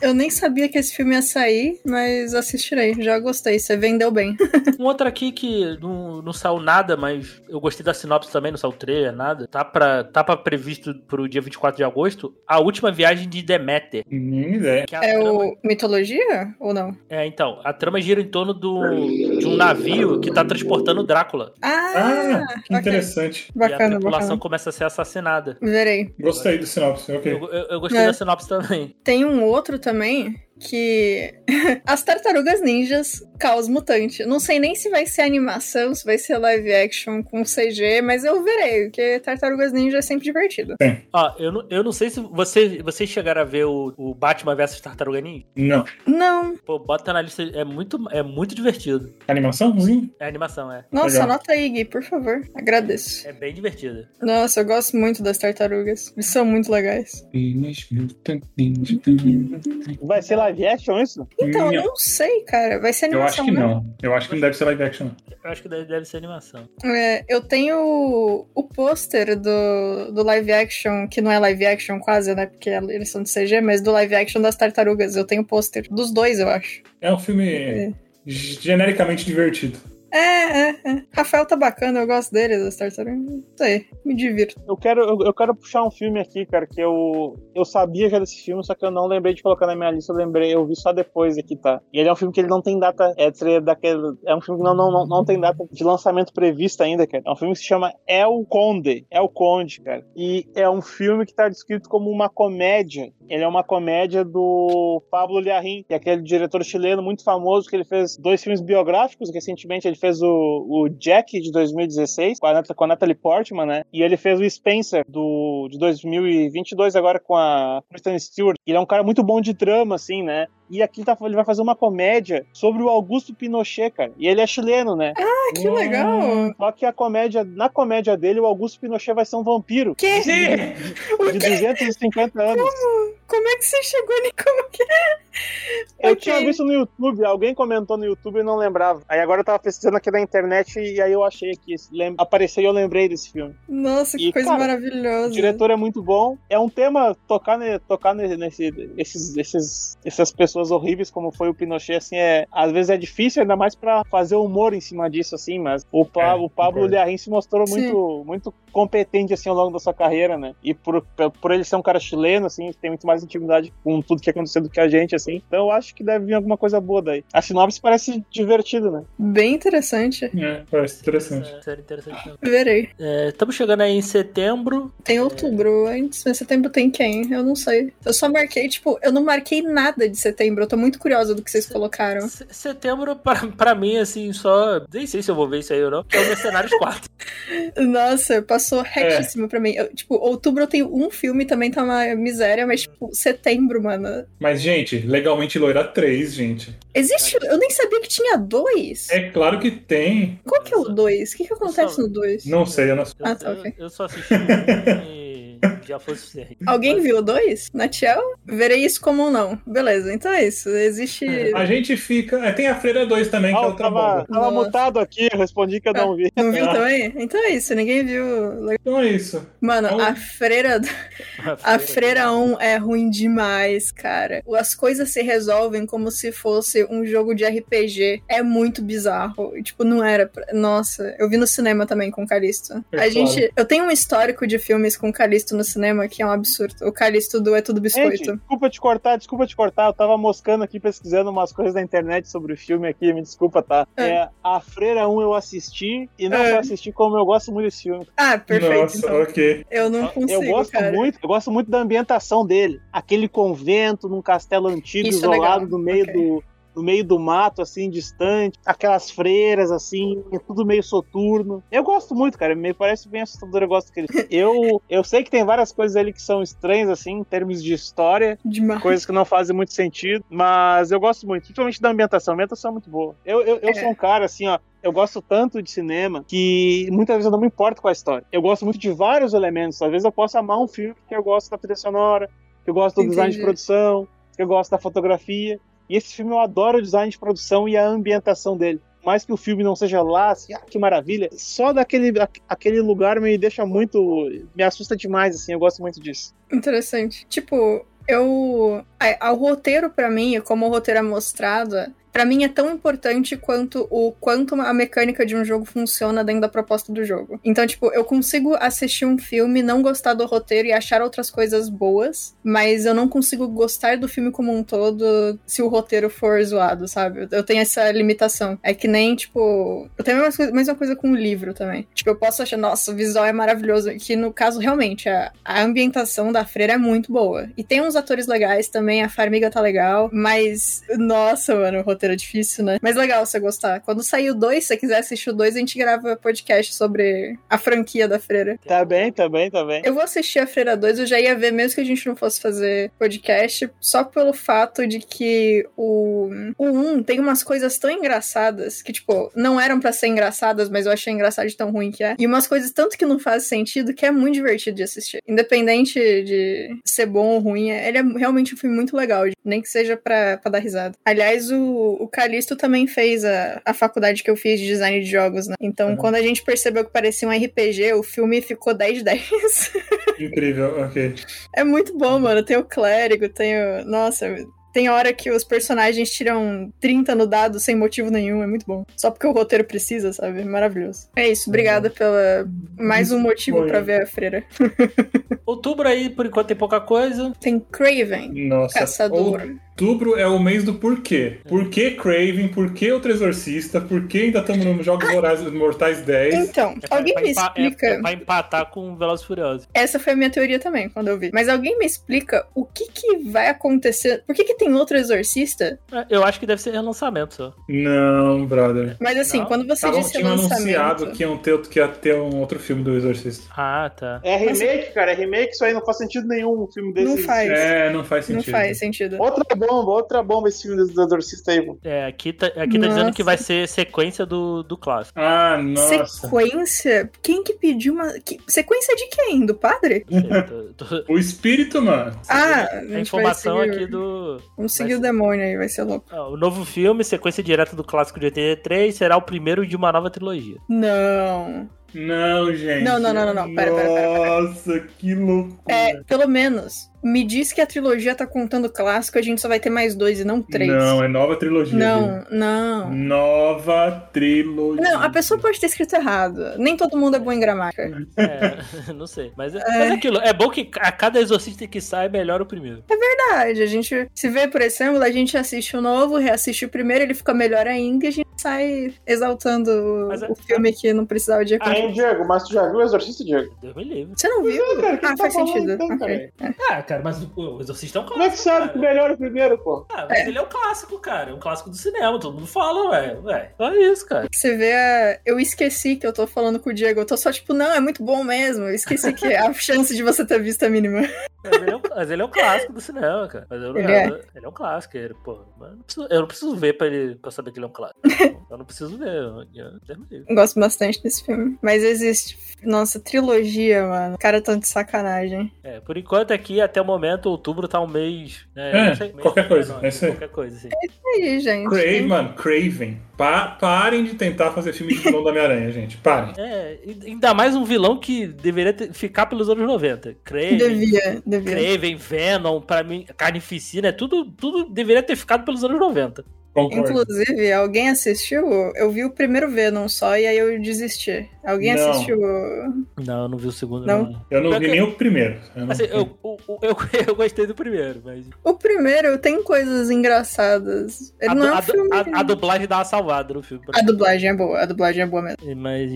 [SPEAKER 2] É, Eu nem sabia que esse filme ia sair, mas assistirei. Já gostei. Você vendeu bem.
[SPEAKER 1] Um outro aqui que não, não saiu nada, mas eu gostei da sinopse também, não saiu trailer, nada. Tá pra, tá pra previsto pro dia 24 de agosto a última viagem de Deméter.
[SPEAKER 3] Nenhuma ideia.
[SPEAKER 1] que a
[SPEAKER 2] É
[SPEAKER 1] trama-
[SPEAKER 2] o Mitologia ou não?
[SPEAKER 1] É, então, a trama gira em torno do, de um navio que tá transportando o Drácula.
[SPEAKER 2] Ah,
[SPEAKER 3] Ah, que
[SPEAKER 2] ok.
[SPEAKER 3] interessante.
[SPEAKER 1] e
[SPEAKER 2] bacana,
[SPEAKER 1] a tripulação
[SPEAKER 2] bacana.
[SPEAKER 1] começa a ser assassinada.
[SPEAKER 2] Verei.
[SPEAKER 3] Gostei do sinopse, ok.
[SPEAKER 1] Eu, eu, eu gostei
[SPEAKER 2] É.
[SPEAKER 1] da sinopse também.
[SPEAKER 2] Tem um outro também que as tartarugas ninjas caos mutante. Não sei nem se vai ser animação, se vai ser live action com CG, mas eu verei, porque tartarugas ninja é sempre divertido.
[SPEAKER 1] Ó, eu, não- eu não sei se você, vocês chegaram a ver o, o Batman vs Tartaruga Ninja.
[SPEAKER 3] Não.
[SPEAKER 2] Não,
[SPEAKER 1] Pô, bota na lista, é muito, é muito divertido.
[SPEAKER 3] Animaçãozinho?
[SPEAKER 1] É animação, é.
[SPEAKER 2] nossa,
[SPEAKER 3] Legal.
[SPEAKER 2] anota aí, Gui, por favor. Agradeço.
[SPEAKER 1] É bem divertida.
[SPEAKER 2] Nossa, eu gosto muito das tartarugas. Eles são muito legais.
[SPEAKER 4] Vai ser live action isso?
[SPEAKER 2] Então, eu
[SPEAKER 3] Não.
[SPEAKER 2] não sei, cara. Vai ser
[SPEAKER 3] Eu acho
[SPEAKER 2] animação,
[SPEAKER 3] que
[SPEAKER 2] né?
[SPEAKER 3] não. Eu acho que não deve ser live action.
[SPEAKER 1] Eu acho que deve, deve ser animação.
[SPEAKER 2] É, eu tenho o, o pôster do, do live action, que não é live action quase, né? Porque eles são de CG, mas do live action das tartarugas. Eu tenho o pôster dos dois, eu acho.
[SPEAKER 3] É um filme
[SPEAKER 2] É.
[SPEAKER 3] genericamente divertido.
[SPEAKER 2] É, é, é. Rafael tá bacana, eu gosto dele, das tartarugas. Não sei, me divirto.
[SPEAKER 4] Eu quero, eu, eu quero puxar um filme aqui, cara, que eu, eu sabia já desse filme, só que eu não lembrei de colocar na minha lista, eu lembrei, eu vi só depois aqui, tá? E ele é um filme que ele não tem data, é, tre- daquele, é um filme que não, não, não, não tem data de lançamento prevista ainda, cara. É um filme que se chama El Conde, El Conde, cara. E é um filme que tá descrito como uma comédia. Ele é uma comédia do Pablo Larraín, que é aquele diretor chileno muito famoso, que ele fez dois filmes biográficos recentemente, ele fez o, o Jack de 2016 com a, Nat- com a Natalie Portman, né? E ele fez o Spencer do, de 2022 agora com a Kristen Stewart. Ele é um cara muito bom de drama, assim, né? E aqui tá- ele vai fazer uma comédia sobre o Augusto Pinochet, cara. E ele é chileno, né?
[SPEAKER 2] Ah, que legal!
[SPEAKER 4] Só que a comédia, na comédia dele, o Augusto Pinochet vai ser um vampiro
[SPEAKER 2] Que? O
[SPEAKER 4] de
[SPEAKER 2] quê?
[SPEAKER 4] 250 anos.
[SPEAKER 2] Como é que você chegou, Nico? Que- é?
[SPEAKER 4] Eu
[SPEAKER 2] Ok.
[SPEAKER 4] tinha visto no YouTube, alguém comentou no YouTube e não lembrava. Aí agora eu tava pesquisando aqui na internet e aí eu achei aqui. esse- lem- Apareceu e eu lembrei desse filme.
[SPEAKER 2] Nossa, que
[SPEAKER 4] E,
[SPEAKER 2] coisa
[SPEAKER 4] cara, O
[SPEAKER 2] maravilhosa.
[SPEAKER 4] diretor é muito bom. É um tema tocar, ne- tocar ne- nesse, esses, esses- essas pessoas horríveis, como foi o Pinochet, assim, é, às vezes é difícil, ainda mais pra fazer humor em cima disso, assim, mas o, pa,
[SPEAKER 3] É,
[SPEAKER 4] o Pablo
[SPEAKER 3] concordo.
[SPEAKER 4] Larraín se mostrou
[SPEAKER 2] Sim.
[SPEAKER 4] muito, muito competente, assim, ao longo da sua carreira, né? E por, por ele ser um cara chileno, assim, tem muito mais intimidade com tudo que aconteceu do que a gente, assim. Então eu acho que deve vir alguma coisa boa daí. A sinopse parece divertida, né?
[SPEAKER 2] Bem interessante.
[SPEAKER 3] É, parece interessante.
[SPEAKER 1] Essa série interessante também.
[SPEAKER 2] Verei.
[SPEAKER 1] É, Estamos chegando aí em setembro.
[SPEAKER 4] É.
[SPEAKER 2] Tem outubro, antes de setembro tem quem? Eu não sei. Eu só marquei, tipo, eu não marquei nada de setembro. Eu tô muito curiosa do que vocês colocaram.
[SPEAKER 1] Se- Setembro, pra, pra mim, assim, só. Nem sei se eu vou ver isso aí ou não, que é o Mercenários 4.
[SPEAKER 2] Nossa, passou
[SPEAKER 3] É.
[SPEAKER 2] retíssimo pra mim. Eu, tipo, outubro eu tenho um filme, também tá uma miséria, mas, tipo, setembro, mano.
[SPEAKER 3] Mas, gente, legalmente loira 3, gente.
[SPEAKER 2] Existe. Eu nem sabia que tinha dois.
[SPEAKER 3] É claro que tem.
[SPEAKER 2] Qual que é o dois? O que, que acontece
[SPEAKER 1] Só-
[SPEAKER 2] no dois?
[SPEAKER 3] Não sei, eu não
[SPEAKER 1] Eu,
[SPEAKER 2] Ah, tá, ok.
[SPEAKER 1] eu, eu só assisti um e já foi suficiente.
[SPEAKER 2] Alguém viu o dois? Natiel? Verei isso como ou não. Beleza, então é isso. Existe.
[SPEAKER 3] A gente fica. É, tem a Freira 2 também, que
[SPEAKER 4] Ah,
[SPEAKER 3] é
[SPEAKER 4] eu
[SPEAKER 3] outra
[SPEAKER 4] tava,
[SPEAKER 3] bomba.
[SPEAKER 4] tava
[SPEAKER 2] Nossa. É.
[SPEAKER 4] mutado aqui, eu respondi que eu não vi.
[SPEAKER 2] Não viu
[SPEAKER 3] Ah.
[SPEAKER 2] também? Então é isso, ninguém viu. Legal.
[SPEAKER 3] Então é isso.
[SPEAKER 2] Mano,
[SPEAKER 3] Então-
[SPEAKER 2] a freira. A Freira 1 é ruim demais, cara. As coisas se resolvem como se fosse um jogo de RPG. É muito bizarro. E, Tipo, não era. pra- Nossa, eu vi no cinema também com o Calisto.
[SPEAKER 3] É
[SPEAKER 2] A
[SPEAKER 3] claro.
[SPEAKER 2] gente. Eu tenho um histórico de filmes com o Calisto no cinema que é um absurdo. O Calisto do É Tudo
[SPEAKER 4] Gente,
[SPEAKER 2] Biscoito.
[SPEAKER 4] desculpa te cortar, desculpa te cortar. Eu tava moscando aqui, pesquisando umas coisas na internet sobre o filme aqui, me desculpa, tá?
[SPEAKER 2] É.
[SPEAKER 4] É, a Freira 1 eu assisti, e não
[SPEAKER 2] É.
[SPEAKER 4] só assisti, como eu gosto muito desse filme.
[SPEAKER 2] Ah, perfeito.
[SPEAKER 3] Nossa,
[SPEAKER 2] então.
[SPEAKER 3] ok.
[SPEAKER 2] Eu não consigo,
[SPEAKER 4] eu gosto
[SPEAKER 2] cara.
[SPEAKER 4] muito, eu gosto muito da ambientação dele. Aquele convento num castelo antigo,
[SPEAKER 2] Isso é
[SPEAKER 4] isolado
[SPEAKER 2] legal,
[SPEAKER 4] no meio
[SPEAKER 2] ok.
[SPEAKER 4] do. No meio do mato, assim, distante, aquelas freiras, assim, é tudo meio soturno. Eu gosto muito, cara, me parece bem assustador. Eu gosto daquele. Eu, eu sei que tem várias coisas ali que são estranhas, assim, em termos de história,
[SPEAKER 2] Demais.
[SPEAKER 4] coisas que não fazem muito sentido, mas eu gosto muito, principalmente da ambientação. A ambientação é muito boa. Eu, eu, eu
[SPEAKER 2] É.
[SPEAKER 4] sou um cara, assim, ó. Eu gosto tanto de cinema que muitas vezes eu não me importo com a história. Eu gosto muito de vários elementos. Às vezes eu posso amar um filme que eu gosto da trilha sonora, que eu gosto do design de
[SPEAKER 2] Entendi.
[SPEAKER 4] produção, que eu gosto da fotografia. E esse filme eu adoro o design de produção e a ambientação dele. mais que o filme não seja lá, assim, ah, que maravilha, só daquele a- aquele lugar me deixa muito, me assusta demais, assim, eu gosto muito disso.
[SPEAKER 2] Interessante. Tipo, eu. A, a- o roteiro, pra mim, como o roteiro é mostrado, pra mim é tão importante quanto o quanto a mecânica de um jogo funciona dentro da proposta do jogo. Então, tipo, eu consigo assistir um filme, não gostar do roteiro e achar outras coisas boas, mas eu não consigo gostar do filme como um todo se o roteiro for zoado, sabe? Eu tenho essa limitação. É que nem, tipo. Eu tenho a mesma coisa, mesma coisa com o livro também. Tipo, eu posso achar, nossa, o visual é maravilhoso. Que no caso, realmente, a, a ambientação da freira é muito boa. E tem uns atores legais também, a Farmiga tá legal. Mas, nossa, mano, o roteiro é difícil, né? Mas legal você gostar. Quando sair o 2, se você quiser assistir o 2, a gente grava podcast sobre a franquia da freira.
[SPEAKER 4] Tá bem, tá bem, tá bem.
[SPEAKER 2] Eu vou assistir a Freira 2, eu já ia ver mesmo que a gente não fosse fazer podcast, só pelo fato de que o, o 1 tem umas coisas tão engraçadas que, tipo, não eram pra ser engraçadas, mas eu achei engraçado de tão ruim que é. E umas coisas tanto que não faz sentido que é muito divertido de assistir. Independente de ser bom ou ruim, ele é realmente um filme muito legal, nem que seja pra, pra dar risada. Aliás, o, o Calisto também fez a, a faculdade que eu fiz de design de jogos, né? Então, quando a gente percebeu que parecia um RPG, o filme ficou 10 de 10.
[SPEAKER 3] Incrível, ok.
[SPEAKER 2] É muito bom, mano. Tem o clérigo, tem o. Nossa, tem hora que os personagens tiram 30 no dado sem motivo nenhum. É muito bom. Só porque o roteiro precisa, sabe? Maravilhoso. É isso. Obrigada pela. Mais um motivo
[SPEAKER 3] Uhum. Foi.
[SPEAKER 2] pra ver a freira.
[SPEAKER 7] Outubro aí, por enquanto, tem pouca coisa.
[SPEAKER 2] Tem Craven,
[SPEAKER 3] Nossa,
[SPEAKER 2] Caçador.
[SPEAKER 3] outubro é o mês do porquê. Por que Craven? Por que Outro Exorcista? Por que ainda estamos nos Jogos Morais- Mortais 10?
[SPEAKER 2] Então, alguém
[SPEAKER 1] pra
[SPEAKER 2] me
[SPEAKER 1] empa- é-
[SPEAKER 2] explica.
[SPEAKER 1] é pra empatar com Velozes e Furiosos.
[SPEAKER 2] Essa foi a minha teoria também, quando eu vi. Mas alguém me explica o que que vai acontecer. Por que que tem outro exorcista?
[SPEAKER 1] É, Eu acho que deve ser relançamento só.
[SPEAKER 3] Não, brother.
[SPEAKER 2] Mas assim,
[SPEAKER 1] Não.
[SPEAKER 2] quando você
[SPEAKER 3] Tava,
[SPEAKER 2] disse
[SPEAKER 3] tinha anunciado
[SPEAKER 2] lançamento.
[SPEAKER 3] que, iam ter, que ia ter um outro filme do Exorcista.
[SPEAKER 1] Ah, tá.
[SPEAKER 4] É remake, cara, é remake, isso aí não faz sentido nenhum, um filme desse.
[SPEAKER 2] Não faz.
[SPEAKER 3] É, não faz
[SPEAKER 2] não
[SPEAKER 3] sentido.
[SPEAKER 2] faz sentido.
[SPEAKER 4] Outra bomba, outra bomba esse filme do Exorcista aí, mano.
[SPEAKER 1] É, aqui tá, aqui tá dizendo
[SPEAKER 2] Nossa.
[SPEAKER 1] que vai ser sequência do, do clássico.
[SPEAKER 3] Ah, nossa.
[SPEAKER 2] Sequência? Quem que pediu uma. que- Sequência de quem? Do padre?
[SPEAKER 1] Não sei, tô- tô-
[SPEAKER 3] O espírito, mano.
[SPEAKER 2] Uhum. Ah, a, gente
[SPEAKER 1] a informação
[SPEAKER 2] vai seguir,
[SPEAKER 1] aqui do.
[SPEAKER 2] Vamos seguir
[SPEAKER 1] vai
[SPEAKER 2] o
[SPEAKER 1] ser-
[SPEAKER 2] demônio aí, vai ser louco.
[SPEAKER 1] Ah, o novo filme, sequência direta do clássico de 83, será o primeiro de uma nova trilogia.
[SPEAKER 2] Não.
[SPEAKER 3] Não, gente.
[SPEAKER 2] Não, não, não, não, não. Pera, pera, pera,
[SPEAKER 3] Nossa, que loucura.
[SPEAKER 2] É, pelo menos, me diz que a trilogia tá contando clássico, a gente só vai ter mais dois e não três.
[SPEAKER 3] Não, é nova trilogia.
[SPEAKER 2] não, não.
[SPEAKER 3] Nova trilogia.
[SPEAKER 2] Não, a pessoa pode ter escrito errado. Nem todo mundo é bom em gramática.
[SPEAKER 1] É, não sei. Mas é, mas é aquilo. É bom que a cada exorcista que sai, melhora o primeiro.
[SPEAKER 2] Verdade, a gente se vê por esse ângulo, a gente assiste o novo, reassiste o primeiro, ele fica melhor ainda e a gente sai exaltando o-
[SPEAKER 1] Mas é- Ah,
[SPEAKER 2] o filme que não precisava de acontecer.
[SPEAKER 4] Hein, Diego, mas tu já viu o Exorcista, Diego?
[SPEAKER 1] Deus me livre.
[SPEAKER 2] Você não viu?
[SPEAKER 4] Não, cara, o que
[SPEAKER 2] ah,
[SPEAKER 4] tu tá
[SPEAKER 2] faz
[SPEAKER 4] falando
[SPEAKER 2] sentido.
[SPEAKER 4] então,
[SPEAKER 2] Ok.
[SPEAKER 4] cara?
[SPEAKER 1] Ah, cara, mas o, o exorcista é um
[SPEAKER 4] Como é que sabe que melhora o primeiro, pô?
[SPEAKER 1] Ah, mas ele é um clássico, cara. É um clássico do cinema. Todo mundo fala, velho. Ué, só isso, cara.
[SPEAKER 2] Você vê, a- eu esqueci que eu tô falando com o Diego. Eu tô só tipo, não, é muito bom mesmo. Eu esqueci que é a chance de você ter visto é mínima.
[SPEAKER 1] Mas ele, é um, mas ele é um clássico do cinema, cara. Mas eu não-
[SPEAKER 2] Ele é.
[SPEAKER 1] eu- ele é um clássico, ele, pô. mas eu não preciso- eu não preciso ver pra, ele, pra saber que ele é um clássico. Eu não preciso ver. Eu, eu, eu, eu,
[SPEAKER 2] Eu Gosto bastante desse filme. Mas existe. Nossa, trilogia, mano. O cara tá de sacanagem.
[SPEAKER 1] É, por enquanto aqui, até o momento, outubro tá um mês. Né,
[SPEAKER 3] É,
[SPEAKER 1] não sei, mês
[SPEAKER 3] qualquer
[SPEAKER 1] não,
[SPEAKER 3] coisa,
[SPEAKER 1] não,
[SPEAKER 3] é isso aí.
[SPEAKER 1] Qualquer coisa, assim.
[SPEAKER 2] E aí, É gente?
[SPEAKER 3] Craven, mano, Craven. Pa- parem de tentar fazer filme de vilão da Homem-Aranha, gente. Parem.
[SPEAKER 1] É, e- ainda mais um vilão que deveria ter- ficar pelos anos 90. Craven,
[SPEAKER 2] Devia, devia.
[SPEAKER 1] Craven, Venom, pra mim, Carnificina, é tudo, tudo deveria ter ficado pelos anos 90.
[SPEAKER 3] Concordo.
[SPEAKER 2] Inclusive, alguém assistiu? Eu vi o primeiro Venom só e aí eu desisti. Alguém
[SPEAKER 3] Não.
[SPEAKER 2] assistiu?
[SPEAKER 1] Não, eu não vi o segundo,
[SPEAKER 2] Não?
[SPEAKER 1] não.
[SPEAKER 3] Eu não
[SPEAKER 1] Pior
[SPEAKER 3] vi
[SPEAKER 1] que-
[SPEAKER 3] nem o primeiro. Eu não-
[SPEAKER 1] Assim, eu, eu, eu, eu gostei do primeiro, mas...
[SPEAKER 2] O primeiro tem coisas engraçadas. Ele
[SPEAKER 1] A,
[SPEAKER 2] não
[SPEAKER 1] du-
[SPEAKER 2] é um
[SPEAKER 1] a du-
[SPEAKER 2] filme.
[SPEAKER 1] a- a dublagem dá uma salvada no filme. pra
[SPEAKER 2] A
[SPEAKER 1] mim.
[SPEAKER 2] dublagem é boa, a dublagem é boa mesmo.
[SPEAKER 1] Mas,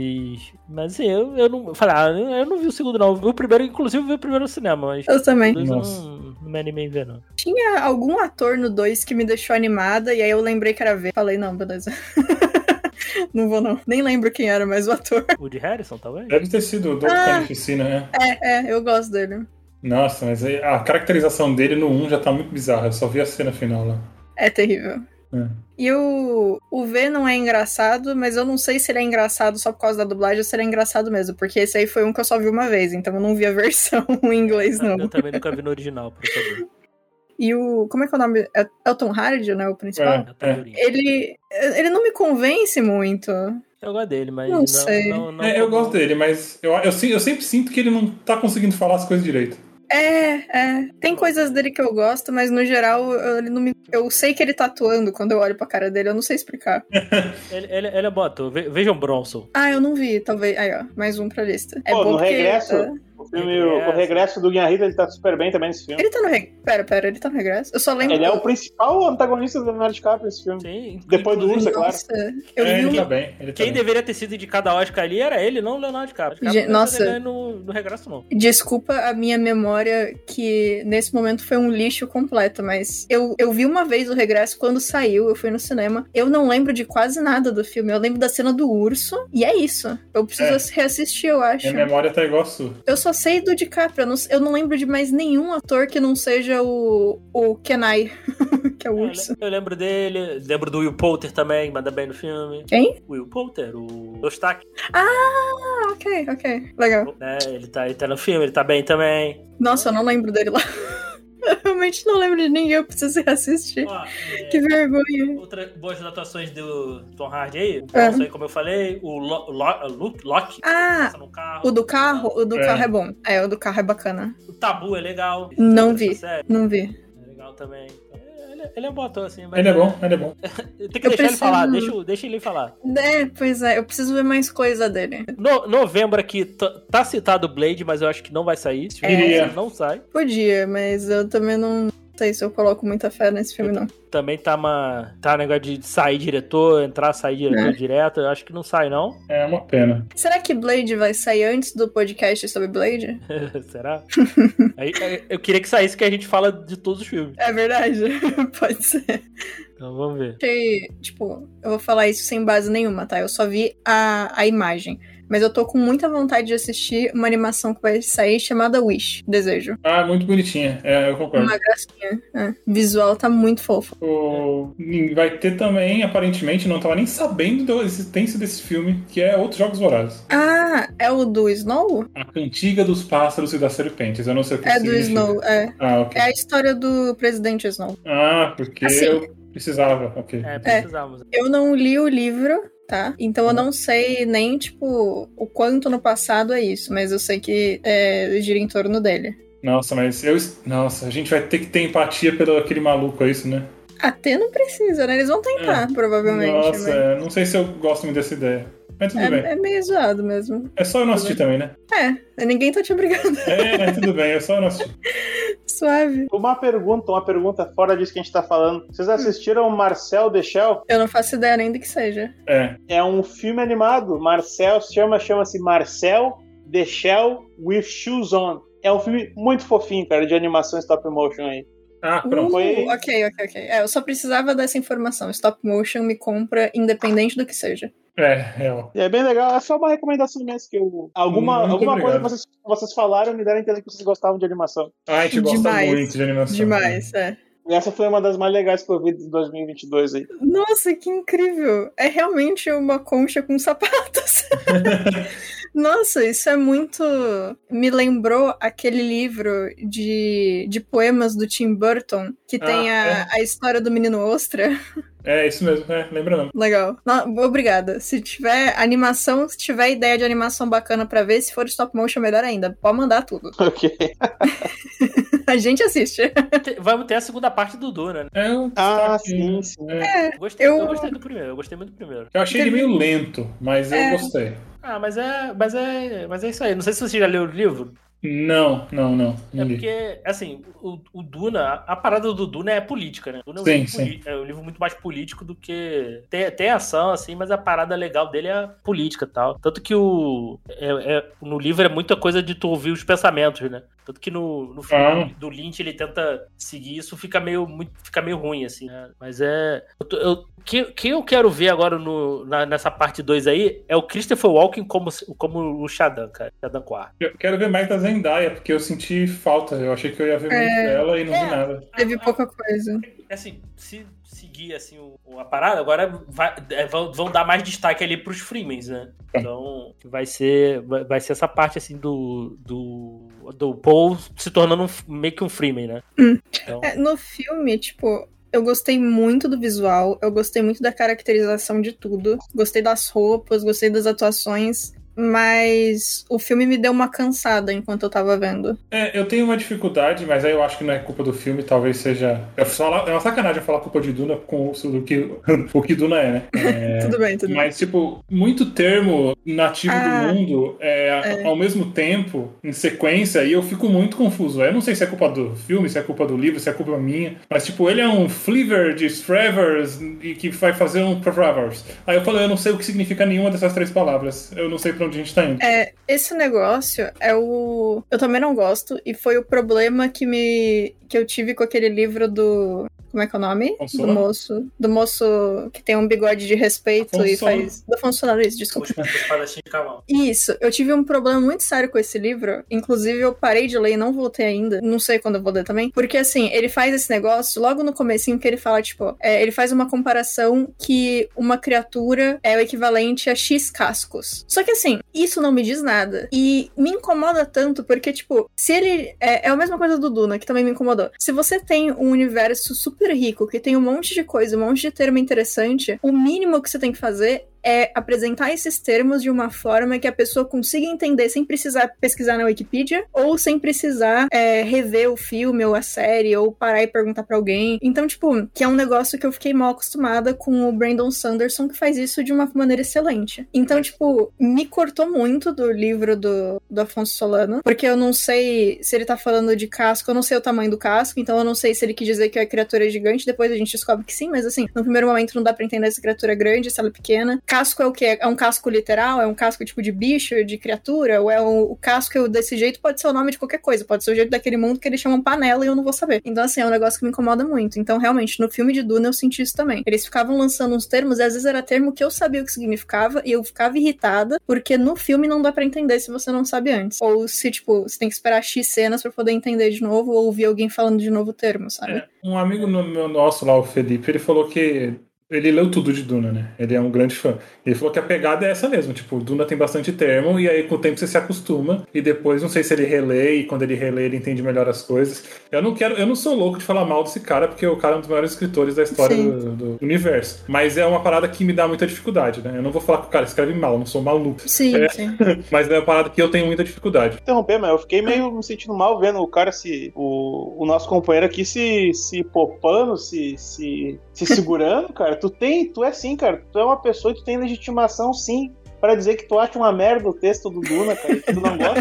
[SPEAKER 1] mas assim, eu, eu não. eu Falei, ah, eu eu não vi o segundo, não. Eu vi O primeiro, inclusive, eu vi o primeiro no cinema, mas.
[SPEAKER 2] Eu também.
[SPEAKER 1] Dois eu
[SPEAKER 3] Nossa.
[SPEAKER 1] não, não me animei em ver, não.
[SPEAKER 2] Tinha algum ator no 2 que me deixou animada, e aí eu lembrei que era ver. Falei, não, beleza. não vou, não. Nem lembro quem era, mas o ator.
[SPEAKER 1] O de Harrison, talvez?
[SPEAKER 3] Deve ter sido o Dr.
[SPEAKER 2] Ah.
[SPEAKER 3] Carnificina, né?
[SPEAKER 2] É, é, eu gosto dele.
[SPEAKER 3] Nossa, mas a caracterização dele no 1 já tá muito bizarra. Eu só vi a cena final lá.
[SPEAKER 2] É terrível.
[SPEAKER 3] É.
[SPEAKER 2] E o, o V não é engraçado, mas eu não sei se ele é engraçado só por causa da dublagem ou se ele é engraçado mesmo, porque esse aí foi um que eu só vi uma vez, então eu não vi a versão em inglês,
[SPEAKER 1] Eu
[SPEAKER 2] não.
[SPEAKER 1] também nunca vi no original, por favor.
[SPEAKER 2] E o. Como é que é o nome? É Elton Hard, né? O principal.
[SPEAKER 3] É, é.
[SPEAKER 2] Ele. Ele não me convence muito.
[SPEAKER 1] Eu gosto dele, mas
[SPEAKER 2] Não
[SPEAKER 1] não,
[SPEAKER 2] sei.
[SPEAKER 1] não- tá não-
[SPEAKER 3] É, eu gosto dele, mas eu, eu, se- eu sempre sinto que ele não tá conseguindo falar as coisas direito.
[SPEAKER 2] É, é. Tem coisas dele que eu gosto, mas no geral eu- ele não me. Eu sei que ele tá atuando quando eu olho pra cara dele, eu não sei explicar.
[SPEAKER 1] Ele, ele, ele é bom ator. Ve- Vejam Bronson.
[SPEAKER 2] Ah, eu não vi, talvez. Aí, ó, mais um pra lista. É
[SPEAKER 4] Pô,
[SPEAKER 2] bom
[SPEAKER 4] no
[SPEAKER 2] porque.
[SPEAKER 4] regresso,
[SPEAKER 2] é,
[SPEAKER 4] O, filme, o, o regresso do Guinness, ele tá super bem também nesse filme.
[SPEAKER 2] Ele tá no regresso. Pera, pera, ele tá no regresso? Eu só lembro.
[SPEAKER 4] Ele é o principal antagonista do Leonardo DiCaprio nesse filme.
[SPEAKER 1] Sim.
[SPEAKER 4] Depois do
[SPEAKER 1] inclusive,
[SPEAKER 4] Urso, é claro.
[SPEAKER 2] Nossa, eu
[SPEAKER 3] é,
[SPEAKER 2] vi um
[SPEAKER 3] ele
[SPEAKER 2] uma
[SPEAKER 3] tá bem. Ele tá
[SPEAKER 1] Quem
[SPEAKER 3] bem.
[SPEAKER 1] deveria ter sido indicado a Oscar ali era ele, não o Leonardo DiCaprio.
[SPEAKER 2] Gente,
[SPEAKER 1] DiCaprio não
[SPEAKER 2] nossa.
[SPEAKER 1] tá ganhando No, no regresso, não.
[SPEAKER 2] Desculpa a minha memória, que nesse momento foi um lixo completo, mas eu, eu vi uma vez o regresso quando saiu, eu fui no cinema. Eu não lembro de quase nada do filme, eu lembro da cena do urso, e é isso. Eu preciso reassistir, eu acho.
[SPEAKER 3] Minha memória tá igual a sua.
[SPEAKER 2] Eu só sei do DiCaprio, eu não, eu não lembro de mais nenhum ator que não seja o, o Kenai, que é o
[SPEAKER 1] Eu
[SPEAKER 2] urso.
[SPEAKER 1] lem- Eu lembro dele, lembro do Will Poulter também, manda bem no filme.
[SPEAKER 2] Quem?
[SPEAKER 1] Will Poulter, o Dostak,
[SPEAKER 2] Ah, ok, ok. Legal.
[SPEAKER 1] né? Ele tá, ele tá no filme, ele tá bem também.
[SPEAKER 2] Nossa, eu não lembro dele lá. Eu realmente não lembro de ninguém, eu preciso reassistir.
[SPEAKER 1] Ó, é,
[SPEAKER 2] Que vergonha.
[SPEAKER 1] Outras boas atuações do Tom Hardy aí, o
[SPEAKER 2] É.
[SPEAKER 1] Bronson aí, como eu falei, o Lo- Lo- Luke, Loki,
[SPEAKER 2] Ah,
[SPEAKER 1] passa no carro.
[SPEAKER 2] O do carro? O do
[SPEAKER 3] É.
[SPEAKER 2] carro é bom. É, o do carro é bacana.
[SPEAKER 1] O Tabu é legal.
[SPEAKER 2] Não
[SPEAKER 1] Essa
[SPEAKER 2] vi.
[SPEAKER 1] série
[SPEAKER 2] Não vi.
[SPEAKER 1] é legal também. É, Ele, ele é um bom ator, assim. mas-
[SPEAKER 3] Ele é bom, ele é bom.
[SPEAKER 1] Tem que
[SPEAKER 2] Eu
[SPEAKER 1] deixar ele
[SPEAKER 2] preciso-
[SPEAKER 1] falar, deixa, eu- deixa ele falar.
[SPEAKER 2] É, pois é, eu preciso ver mais coisa dele.
[SPEAKER 1] No, novembro aqui tá tá citado Blade, mas eu acho que não vai sair. Se assim,
[SPEAKER 3] Iria.
[SPEAKER 1] não sai.
[SPEAKER 2] Podia, mas eu também não sei se eu coloco muita fé nesse filme, não.
[SPEAKER 1] Também tá uma. Tá um negócio de sair diretor, entrar, sair diretor direto. Eu acho que não sai, não.
[SPEAKER 3] É uma pena.
[SPEAKER 2] Será que Blade vai sair antes do podcast sobre Blade?
[SPEAKER 1] Será? Aí, aí, eu queria que saísse que a gente fala de todos os filmes.
[SPEAKER 2] É verdade. Pode ser.
[SPEAKER 1] Então vamos ver.
[SPEAKER 2] Achei, tipo, eu vou falar isso sem base nenhuma, tá? Eu só vi a, a imagem. Mas eu tô com muita vontade de assistir uma animação que vai sair chamada Wish. Desejo.
[SPEAKER 3] Ah, muito bonitinha. É, eu concordo.
[SPEAKER 2] Uma gracinha. É. Visual tá muito fofo.
[SPEAKER 3] O- é. Vai ter também, aparentemente, não tava nem sabendo da existência desse filme, que é Outros Jogos Vorazes.
[SPEAKER 2] Ah, é o do Snow?
[SPEAKER 3] A Cantiga dos Pássaros e das Serpentes. Eu não sei o que
[SPEAKER 2] É do
[SPEAKER 3] significa.
[SPEAKER 2] Snow, é.
[SPEAKER 3] Ah, ok.
[SPEAKER 2] É a história do presidente Snow.
[SPEAKER 3] Ah, porque
[SPEAKER 2] Assim.
[SPEAKER 3] eu precisava. Ok.
[SPEAKER 1] É, precisamos.
[SPEAKER 2] Eu não li o livro, tá? Então eu não sei nem, tipo, o quanto no passado é isso, mas eu sei que é, gira em torno dele.
[SPEAKER 3] Nossa, mas eu. Nossa, a gente vai ter que ter empatia pelo aquele maluco, é isso, né?
[SPEAKER 2] Até não precisa, né? Eles vão tentar, provavelmente.
[SPEAKER 3] Nossa,
[SPEAKER 2] mas-
[SPEAKER 3] é, não sei se eu gosto muito dessa ideia. Mas tudo bem.
[SPEAKER 2] É, é meio zoado mesmo.
[SPEAKER 3] É só eu não assistir também, né?
[SPEAKER 2] É, ninguém tá te obrigando.
[SPEAKER 3] É, mas tudo bem, é só eu não assistir.
[SPEAKER 2] Suave.
[SPEAKER 4] Uma pergunta, uma pergunta fora disso que a gente tá falando. Vocês assistiram Marcel Deschel?
[SPEAKER 2] Eu não faço ideia nem do que seja.
[SPEAKER 3] É.
[SPEAKER 4] É um filme animado. Marcel se chama, chama-se Marcel Deschel with Shoes On. É um filme muito fofinho, cara, de animação stop motion aí.
[SPEAKER 3] Ah,
[SPEAKER 2] Uh,
[SPEAKER 3] pronto.
[SPEAKER 4] foi-
[SPEAKER 2] ok, ok, ok. É, eu só precisava dessa informação. Stop motion me compra independente do que seja.
[SPEAKER 3] É, real.
[SPEAKER 4] E é bem legal, é só uma recomendação mesmo que eu. Alguma,
[SPEAKER 3] Muito
[SPEAKER 4] alguma coisa
[SPEAKER 3] obrigado.
[SPEAKER 4] que vocês, vocês falaram me deram a entender que vocês gostavam de animação.
[SPEAKER 3] Ah, a gente gosta
[SPEAKER 2] Demais.
[SPEAKER 3] muito de animação.
[SPEAKER 2] Demais, é.
[SPEAKER 4] E essa foi uma das mais legais que eu vi de 2022 aí.
[SPEAKER 2] Nossa, que incrível! É realmente uma concha com sapatos. Nossa, isso é muito. Me lembrou aquele livro de, de poemas do Tim Burton, que
[SPEAKER 3] Ah,
[SPEAKER 2] tem a,
[SPEAKER 3] é.
[SPEAKER 2] a história do menino ostra.
[SPEAKER 3] É, isso mesmo, é, lembra não.
[SPEAKER 2] Legal. No- obrigada. Se tiver animação, se tiver ideia de animação bacana pra ver, se for stop motion, melhor ainda. Pode mandar tudo.
[SPEAKER 4] Ok.
[SPEAKER 2] A gente assiste.
[SPEAKER 1] Te- Vamos ter a segunda parte do Duna, né?
[SPEAKER 3] É um
[SPEAKER 4] Ah,
[SPEAKER 3] destaque.
[SPEAKER 4] sim, sim.
[SPEAKER 1] Eu gostei, eu...
[SPEAKER 2] Eu-
[SPEAKER 1] gostei do primeiro, eu gostei muito do primeiro.
[SPEAKER 3] Eu achei ele meio lento, mas eu
[SPEAKER 2] É.
[SPEAKER 3] gostei.
[SPEAKER 1] Ah, mas é, mas é, mas é isso aí. Não sei se você já leu o livro.
[SPEAKER 3] Não, não, não.
[SPEAKER 1] É
[SPEAKER 3] não li.
[SPEAKER 1] porque, assim, o, o Duna, a- a parada do Duna é política, né? O Duna é um,
[SPEAKER 3] Sim,
[SPEAKER 1] livro,
[SPEAKER 3] sim.
[SPEAKER 1] poli- é um livro muito mais político do que. Tem, tem ação, assim, mas a parada legal dele é a política e tal. Tanto que o. é- é- no livro é muita coisa de tu ouvir os pensamentos, né? Tanto que no, no
[SPEAKER 3] É.
[SPEAKER 1] filme do Lynch ele tenta seguir isso, fica meio, muito, fica meio ruim, assim, né? Mas é. eu tô- eu- que, que eu quero ver agora no, na- nessa parte 2 aí é o Christopher Walken como, como o Shadan, cara. Shadan Quark.
[SPEAKER 3] Eu quero ver mais da Zendaya, porque eu
[SPEAKER 1] É.
[SPEAKER 2] Ah,
[SPEAKER 3] senti falta. Eu achei que eu ia ver muito dela e não vi nada.
[SPEAKER 2] Teve pouca coisa.
[SPEAKER 1] assim, se, seguir assim o, o- a parada, agora vai- é, vão, vão dar mais destaque ali pros freemans, né?
[SPEAKER 2] É.
[SPEAKER 1] Então vai ser, vai, vai ser essa parte assim do, do, do Paul se tornando um- meio que um freeman, né? Então,
[SPEAKER 2] É, no filme, tipo, eu gostei muito do visual, eu gostei muito da caracterização de tudo, gostei das roupas, gostei das atuações, mas o filme me deu uma cansada enquanto eu tava vendo.
[SPEAKER 3] É, eu tenho uma dificuldade, mas aí eu acho que não é culpa do filme, talvez seja. É, falar- é uma sacanagem eu falar culpa de Duna com o do que, o que Duna é, né? É,
[SPEAKER 2] tudo bem, tudo bem.
[SPEAKER 3] Mas, tipo, muito termo nativo
[SPEAKER 2] né? Ah,
[SPEAKER 3] do mundo é, ao mesmo tempo, em sequência, e eu fico muito confuso. Eu não sei se é culpa do filme, se é culpa do livro, se é culpa minha. Mas, tipo, ele é um fliver de Strevers e que vai fazer um Pravers. Aí eu falei, eu não sei o que significa nenhuma dessas três palavras. Eu não sei pra onde a gente tá indo.
[SPEAKER 2] É, esse negócio é o. Eu também não gosto, e foi o problema que me. que eu tive com aquele livro do. Como é que é o nome?
[SPEAKER 3] Fonsola?
[SPEAKER 2] Do moço. Do moço que tem um bigode de respeito e
[SPEAKER 3] Fonsola.
[SPEAKER 2] faz. Do funcionário, isso, desculpa.
[SPEAKER 1] os espadachim de cavalo.
[SPEAKER 2] Isso, eu tive um problema muito sério com esse livro. Inclusive, eu parei de ler e não voltei ainda. Não sei quando eu vou ler também. Porque, assim, ele faz esse negócio logo no comecinho que ele fala, tipo... é, ele faz uma comparação que uma criatura é o equivalente a X cascos. Só que, assim, isso não me diz nada. E me incomoda tanto porque, tipo... Se ele... É, é a mesma coisa do Duna, que também me incomodou. Se você tem um universo super rico, que tem um monte de coisa, um monte de termo interessante... O mínimo que você tem que fazer é apresentar esses termos de uma forma que a pessoa consiga entender sem precisar pesquisar na Wikipedia ou sem precisar é, rever o filme ou a série ou parar e perguntar pra alguém. Então, tipo, que é um negócio que eu fiquei mal acostumada com o Brandon Sanderson, que faz isso de uma maneira excelente. Então, tipo, me cortou muito do livro do, do Afonso Solano, porque eu não sei se ele tá falando de casco, eu não sei o tamanho do casco, então eu não sei se ele quis dizer que a criatura é gigante, depois a gente descobre que sim, mas assim, no primeiro momento não dá pra entender se a criatura é grande, se ela é pequena. Casco é o quê? É um casco literal? É um casco tipo de bicho, de criatura? Ou é um- o casco eu- desse jeito pode ser o nome de qualquer coisa, pode ser o jeito daquele mundo que eles chamam panela e eu não vou saber. Então assim, é um negócio que me incomoda muito. Então realmente, no filme de Duna eu senti isso também. Eles ficavam lançando uns termos e às vezes era termo que eu sabia o que significava e eu ficava irritada, porque no filme não dá pra entender se você não sabe antes. Ou se, tipo, você tem que esperar X cenas pra poder entender de novo ou ouvir alguém falando de novo o termo, sabe?
[SPEAKER 3] É, um amigo no- meu nosso lá, o Felipe, ele falou que. Ele leu tudo de Duna, né? Ele é um grande fã. Ele falou que a pegada é essa mesmo. Tipo, Duna tem bastante termo, e aí com o tempo você se acostuma. E depois, não sei se ele relê, e quando ele relê, ele entende melhor as coisas. Eu não quero, eu não sou louco de falar mal desse cara, porque o cara é um dos maiores escritores da história
[SPEAKER 2] Sim.
[SPEAKER 3] do, do universo. Mas é uma parada que me dá muita dificuldade, né? Eu não vou falar que o cara escreve mal, eu não sou maluco.
[SPEAKER 2] Sim, sim.
[SPEAKER 3] Mas é uma parada que eu tenho muita dificuldade.
[SPEAKER 4] interromper, mas eu fiquei meio me sentindo mal vendo o cara se. O, o nosso companheiro aqui se, se popando, se, se, se segurando, cara. Tu tem, tu é sim, cara. Tu é uma pessoa que tu tem legitimação sim. Pra dizer que tu acha uma merda o texto do Duna, cara, que tu não gosta.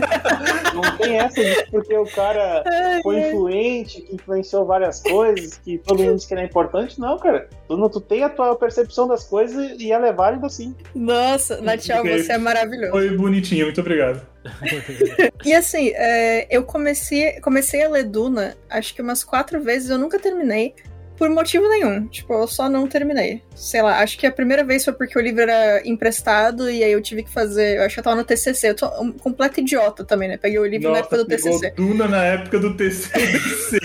[SPEAKER 4] Não tem essa de que porque o cara foi influente, que influenciou várias coisas, que todo mundo disse que ele é importante. Não, cara. Tu, não- tu tem a tua percepção das coisas e ela é válida sim.
[SPEAKER 2] Nossa, Natiel,
[SPEAKER 3] Ok.
[SPEAKER 2] você é maravilhoso.
[SPEAKER 3] Foi bonitinho, muito obrigado.
[SPEAKER 2] E assim, é, eu comecei, comecei a ler Duna, acho que umas quatro vezes, eu nunca terminei. Por motivo nenhum. Tipo, eu só não terminei. Sei lá, acho que a primeira vez foi porque o livro era emprestado e aí eu tive que fazer. Eu acho que eu tava no TCC. Eu tô um completo idiota também, né? Peguei o livro na época do
[SPEAKER 3] pegou
[SPEAKER 2] TCC.
[SPEAKER 3] Duna na época do TCC.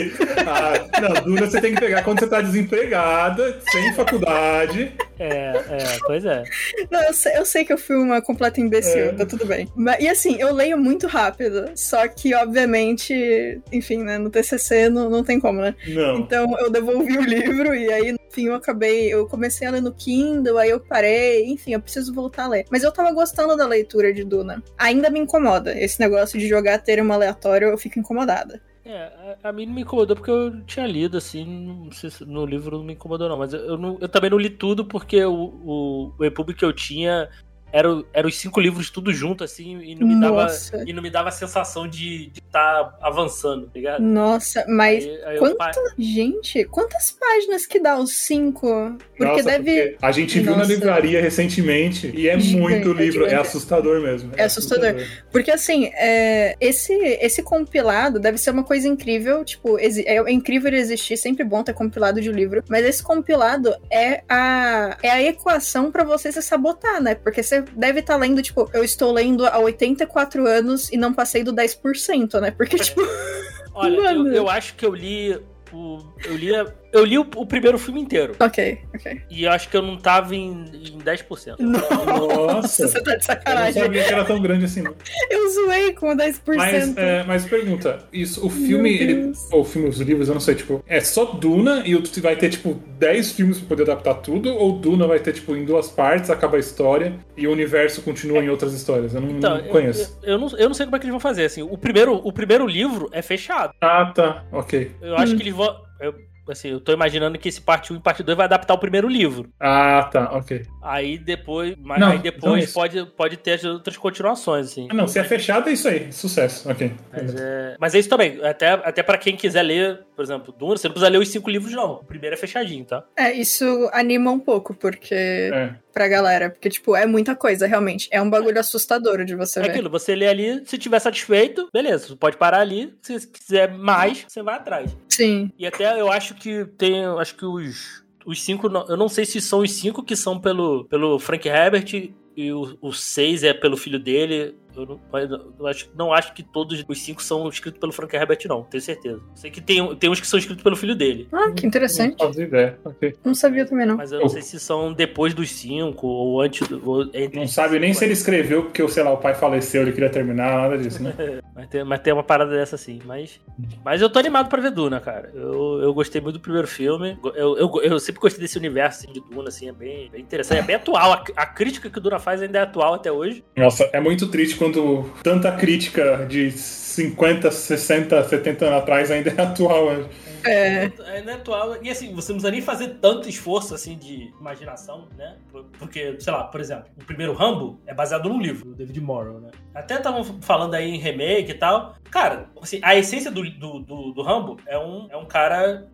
[SPEAKER 3] ah, não, Duna você tem que pegar quando você tá desempregada, sem faculdade.
[SPEAKER 5] É, é, pois é.
[SPEAKER 2] Não, eu sei, eu sei que eu fui uma completa imbecil,
[SPEAKER 3] É.
[SPEAKER 2] tá tudo bem. Mas, e assim, eu leio muito rápido. Só que, obviamente, enfim, né? No TCC não, não tem como, né?
[SPEAKER 3] Não.
[SPEAKER 2] Então eu devolvi o livro e aí, enfim, eu acabei. Eu comecei a ler no Kindle, aí eu parei, enfim, eu preciso voltar a ler. Mas eu tava gostando da leitura de Duna. Ainda me incomoda esse negócio de jogar termo aleatório, eu fico incomodada.
[SPEAKER 5] É, a, a mim não me incomodou porque eu tinha lido, assim, não sei se- no livro não me incomodou, não. Mas eu, eu não- eu também não li tudo porque o, o, o e-pub que eu tinha era, o- era os cinco livros tudo junto, assim, e não me dava,
[SPEAKER 2] Nossa.
[SPEAKER 5] e não me dava a sensação de estar avançando, tá ligado?
[SPEAKER 2] Nossa, mas.
[SPEAKER 5] Aí- aí eu
[SPEAKER 2] quanto-
[SPEAKER 5] pa-
[SPEAKER 2] Gente, quantas páginas que dá os cinco? Porque
[SPEAKER 3] Nossa,
[SPEAKER 2] deve.
[SPEAKER 3] porque a gente viu na
[SPEAKER 2] Nossa.
[SPEAKER 3] livraria recentemente e é
[SPEAKER 2] Gigante,
[SPEAKER 3] muito livro, é
[SPEAKER 2] gigante.
[SPEAKER 3] assustador mesmo.
[SPEAKER 2] É assustador. Porque assim, é, esse, esse compilado deve ser uma coisa incrível. Tipo, exi- é, é incrível ele existir, sempre bom ter compilado de livro. Mas esse compilado é a, é a equação pra você se sabotar, né? Porque você deve estar lendo, tipo, eu estou lendo há 84 anos e não passei do 10%, né? Porque, tipo,
[SPEAKER 5] Olha, eu,
[SPEAKER 2] Mano.
[SPEAKER 5] eu acho que eu li. O, eu li. a-
[SPEAKER 1] eu li o, o primeiro filme inteiro.
[SPEAKER 2] Ok, ok.
[SPEAKER 1] E eu acho que eu não tava em, em 10%.
[SPEAKER 3] Nossa.
[SPEAKER 2] Você tá de
[SPEAKER 3] Eu não
[SPEAKER 2] sacanagem.
[SPEAKER 3] sabia que era tão grande assim. não.
[SPEAKER 2] Eu zoei com 10%.
[SPEAKER 3] Mas, é, mas pergunta, isso, o filme, ele, ou o filme, os livros, eu não sei, tipo, é só Duna e o- tu vai ter, tipo, 10 filmes pra poder adaptar tudo, ou Duna vai ter, tipo, em duas partes, acaba a história e o universo continua em outras histórias? Eu não, não
[SPEAKER 1] Então, eu-
[SPEAKER 3] conheço.
[SPEAKER 1] Eu, eu não, eu não sei como é que eles vão fazer, assim. O primeiro, o primeiro livro é fechado.
[SPEAKER 3] Ah, tá, ok.
[SPEAKER 1] Eu
[SPEAKER 2] Hum.
[SPEAKER 1] acho que eles vão. eu- assim, eu tô imaginando que esse parte 1 e parte 2 vai adaptar o primeiro livro.
[SPEAKER 3] Ah, tá, ok.
[SPEAKER 1] Aí depois. Mas
[SPEAKER 3] Não,
[SPEAKER 1] aí
[SPEAKER 3] então é
[SPEAKER 1] depois
[SPEAKER 3] isso.
[SPEAKER 1] pode, pode ter as outras continuações, assim.
[SPEAKER 3] Ah, não, se é fechado é isso aí, sucesso, ok.
[SPEAKER 1] Mas é, mas é isso também. Até, até para quem quiser ler, por exemplo, Duna, você não precisa ler os cinco livros, não. O primeiro é fechadinho, tá?
[SPEAKER 2] É, isso anima um pouco, porque.
[SPEAKER 3] É.
[SPEAKER 2] pra galera. Porque, tipo, é muita coisa, realmente. É um bagulho assustador de você
[SPEAKER 1] É
[SPEAKER 2] ver.
[SPEAKER 1] aquilo, você lê ali, se tiver satisfeito, beleza, você pode parar ali. Se você quiser mais, você vai atrás.
[SPEAKER 2] Sim.
[SPEAKER 1] E até eu acho que tem. Acho que os, os cinco. não- Eu não sei se são os cinco que são pelo, pelo Frank Herbert e o, o seis é pelo filho dele. Eu não, mas eu acho, não acho que todos os cinco são escritos pelo Frank Herbert, não, tenho certeza. Sei que tem, tem uns que são escritos pelo filho dele.
[SPEAKER 2] Ah, que interessante.
[SPEAKER 3] Não fazia ideia, ok.
[SPEAKER 2] Não sabia também, não.
[SPEAKER 1] Mas eu não sei se são depois dos cinco ou antes do. Ou entre
[SPEAKER 3] Não
[SPEAKER 1] os
[SPEAKER 3] sabe nem
[SPEAKER 1] cinco,
[SPEAKER 3] se ele escreveu porque, sei lá, o pai faleceu, ele queria terminar, nada disso, né?
[SPEAKER 1] Mas tem, mas tem uma parada dessa assim. Mas, mas eu tô animado pra ver Duna, cara. Eu, eu gostei muito do primeiro filme. Eu, eu, eu sempre gostei desse universo assim, de Duna, assim, é bem, bem interessante. É bem atual. A, a crítica que o Duna faz ainda é atual até hoje.
[SPEAKER 3] Nossa, é muito triste quando tanta crítica de 50, 60, 70 anos atrás ainda é atual. né?
[SPEAKER 2] É.
[SPEAKER 1] Ainda é atual. E assim, você não precisa nem fazer tanto esforço assim de imaginação, né? Por- Porque, sei lá, por exemplo, o primeiro Rambo é baseado num livro, do David Morrow, né? Até estavam falando aí em remake e tal. Cara, assim, a essência do, do, do, do Rambo é um, é um cara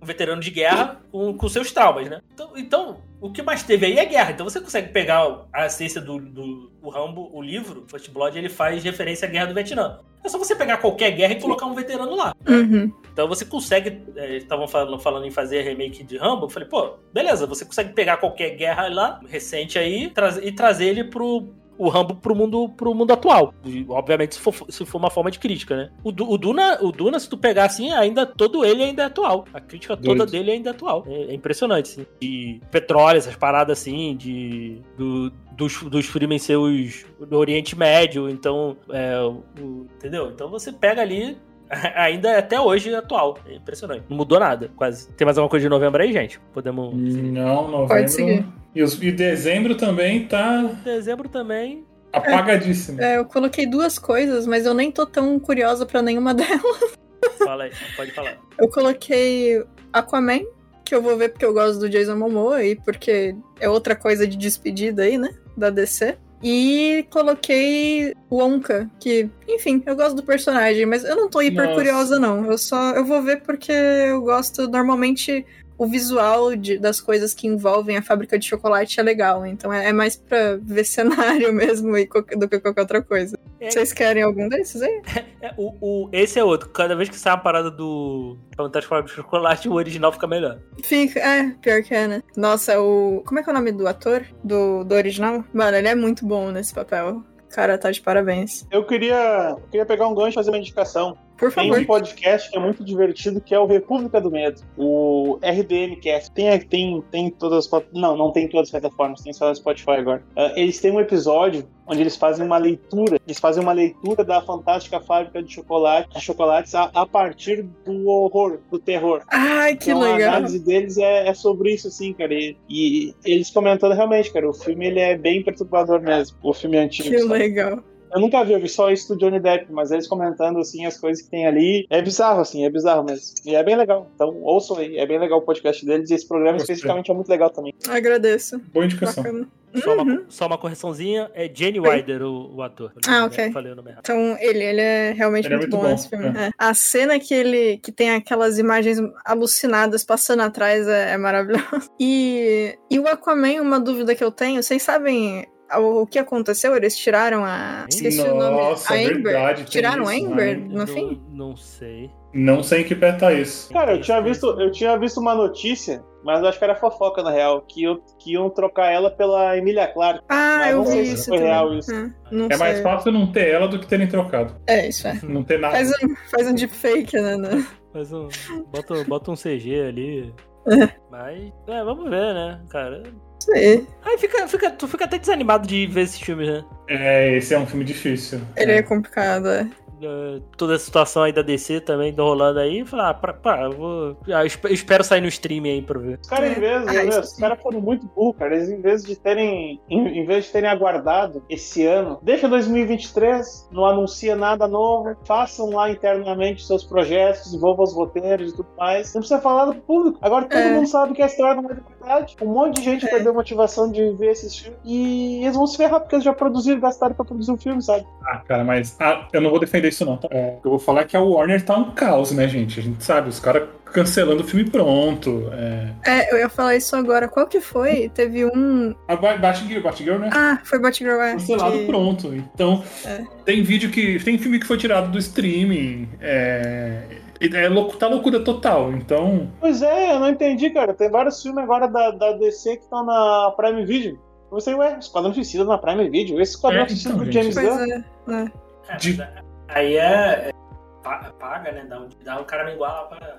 [SPEAKER 1] um veterano de guerra com, com seus traumas, né? Então, então, o que mais teve aí é guerra. Então você consegue pegar a essência do, do o Rambo, o livro, First Blood, ele faz referência à guerra do Vietnã. É só você pegar qualquer guerra e colocar um veterano lá.
[SPEAKER 2] Uhum.
[SPEAKER 1] Então você consegue. é, Eles estavam falando, falando em fazer remake de Rambo. Eu falei, pô, beleza, você consegue pegar qualquer guerra lá, recente aí, traz- e trazer ele pro. O Rambo pro mundo, pro mundo atual. E, obviamente, se for, se for uma forma de crítica, né? O, Du- o Duna, o Duna, se tu pegar assim, ainda todo ele ainda é atual. A crítica toda
[SPEAKER 3] Doido.
[SPEAKER 1] dele ainda é atual. É, é impressionante, assim. De petróleo, essas paradas assim, de. Do, dos, dos Freemen ser os. do Oriente Médio, então. é, o- o- entendeu? Então você pega ali Ainda é até hoje atual. É impressionante. Não mudou nada, quase. Tem mais alguma coisa de novembro aí, gente? Podemos.
[SPEAKER 2] Hum.
[SPEAKER 3] Não,
[SPEAKER 2] Pode seguir.
[SPEAKER 3] novembro. E, os- e dezembro também tá
[SPEAKER 1] Dezembro também.
[SPEAKER 3] apagadíssimo.
[SPEAKER 2] É, eu coloquei duas coisas, mas eu nem tô tão curiosa pra nenhuma delas.
[SPEAKER 1] Fala aí, pode falar.
[SPEAKER 2] Eu coloquei Aquaman, que eu vou ver porque eu gosto do Jason Momoa e porque é outra coisa de despedida aí, né? Da DC. E coloquei Wonka, que, enfim, eu gosto do personagem, mas eu não tô hiper
[SPEAKER 3] Nossa.
[SPEAKER 2] curiosa, não. Eu só eu vou ver porque eu gosto normalmente. O visual de- das coisas que envolvem a fábrica de chocolate é legal, então é, é mais pra ver cenário mesmo e co- do que qualquer outra coisa.
[SPEAKER 1] É.
[SPEAKER 2] Vocês querem algum desses aí?
[SPEAKER 1] É, o, o- esse é outro. Cada vez que sai uma parada do Fantástico Fábio de Chocolate, o original fica melhor.
[SPEAKER 2] Fica, é, pior que é, né? Nossa, o. Como é que é o nome do ator? Do, do original? Mano, ele é muito bom nesse papel. Cara, tá de parabéns.
[SPEAKER 4] Eu queria, eu queria pegar um gancho e fazer uma indicação.
[SPEAKER 2] Por
[SPEAKER 4] Tem
[SPEAKER 2] favor.
[SPEAKER 4] um podcast que é muito divertido, que é o República do Medo, o RDMcast. Tem, tem, tem todas as plat- Não, não tem todas as plataformas, tem só no Spotify agora. Ah, eles têm um episódio onde eles fazem uma leitura. Eles fazem uma leitura da fantástica fábrica de chocolate, de chocolates a, a partir do horror, do terror.
[SPEAKER 2] Ai, que
[SPEAKER 4] Então, A
[SPEAKER 2] legal.
[SPEAKER 4] análise deles é, é sobre isso, sim, cara. E, e eles comentando realmente, cara, o filme ele é bem perturbador mesmo. O filme antigo.
[SPEAKER 2] Que
[SPEAKER 4] sabe?
[SPEAKER 2] legal.
[SPEAKER 4] Eu nunca vi, eu vi só isso do Johnny Depp, mas eles comentando assim as coisas que tem ali. É bizarro, assim, é bizarro mesmo. E é bem legal. Então, ouçam aí, é bem legal o podcast deles e esse programa
[SPEAKER 3] Gostei.
[SPEAKER 4] especificamente é muito legal também.
[SPEAKER 2] Agradeço.
[SPEAKER 3] Boa indicação.
[SPEAKER 2] é. Bacana.
[SPEAKER 1] Só, uma, só uma correçãozinha. É Jenny Wilder, o, o ator.
[SPEAKER 2] Uhum. Ah, ok.
[SPEAKER 1] Falei o nome errado.
[SPEAKER 2] Então, ele, ele é realmente
[SPEAKER 3] Ele é
[SPEAKER 2] muito,
[SPEAKER 3] muito
[SPEAKER 2] bom
[SPEAKER 3] bom,
[SPEAKER 2] nesse filme. é. A cena que ele que tem aquelas imagens alucinadas passando atrás é, é maravilhosa. E, e o Aquaman, uma dúvida que eu tenho, vocês sabem o, o que aconteceu? Eles tiraram a. Esqueci o nome.
[SPEAKER 3] Nossa,
[SPEAKER 2] a Amber.
[SPEAKER 3] verdade. tem
[SPEAKER 2] Tiraram
[SPEAKER 3] isso,
[SPEAKER 2] a
[SPEAKER 3] né?
[SPEAKER 2] Amber no
[SPEAKER 1] Não-
[SPEAKER 2] fim?
[SPEAKER 1] Não sei.
[SPEAKER 3] Não sei em que pé tá isso.
[SPEAKER 4] Cara, eu tinha visto, eu tinha visto uma notícia, mas eu acho que era fofoca, na real, que, eu, que iam trocar ela pela Emília Clarke.
[SPEAKER 2] Ah,
[SPEAKER 4] Mas
[SPEAKER 2] eu
[SPEAKER 4] não
[SPEAKER 2] vi
[SPEAKER 4] sei se
[SPEAKER 2] isso.
[SPEAKER 4] foi
[SPEAKER 2] também.
[SPEAKER 4] real isso.
[SPEAKER 2] É, não
[SPEAKER 3] É mais
[SPEAKER 2] sei.
[SPEAKER 3] fácil não ter ela do que terem trocado.
[SPEAKER 2] É, isso é.
[SPEAKER 3] Não ter nada.
[SPEAKER 2] Faz um, faz um deepfake, né? né?
[SPEAKER 5] Faz um, bota, bota um CG ali. Mas, é, vamos ver, né, cara?
[SPEAKER 2] Isso aí.
[SPEAKER 5] Aí fica, fica, tu fica até desanimado de ver esses filmes, né?
[SPEAKER 3] É, esse é um filme difícil.
[SPEAKER 2] Ele é complicado, é.
[SPEAKER 5] Eh, toda a situação aí da DC também tá rolando aí. Falar, ah, pra, pra, eu vou. ah, eu espe- eu espero sair no stream aí pra ver.
[SPEAKER 4] Os caras, em vez,
[SPEAKER 2] Ah,
[SPEAKER 4] meu,
[SPEAKER 2] isso
[SPEAKER 4] os
[SPEAKER 2] sim.
[SPEAKER 4] caras foram muito burros, cara. Eles, em vez de terem, em, em vez de terem aguardado esse ano, deixa 2023, não anuncia nada novo, façam lá internamente seus projetos, desenvolvam os roteiros e tudo mais. Não precisa falar do público. Agora todo
[SPEAKER 2] É.
[SPEAKER 4] mundo sabe que a história não é de verdade. Um monte de gente
[SPEAKER 2] É.
[SPEAKER 4] perdeu a motivação de ver esses filmes e eles vão se ferrar porque eles já produziram, gastaram pra produzir um filme, sabe?
[SPEAKER 3] Ah, cara, mas ah, eu não vou defender isso, não. tá? É, o que eu vou falar é que a Warner tá um caos, né, gente? A gente sabe, os caras cancelando o filme pronto. É...
[SPEAKER 2] É, eu ia falar isso agora. Qual que foi? Teve um.
[SPEAKER 3] A Ah, Ba- Batgirl, Batgirl, né?
[SPEAKER 2] Ah, foi Batgirl. é,
[SPEAKER 3] Cancelado
[SPEAKER 2] de-
[SPEAKER 3] pronto. Então,
[SPEAKER 2] É.
[SPEAKER 3] tem vídeo que. Tem filme que foi tirado do streaming. É. é louco, tá loucura total. Então.
[SPEAKER 4] Pois é, eu não entendi, cara. Tem vários filmes agora da, da DC que estão na Prime Video. Eu pensei, ué, Esquadrão Suicida na Prime Video? Esse Esquadrão
[SPEAKER 3] É,
[SPEAKER 4] Suicida
[SPEAKER 3] então,
[SPEAKER 4] do
[SPEAKER 3] gente.
[SPEAKER 4] James Gunn?
[SPEAKER 2] Pois é. né?
[SPEAKER 3] De-
[SPEAKER 5] Aí é. paga, né? Dá um, dá um caraminguá lá pra.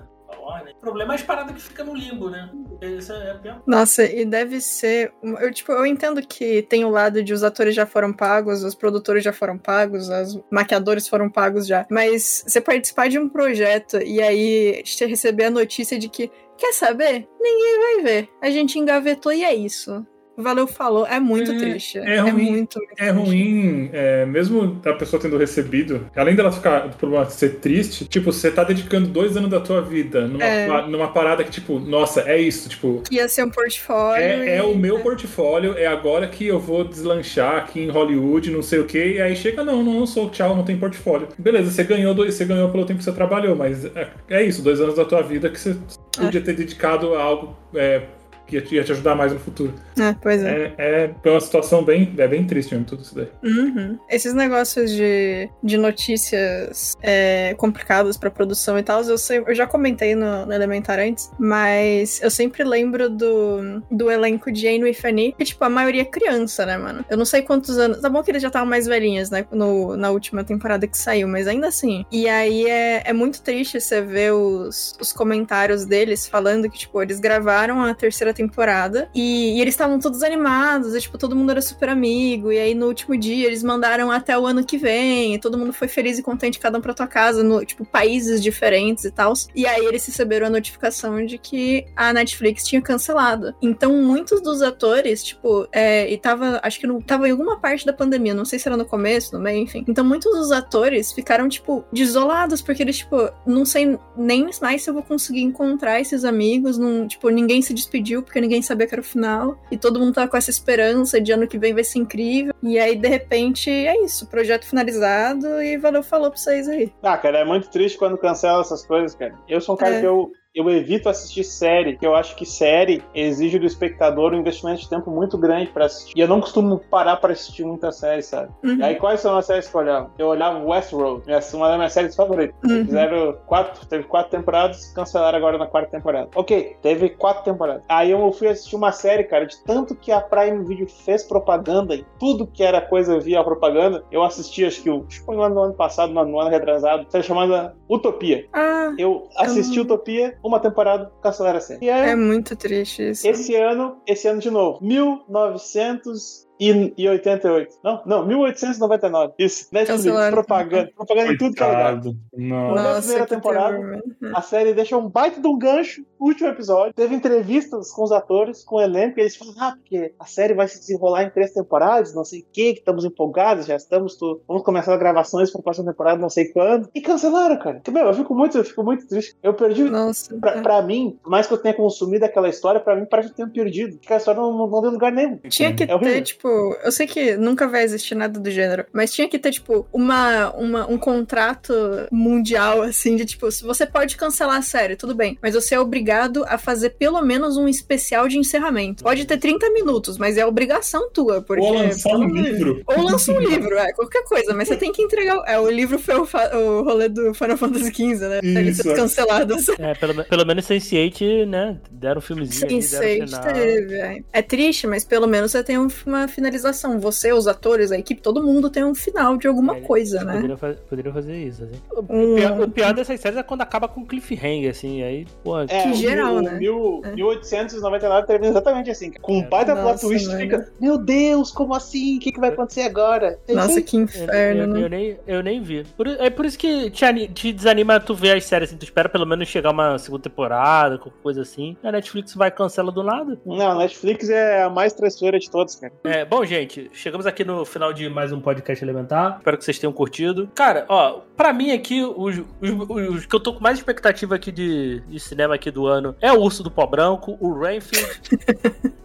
[SPEAKER 5] O problema é as paradas que fica no limbo, né? Isso é o pior.
[SPEAKER 2] Nossa, e deve ser. uma- Eu, tipo, eu entendo que tem o lado de os atores já foram pagos, os produtores já foram pagos, os maquiadores foram pagos já. Mas você participar de um projeto e aí você receber a notícia de que, quer saber? Ninguém vai ver. A gente engavetou e é isso. Valeu, falou. É muito
[SPEAKER 3] É,
[SPEAKER 2] triste.
[SPEAKER 3] é ruim.
[SPEAKER 2] muito, muito triste.
[SPEAKER 3] É ruim, é, mesmo a pessoa tendo recebido, além dela ficar do problema de ser triste, tipo, você tá dedicando dois anos da tua vida numa,
[SPEAKER 2] É.
[SPEAKER 3] pa- numa parada que, tipo, nossa, é isso, tipo,
[SPEAKER 2] Que ia ser um portfólio. e-
[SPEAKER 3] é, é o meu portfólio, é agora que eu vou deslanchar aqui em Hollywood, não sei o que, e aí chega, não, não, sou, tchau, não tem portfólio. Beleza, você ganhou, dois, você ganhou pelo tempo que você trabalhou, mas é, é isso, dois anos da tua vida que você podia ter dedicado a algo é, que ia te- ia te ajudar mais no futuro.
[SPEAKER 2] É, pois é.
[SPEAKER 3] É, é uma situação bem, é bem triste mesmo, tudo isso daí.
[SPEAKER 2] Uhum. Esses negócios de, de notícias é, complicadas pra produção e tal, eu, sei- eu já comentei no, no Elementar antes, mas eu sempre lembro do, do elenco de Eno e Fanny, que, tipo, a maioria é criança, né, mano? Eu não sei quantos anos. Tá bom que eles já estavam mais velhinhas, né, no, na última temporada que saiu, mas ainda assim. E aí é, é muito triste você ver os, os comentários deles falando que, tipo, eles gravaram a terceira temporada e, e eles estavam todos animados, e, tipo, todo mundo era super amigo. E aí no último dia eles mandaram até o ano que vem, e todo mundo foi feliz e contente, cada um pra tua casa, no, tipo, países diferentes e tal. E aí eles receberam a notificação de que a Netflix tinha cancelado. Então muitos dos atores, tipo, é, e tava, acho que não, tava em alguma parte da pandemia, não sei se era no começo, no meio, enfim. Então muitos dos atores ficaram, tipo, desolados, porque eles, tipo, não sei nem mais se eu vou conseguir encontrar esses amigos, não, tipo, ninguém se despediu porque ninguém sabia que era o final, e todo mundo tava com essa esperança de ano que vem vai ser incrível. E aí, de repente, é isso, projeto finalizado, e valeu, falou pra vocês aí.
[SPEAKER 4] Ah, cara, é muito triste quando cancela essas coisas, cara. Eu sou um cara
[SPEAKER 2] É.
[SPEAKER 4] que eu, eu evito assistir série, porque eu acho que série exige do espectador um investimento de tempo muito grande pra assistir. E eu não costumo parar pra assistir muita série, sabe?
[SPEAKER 2] Uhum.
[SPEAKER 4] E aí, quais são as séries que eu olhava? Eu olhava Westworld, minha- uma das minhas séries favoritas.
[SPEAKER 2] Uhum.
[SPEAKER 4] Fizeram quatro, teve quatro temporadas, cancelaram agora na quarta temporada. Ok, teve quatro temporadas. Aí eu fui assistir uma série, cara, de tanto que a Prime Video fez propaganda e tudo que era coisa via propaganda, eu assisti, acho que o acho que foi no ano, no ano passado, no ano, no ano retrasado, série chamada Utopia.
[SPEAKER 2] Ah,
[SPEAKER 4] Eu assisti
[SPEAKER 2] não-
[SPEAKER 4] Utopia, uma temporada, cancelaram a série. E aí,
[SPEAKER 2] é muito triste isso.
[SPEAKER 4] esse ano, esse ano de novo, 1988. Não, não, 1899. Isso, Netflix,
[SPEAKER 2] Cancelaram.
[SPEAKER 4] propaganda, propaganda em tudo que é lugar.
[SPEAKER 3] Coitado. Nossa.
[SPEAKER 4] Quando é a
[SPEAKER 2] Nossa,
[SPEAKER 4] primeira
[SPEAKER 2] que
[SPEAKER 4] temporada,
[SPEAKER 2] terror, mano.
[SPEAKER 4] A série deixou um baita de um gancho no último episódio. Teve entrevistas com os atores, com o elenco, e eles falam: ah, porque a série vai se desenrolar em três temporadas, não sei o quê, que estamos empolgados, já estamos, tu- vamos começar as gravações para a próxima temporada, não sei quando. E cancelaram, cara. Que, Meu, eu fico muito, eu fico muito triste. Eu perdi.
[SPEAKER 2] Nossa.
[SPEAKER 4] Pra, pra mim, por mais que eu tenha consumido aquela história, pra mim parece que eu tenho perdido. Porque a história não, não, não deu lugar nenhum.
[SPEAKER 2] Tinha que
[SPEAKER 4] É horrível.
[SPEAKER 2] ter, tipo, eu sei que nunca vai existir nada do gênero, mas tinha que ter, tipo, uma, uma, um contrato mundial, assim, de tipo, se você pode cancelar a série, tudo bem, mas você é obrigado a fazer pelo menos um especial de encerramento. Pode ter 30 minutos, mas é obrigação tua, porque.
[SPEAKER 3] Ou lançar um
[SPEAKER 2] pelo menos-
[SPEAKER 3] livro.
[SPEAKER 2] Ou lança um livro, é, qualquer coisa, mas você tem que entregar. o- É, o livro foi o, fa- o rolê do Final Fantasy XV, né? Ele
[SPEAKER 3] Isso,
[SPEAKER 2] foi
[SPEAKER 3] é.
[SPEAKER 2] cancelado. assim.
[SPEAKER 5] É, pelo, me- pelo menos Sense8, né? Deram um filmezinho ali, deram um
[SPEAKER 2] Sense8
[SPEAKER 5] final.
[SPEAKER 2] teve. É É triste, mas pelo menos você tem um- uma finalização. Você, os atores, a equipe, todo mundo tem um final de alguma coisa, né?
[SPEAKER 1] Poderia, fa- poderia fazer isso, assim. O tipo,
[SPEAKER 2] Um-
[SPEAKER 1] pior, o pior dessas séries é quando acaba com cliffhanger, assim, aí, pô,
[SPEAKER 4] É,
[SPEAKER 2] Que
[SPEAKER 4] o
[SPEAKER 2] geral,
[SPEAKER 4] mil-
[SPEAKER 2] né?
[SPEAKER 4] mil-
[SPEAKER 2] É.
[SPEAKER 4] 1899 termina exatamente assim. cara. Com um baita plot
[SPEAKER 2] Nossa,
[SPEAKER 4] twist,
[SPEAKER 2] mano.
[SPEAKER 4] fica: Meu Deus, como assim? O que, que vai acontecer agora? É isso
[SPEAKER 2] Nossa,
[SPEAKER 4] aí.
[SPEAKER 2] que
[SPEAKER 1] Eu,
[SPEAKER 2] inferno,
[SPEAKER 1] eu-
[SPEAKER 2] né?
[SPEAKER 1] eu nem, eu nem vi. Por- é por isso que te, ani- te desanima tu ver as séries, assim, tu espera pelo menos chegar uma segunda temporada, qualquer coisa assim. A Netflix vai e cancela do nada.
[SPEAKER 4] Não, a Netflix é a mais traiçoeira de todos, cara.
[SPEAKER 1] É, bom, gente, chegamos aqui no final de mais um podcast elementar. Espero que vocês tenham curtido. Cara, ó, pra mim aqui, os, os- os que eu tô com mais expectativa aqui de, de cinema aqui do ano é o Urso do Pó Branco, o Renfield,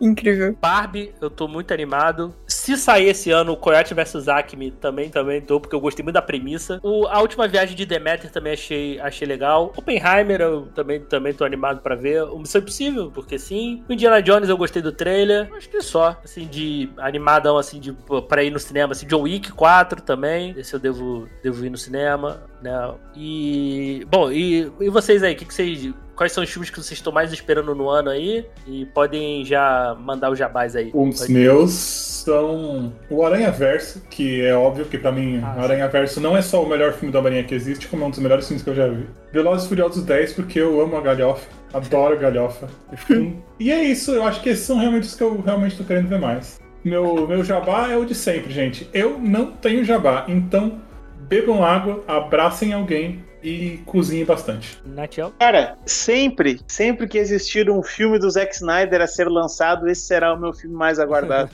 [SPEAKER 2] Incrível.
[SPEAKER 1] Barbie, eu tô muito animado. Se sair esse ano o Coyote vs Acme, também, também tô, porque eu gostei muito da premissa. O, a última viagem de Demeter também achei, achei legal. Oppenheimer, eu também, também tô animado pra ver. O Missão Impossível, porque sim. O Indiana Jones, eu gostei do trailer. Acho que só, assim, de animadão, assim, de pô, pra ir no cinema. Assim, John Wick 4 também. Esse eu devo, devo ir no cinema, né? E. Bom, e, e vocês aí, o que, que vocês. Quais são os filmes que vocês estão mais esperando no ano aí? E podem já mandar os jabás aí.
[SPEAKER 3] Os
[SPEAKER 1] Pode-
[SPEAKER 3] meus são o Aranha Verso, que é óbvio que pra mim
[SPEAKER 1] Ah, sim.
[SPEAKER 3] Aranha Verso não é só o melhor filme da Aranha que existe, como é um dos melhores filmes que eu já vi. Velozes e Furiosos 10, porque eu amo a galhofa, adoro a galhofa. Hum. e é isso, eu acho que esses são realmente os que eu realmente tô querendo ver mais. Meu, meu jabá é o de sempre, gente. Eu não tenho jabá, então bebam água, abracem alguém e cozinhem bastante.
[SPEAKER 1] Natiel?
[SPEAKER 4] Cara, sempre, sempre que existir um filme do Zack Snyder a ser lançado, esse será o meu filme mais aguardado.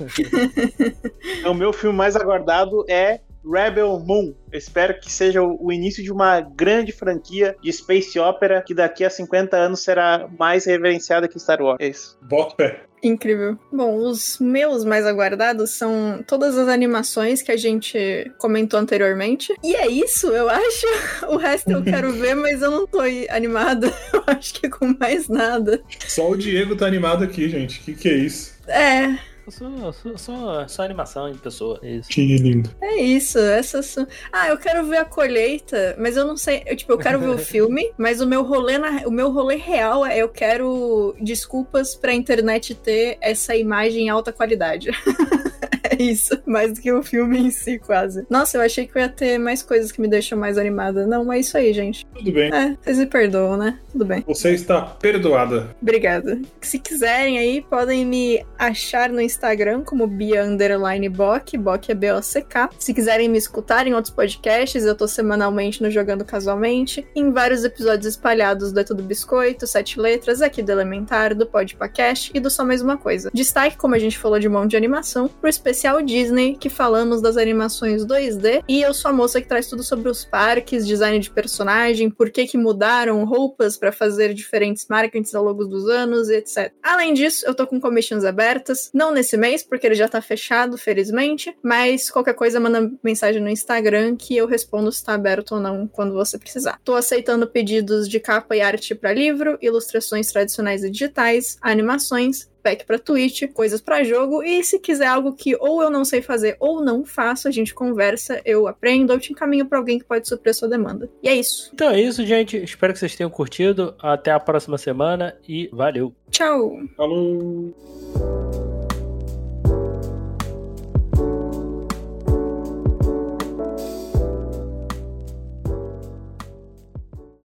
[SPEAKER 4] o meu filme mais aguardado é Rebel Moon. Eu espero que seja o o início de uma grande franquia de space opera que daqui a 50 anos será mais reverenciada que Star Wars. É isso.
[SPEAKER 3] Bota o pé.
[SPEAKER 2] Incrível. Bom, os meus mais aguardados são todas as animações que a gente comentou anteriormente. E é isso, eu acho. O resto eu quero ver, mas eu não tô aí animada. Eu acho que é com mais nada.
[SPEAKER 3] Só o Diego tá animado aqui, gente. Que que é isso?
[SPEAKER 2] É,
[SPEAKER 1] Eu sou, eu sou, eu sou- sou animação em pessoa. É isso.
[SPEAKER 3] Que lindo.
[SPEAKER 2] é isso. Essas são... Ah, eu quero ver a colheita, mas eu não sei. Eu, tipo, eu quero ver o filme, mas o meu rolê na... o meu rolê real é eu quero desculpas pra internet ter essa imagem em alta qualidade. É isso, mais do que o filme em si, quase. Nossa, eu achei que eu ia ter mais coisas que me deixam mais animada. Não, mas é isso aí, gente.
[SPEAKER 3] Tudo bem.
[SPEAKER 2] É, vocês me perdoam, né? Tudo bem.
[SPEAKER 3] Você está perdoada.
[SPEAKER 2] Obrigada. Se quiserem aí, podem me achar no Instagram como Bia Underline Boc, Boc é B-O-C-K. Se quiserem me escutar em outros podcasts, eu tô semanalmente no Jogando Casualmente, em vários episódios espalhados do É Tudo Biscoito, Sete Letras, aqui do Elementar, do Podpacast e do Só Mais Uma Coisa. Destaque, como a gente falou de um monte de animação, pro especial Disney, que falamos das animações 2D, e eu sou a moça que traz tudo sobre os parques, design de personagem, por que que mudaram roupas pra fazer diferentes marketings ao longo dos anos, e etc. Além disso, eu tô com commissions abertas, não nesse mês, porque ele já tá fechado, felizmente, mas qualquer coisa manda mensagem no Instagram que eu respondo se tá aberto ou não quando você precisar. Tô aceitando pedidos de capa e arte pra livro, ilustrações tradicionais e digitais, animações, pack pra Twitch, coisas pra jogo e se quiser algo que ou eu não sei fazer ou não faço, a gente conversa, eu aprendo ou te encaminho pra alguém que pode suprir a sua demanda. E é isso.
[SPEAKER 1] Então é isso, gente. Espero que vocês tenham curtido. Até a próxima semana e valeu!
[SPEAKER 2] Tchau.
[SPEAKER 3] Falou!